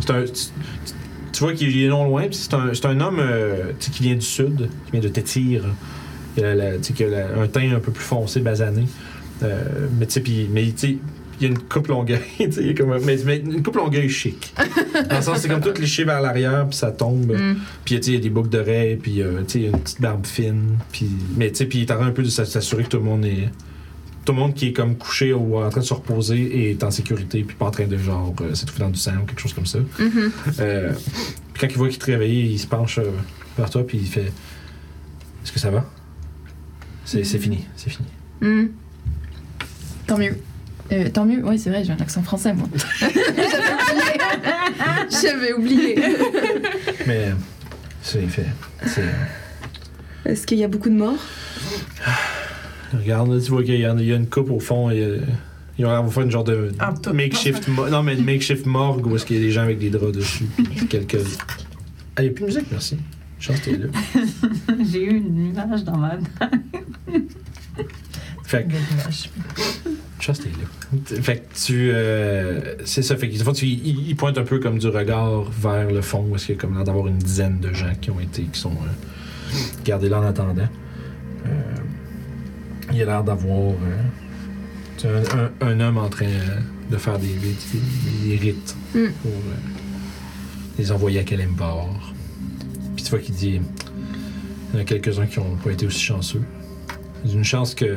C'est un. tu- Tu vois qu'il est non loin, puis c'est un, c'est un homme euh, tu sais, qui vient du sud, qui vient de Tétir. Il a, la- tu sais, qui a la- un teint un peu plus foncé, basané. Euh, mais tu sais, puis- mais tu sais, il y a une coupe longueuil, tu sais, il est comme un- mais, mais une coupe longueuil chic. Dans le sens, c'est comme tout liché vers l'arrière, puis ça tombe. Puis tu sais, il y a des boucles d'oreilles, puis euh, tu sais, il y a une petite barbe fine. Puis, mais tu sais, puis il t'arrête un peu de s'a- s'assurer que tout le monde est. Tout le monde qui est comme couché ou en train de se reposer est en sécurité, puis pas en train de genre euh, s'étouffer dans du sang ou quelque chose comme ça. Euh, puis quand il voit qu'il te réveille, il se penche euh, vers toi, puis il fait Est-ce que ça va C'est c'est fini, c'est fini. Hmm. Tant mieux. Euh, tant mieux, oui, c'est vrai, j'ai un accent français, moi. J'avais oublié. Mais euh, c'est fait. C'est. euh, Est-ce qu'il y a beaucoup de morts? Regarde, là, tu vois qu'il y, en a- il y a une coupe au fond. Et, euh, ils ont l'air de faire une genre de En tout. makeshift, mo- non, mais une makeshift morgue où est-ce qu'il y a des gens avec des draps dessus. puis quelques... Ah, il n'y a plus de musique, merci. Chance que t'es là. J'ai eu une image dans ma Fait que, chance que t'es là. Fait que tu. euh, c'est ça. Fait que, des fois, tu- il, il pointe un peu comme du regard vers le fond où est-ce qu'il y a comme l'air d'avoir une dizaine de gens qui ont été. qui sont euh, gardés là en attendant. Euh, il a l'air d'avoir. euh, tu sais, un, un- un homme en train euh, de faire des, des- des- des rites pour euh, les envoyer à Kalimbar. Puis tu vois qu'il dit il y en a quelques-uns qui n'ont pas été aussi chanceux. C'est une chance que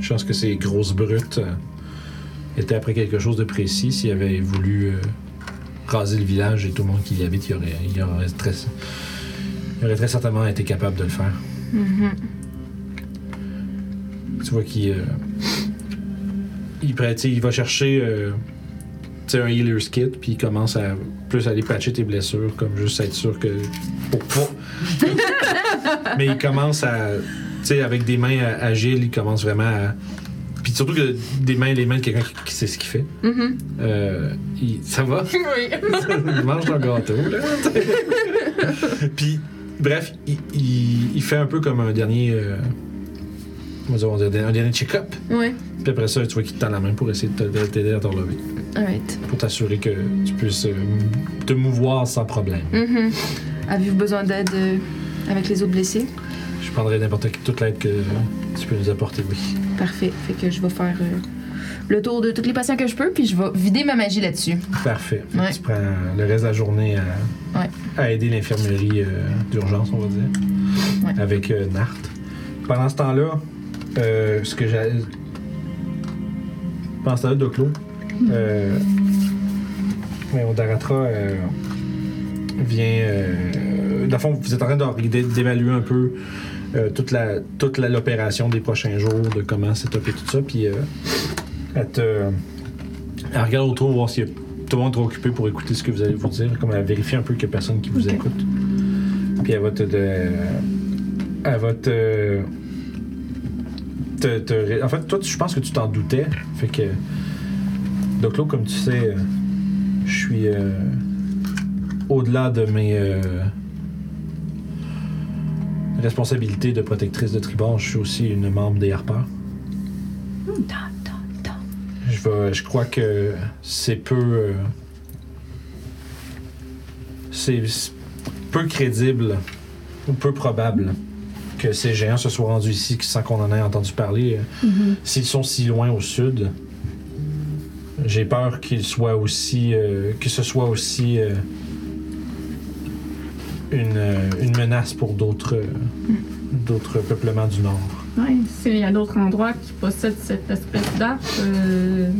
je pense que ces grosses brutes euh, étaient après quelque chose de précis. S'ils avaient voulu euh, raser le village et tout le monde qui y habite, il aurait, il aurait très, il aurait très certainement été capable de le faire. Tu vois qu'il euh, il, prend- tu sais, il va chercher euh, tu sais, un healer's kit, puis il commence à plus aller patcher tes blessures, comme juste être sûr que. pour- pour- Mais il commence à. Tu sais, avec des mains euh, agiles, il commence vraiment à. Puis surtout que des mains, les mains de quelqu'un qui, qui sait ce qu'il fait. Euh, il- ça va? Oui. mange ton gâteau, là. Puis, bref, il, il- il fait un peu comme un dernier. euh, comment dire, on dirait, un dernier check-up. Ouais. Puis après ça, tu vois qu'il te tend la main pour essayer de te- de t'aider à te relever. Alright. Pour t'assurer que tu puisses euh, te mouvoir sans problème. Mm-hmm. Avez-vous besoin d'aide euh, avec les autres blessés? Je prendrai n'importe qui- toute l'aide que tu peux nous apporter, oui. Parfait, fait que je vais faire euh, le tour de tous les patients que je peux, puis je vais vider ma magie là-dessus. Parfait. Fait que Ouais. Tu prends le reste de la journée à, Ouais. à aider l'infirmerie euh, d'urgence, on va dire, Ouais. avec euh, Nart. Pendant ce temps-là, euh, ce que j'ai. Pendant ce temps-là, Doclo, Hmm. euh, mais on Daratra euh, vient. Euh, dans le fond, vous êtes en train de regarder- d'évaluer un peu euh, toute la toute la- l'opération des prochains jours, de comment c'est top et tout ça, puis euh, elle te. Elle regarde autour voir s'il y a tout le monde est trop occupé pour écouter ce que vous allez vous dire, comme elle vérifie un peu qu'il n'y a personne qui vous écoute. Puis elle va te. de- elle va te. te- te ré- en fait, toi, tu- je pense que tu t'en doutais. Fait que. Donc, là, comme tu sais, euh, je suis euh, au-delà de mes euh, responsabilités de protectrice de tribord. Je suis aussi une membre des Harpeurs. Je, vais- je crois que c'est peu. euh, c'est c'est peu crédible ou peu probable que ces géants se soient rendus Mhm. ici sans qu'on en ait entendu parler. S'ils sont si loin au sud, J'ai peur qu'il soit aussi. euh, que ce soit aussi. euh, une, euh, une menace pour d'autres. euh, d'autres peuplements du Nord. Ouais, s'il y a d'autres endroits qui possèdent cette espèce d'art, euh,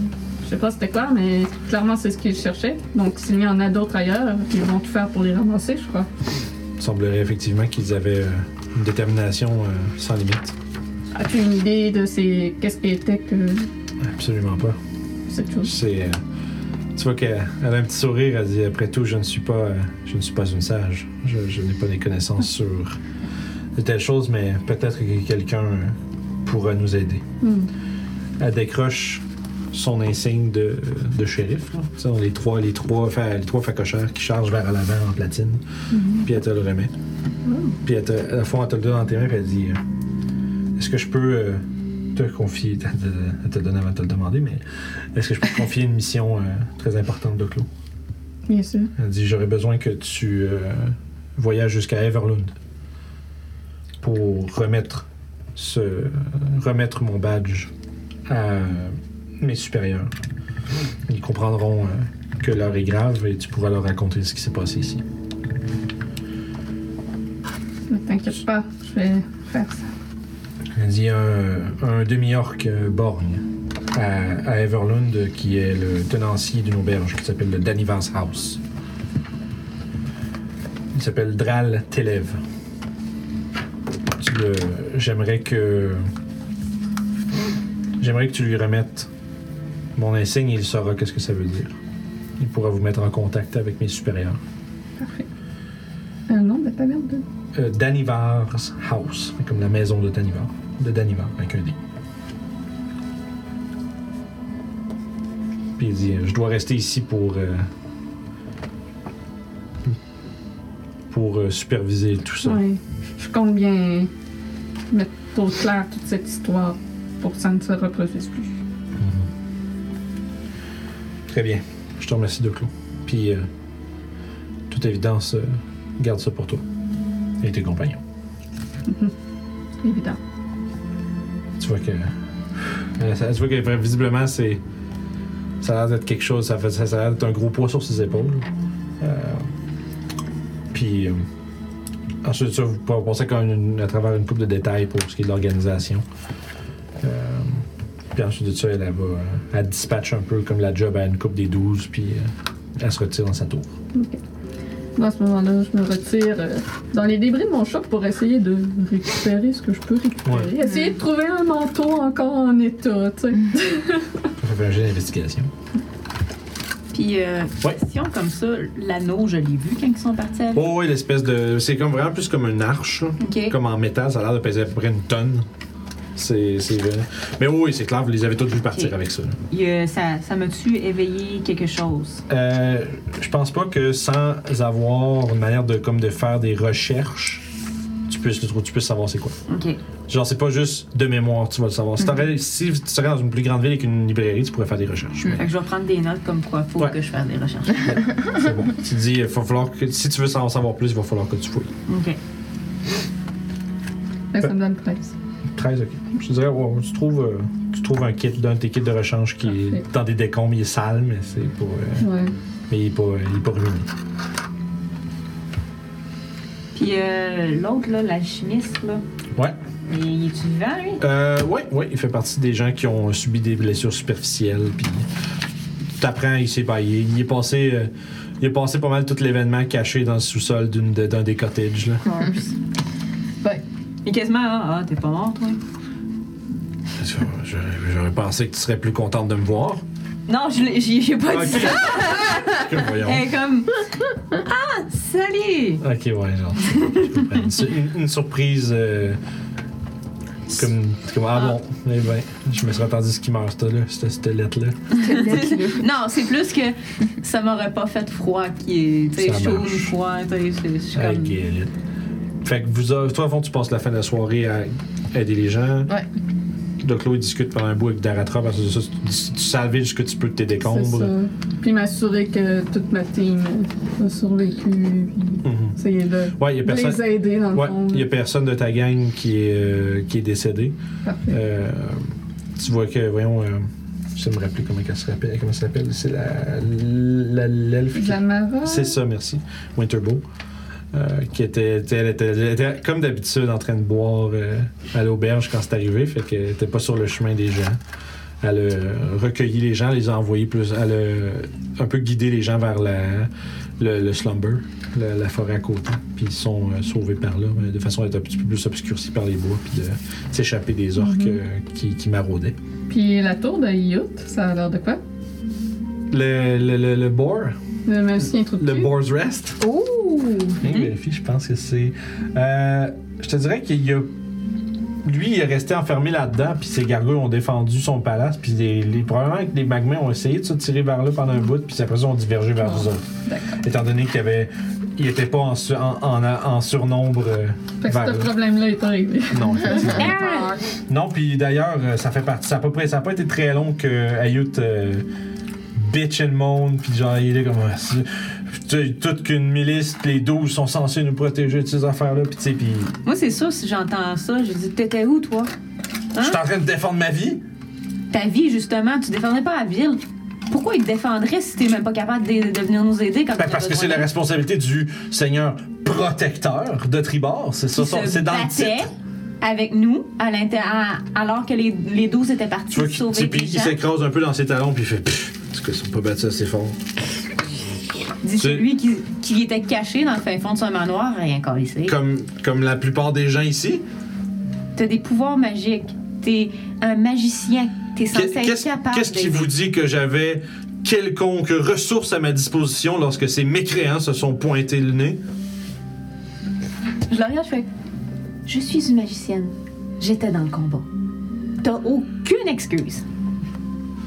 je sais pas c'était quoi, mais clairement c'est ce qu'ils cherchaient. Donc s'il y en a d'autres ailleurs, ils vont tout faire pour les ramasser, je crois. Il semblerait effectivement qu'ils avaient euh, une détermination euh, sans limite. As-tu une idée de ces... qu'est-ce qui était que Absolument pas. cette chose? C'est. euh, tu vois qu'elle elle a un petit sourire, elle dit Après tout, je ne suis pas, euh, je ne suis pas une sage. Je, je n'ai pas des connaissances sur de telles choses, mais peut-être que quelqu'un euh, pourra nous aider. Hmm. Elle décroche son insigne de, de shérif. là. Tu sais, on a les trois, les, trois, fa- les trois facochères qui chargent vers l'avant en platine. Puis elle te le remet. Puis elle te, à la fois, elle te le donne dans tes mains, puis elle dit euh, Est-ce que je peux euh, te confier Elle te- Elle te le donne avant de te le demander, mais est-ce que je peux te confier une mission euh, très importante de Clos Bien sûr. Elle dit J'aurais besoin que tu euh, voyages jusqu'à Everlund pour remettre, ce, remettre mon badge à mes supérieurs. Ils comprendront euh, que l'heure est grave et tu pourras leur raconter ce qui s'est passé ici. Ne t'inquiète pas, je vais faire ça. Elle dit un, un demi-orc euh, borgne à, à Everlund euh, qui est le tenancier d'une auberge qui s'appelle le Danivans House. Il s'appelle Dral Telev. Tu le- J'aimerais que. J'aimerais que tu lui remettes mon insigne et il saura qu'est-ce que ça veut dire. Il pourra vous mettre en contact avec mes supérieurs. Parfait. Euh, non, de ta merde. Euh, Danivar's House, comme la maison de Danivar, de Danivar, avec un D. Puis il dit, euh, je dois rester ici pour euh, pour euh, superviser tout ça. Ouais. Je compte bien mettre au clair toute cette histoire pour que ça ne se reproduise plus. Très bien, je te remercie de clou. Puis euh, toute évidence, euh, garde ça pour toi et tes compagnons. Évident. Tu vois que. Euh, ça- tu vois que visiblement, c'est. Ça a l'air d'être quelque chose. Ça, fait, ça, ça a l'air d'être un gros poids sur ses épaules. Euh, puis. euh, ensuite, ça, vous pouvez penser quand même une- à travers une coupe de détails pour ce qui est de l'organisation. Euh, puis ensuite de ça, elle, elle va. euh, Elle dispatche un peu comme la job à une coupe des 12, puis euh, elle se retire dans sa tour. Dans ce moment-là, je me retire euh, dans les débris de mon shop pour essayer de récupérer ce que je peux récupérer. Essayer de trouver un manteau encore en état, tu sais. Ça fait un jeu d'investigation. Puis, euh, Ouais. question comme ça, l'anneau, je l'ai vu quand ils sont partis avec. Oh, oui, l'espèce de. C'est comme vraiment plus comme une arche, là. OK. Comme en métal, ça a l'air de peser à peu près une tonne. C'est. c'est vrai. Mais oui, oui, c'est clair, vous les avez tous vu partir Ok. avec ça. là. Il, euh, ça ça m'a-tu éveillé quelque chose? Euh, je pense pas que sans avoir une manière de, comme de faire des recherches, tu puisses le trouver, tu puisses savoir c'est quoi. OK. Genre, c'est pas juste de mémoire, tu vas le savoir. Si, t'aurais- si tu serais dans une plus grande ville avec une librairie, tu pourrais faire des recherches. Fait que je vais prendre des notes comme quoi faut Ouais. que je fasse des recherches. Mais c'est bon. Tu dis, il va falloir que. Si tu veux en savoir plus, il va falloir que tu fouilles. OK. Là, ça me donne 13. 13, ok. Je te dirais, ouais, tu, trouves, euh, tu trouves un kit, d'un de tes kits de rechange qui Parfait. est dans des décombres, il est sale, mais c'est pour. euh, Ouais. mais il est pas, il est pas ruiné. Puis euh, l'autre, là, l'alchimiste, là, Ouais. il est-tu vivant, lui? Euh, ouais, ouais, il fait partie des gens qui ont subi des blessures superficielles, puis t'apprends, il s'est baillé. Il est passé. euh, il est passé pas mal tout l'événement caché dans le sous-sol d'une- de- d'un des cottages. Là. Il est quasiment, ah, ah, t'es pas mort, toi? Parce que J'aurais j'aurais pensé que tu serais plus contente de me voir. Non, je l'ai- j'y ai pas Ok. dit ça. Que voyons. Elle est comme, ah, salut! Ok, ouais, genre. je comprends. Une, su- une- une surprise. euh, comme, comme. Ah bon, eh ben, je me serais attendu ce qui meurt, ça, là, cette, cette lettre-là. Non, c'est plus que ça m'aurait pas fait froid qui est, tu sais, Ça chaud ou marche. froid, tu sais, je- je suis I comme... get it. Fait que vous, a- toi, au fond, tu passes la fin de la soirée à aider les gens. Ouais. De Chloé discute pendant un bout avec Daratra parce que ça, tu, tu salvages ce que tu peux de tes C'est décombres. ça. Puis m'assurer que toute ma team a survécu. Puis Mhm. essayer de Ouais, il a de personne. les aider dans le Ouais, fond. il y a personne de ta gang qui est, euh, qui est décédé. Parfait. Euh, tu vois que, voyons, euh, Je sais me rappeler comment elle s'appelle. Comment elle s'appelle? C'est la. la- L'elfe. qui- Zamara. C'est ça, merci. Winterbow. euh, qui était, était- elle était, elle était comme d'habitude en train de boire euh, à l'auberge quand c'est arrivé, fait qu'elle était pas sur le chemin des gens. Elle a euh, recueilli les gens, les a envoyés plus. Elle a euh, un peu guidé les gens vers la, le, le slumber, la, la forêt à côté. Puis ils sont euh, sauvés par là, mais de façon à être un petit peu plus obscurcis par les bois, puis de s'échapper des orques euh, qui, qui maraudaient. Puis la tour de Yut, ça a l'air de quoi? Le, le, le, le boar, Le magicien trou de le cul? boar's rest. Ouh! Bien Mhm. vérifié, je pense que c'est. Euh, je te dirais qu'il y a. Lui, il est resté enfermé là-dedans, puis ses gargouilles ont défendu son palace, puis les, les- probablement que les magmins ont essayé de se tirer vers là pendant un bout, puis après ça, ont divergé vers Ah, vous autres. Étant donné qu'il y avait. Il était pas en, su- en, en- en surnombre euh, Fait que vers ce là. problème-là est réglé. Non, effectivement. Ah! Non, puis d'ailleurs, euh, ça fait partie. Ça n'a pas, pré- ça a pas été très long que Ayut euh, bitch and moan, puis genre, il est comme. Ah, c'est- tu- Toute qu'une milice, puis les 12 sont censés nous protéger de ces affaires-là, puis tu sais, puis. Moi, c'est sûr, si j'entends ça, je dis T'étais où, toi Je Hein? suis en train de défendre ma vie. Ta vie, justement, tu défendais pas la ville. Pourquoi ils te défendraient si t'es même pas capable de, de venir nous aider quand Ben, on a parce que besoin c'est la d'eux? responsabilité du Seigneur protecteur de Tribord. C'est ça, Qui son- se c'est dans le battaient titre. avec nous à l'intérieur, alors que les, les 12 étaient partis Tu vois, qu'il- tu sauver sais, des puis il gens. s'écrase un peu dans ses talons, puis il fait. Pfff, Parce qu'ils sont pas battus assez fort. Dit c'est- celui qui, qui était caché dans le fin fond de son manoir, rien qu'à ici. Comme, comme la plupart des gens ici. T'as des pouvoirs magiques. T'es un magicien. T'es Qu'est- censé être Qu'est-ce capable. qu'est-ce qui d'aider. vous dit que j'avais quelconque ressource à ma disposition lorsque ces mécréants se sont pointés le nez? Je la regarde, je fais. Je suis une magicienne. J'étais dans le combat. T'as aucune excuse.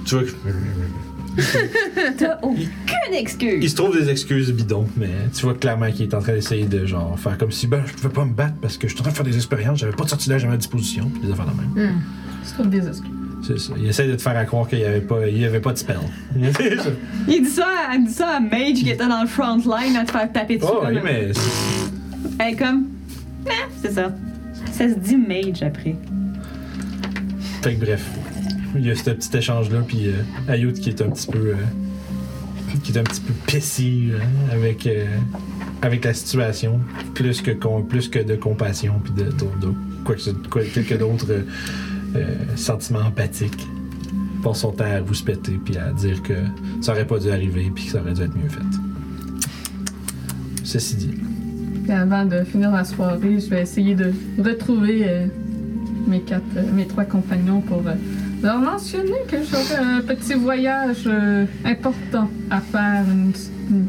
Tu vois, que- T'as aucune il excuse. se trouve des excuses bidons, mais tu vois clairement qu'il est en train d'essayer de genre faire comme si ben je pouvais pas me battre parce que je suis en train de faire des expériences, j'avais pas de sortilège à ma disposition, puis des affaires de Mm. même. C'est comme des excuses. C'est ça. Il essaie de te faire à croire qu'il y avait pas, il y avait pas de spell. Il dit ça, à- il dit ça à Mage qui était dans le front line à te faire taper dessus. oh comme oui, un- mais c'est- Elle est comme. Ah, c'est ça. Ça se dit Mage après. fait que bref, il y a ce petit échange là, puis euh, Ayout qui est un petit peu, euh, qui est un petit peu pissy hein, avec euh, avec la situation, plus que con- plus que de compassion puis de, de- de- quoi que ce- quoi- quelques d'autres euh, euh, sentiments empathiques. Il Passe son temps à vous se péter puis à dire que ça aurait pas dû arriver puis que ça aurait dû être mieux fait. Ceci dit. Puis avant de finir la soirée, je vais essayer de retrouver euh, mes quatre, euh, mes trois compagnons pour euh, leur mentionner que j'aurai un petit voyage euh, important à faire, une, une-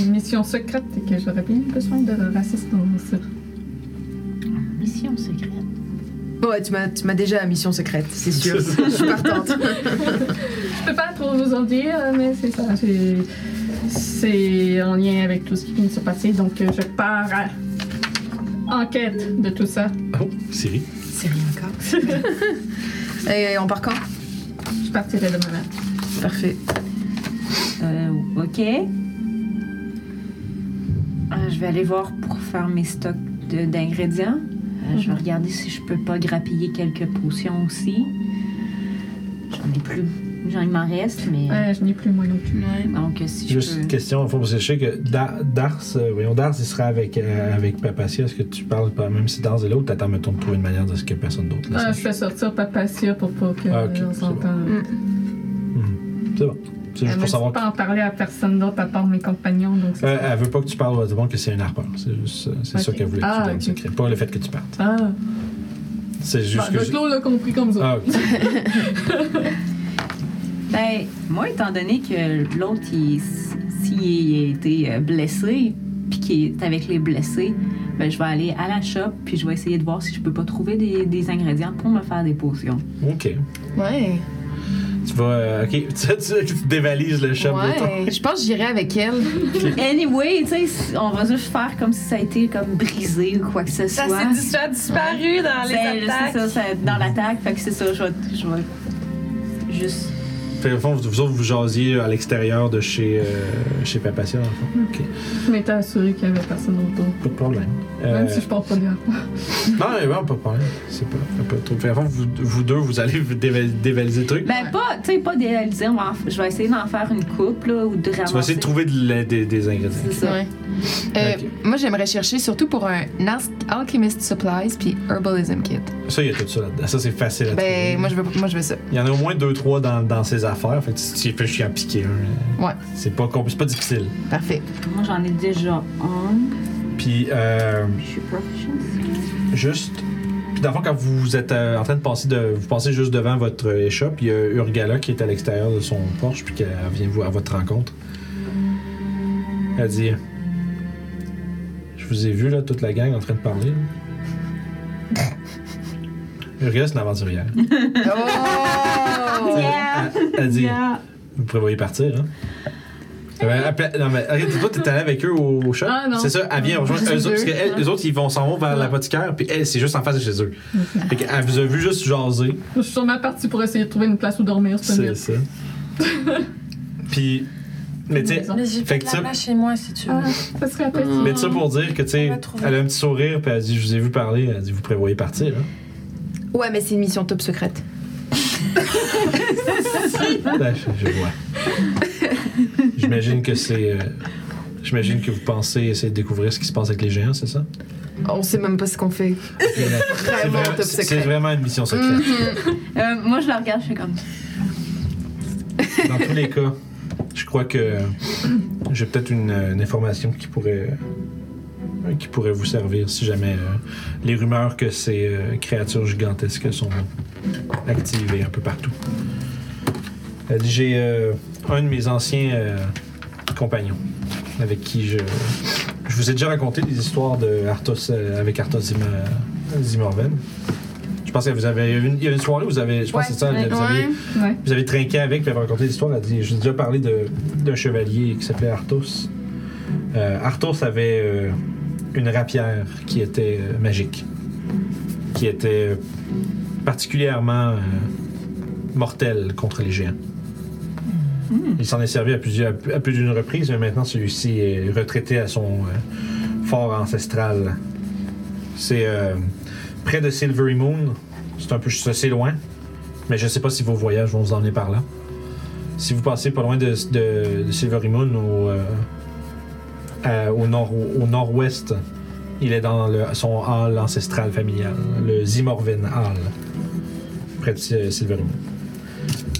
une mission secrète et que j'aurais bien besoin de leur assistance. Mission secrète. Ouais, tu m'as tu m'as déjà à mission secrète, c'est sûr. C'est Je suis partante. Je peux pas trop vous en dire, mais c'est ça. j'ai- C'est en lien avec tout ce qui vient de se passer, donc euh, je pars à- en quête de tout ça. Oh, Siri. C'est rien encore. Et on part quand Je partirai demain matin. Parfait. Euh, ok. Euh, je vais aller voir pour faire mes stocks de- d'ingrédients. Euh, Je vais regarder si je peux pas grappiller quelques potions aussi. J'en ai plus. J'en il m'en reste, mais. Ouais, Euh, je n'ai plus moi non plus. Donc, euh, si je Juste Mm. peux. une question, il faut que je sais que Da- Dars, euh, voyons, Dars, il sera avec, euh, avec Papacia. Est-ce que tu parles, pas, même si Dars est là, ou t'attends, mettons, de trouver une manière de ce que personne d'autre le Ah, sache? je fais sortir Papacia pour pas que Ah, ok, on c'est bon. s'entende. Euh, C'est bon. C'est Elle juste m'a pour dit savoir. de pas en parler à personne d'autre à part mes compagnons, donc c'est Euh, ça. elle veut pas que tu parles au monde que c'est un harpeur. C'est juste, euh, c'est Ok. ça qu'elle voulait que Ah, tu donnes ok. secret. Pas le fait que tu partes. Ah, C'est juste bah, que. le j'ai- Claude l'a compris comme ça. Ah, ok. Ben, moi, étant donné que l'autre, il- s'il a été euh, blessé, puis qu'il est avec les blessés, ben, je vais aller à la shop, puis je vais essayer de voir si je peux pas trouver des, des ingrédients pour me faire des potions. Ok. Ouais. Tu vas. euh, ok. Tu, tu dévalises le shop de ton. Ouais. Je pense que j'irai avec elle. Anyway, tu sais, c- on va juste faire comme si ça a été comme brisé ou quoi que ce Ça soit. s'est dis- ça a disparu dans les Ben, C'est- c'est attaques. ça, ça- dans l'attaque, fait que c'est ça, je vais, je vais juste Fait que, au fond, vous, vous autres, vous jasiez à l'extérieur de chez, euh, chez Papatia, dans le fond. Je m'étais assurée qu'il n'y avait personne autour. Pas de problème. Même Euh, si je porte pas de garde. Non, mais bon, pas de problème. C'est pas, pas trop. Fait que, au fond, vous, vous deux, vous allez vous déval- dévaliser le truc. Ben, pas, tu sais, pas d'idéaliser. on va en f- Je vais essayer d'en faire une coupe, là, ou de ramasser. Tu vas essayer de trouver de la- des, des ingrédients. C'est ça. Ouais. Euh, Ok. Moi, j'aimerais chercher surtout pour un Nas- Alchemist Supplies puis Herbalism Kit. Ça, il y a tout ça là-dedans. Ça, c'est facile à trouver. Ben, moi, je veux, moi, je veux ça. Il y en a au moins deux, trois dans, dans ses affaires. Fait que si tu fais chier à piquer un. Ouais. C'est pas, compl- c'est pas difficile. Parfait. Moi, j'en ai déjà un. Puis, euh, Je suis proficient. juste. Puis, dans le fond, quand vous êtes euh, en train de passer, de, vous passez juste devant votre échoppe, il y a Urgala qui est à l'extérieur de son porche, puis qu'elle vient vous, à votre rencontre. Elle dit Je vous ai vu, là, toute la gang en train de parler. là. Urgala, c'est une aventurière. Oh! Elle- Elle dit Vous prévoyez partir, hein Elle va appeler- non, mais regarde, toi, t'es allé avec eux au au shop. Ah, non. c'est ça, elle vient rejoindre eux autres. Parce que elle- eux autres, ils vont s'en vont vers l'apothicaire, puis elle, c'est juste en face de chez eux. Fait qu'elle vous a vu juste jaser. Je suis sûrement partie pour essayer de trouver une place où dormir cette C'est nuit. ça. Puis, mais tu sais, Mais j'ai Fait fait que de ça- la place chez moi si tu veux. Ah, ça serait appétit. mais ça pour dire que, tu sais, On va trouver. elle a un petit sourire, puis elle dit Je vous ai vu parler. Elle dit Vous prévoyez partir, hein Ouais, mais c'est une mission top secrète. Ben, je, je vois. J'imagine que c'est. euh, J'imagine que vous pensez essayer de découvrir ce qui se passe avec les géants, c'est ça On sait même pas ce qu'on fait. C'est Vraiment vrai- top C'est c'est secret. vraiment une mission secrète. Euh, moi, je la regarde, je fais comme ça. Dans tous les cas, je crois que j'ai peut-être une, une information qui pourrait euh, qui pourrait vous servir si jamais euh, les rumeurs que ces euh, créatures gigantesques sont activées un peu partout. Elle dit, J'ai euh, un de mes anciens euh, compagnons avec qui je je vous ai déjà raconté des histoires de Arthos euh, avec Arthos Zima- Zimorven. Je pense que vous avez une, il y a une soirée où vous avez je pense que c'est ça Ouais, vous avez- ouais. Ouais. vous avez trinqué avec, vous avez raconté l'histoire. Elle dit J'ai déjà parlé de- d'un chevalier qui s'appelait Arthos. Euh, Arthos avait euh, une rapière qui était euh, magique, qui était euh, particulièrement euh, mortelle contre les géants. Il s'en est servi à, plusieurs, à plus d'une reprise, mais maintenant celui-ci est retraité à son euh, fort ancestral. C'est euh, près de Silvery Moon. C'est un peu c'est c'est loin. Mais je sais pas si vos voyages vont vous emmener par là. Si vous passez pas loin de, de- de Silvery Moon au, euh, à- au, nord, au, au nord-ouest, il est dans le- son hall ancestral familial, le Zimorven Hall, près de Si- Silvery Moon.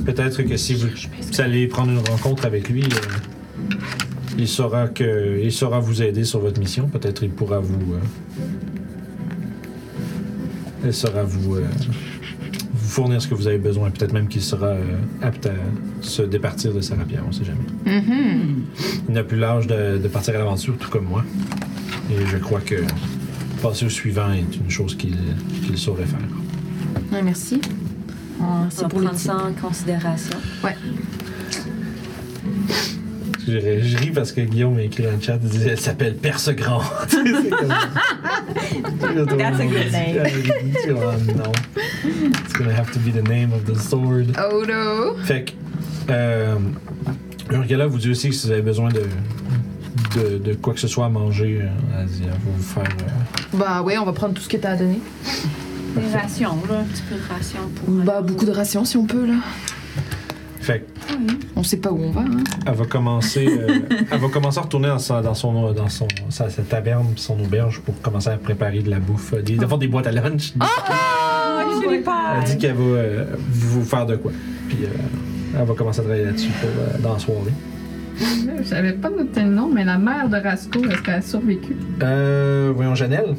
Peut-être que si vous, vous allez prendre une rencontre avec lui, euh, il, saura que, il saura vous aider sur votre mission. Peut-être il pourra vous. euh, il saura vous. euh, vous fournir ce que vous avez besoin. Peut-être même qu'il sera euh, apte à se départir de sa rapière, on sait jamais. Mm-hmm. Il n'a plus l'âge de, de partir à l'aventure, tout comme moi. Et je crois que passer au suivant est une chose qu'il qu'il saurait faire. Ouais, merci. On C'est va pour le prendre ça en considération. Je, je ris parce que Guillaume m'a écrit dans le chat, il dit « Elle s'appelle Persegrand ». C'est comme... That's a good name. ah, Oh non. It's gonna have to be the name of the sword. Oh no! Fait que, euh, Urgala vous dit aussi que si vous avez besoin de, de, de quoi que ce soit à manger, euh, elle dit, elle va vous faire. euh, Bah ouais, on va prendre tout ce que t'as donné. Des rations, là, un petit peu de rations pour. Bah beaucoup de rations si on peut là. Fait On sait pas où on va. Hein. qu'elle va commencer, euh, elle va commencer à retourner dans, sa, dans son, euh, dans son, sa, sa taverne, son auberge pour commencer à préparer de la bouffe, euh, des, des fois, des boîtes à lunch. Ah, Oh, je l'ai pas! Elle dit qu'elle va euh, vous faire de quoi. Puis euh, elle va commencer à travailler là-dessus pour, euh, dans la soirée. Je savais pas noté le nom, mais la mère de Rasco, est-ce qu'elle a survécu? Euh, voyons, Janelle.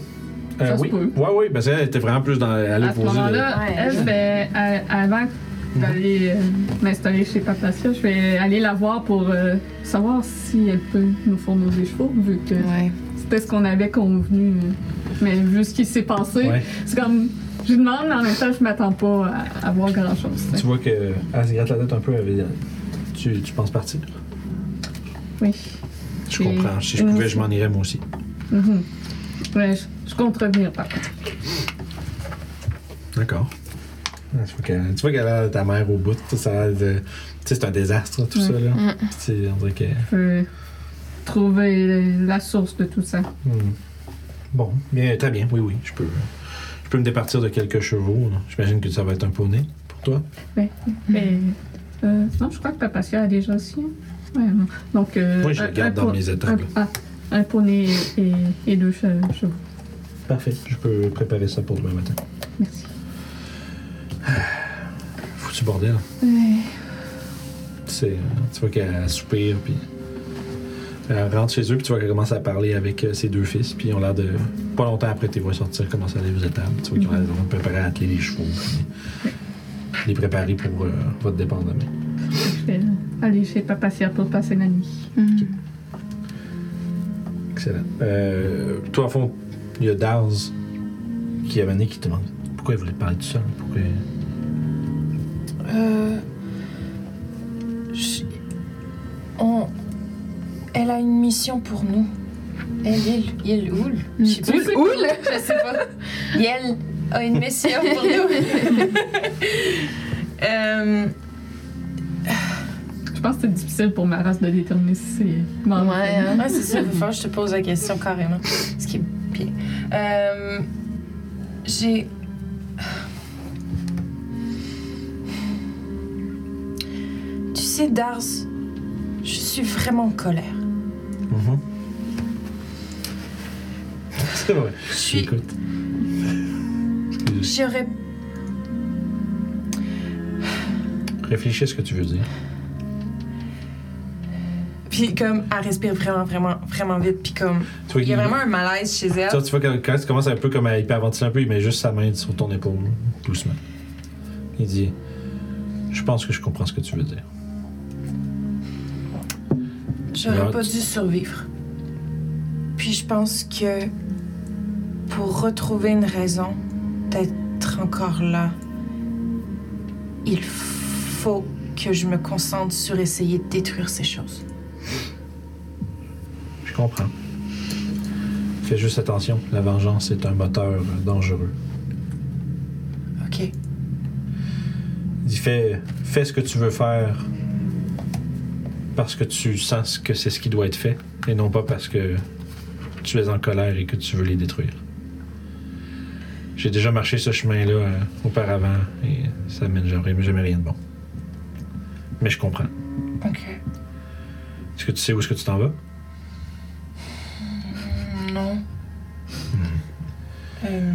Euh, Ça se oui. peut. Ouais, oui, parce qu'elle était vraiment plus dans. Elle À ce moment-là, Ouais, elle, je- je vais, à- avant Mhm. d'aller euh, m'installer chez Papacia, je vais aller la voir pour euh, savoir si elle peut nous fournir des chevaux, vu que Ouais. c'était ce qu'on avait convenu. Mais vu ce qui s'est passé, Ouais. c'est comme. Je demande, mais en même temps, je m'attends pas à, à voir grand-chose. Tu vois que elle se gratte la tête un peu. Elle avait- tu, tu penses partir? Oui. Je Et- comprends. Si je pouvais, je m'en irais moi aussi. Mhm. Ouais, je, je compte revenir, par contre. D'accord. Tu vois qu'elle tu vois qu'elle a ta mère au bout. Ça a l'air de- sais, c'est un désastre, tout Ouais. ça. Là. Mm. C'est, on dirait que. peut trouver la source de tout ça. Hmm. Bon, bien, très bien, oui, oui, je peux, je peux me départir de quelques chevaux. là. J'imagine que ça va être un poney pour toi. Mais, Mhm. euh, non, je crois que Papatia a déjà aussi. Ouais, non. Donc, euh, Moi, je un- le garde un dans po- mes un, étapes. ah, un poney et, et deux che- chevaux. Parfait, je peux préparer ça pour demain matin. Merci. Foutu bordel. C'est, euh, tu vois qu'elle soupire, puis elle rentre chez eux, puis tu vois qu'elle commence à parler avec euh, ses deux fils, puis ils ont l'air de. Pas longtemps après, tu les vois sortir, commencer à aller aux étables. Tu vois qu'ils ont l'air de préparer à atteler les chevaux, puis les préparer pour euh, votre départ demain. Je vais aller chez Papatia pour passer la nuit. Excellent. Euh, toi, à fond, il y a Daz qui a mené qui te demande pourquoi il voulait te parler tout seul. Pourquoi... Euh, je- on, elle a une mission pour nous. Elle, il, il, oul. Je sais pas. Oul! Je sais pas. Yel a une mission pour nous. Euh, Je pense que c'est difficile pour ma race de déterminer si c'est bon. Ouais, hein. ouais, c'est ça, il va falloir que je te pose la question carrément. hein. Ce qui est bien. Euh, J'ai. Tu sais, Dars, je suis vraiment en colère. Mm-hmm. C'est vrai. Je suis. Écoute. Excuse, J'aurais Réfléchis à ce que tu veux dire. Puis comme, elle respire vraiment, vraiment, vraiment vite. Puis comme, Tu vois, il y a qu'il- vraiment un malaise chez elle. tu vois, tu vois que quand tu commences un peu comme à hyperventiler un peu, il met juste sa main sur ton épaule, doucement. Il dit Je pense que je comprends ce que tu veux dire. J'aurais Alors, pas dû survivre. Puis je pense que pour retrouver une raison d'être encore là, il faut que je me concentre sur essayer de détruire ces choses. Je comprends. Fais juste attention, la vengeance est un moteur euh, dangereux. OK? Il dit, fais, fais ce que tu veux faire parce que tu sens que c'est ce qui doit être fait et non pas parce que tu es en colère et que tu veux les détruire. J'ai déjà marché ce chemin-là euh, auparavant et ça mène jamais, jamais rien de bon. Mais je comprends. OK. Est-ce que tu sais où est-ce que tu t'en vas? Non. Euh,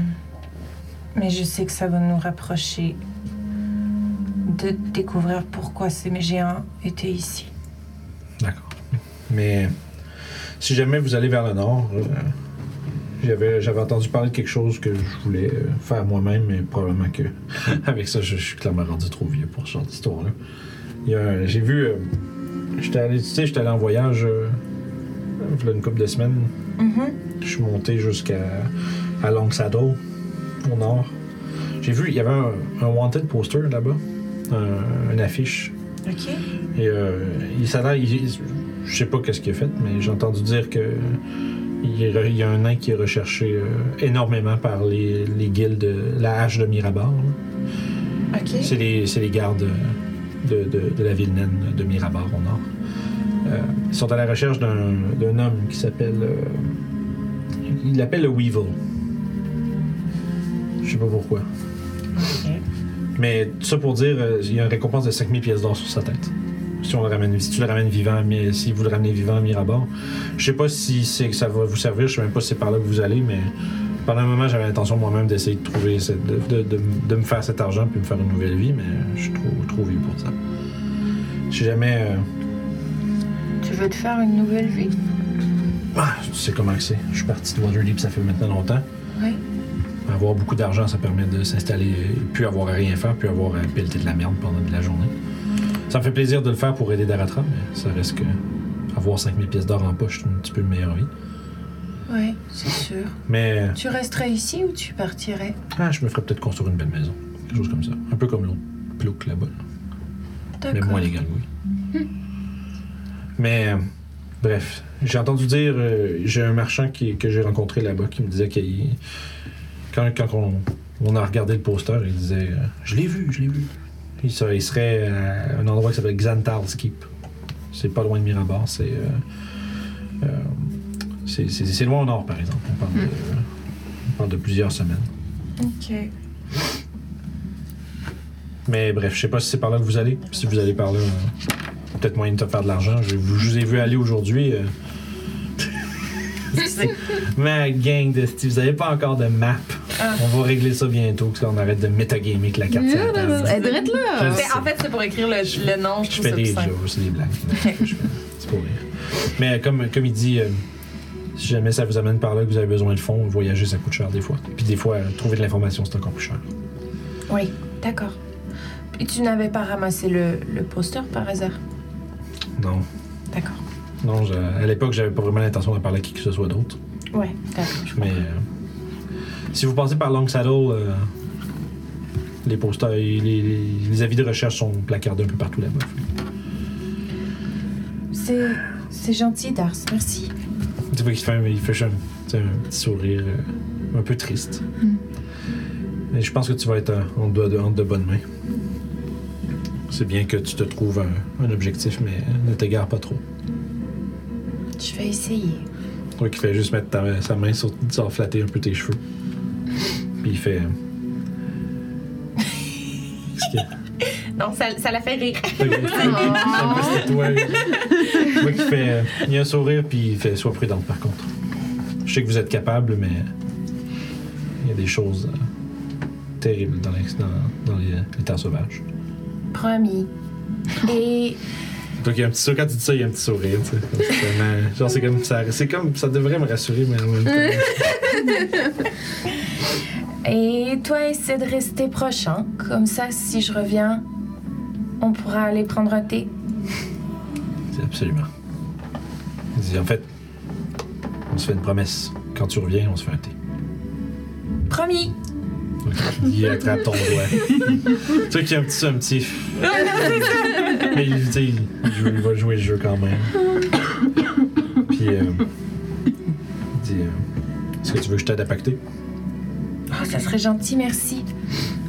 mais je sais que ça va nous rapprocher de découvrir pourquoi ces géants étaient ici. D'accord. Mais si jamais vous allez vers le nord, euh, j'avais, j'avais entendu parler de quelque chose que je voulais euh, faire moi-même, mais probablement que avec ça, je, je suis clairement rendu trop vieux pour ce genre d'histoire-là. Il y a un- j'ai vu, euh, j'étais allé, tu sais, j'étais allé en voyage euh, voilà une couple de semaines. Mm-hmm. Je suis monté jusqu'à à Long Saddle, au nord. J'ai vu, il y avait un, un wanted poster là-bas, un- une affiche. OK. Et euh, il s'en a- il- il- je sais pas qu'est-ce qu'il a fait, mais j'ai entendu dire que il, est re- il y a un nain qui est recherché euh, énormément par les, les guildes, de la hache de Mirabar. là. OK. C'est les, c'est les gardes euh, de, de- de la ville naine de Mirabar au nord. Euh, ils sont à la recherche d'un d'un homme qui s'appelle. euh, il l'appelle le Weevil. Je sais pas pourquoi. Mais tout ça pour dire, euh, il y a une récompense de 5000 pièces d'or sur sa tête. Si, on le ramène, si tu le ramènes vivant, mais si vous le ramenez vivant à Mirabar. Je sais pas si c'est que ça va vous servir, je sais même pas si c'est par là que vous allez, mais pendant un moment, j'avais l'intention moi-même d'essayer de trouver, cette- de, de- de- de me faire cet argent puis me faire une nouvelle vie, mais je suis trop, trop vieux pour ça. Si jamais. euh, Tu veux te faire une nouvelle vie? ah, tu sais comment que c'est. Je suis parti de Waterdeep, ça fait maintenant longtemps. Oui. Avoir beaucoup d'argent, ça permet de s'installer, euh, puis avoir à rien faire, puis avoir à pelleter de la merde pendant de la journée. Mm. Ça me fait plaisir de le faire pour aider Daratra, mais ça reste que avoir 5000 pièces d'or en poche, c'est un petit peu une meilleure vie. Oui, c'est sûr. Mais Tu resterais ici ou tu partirais? ah, je me ferais peut-être construire une belle maison. Quelque chose comme ça. Un peu comme l'autre plouc là-bas. là. Mais D'accord. Hum. moins légal, oui. Mais, euh, bref, j'ai entendu dire, euh, j'ai un marchand qui, que j'ai rencontré là-bas qui me disait qu'il. Quand, quand on, on a regardé le poster, il disait euh, Je l'ai vu, je l'ai vu. Il, se- il serait à un endroit qui s'appelle Xantar's Keep. C'est pas loin de Mirabar, c'est. euh, euh, c'est- c'est c'est loin au nord, par exemple. On parle, de, on parle de plusieurs semaines. Ok. Mais bref, je sais pas si c'est par là que vous allez. Si vous allez par là, euh, peut-être moyen de te faire de l'argent. Je vous, je vous ai vu aller aujourd'hui. euh. C'est- Ma gang de Steve, vous avez pas encore de map. Ah. On va régler ça bientôt, parce qu'on arrête de metagamer avec la carte. sur la table. Elle est drette, là. Je le C'est- sais. Ben, En fait, c'est pour écrire le, le nom, Je je trouve fais ça des plus jeux, simple. c'est des blagues. Je fais- c'est pour rire. Mais comme, comme il dit, euh, si jamais ça vous amène par là que vous avez besoin de fonds, voyager ça coûte cher des fois. Puis des fois, euh, trouver de l'information c'est encore plus cher. Oui, d'accord. Et tu n'avais pas ramassé le, le poster par hasard Non. D'accord. Non, je- à l'époque, j'avais pas vraiment l'intention de parler à qui que ce soit d'autre. Ouais, d'accord. je Mais euh, si vous passez par Long Saddle, euh, les posters, les, les- les avis de recherche sont placardés un peu partout là-bas. comprends. C'est, c'est gentil, Dars. Merci. Tu vois qu'il fait, un- il fait juste un, tu sais, un petit sourire euh, un peu triste. Et je pense que tu vas être euh, en, en de, en de bonnes mains. C'est bien que tu te trouves un, un objectif, mais euh, ne t'égare pas trop. Je vais essayer. Tu vois qu'il fait juste mettre ta- sa main sur, sur flatter un peu tes cheveux. Puis il fait. euh, Non, ça, ça la fait rire. Fait que- En plus, c'est toi. Tu vois qu'il fait. euh, Il a un sourire, puis il fait Sois prudente, par contre. Je sais que vous êtes capable, mais. euh, Il y a des choses euh, terribles dans, les, dans, dans les, euh, les terres sauvages. Promis. Et Donc, il y a un petit sourire. Quand tu dis ça, il y a un petit sourire, tu sais. Comme c'est vraiment- Genre, c'est comme, ça, c'est comme. Ça devrait me rassurer, mais en même temps. Et toi, essaie de rester proche, hein. Comme ça, si je reviens, on pourra aller prendre un thé. C'est absolument. Il dit En fait, on se fait une promesse. Quand tu reviens, on se fait un thé. Promis. Ok. Il attrape ton doigt. tu sais qu'il y a un petit. Un petit... Mais il, tu sais, il, joue- il va jouer le jeu quand même. Puis, euh, il dit euh, Est-ce que tu veux que je t'aide à pacter Oh, ça serait gentil, merci.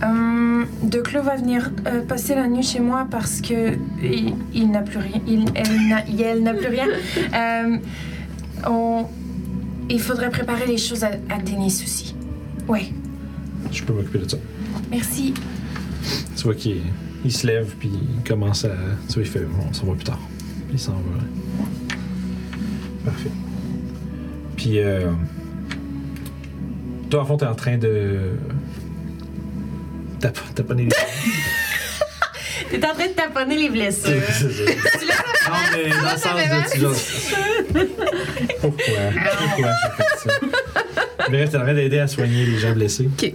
Hum, Declos va venir euh, passer la nuit chez moi parce que il, il n'a plus rien. Il, elle n'a, il- elle n'a plus rien. Hum, on- il faudrait préparer les choses à, à Denis aussi. Ouais, Je peux m'occuper de ça. merci. Tu vois qu'il il se lève, puis il commence à. Tu vois, il fait Bon, On s'en va plus tard. Puis il s'en va. Parfait. Puis, euh, toi, en fond, t'es en train de. T'as pas, t'as pas né les T'es en train de taponner les C'est- blessures. c'est ça. non, mais dans le sens hein? de. tu genre- Pourquoi? Pourquoi j'ai fait ça? Bref, t'es en train d'aider à soigner les gens blessés. Ok.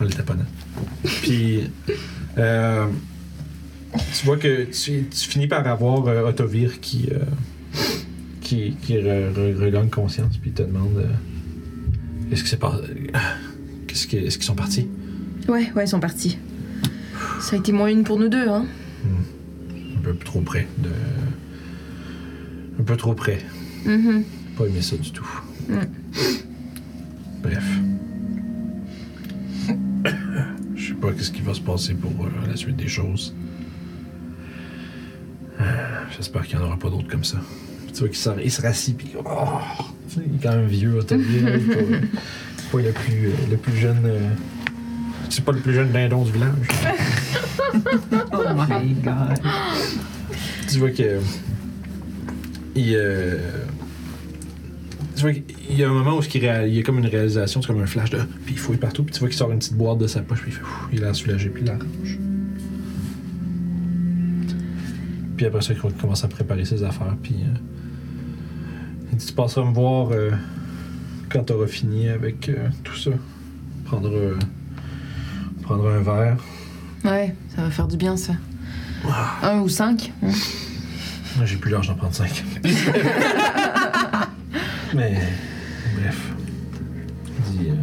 En les taponnant. Puis, euh, tu vois que tu, tu finis par avoir euh, Autovir qui, euh, qui, qui re- re- regagne conscience, puis il te demande euh, Est-ce que c'est pas. Qu'est-ce que- est-ce qu'ils sont partis? Ouais, ouais, ils sont partis. Ça a été moins une pour nous deux, hein. Un peu trop près. De... Un peu trop près. Mhm. pas aimé ça du tout. Mm. Bref. Je sais pas qu'est-ce qui va se passer pour euh, la suite des choses. Euh, J'espère qu'il n'y en aura pas d'autres comme ça. Puis Tu vois qu'il s'en- il se rassit, puis oh, tu sais, il est quand même vieux, Otavien. pas, pas le plus, euh, le plus jeune. euh, c'est pas le plus jeune dindon du village. Oh my god. Tu vois que. euh, Il. euh, tu vois qu'il y a un moment où ce qu'il réa- il y a comme une réalisation, c'est comme un flash de. Puis il fouille partout, puis tu vois qu'il sort une petite boîte de sa poche, puis il fait. ouf, il a l'air soulagé, puis il l'arrange. Puis après ça, il commence à préparer ses affaires, puis. euh, il dit Tu passeras me voir euh, quand t'auras fini avec euh, tout ça. Prendre. euh, prendre un verre. Ouais, ça va faire du bien, ça. Un ou cinq. hein. Moi, j'ai plus l'âge d'en prendre 5. Mais, bref. Dis, euh,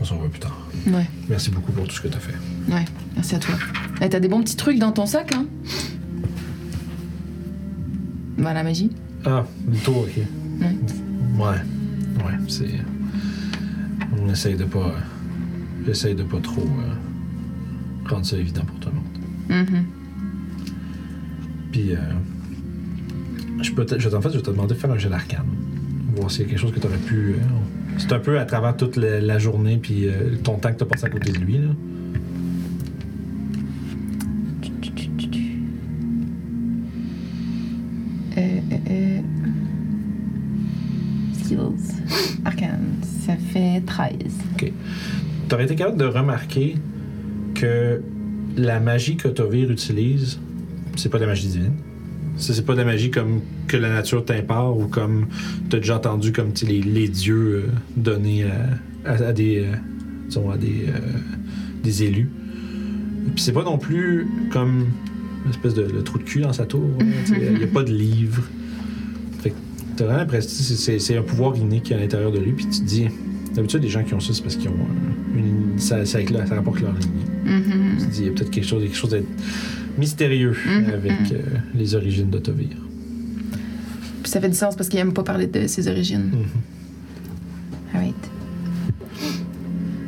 on s'en va plus tard. Ouais, Merci beaucoup pour tout ce que t'as fait. ouais. Merci à toi. Eh, T'as des bons petits trucs dans ton sac, hein Bah, la magie. Ah, le tour, ok. Ouais. Ouais, c'est. On essaye de pas. J'essaye de pas trop. euh, rendre ça évident pour tout le monde. Mhm. Puis, euh, je peux te- je vais t'en fait, je vais te demander de faire un jet d'arcane. Voir s'il y a quelque chose que tu aurais pu. euh, c'est un peu à travers toute la, la journée, puis euh, ton temps que tu as passé à côté de lui. Là. Euh, euh, euh. Skills. Arcane. Ça fait 13. Tu aurais été capable de remarquer que la magie qu'Otovir utilise, c'est pas de la magie divine. C'est c'est pas de la magie comme que la nature t'impare ou comme t'as déjà entendu comme tu sais, les, les dieux euh, donner à, à- à des euh, disons, à des, euh, des élus. Puis c'est pas non plus comme une espèce de le trou de cul dans sa tour. Il n'y a pas de livre. Fait que t'as vraiment l'impression c'est- c'est c'est un pouvoir inné qui est à l'intérieur de lui. Puis tu te dis, d'habitude les gens qui ont ça c'est parce qu'ils ont euh, une, ça, ça, éclaire- ça rapporte leur lignée. Mhm. Tu te dis, il y a peut-être quelque chose, quelque chose d'être mystérieux Mhm, avec euh, les origines d'Otovir. Puis ça fait du sens parce qu'il aime pas parler de ses origines. Alright.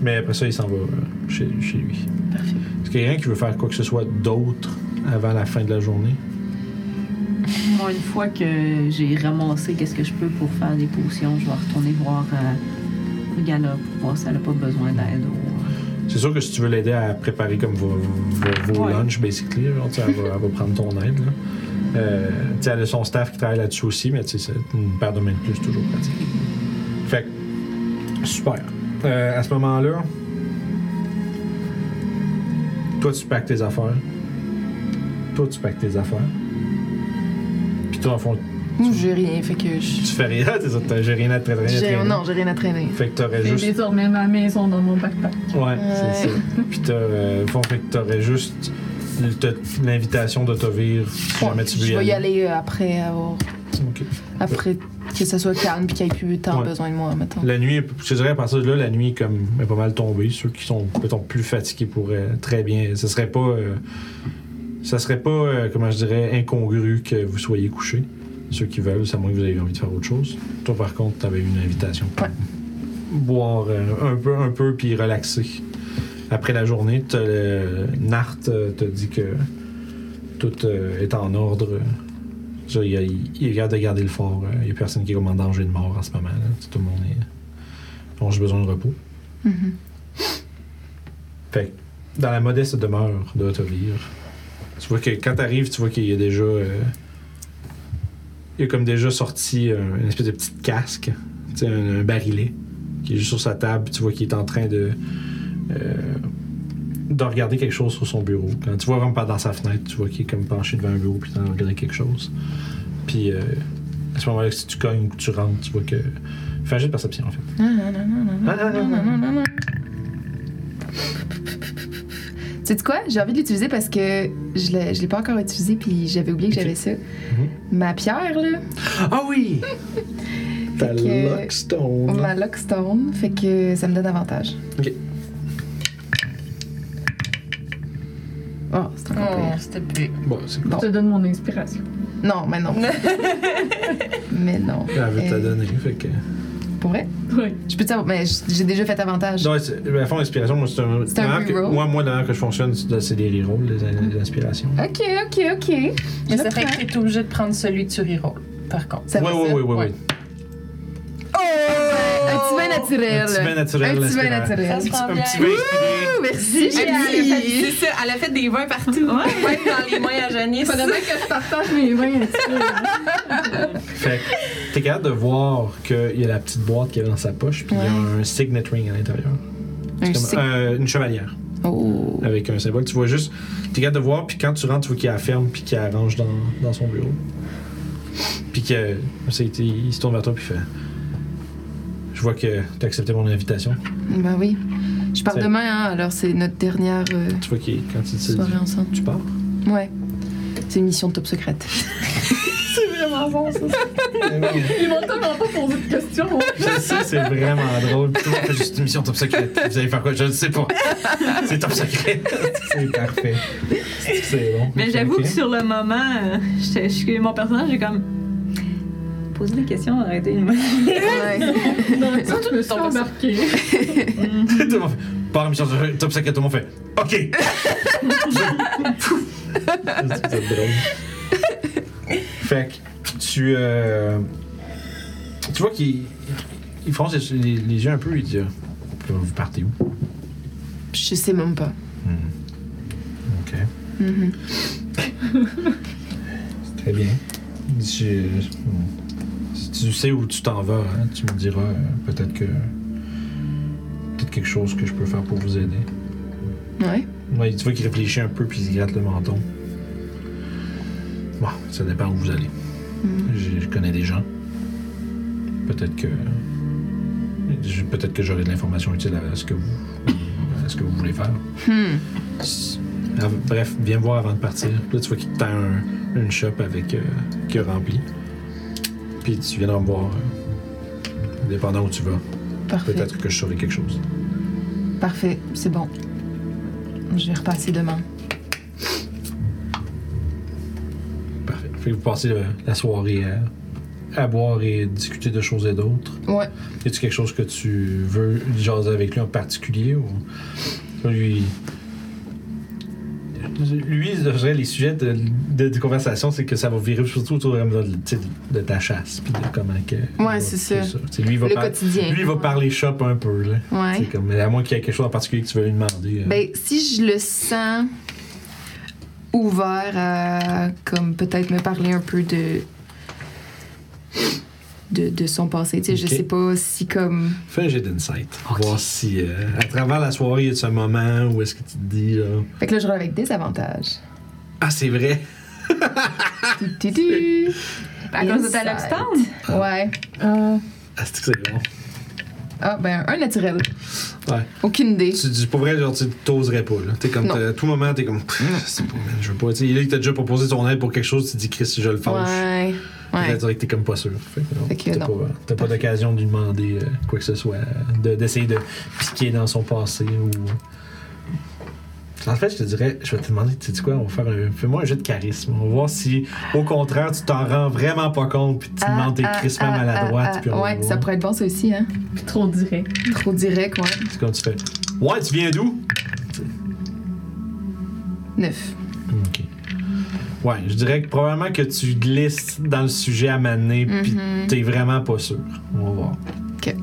Mais après ça, il s'en va euh, chez, chez lui. Parfait. Est-ce qu'il y a quelqu'un qui veut faire quoi que ce soit d'autre avant la fin de la journée? Moi, une fois que j'ai ramassé qu'est-ce que je peux pour faire des potions, je vais retourner voir euh, Gala pour voir si elle n'a pas besoin d'aide. ou- euh. C'est sûr que si tu veux l'aider à préparer comme vos, vos, vos Ouais. lunchs, basically, genre, tu sais, elle, va, elle va prendre ton aide. Là. Euh, tu sais, elle a son staff qui travaille là-dessus aussi, mais tu sais, c'est une paire de mains de plus, c'est toujours pratique. Fait que, super. Euh, à ce moment-là, toi, tu packs tes affaires. Toi, tu packs tes affaires. Puis toi, en fond, Moi, j'ai rien, fait que tu je. fais rien. c'est ça, t'as- J'ai rien à te traîner. à j'ai- traîner. Non, j'ai rien à traîner. Fait que t'aurais J'ai juste désormais ma maison dans mon backpack. Ouais, c'est ça. Ouais. Puis t'as, euh, bon, fait que t'aurais juste le- t'as l'invitation de Tovir si jamais tu veux je vais y aller euh, après avoir. Ok. Après que ça soit calme puis qu'il n'y ait plus tant Ouais. besoin de moi, mettons. La nuit, je te dirais à partir de là, la nuit comme est pas mal tombée. Ceux qui sont peut-être plus fatigués pourraient très bien. Ce serait pas, euh, ça serait pas, euh, comment je dirais, incongru que vous soyez couchés. Ceux qui veulent, c'est à moins que vous ayez envie de faire autre chose. Toi, par contre, t'avais une invitation. pour Ouais. Boire euh, un peu, un peu, puis relaxer. Après la journée, t'as le- Nart euh, te dit que tout euh, est en ordre. Je veux dire, Il, il, il regarde de garder le fort. euh, Il n'y a personne qui est comme en danger de mort en ce moment. là. Tout le monde est. ont juste besoin de repos. Mhm. Fait que, dans la modeste demeure de Ottovir, tu vois que quand t'arrives, tu vois qu'il y a déjà. euh, il y a comme déjà sorti euh, une espèce de petit casque, tu sais, un, un barillet, qui est juste sur sa table. puis Tu vois qu'il est en train de. euh, de regarder quelque chose sur son bureau. Quand tu vois vraiment pas dans sa fenêtre, tu vois qu'il est comme penché devant un bureau puis en train de regarder quelque chose. Puis euh, à ce moment-là, si tu cognes ou que tu rentres, tu vois que. Fais un jet de perception en fait. Ah, ah, ah, ah. Tu sais quoi? J'ai envie de l'utiliser parce que je l'ai, je l'ai pas encore utilisé puis j'avais oublié Ok. que Mm-hmm. j'avais ça. Ma pierre, là, Ah oui! Ta Fait que- Lockstone. ma Lockstone, fait que ça me donne avantage. Ok. Oh, c'est encore pire. c'était plus. Bon, c'est Bon. Je te donne mon inspiration. Non, mais non. mais non. Elle veut te la Euh, donner. Fait que... Pour vrai? Oui. Je peux te savoir, mais j- j'ai déjà fait avantage. Non, c'est- ben, à fond, l'inspiration, moi, c'est un. C'est un la manière que- reroll. Moi, moi, la manière que je fonctionne, c'est c'est des rerolls, les, les inspirations. Ok, ok, ok. Mais Je ça fait prends. que t'es obligé de prendre celui de reroll, par contre. Ça ouais, va, ouais, ça? ouais, ouais, ouais. Ouais. Un petit vin naturel. Un petit vin naturel, Un petit inspiré. vin naturel. Oh. Ça se prend Un bien. petit vin inspiré. Oh, merci, Elle a fait- chérie. C'est ça, elle a fait des vins partout. Ouais, dans les mains à Janice. Faudrait que je partage mes vins un petit peu. Fait que t'es capable de voir qu'il y a la petite boîte qu'il y a dans sa poche, puis il y a un signet ring à l'intérieur. Un C'est comme- signe. euh, une chevalière Oh. avec un symbole. Tu vois juste, t'es capable de voir, puis quand tu rentres, tu vois qu'il la ferme, puis qu'il la range dans, dans son bureau. Puis que, c'est- il se tourne vers toi, puis il fait Je vois que t'as accepté mon invitation. Ben oui. Je pars C'est- demain, hein, alors c'est notre dernière euh, Tu vois qu'il, quand il te dit soirée ensemble. Tu pars Ouais. C'est une mission top secrète. Ils m'ont tellement pas posé de questions. Je sais, c'est vraiment drôle. Plutôt que juste une mission top secret. Vous allez faire quoi Je ne sais pas. C'est top secret. C'est parfait. C'est bon. Mais j'avoue Ok. que sur le moment, euh, j'étais- je- mon personnage, j'ai comme. Poser des questions, arrêtez une ouais. Non, ça, je me suis embarquée. Tout le monde fait, Par mission sur top secret, tout le monde fait OK. C'est drôle. Fait que tu. euh, tu vois qu'il il fronce les, les- les yeux un peu, il dit euh, Vous partez où Je sais même pas. OK. Mm-hmm. Très bien. Je- si tu sais où tu t'en vas, hein, tu me diras euh, peut-être que. Peut-être quelque chose que je peux faire pour vous aider. Ouais. Ouais, tu vois qu'il réfléchit un peu puis il se gratte le menton. Bon, ça dépend où vous allez. Mm-hmm. Je, je connais des gens. Peut-être que. je- Peut-être que j'aurai de l'information utile à ce que vous. à ce que vous voulez faire. Hmm. Ah, Bref, viens me voir avant de partir. Là, tu vois qu'il te tend un- une shop avec. euh, qui est remplie. Puis tu viendras me voir. euh, dépendant où tu vas. Parfait. Peut-être que je saurai quelque chose. Parfait. C'est bon. Je vais repasser demain. Parfait. Fait que vous passez euh, la soirée à, à boire et discuter de choses et d'autres. Ouais. Y a-tu quelque chose que tu veux jaser avec lui en particulier ou lui lui, je dirais, les sujets de, de, de conversation, c'est que ça va virer surtout autour de, tu sais, de ta chasse, puis de comment que. Ouais, c'est ça. Tu sais, Lui, il va, Le par- quotidien. lui, il va Ouais. parler shop un peu, là. Ouais. C'est Comme, à moins qu'il y ait quelque chose en particulier que tu veux lui demander. euh, Ben, si je le sens ouvert à, comme peut-être me parler un peu de. De, de son passé. Tu sais, je Ok. sais pas si comme. Fais un jet d'insight. Voir si, euh, à travers la soirée, il y a ce moment où est-ce que tu te dis, là, Fait que là, je roule avec des avantages. Ah, c'est vrai! Tudu. À cause de ta Inside. lobstone? Ouais. Ah, c'est que c'est bon. Ah, ben, un naturel. Ouais. Aucune idée. Tu dis, pour vrai, genre, tu t'oserais pas, là. T'es comme, Non. t'as- à tout moment, t'es comme, Pff, je sais pas, man, je veux pas. Tu sais, là, il t'a déjà proposé ton aide pour quelque chose, tu dis, Chris, je le fâche. Ouais. Puis là, Ouais. tu dirais que t'es comme pas sûr. Fait que non, Fait que t'as non. pas, t'as pas d'occasion de lui demander euh, quoi que ce soit, euh, de- d'essayer de piquer dans son passé ou. En fait, je te dirais, je vais te demander, tu sais quoi, on va faire un. Fais-moi un jeu de charisme. On va voir si, au contraire, tu t'en rends vraiment pas compte, puis tu Ah, demandes tes ah, crispement ah, maladroite, ah, ah. puis on va Ouais, ça voir. pourrait être bon, ça aussi, hein. Puis trop direct. Trop direct, ouais. C'est comme tu fais. Ouais, tu viens d'où? Neuf. Ok. Ouais, je dirais que probablement que tu glisses dans le sujet à maner, puis t'es vraiment pas sûr. On va voir. Mhm. Ok.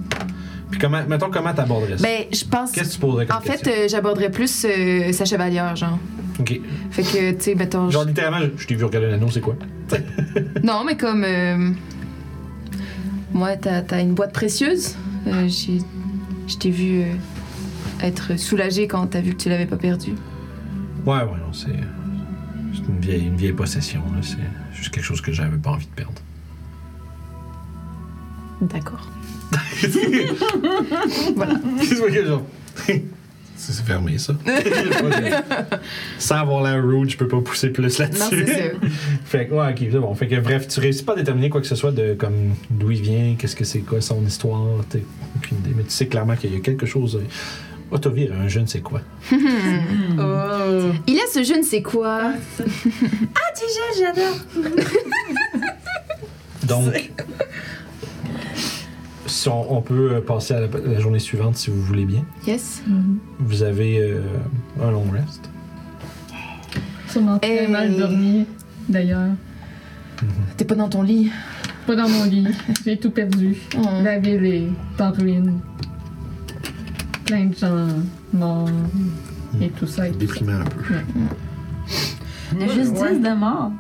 Puis comment, mettons, comment t'aborderais ça? Ben, je pense. Qu'est-ce que tu poserais comme En fait, question? euh, j'aborderais plus euh, sa chevalière, genre. Ok. Fait que, tu sais, mettons. je- Genre, littéralement, je- je t'ai vu regarder l'anneau, c'est quoi? Non, mais comme. euh, Moi, t'as t'as une boîte précieuse. Euh, j'ai- je t'ai vu euh, être soulagée quand t'as vu que tu l'avais pas perdue. Ouais, ouais, non, c'est. C'est une vieille, une vieille possession, là. C'est juste quelque chose que j'avais pas envie de perdre. D'accord. C'est quoi que genre. C'est fermé, ça. Sans avoir l'air rude, je peux pas pousser plus là-dessus. Non, c'est ça. Fait que, ouais, ok, c'est bon. Fait que, bref, tu réussis pas à déterminer quoi que ce soit de comme d'où il vient, qu'est-ce que c'est, quoi son histoire, t'es aucune idée. Mais tu sais clairement qu'il y a quelque chose. euh, Autovir, un jeune, c'est quoi? Hmm. Il a ce je ne sais quoi. Donc, si on, on peut euh, passer à la, la journée suivante si vous voulez bien. Yes. Vous avez euh, un long rest. Sûrement très Hey. mal dormi, d'ailleurs. T'es pas dans ton lit. Pas dans mon lit. J'ai tout perdu. Oh. Mm. La ville est en ruine. Plein de gens morts Mm. et tout ça. et tout ça. Déprimant un peu. On a juste 10 de mort.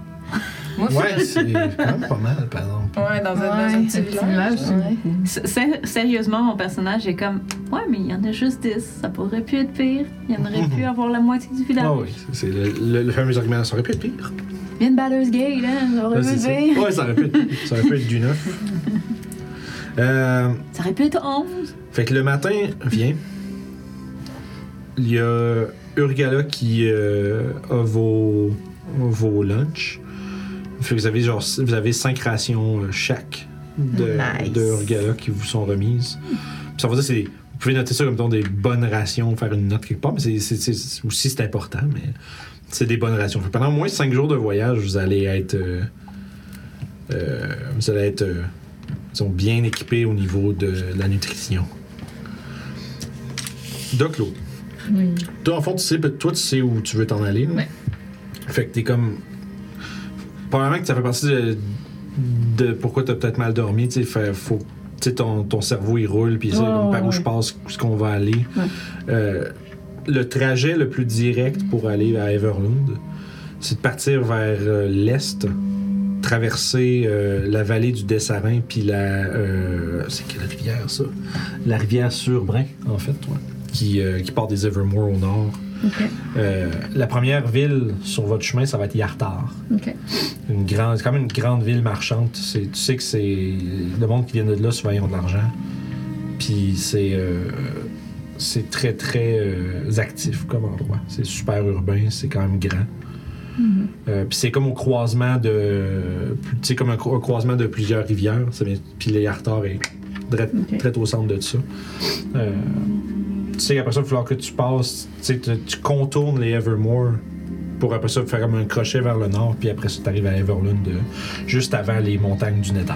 Ouais, c'est quand même pas mal, par exemple. Ouais, dans un, dans un Ouais. petit C'est village. un village, c'est ouais. beaucoup. Sé- Sérieusement, mon personnage est comme Ouais, mais il y en a juste 10. Ça pourrait plus être pire. Il y en aurait pu avoir la moitié du village. Ah oui, c'est- c'est le, le- le fameux argument. Ça aurait pu être pire. Il y a une balleuse gay, là. Ça aurait Là, pu c'est être ça. pire. Ouais, ça aurait pu être, ça aurait pu être du neuf. Euh, Ça aurait pu être 11. Fait que le matin vient. Il y a Urgala qui euh, a vos, vos lunchs. Fait que vous avez genre vous avez cinq rations euh, chaque de, Nice. de Urgala qui vous sont remises. Puis ça veut dire que c'est vous pouvez noter ça comme étant des bonnes rations, faire une note quelque part, mais c'est, c'est- c'est- aussi c'est important, mais c'est des bonnes rations. Fait que pendant au moins cinq jours de voyage, vous allez être euh, euh, vous allez être euh, disons, bien équipés au niveau de la nutrition. De Claude. Oui. Toi, en fond, tu sais, peut- toi, tu sais où tu veux t'en aller. là. Ouais. Fait que t'es comme. Probablement que ça fait partie de, de pourquoi t'as peut-être mal dormi. Tu sais, fait- faut. Tu sais, ton, ton cerveau, il roule, puis c'est Ouais, comme par ouais, où je ouais. passe, ce qu'on va aller. Ouais. Euh, le trajet le plus direct pour aller à Everland, c'est de partir vers euh, l'est, traverser euh, la vallée du Dessarin, puis la. euh, c'est quelle rivière, ça La rivière Surbrun, en fait, ouais, qui, euh, qui part des Evermore au nord. Ok. Euh, la première ville sur votre chemin, ça va être Yartar. Ok. Une grande, c'est quand même une grande ville marchande. C'est- tu sais que c'est le monde qui vient de là souvent ils ont de l'argent. Puis c'est euh, c'est très très euh, actif comme endroit. C'est super urbain, c'est quand même grand. Euh, puis c'est comme au croisement de, tu sais comme un, cro- un croisement de plusieurs rivières. Ça vient- Puis le Yartar est très, Ok. très au centre de ça. Euh, tu sais qu'après ça, il va falloir que tu passes, tu sais, tu- tu contournes les Evermore pour après ça faire comme un crochet vers le nord, puis après ça, tu arrives à Everlund, euh, juste avant les montagnes du Nether.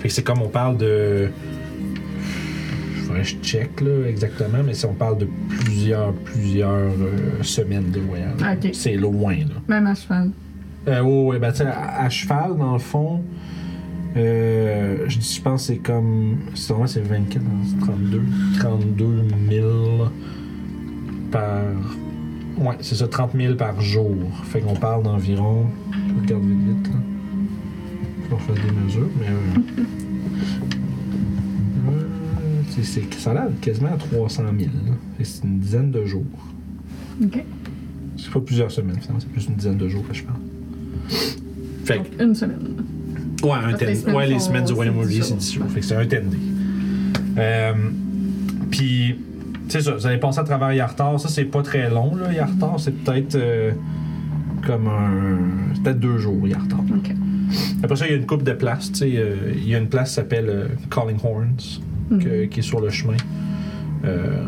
Fait que c'est comme on parle de. Faudrait que je check là, exactement, mais si on parle de plusieurs, plusieurs euh, semaines de voyage. Ah, ok. C'est loin, là. Même à cheval. Euh, ouais, ouais, ben, tu sais, à, à cheval, dans le fond, euh, je dis, je pense que c'est comme. C'est normalement, c'est 24, hein, c'est 32. 32 000 par. Ouais, c'est ça, 30 000 par jour. Fait qu'on parle d'environ. Je regarde vite, vite, là. Faut qu'on fasse des mesures, mais. euh, euh, c'est- c'est- ça a l'air quasiment à 300 000. là. Fait que C'est une dizaine de jours. Ok. C'est pas plusieurs semaines, finalement, c'est plus une dizaine de jours que je parle. Fait que- Donc, une semaine. Ouais, un Parce que ten- les semaines ouais, les sont- semaines du c'est Royaume dix Mobilier, c'est jours. 10 jours. Fait que c'est un 10 day. Euh, Puis, c'est ça, vous allez passer à travers Yartar. Ça, c'est pas très long, là. Yartar, c'est peut-être euh, comme un. c'est peut-être deux jours, Yartar. Ok. Après ça, il y a une coupe de places. tu sais, euh, il y a une place qui s'appelle euh, Calling Horns, Mm. que- qui est sur le chemin. Euh,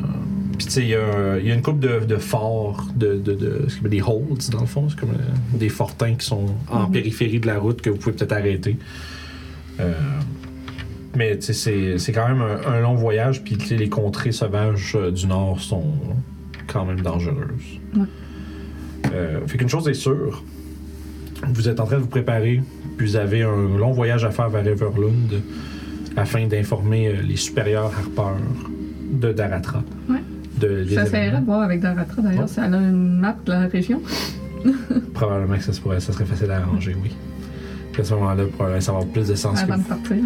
Puis, tu sais, il y, a- il y a une coupe de, de forts, de, de, de- ce qu'on appelle des holds, dans le fond. C'est comme euh, des fortins qui sont en périphérie de la route que vous pouvez peut-être arrêter. Euh, mais, tu sais, c'est- c'est quand même un, un long voyage. Puis, tu sais, les contrées sauvages euh, du Nord sont quand même dangereuses. Ouais. Euh, fait qu'une chose est sûre, vous êtes en train de vous préparer puis vous avez un long voyage à faire vers Everlund afin d'informer euh, les supérieurs Harper de Daratra. Ouais. De, des Ça serait de événements. voir avec Daratra Ouais. d'ailleurs si elle a une map de la région. Probablement que ça, se pourrait- ça serait facile à arranger, oui. Puis à ce moment-là, probablement, ça va avoir plus de sens que Avant de vous, partir.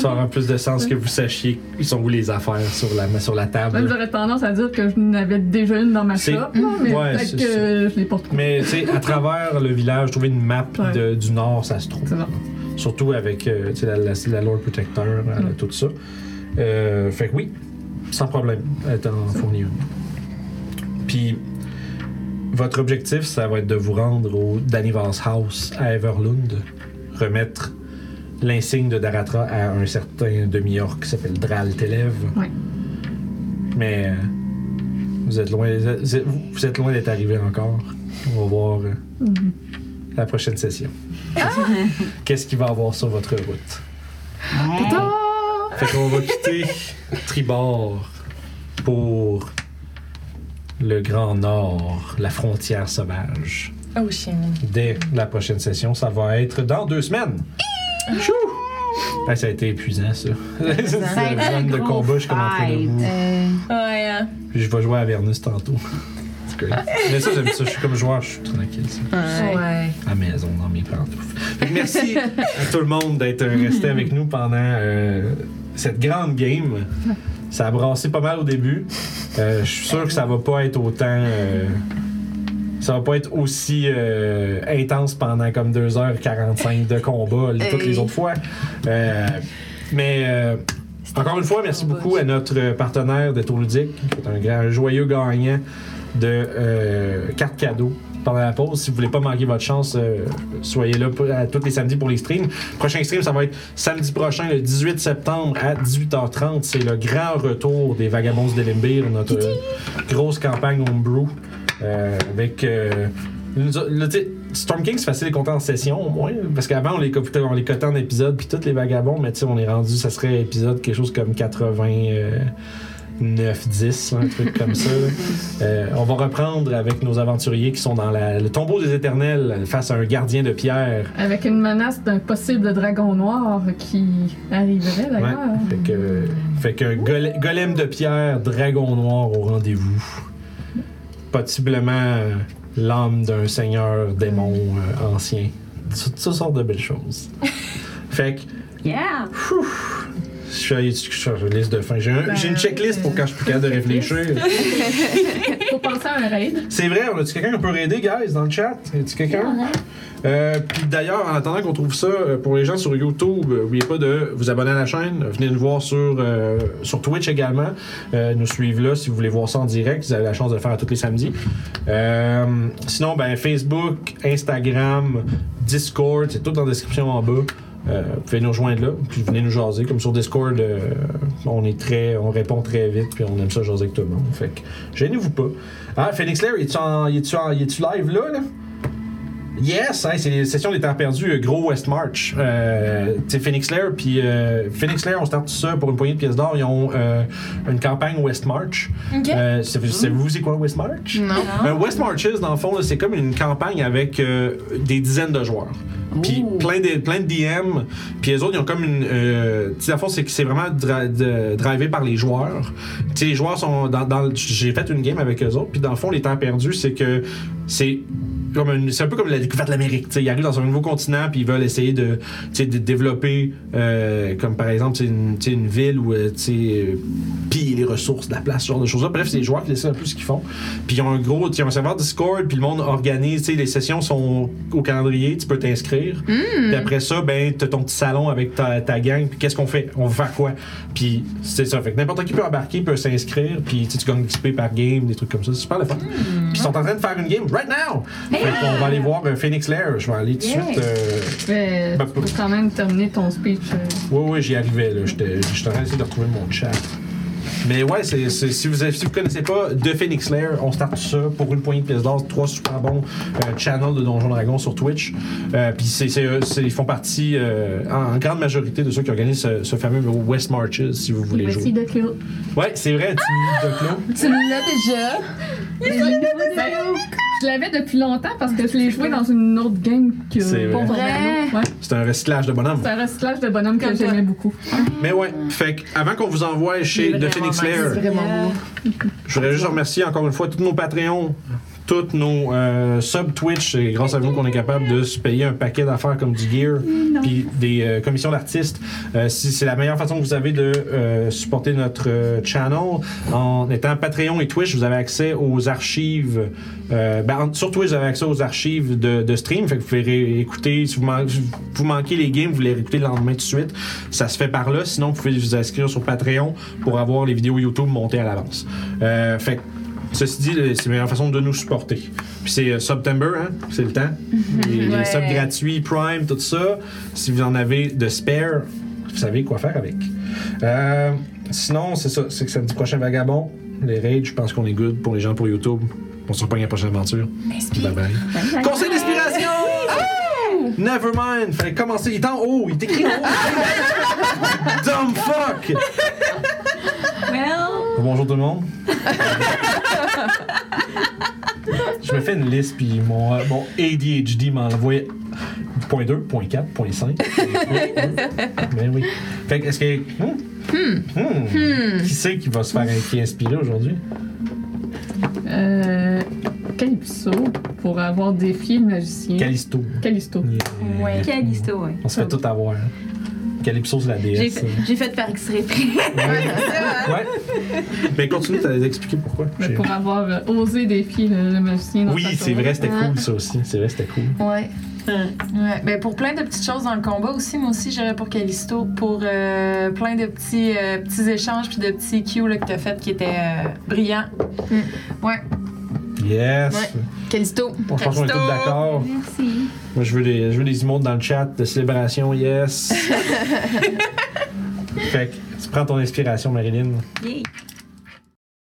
ça aura plus de sens que vous sachiez ils sont où les affaires sur la, sur la Même table. j'aurais tendance à dire que je n'avais déjà une dans ma C'est- shop, là, mais Ouais, peut-être c'est que je l'ai porte Mais tu sais, à travers le village, trouver une map Ouais. de- du nord, ça se trouve. C'est bon. Surtout avec euh, tu sais, la, la, la Lord Protector, elle a Mm. tout ça. Euh, fait que oui, sans problème, elle t'en fournit une. Puis, votre objectif, ça va être de vous rendre au Danivans House à Everlund, remettre l'insigne de Daratra à un certain demi-orc qui s'appelle Dral Telev. Ouais. Mais euh, vous êtes loin, vous êtes- vous êtes loin d'être arrivé encore. On va voir euh, Mhm. la prochaine session. Ah! Qu'est-ce qu'il va avoir sur votre route? Fait qu'on va quitter Tribord pour le Grand Nord, la frontière sauvage. Oh, chien. Dès la prochaine session, ça va être dans deux semaines. Chou! Ah, ça a été épuisant, ça. C'est une Ça a été semaine de gros combat, je suis comme en train de fight. vous- Euh, Ouais, hein. Puis je vais jouer à Vernus tantôt. C'est cool. Mais ça, j'aime ça. Je suis comme joueur, je suis tranquille. ça. ouais. à la maison dans mes pantoufles. Fait que merci à tout le monde d'être resté avec nous pendant euh, cette grande game. Ça a brassé pas mal au début. Euh, je suis sûr que ça va pas être autant. euh, ça va pas être aussi euh, intense pendant comme 2h45 de combat les- toutes les Hey. autres fois. Euh, mais euh, encore une fois, merci beaucoup à notre partenaire de Tour Ludique, qui est un grand joyeux gagnant de euh, cartes cadeaux pendant la pause. Si vous voulez pas manquer votre chance, euh, soyez là pour- à tous les samedis pour les streams. Prochain stream, ça va être samedi prochain, le 18 septembre à 18h30. C'est le grand retour des Vagabonds de Limbir, notre euh, grosse campagne Homebrew. euh, avec. euh, nous a- là, tu sais, Storm King, c'est facile de compter en session au moins. Parce qu'avant, on les, co- on les cotait en épisodes, puis tous les vagabonds, mais tu sais, on est rendu, ça serait épisode quelque chose comme 80. euh, 9, 10, là, un truc comme ça. là. Euh, on va reprendre avec nos aventuriers qui sont dans la- le tombeau des éternels face à un gardien de pierre. Avec une menace d'un possible dragon noir qui arriverait d'ailleurs. Fait que, fait que gole- golem de pierre, dragon noir au rendez-vous. Possiblement euh, l'âme d'un seigneur démon euh, ancien. Tout- Toutes sortes de belles choses. fait que Yeah! je suis je suis sur une liste de fin. J'ai un- j'ai une checklist pour quand je suis plus capable de réfléchir. Faut penser à un raid. C'est vrai, on a-tu quelqu'un qui peut aider, guys, dans le chat? Y a-tu quelqu'un? Euh, puis d'ailleurs, en attendant qu'on trouve ça, euh, pour les gens sur YouTube, euh, n'oubliez pas de vous abonner à la chaîne. euh, Venez nous voir sur, euh, sur Twitch également. Euh, nous suivre là si vous voulez voir ça en direct. Vous avez la chance de le faire à tous les samedis. Euh, sinon, ben, Facebook, Instagram, Discord, c'est tout dans la description en bas. Euh, vous pouvez nous rejoindre là, puis venez nous jaser. Comme sur Discord, euh, on est très, on répond très vite, puis on aime ça jaser avec tout le monde. Fait que, gênez-vous pas. Ah, Phoenix Lair, es-tu en, es-tu en- es-tu live là, là? Yes, hein, c'est les sessions des temps perdus, euh, gros West March. Euh, tu sais, Phoenix Lair, puis euh, Phoenix Lair, on start tout ça pour une poignée de pièces d'or. Ils ont euh, une campagne West March. Ok. Euh, c'est- Savez-vous c'est quoi West March? Non. Un Euh, West Marches, dans le fond, là, c'est comme une campagne avec euh, des dizaines de joueurs. Puis plein de, plein de DM. Puis les autres, ils ont comme une. Euh, tu sais, dans le fond, c'est que c'est vraiment dra- de- drivé par les joueurs. Tu sais, les joueurs sont. Dans, dans le- J'ai fait une game avec eux autres. Puis dans le fond, les temps perdus, c'est que. C'est. Comme une- c'est un peu comme la découverte de l'Amérique. tu sais. Ils arrivent dans un nouveau continent puis ils veulent essayer de, tu sais, de développer, euh, comme par exemple, tu sais, une, tu sais, une ville où euh, tu sais, euh, piller les ressources de la place, ce genre de choses-là. Bref, c'est les joueurs qui décident un peu ce qu'ils font. Puis ils ont un gros, tu sais, ils ont un serveur Discord, puis le monde organise, tu sais, les sessions sont au calendrier, tu peux t'inscrire. Puis après ça, ben, t'as ton petit salon avec ta, ta gang, puis qu'est-ce qu'on fait? On va faire quoi? Puis c'est ça. Fait que n'importe qui peut embarquer, peut s'inscrire, puis tu sais, tu gagnes XP par game, des trucs comme ça. C'est super le fun. Puis ils sont en train de faire une game right now! Fait qu'on va aller voir euh, Phoenix Lair. Je vais aller tout de Yeah. suite. euh, Mais Bah, tu peux quand même terminer ton speech. euh. oui, oui, j'y arrivais. là. J'étais j'étais en train d'essayer de retrouver mon chat. Mais ouais, c'est c'est- si vous ne connaissez pas de Phoenix Lair, on start ça pour une poignée de pièces d'or. Trois super bons euh, channels de Donjon Dragon sur Twitch. Euh, Puis c'est- c'est, euh, c'est- ils font partie euh, en, en grande majorité de ceux qui organisent ce, ce fameux West Marches, si vous voulez Voici jouer. de Clos. Ouais, c'est vrai, Timmy de Clos. Tu l'as déjà? Ben, Je l'avais depuis longtemps parce que je l'ai joué dans une autre game que. C'est pour vrai. Romano. Ouais, C'est un recyclage de bonhomme. c'est un recyclage de bonhomme que Comme toi. j'aimais beaucoup. Mais ouais, fait que avant qu'on vous envoie chez Il est The vraiment Phoenix nice. Lair, Vraiment. Je voudrais juste remercier encore une fois tous nos Patreons, tous nos euh, sub Twitch. C'est grâce à vous qu'on est capable de se payer un paquet d'affaires comme du gear, puis des euh, commissions d'artistes. Euh, si c'est la meilleure façon que vous avez de euh, supporter notre euh, channel, en étant Patreon et Twitch, vous avez accès aux archives. euh, ben, en- sur Twitch, vous avez accès aux archives de, de stream. Fait que vous pouvez ré- écouter. Si vous, man- vous manquez les games, vous les réécoutez le lendemain tout de suite. Ça se fait par là. Sinon, vous pouvez vous inscrire sur Patreon pour avoir les vidéos YouTube montées à l'avance. Euh, fait que, ceci dit, le- c'est la meilleure façon de nous supporter. Puis c'est euh, September, hein, c'est le temps. Les, les subs gratuits, Prime, tout ça. Si vous en avez de spare, vous savez quoi faire avec. Euh, sinon, c'est ça, c'est que samedi prochain, Vagabond. Les raids, je pense qu'on est good pour les gens pour YouTube. On se reprend à la prochaine aventure. Bye bye. Conseil d'inspiration! Nevermind! Fallait commencer. Il est en haut! Il est écrit en haut! Dumb fuck! Well... Bonjour tout le monde. Je me fais une liste, puis mon, euh, mon ADHD m'envoie point 2, point 4, point 5. Mais oui. Fait que, est-ce que. hmm? Hmm. Qui c'est qui va se faire qui est inspiré aujourd'hui? Euh, Calypso pour avoir défié le magicien. Callisto. Calisto. Ouais. Quelle histoire, ouais. On se fait tout avoir. hein. Calypso, c'est la J'ai déesse. fait, j'ai fait faire exprès. Ouais. Mais continue, t'as expliqué pourquoi. Ben, pour avoir euh, osé défier le, le magicien. dans sa Oui, c'est tournée. vrai, c'était cool ça aussi. C'est vrai, c'était cool. Ouais. Ouais, ben pour plein de petites choses dans le combat aussi, moi aussi j'irais pour Callisto, pour euh, plein de petits, euh, petits échanges puis de petits Q là, que t'as fait qui étaient euh, brillants. Yes! Ouais. Calisto. Bon, je pense qu'on est tous d'accord. Merci. Moi, je veux des, je veux des emotes dans le chat de célébration, yes. fait que tu prends ton inspiration, Marilyn. Yay.